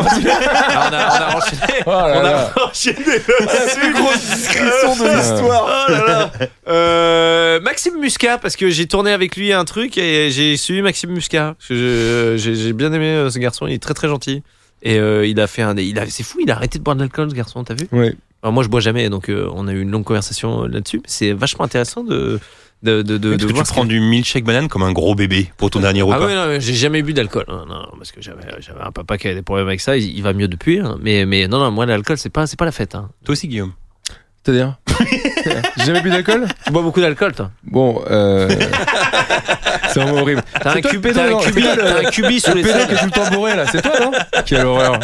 [SPEAKER 6] Ah, on, a, on a enchaîné.
[SPEAKER 5] Oh là
[SPEAKER 6] on a
[SPEAKER 5] là.
[SPEAKER 6] enchaîné la plus grosse description
[SPEAKER 5] de l'histoire.
[SPEAKER 6] Oh là là. Euh, Maxime Muscat, parce que j'ai tourné avec lui un truc et j'ai suivi Maxime Muscat. Parce que je- j'ai j'ai bien aimé euh, ce garçon, il est très très gentil. Et euh, il a fait un. il a- C'est fou, il a arrêté de boire de l'alcool, ce garçon, t'as vu
[SPEAKER 5] Ouais.
[SPEAKER 6] Alors moi je bois jamais, donc euh, on a eu une longue conversation euh, là-dessus. mais C'est vachement intéressant de de de, de,
[SPEAKER 4] Parce
[SPEAKER 6] de
[SPEAKER 4] que tu
[SPEAKER 6] voir ce
[SPEAKER 4] prends
[SPEAKER 6] que-
[SPEAKER 4] du milkshake banane comme un gros bébé pour ton dernier
[SPEAKER 6] Ah
[SPEAKER 4] repas.
[SPEAKER 6] ouais, non, mais j'ai jamais bu d'alcool. Non, non, parce que j'avais j'avais un papa qui avait des problèmes avec ça. Il, il va mieux depuis. hein. Mais mais non non, moi l'alcool c'est pas c'est pas la fête. Hein.
[SPEAKER 4] Toi aussi, Guillaume.
[SPEAKER 5] C'est-à-dire J'ai jamais bu d'alcool
[SPEAKER 6] Tu bois beaucoup d'alcool, toi.
[SPEAKER 5] Bon, euh... c'est vraiment horrible.
[SPEAKER 6] T'as
[SPEAKER 5] toi
[SPEAKER 6] un
[SPEAKER 5] le
[SPEAKER 6] cubi,
[SPEAKER 5] pédo,
[SPEAKER 6] t'as un
[SPEAKER 5] non
[SPEAKER 6] cubi,
[SPEAKER 5] C'est toi
[SPEAKER 6] t'as un cubi sous
[SPEAKER 5] Le
[SPEAKER 6] les
[SPEAKER 5] pédale qui
[SPEAKER 6] selles.
[SPEAKER 5] est sous le tambouret là, c'est toi non Quelle horreur.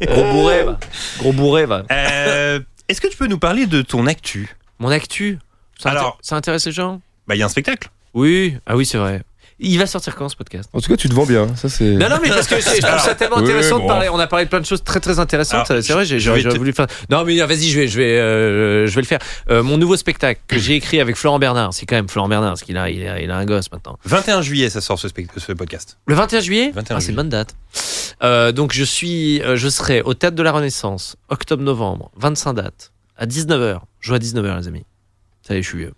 [SPEAKER 6] Gros bourré, va. Gros bourré, va.
[SPEAKER 4] Euh, Est-ce que tu peux nous parler de ton actu
[SPEAKER 6] Mon actu. Ça, inté-
[SPEAKER 4] Alors.
[SPEAKER 6] ça intéresse les gens
[SPEAKER 4] Bah, il y a un spectacle.
[SPEAKER 6] Oui. Ah oui, c'est vrai. Il va sortir quand ce podcast
[SPEAKER 5] En tout cas, tu te vends bien. hein. Ça c'est.
[SPEAKER 6] Non, non, mais parce que je je trouve ça tellement
[SPEAKER 4] Oui,
[SPEAKER 6] intéressant de
[SPEAKER 4] bon.
[SPEAKER 6] parler. On a parlé de plein de choses très très intéressantes.
[SPEAKER 4] Alors,
[SPEAKER 6] c'est vrai, j'ai-
[SPEAKER 4] je
[SPEAKER 6] j'aurais
[SPEAKER 4] vais te-
[SPEAKER 6] voulu faire. Non, mais vas-y, je vais, je vais, euh, je vais le faire. Euh, mon nouveau spectacle que j'ai écrit avec Florent Bernard. C'est quand même Florent Bernard, parce qu'il a, il a, il a un gosse maintenant.
[SPEAKER 4] 21 juillet, ça sort ce, spect- ce podcast.
[SPEAKER 6] Le 21 juillet
[SPEAKER 4] 21
[SPEAKER 6] Ah, c'est une
[SPEAKER 4] juillet.
[SPEAKER 6] bonne date. Euh, donc je suis, euh, je serai au Théâtre de la Renaissance, octobre-novembre, 25 dates, à 19h. Je joue à 19h, les amis. Ça y est, je suis vieux.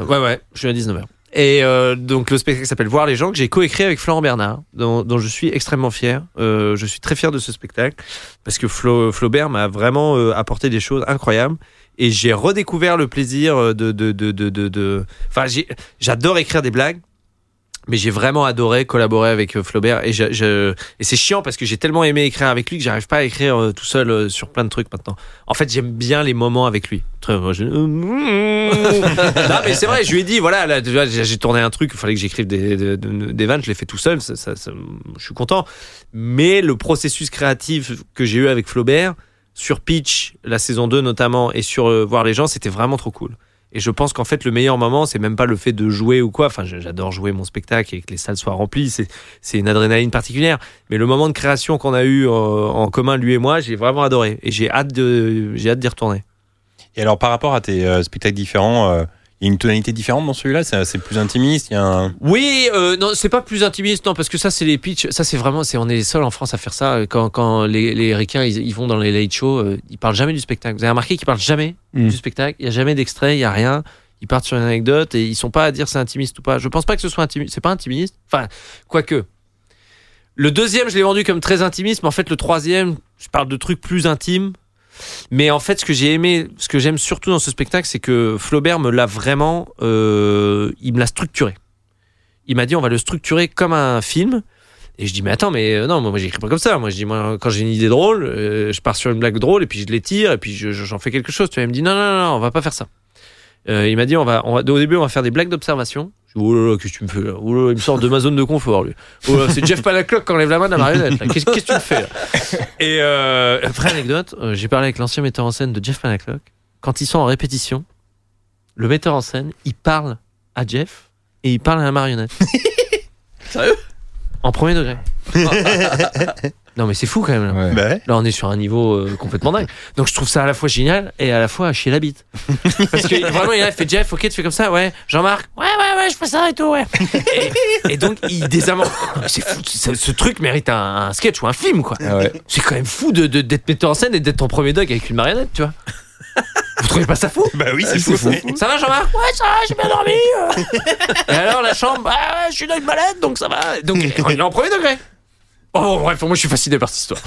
[SPEAKER 6] Euh, ouais, ouais, je suis à 19h. Et euh, donc le spectacle s'appelle Voir les gens, que j'ai coécrit avec Florent Bernard, dont, dont je suis extrêmement fier. Euh, je suis très fier de ce spectacle, parce que Flo- Flaubert m'a vraiment euh, apporté des choses incroyables. Et j'ai redécouvert le plaisir euh, de... de, de, de, de, de- Enfin, j'ai- j'adore écrire des blagues. Mais j'ai vraiment adoré collaborer avec euh, Flaubert et, je- je- et c'est chiant parce que j'ai tellement aimé écrire avec lui que j'arrive pas à écrire euh, tout seul euh, sur plein de trucs maintenant. En fait, j'aime bien les moments avec lui. Très- moi, je- non, mais c'est vrai, je lui ai dit, voilà, là, tu vois, j'ai j'ai tourné un truc, il fallait que j'écrive des, des, des vannes, je l'ai fait tout seul, ça, ça- ça- je suis content. Mais le processus créatif que j'ai eu avec Flaubert, sur Pitch, la saison 2 notamment, et sur euh, Voir les gens, c'était vraiment trop cool. Et je pense qu'en fait, le meilleur moment, c'est même pas le fait de jouer ou quoi. Enfin, je- j'adore jouer mon spectacle et que les salles soient remplies. C'est, c'est une adrénaline particulière. Mais le moment de création qu'on a eu euh, en commun, lui et moi, j'ai vraiment adoré. Et j'ai hâte de, j'ai hâte d'y retourner.
[SPEAKER 4] Et alors, par rapport à tes euh, spectacles différents, euh, il y a une tonalité différente dans celui-là C'est c'est plus intimiste Il y a un.
[SPEAKER 6] Oui, euh, non, c'est pas plus intimiste, non, parce que ça, c'est les pitchs. Ça, c'est vraiment, c'est, on est les seuls en France à faire ça. Quand, quand les, les ricains, ils, ils vont dans les late shows, euh, ils parlent jamais du spectacle. Vous avez remarqué qu'ils parlent jamais
[SPEAKER 5] Mm.
[SPEAKER 6] du spectacle. Il y a jamais d'extrait, il y a rien. Ils partent sur une anecdote et ils sont pas à dire c'est intimiste ou pas. Je pense pas que ce soit intimiste. C'est pas intimiste. Enfin, quoique. Le deuxième, je l'ai vendu comme très intimiste, mais en fait, le troisième, je parle de trucs plus intimes. Mais en fait, ce que j'ai aimé, ce que j'aime surtout dans ce spectacle, c'est que Flaubert me l'a vraiment, euh, il me l'a structuré. Il m'a dit, on va le structurer comme un film. Et je dis, mais attends, mais euh, non, moi, j'écris pas comme ça. Moi, je dis, moi, quand j'ai une idée drôle, euh, je pars sur une blague drôle et puis je l'étire et puis je- je- j'en fais quelque chose. Tu vois, il me dit, non, non, non, non, on va pas faire ça. Euh, il m'a dit, on va, on va- au début, on va faire des blagues d'observation. Je dis, oh là là, qu'est-ce que tu me fais là Oh là là, il me sort de ma zone de confort, lui. Oh là, c'est Jeff Palaclock qui enlève la main de la marionnette. là. Qu'est-ce qu'est-ce que tu me fais là Et euh, après anecdote, euh, j'ai parlé avec l'ancien metteur en scène de Jeff Panaclock. Quand ils sont en répétition, le metteur en scène, il parle à Jeff et il parle à la marionnette.
[SPEAKER 7] Sérieux
[SPEAKER 6] En premier degré. non mais c'est fou quand même. Là.
[SPEAKER 4] Bah ouais.
[SPEAKER 6] Là, on est sur un niveau euh, complètement dingue. Donc je trouve ça à la fois génial et à la fois chez la bite. Parce que vraiment, il a fait Jeff, ok, tu fais comme ça, ouais. Jean-Marc, ouais, ouais, ouais, je fais ça et tout, ouais. Et, et donc il désamorce. Non, mais C'est fou, ce, ce truc mérite un, un sketch ou un film, quoi.
[SPEAKER 5] Ah ouais.
[SPEAKER 6] C'est quand même fou de, de- d'être metteur en scène et d'être ton premier dog avec une marionnette, tu vois. Vous trouvez pas ça fou
[SPEAKER 4] Bah oui, c'est fou.
[SPEAKER 6] Ça va, Jean-Marc Ouais, ça va, j'ai bien dormi. euh. et alors, la chambre Bah ouais, je suis dans une malade, donc ça va. Donc, on est en premier degré. Oh, bref, moi, je suis fasciné par cette histoire.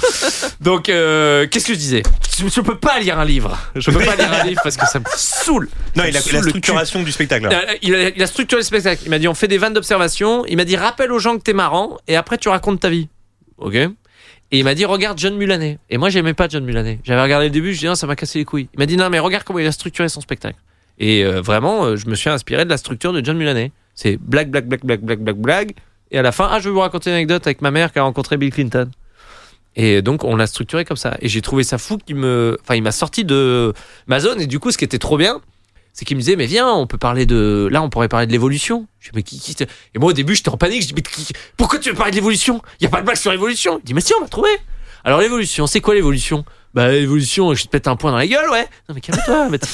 [SPEAKER 6] Donc, euh, qu'est-ce que je disais je, je peux pas lire un livre. Je peux pas lire un livre parce que ça me saoule.
[SPEAKER 4] Non, il a
[SPEAKER 6] Sous
[SPEAKER 4] la
[SPEAKER 6] le
[SPEAKER 4] structuration du spectacle. là.
[SPEAKER 6] Euh, Il a, il a structuré le spectacle. Il m'a dit on fait des vannes d'observation. Il m'a dit rappelle aux gens que t'es marrant et après tu racontes ta vie. Ok. Et il m'a dit regarde John Mulaney. Et moi j'aimais pas John Mulaney. J'avais regardé le début, je dis non ça m'a cassé les couilles. Il m'a dit non mais regarde comment il a structuré son spectacle. Et euh, vraiment euh, je me suis inspiré de la structure de John Mulaney. C'est blague blague blague blague blague blague blague. Et à la fin ah je vais vous raconter une anecdote avec ma mère qui a rencontré Bill Clinton. Et donc on l'a structuré comme ça. Et j'ai trouvé ça fou qu'il me, enfin il m'a sorti de ma zone. Et du coup ce qui était trop bien, c'est qu'il me disait mais viens on peut parler de là on pourrait parler de l'évolution je dis mais qui, qui te- et moi au début j'étais en panique je dis mais qui- pourquoi tu veux parler de l'évolution il y a pas de blague sur l'évolution il dit mais si on va trouver alors l'évolution c'est quoi l'évolution bah l'évolution je te pète un point dans la gueule ouais non mais calme-toi mais t-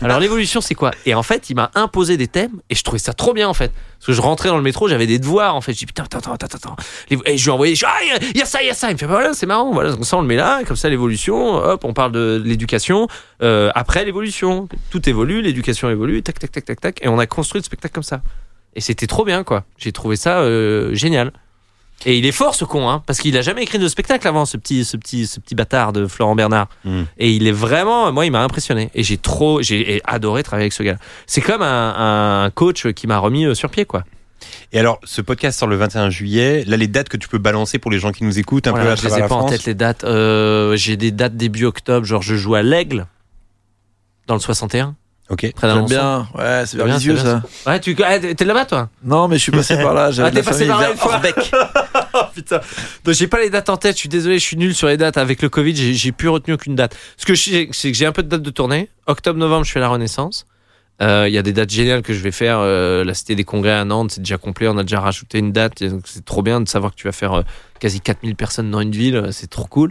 [SPEAKER 6] alors l'évolution c'est quoi et en fait il m'a imposé des thèmes et je trouvais ça trop bien en fait parce que je rentrais dans le métro j'avais des devoirs en fait je dis putain attends attends attends attends L'évo- et je lui ai envoyé je dis, ah il y a- il y a ça il y a ça il me fait bah, voilà c'est marrant voilà donc ça on le met là comme ça l'évolution hop on parle de de l'éducation euh, après l'évolution. Tout évolue, l'éducation évolue, tac, tac, tac, tac, tac. Et on a construit le spectacle comme ça. Et c'était trop bien, quoi. J'ai trouvé ça euh, génial. Et il est fort, ce con, hein, parce qu'il a jamais écrit de spectacle avant, ce petit, ce petit, ce petit bâtard de Florent Bernard.
[SPEAKER 4] Mm.
[SPEAKER 6] Et il est vraiment, moi, il m'a impressionné. Et j'ai trop, j'ai adoré travailler avec ce gars. C'est comme un, un coach qui m'a remis euh, sur pied, quoi.
[SPEAKER 4] Et alors, ce podcast sort le 21 juillet. Là, les dates que tu peux balancer pour les gens qui nous écoutent un peu
[SPEAKER 6] Voilà,
[SPEAKER 4] à
[SPEAKER 6] je les
[SPEAKER 4] travers la
[SPEAKER 6] ai pas en
[SPEAKER 4] France.
[SPEAKER 6] tête les dates. Euh, j'ai des dates début octobre, genre je joue à l'Aigle dans le 61,
[SPEAKER 4] Ok.
[SPEAKER 6] près
[SPEAKER 7] J'aime
[SPEAKER 6] d'Alençon.
[SPEAKER 7] bien. Ouais, c'est
[SPEAKER 6] C'est bien,
[SPEAKER 7] religieux
[SPEAKER 6] c'est bien,
[SPEAKER 7] ça.
[SPEAKER 6] Ouais, tu ah, t'es t'es là-bas, toi
[SPEAKER 7] Non, mais je suis passé par là. J'avais
[SPEAKER 6] Ah,
[SPEAKER 7] de la
[SPEAKER 6] t'es passé
[SPEAKER 7] famille
[SPEAKER 6] par là
[SPEAKER 7] vers
[SPEAKER 6] une fois.
[SPEAKER 7] Orbeck.
[SPEAKER 6] Oh putain. Donc j'ai pas les dates en tête, je suis désolé, je suis nul sur les dates. Avec le Covid, j'ai- j'ai plus retenu aucune date. Ce que je sais, c'est que j'ai un peu de dates de tournée. Octobre-novembre, je fais la Renaissance. Euh, Il y a des dates géniales que je vais faire. euh, la Cité des Congrès à Nantes, c'est déjà complet. On a déjà rajouté une date. et donc C'est trop bien de savoir que tu vas faire euh, quasi 4000 personnes dans une ville. C'est trop cool.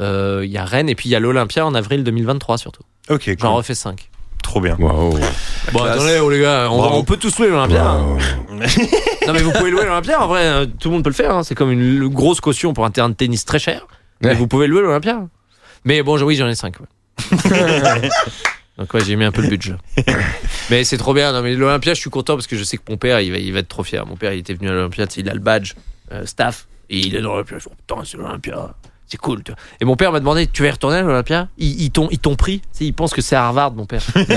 [SPEAKER 6] Euh, Il y a Rennes et puis il y a l'Olympia en avril 2023 surtout.
[SPEAKER 4] Ok, cool.
[SPEAKER 6] J'en refais 5.
[SPEAKER 4] Trop bien.
[SPEAKER 5] Waouh.
[SPEAKER 6] Bon, attendez, oh, les gars, on,
[SPEAKER 4] Bravo.
[SPEAKER 6] on peut tous louer l'Olympia. hein. Non mais vous pouvez louer l'Olympia en vrai, euh, tout le monde peut le faire. hein. C'est comme une l- grosse caution pour un terrain de tennis très cher. Mais
[SPEAKER 5] Ouais.
[SPEAKER 6] vous pouvez louer l'Olympia. Mais bon, je- oui, j'en ai 5 Donc ouais, j'ai mis un peu le budget. mais c'est trop bien. Non mais l'Olympia, je suis content parce que je sais que mon père, il va, il va être trop fier. Mon père, il était venu à l'Olympia, tu sais, il a le badge euh, staff et il est dans l'Olympia. Je dis, putain, c'est l'Olympia. C'est cool. tu vois. Et mon père m'a demandé, tu vas y retourner à l'Olympia Ils, ils t'ont ils t'ont pris. Tu sais, ils pensent que c'est Harvard, mon père.
[SPEAKER 5] Ouais.
[SPEAKER 6] Tu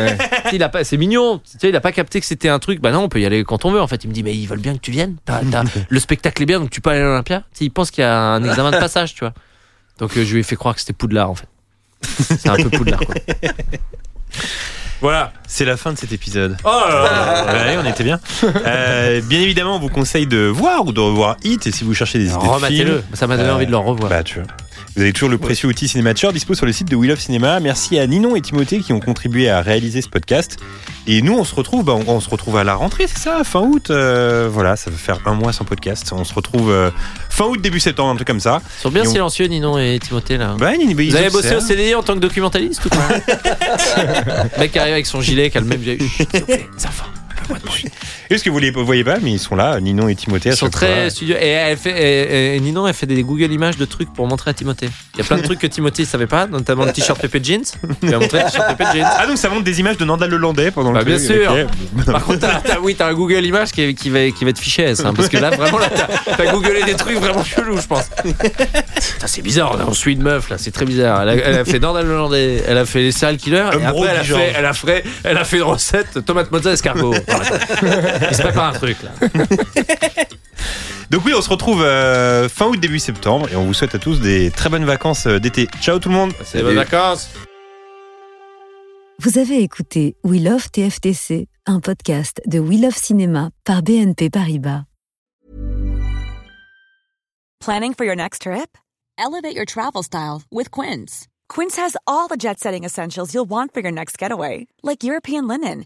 [SPEAKER 6] sais, il a pas, c'est mignon. Tu sais, il a pas capté que c'était un truc. Bah non, on peut y aller quand on veut. En fait, il me dit, mais ils veulent bien que tu viennes. T'as- t'as- le spectacle est bien, donc tu peux aller à l'Olympia. Tu sais, il pense qu'il y a un examen de passage, tu vois. Donc euh, je lui ai fait croire que c'était Poudlard, en fait. C'est un peu Poudlard, quoi. Voilà.
[SPEAKER 4] C'est la fin de cet épisode.
[SPEAKER 6] Oh là là.
[SPEAKER 4] Ouais, on était bien. Euh, bien évidemment, on vous conseille de voir ou de revoir Hit. Et si vous cherchez des idées de films,
[SPEAKER 6] Rematez-le. Ça m'a donné
[SPEAKER 4] Euh,
[SPEAKER 6] envie de le revoir.
[SPEAKER 4] bah, tu vois. Vous avez toujours le précieux outil Cinémature dispo sur le site de We Love Cinéma. Merci à Ninon et Timothée qui ont contribué à réaliser ce podcast. Et nous, on se retrouve, bah, on, on se retrouve à la rentrée, c'est ça, fin août. euh, voilà, ça va faire un mois sans podcast. On se retrouve euh, fin août, début septembre, un truc comme ça.
[SPEAKER 6] Ils sont bien
[SPEAKER 4] Et on-
[SPEAKER 6] silencieux, Ninon et Timothée, là.
[SPEAKER 4] Bah, ils- ils
[SPEAKER 6] Vous avez bossé
[SPEAKER 4] observent.
[SPEAKER 6] au CDI en tant que documentaliste ou quoi Le mec arrive avec son gilet, qui a le même gilet. Chut, s'il vous plaît, ça va.
[SPEAKER 4] Est-ce que vous les voyez pas Mais ils sont là, Ninon et Timothée. à
[SPEAKER 6] Ils sont
[SPEAKER 4] chaque
[SPEAKER 6] très
[SPEAKER 4] fois.
[SPEAKER 6] studieux. Et, elle fait, et- et Ninon, elle fait des Google Images de trucs pour montrer à Timothée. Il y a plein de trucs que Timothée ne savait pas, notamment le t-shirt Pepe Jeans. Il a montré le t-shirt Pepe Jeans.
[SPEAKER 4] Ah donc ça montre des images de Nanda Lelandais pendant
[SPEAKER 6] Bah,
[SPEAKER 4] le
[SPEAKER 6] bien
[SPEAKER 4] truc,
[SPEAKER 6] sûr.
[SPEAKER 4] ok.
[SPEAKER 6] Par contre, t'as, t'as- oui, t'as un Google Images qui, qui va, qui va te ficher, S, hein, parce que là, vraiment, là, t'as, t'as googlé des trucs vraiment chelous, je pense. Putain, c'est bizarre, là, on suit une meuf, là, c'est très bizarre. Elle a, elle a fait Nordal Hollandais, elle a fait les serial killers, et
[SPEAKER 4] gros
[SPEAKER 6] après, elle a,
[SPEAKER 4] pigeon.
[SPEAKER 6] fait, elle, a fait, elle a fait une recette tomate mozza escargot. Voilà. Il se prépare un truc, là.
[SPEAKER 4] Donc oui, on se retrouve euh, fin août, début septembre, et on vous souhaite à tous des très bonnes vacances euh, d'été. Ciao tout le monde
[SPEAKER 6] C'est bonnes vacances.
[SPEAKER 1] Vous avez écouté We Love TFTC, un podcast de We Love Cinéma par BNP Paribas.
[SPEAKER 11] Planning for your next trip? Elevate your travel style with Quince. Quince has all the jet setting essentials you'll want for your next getaway, like European linen,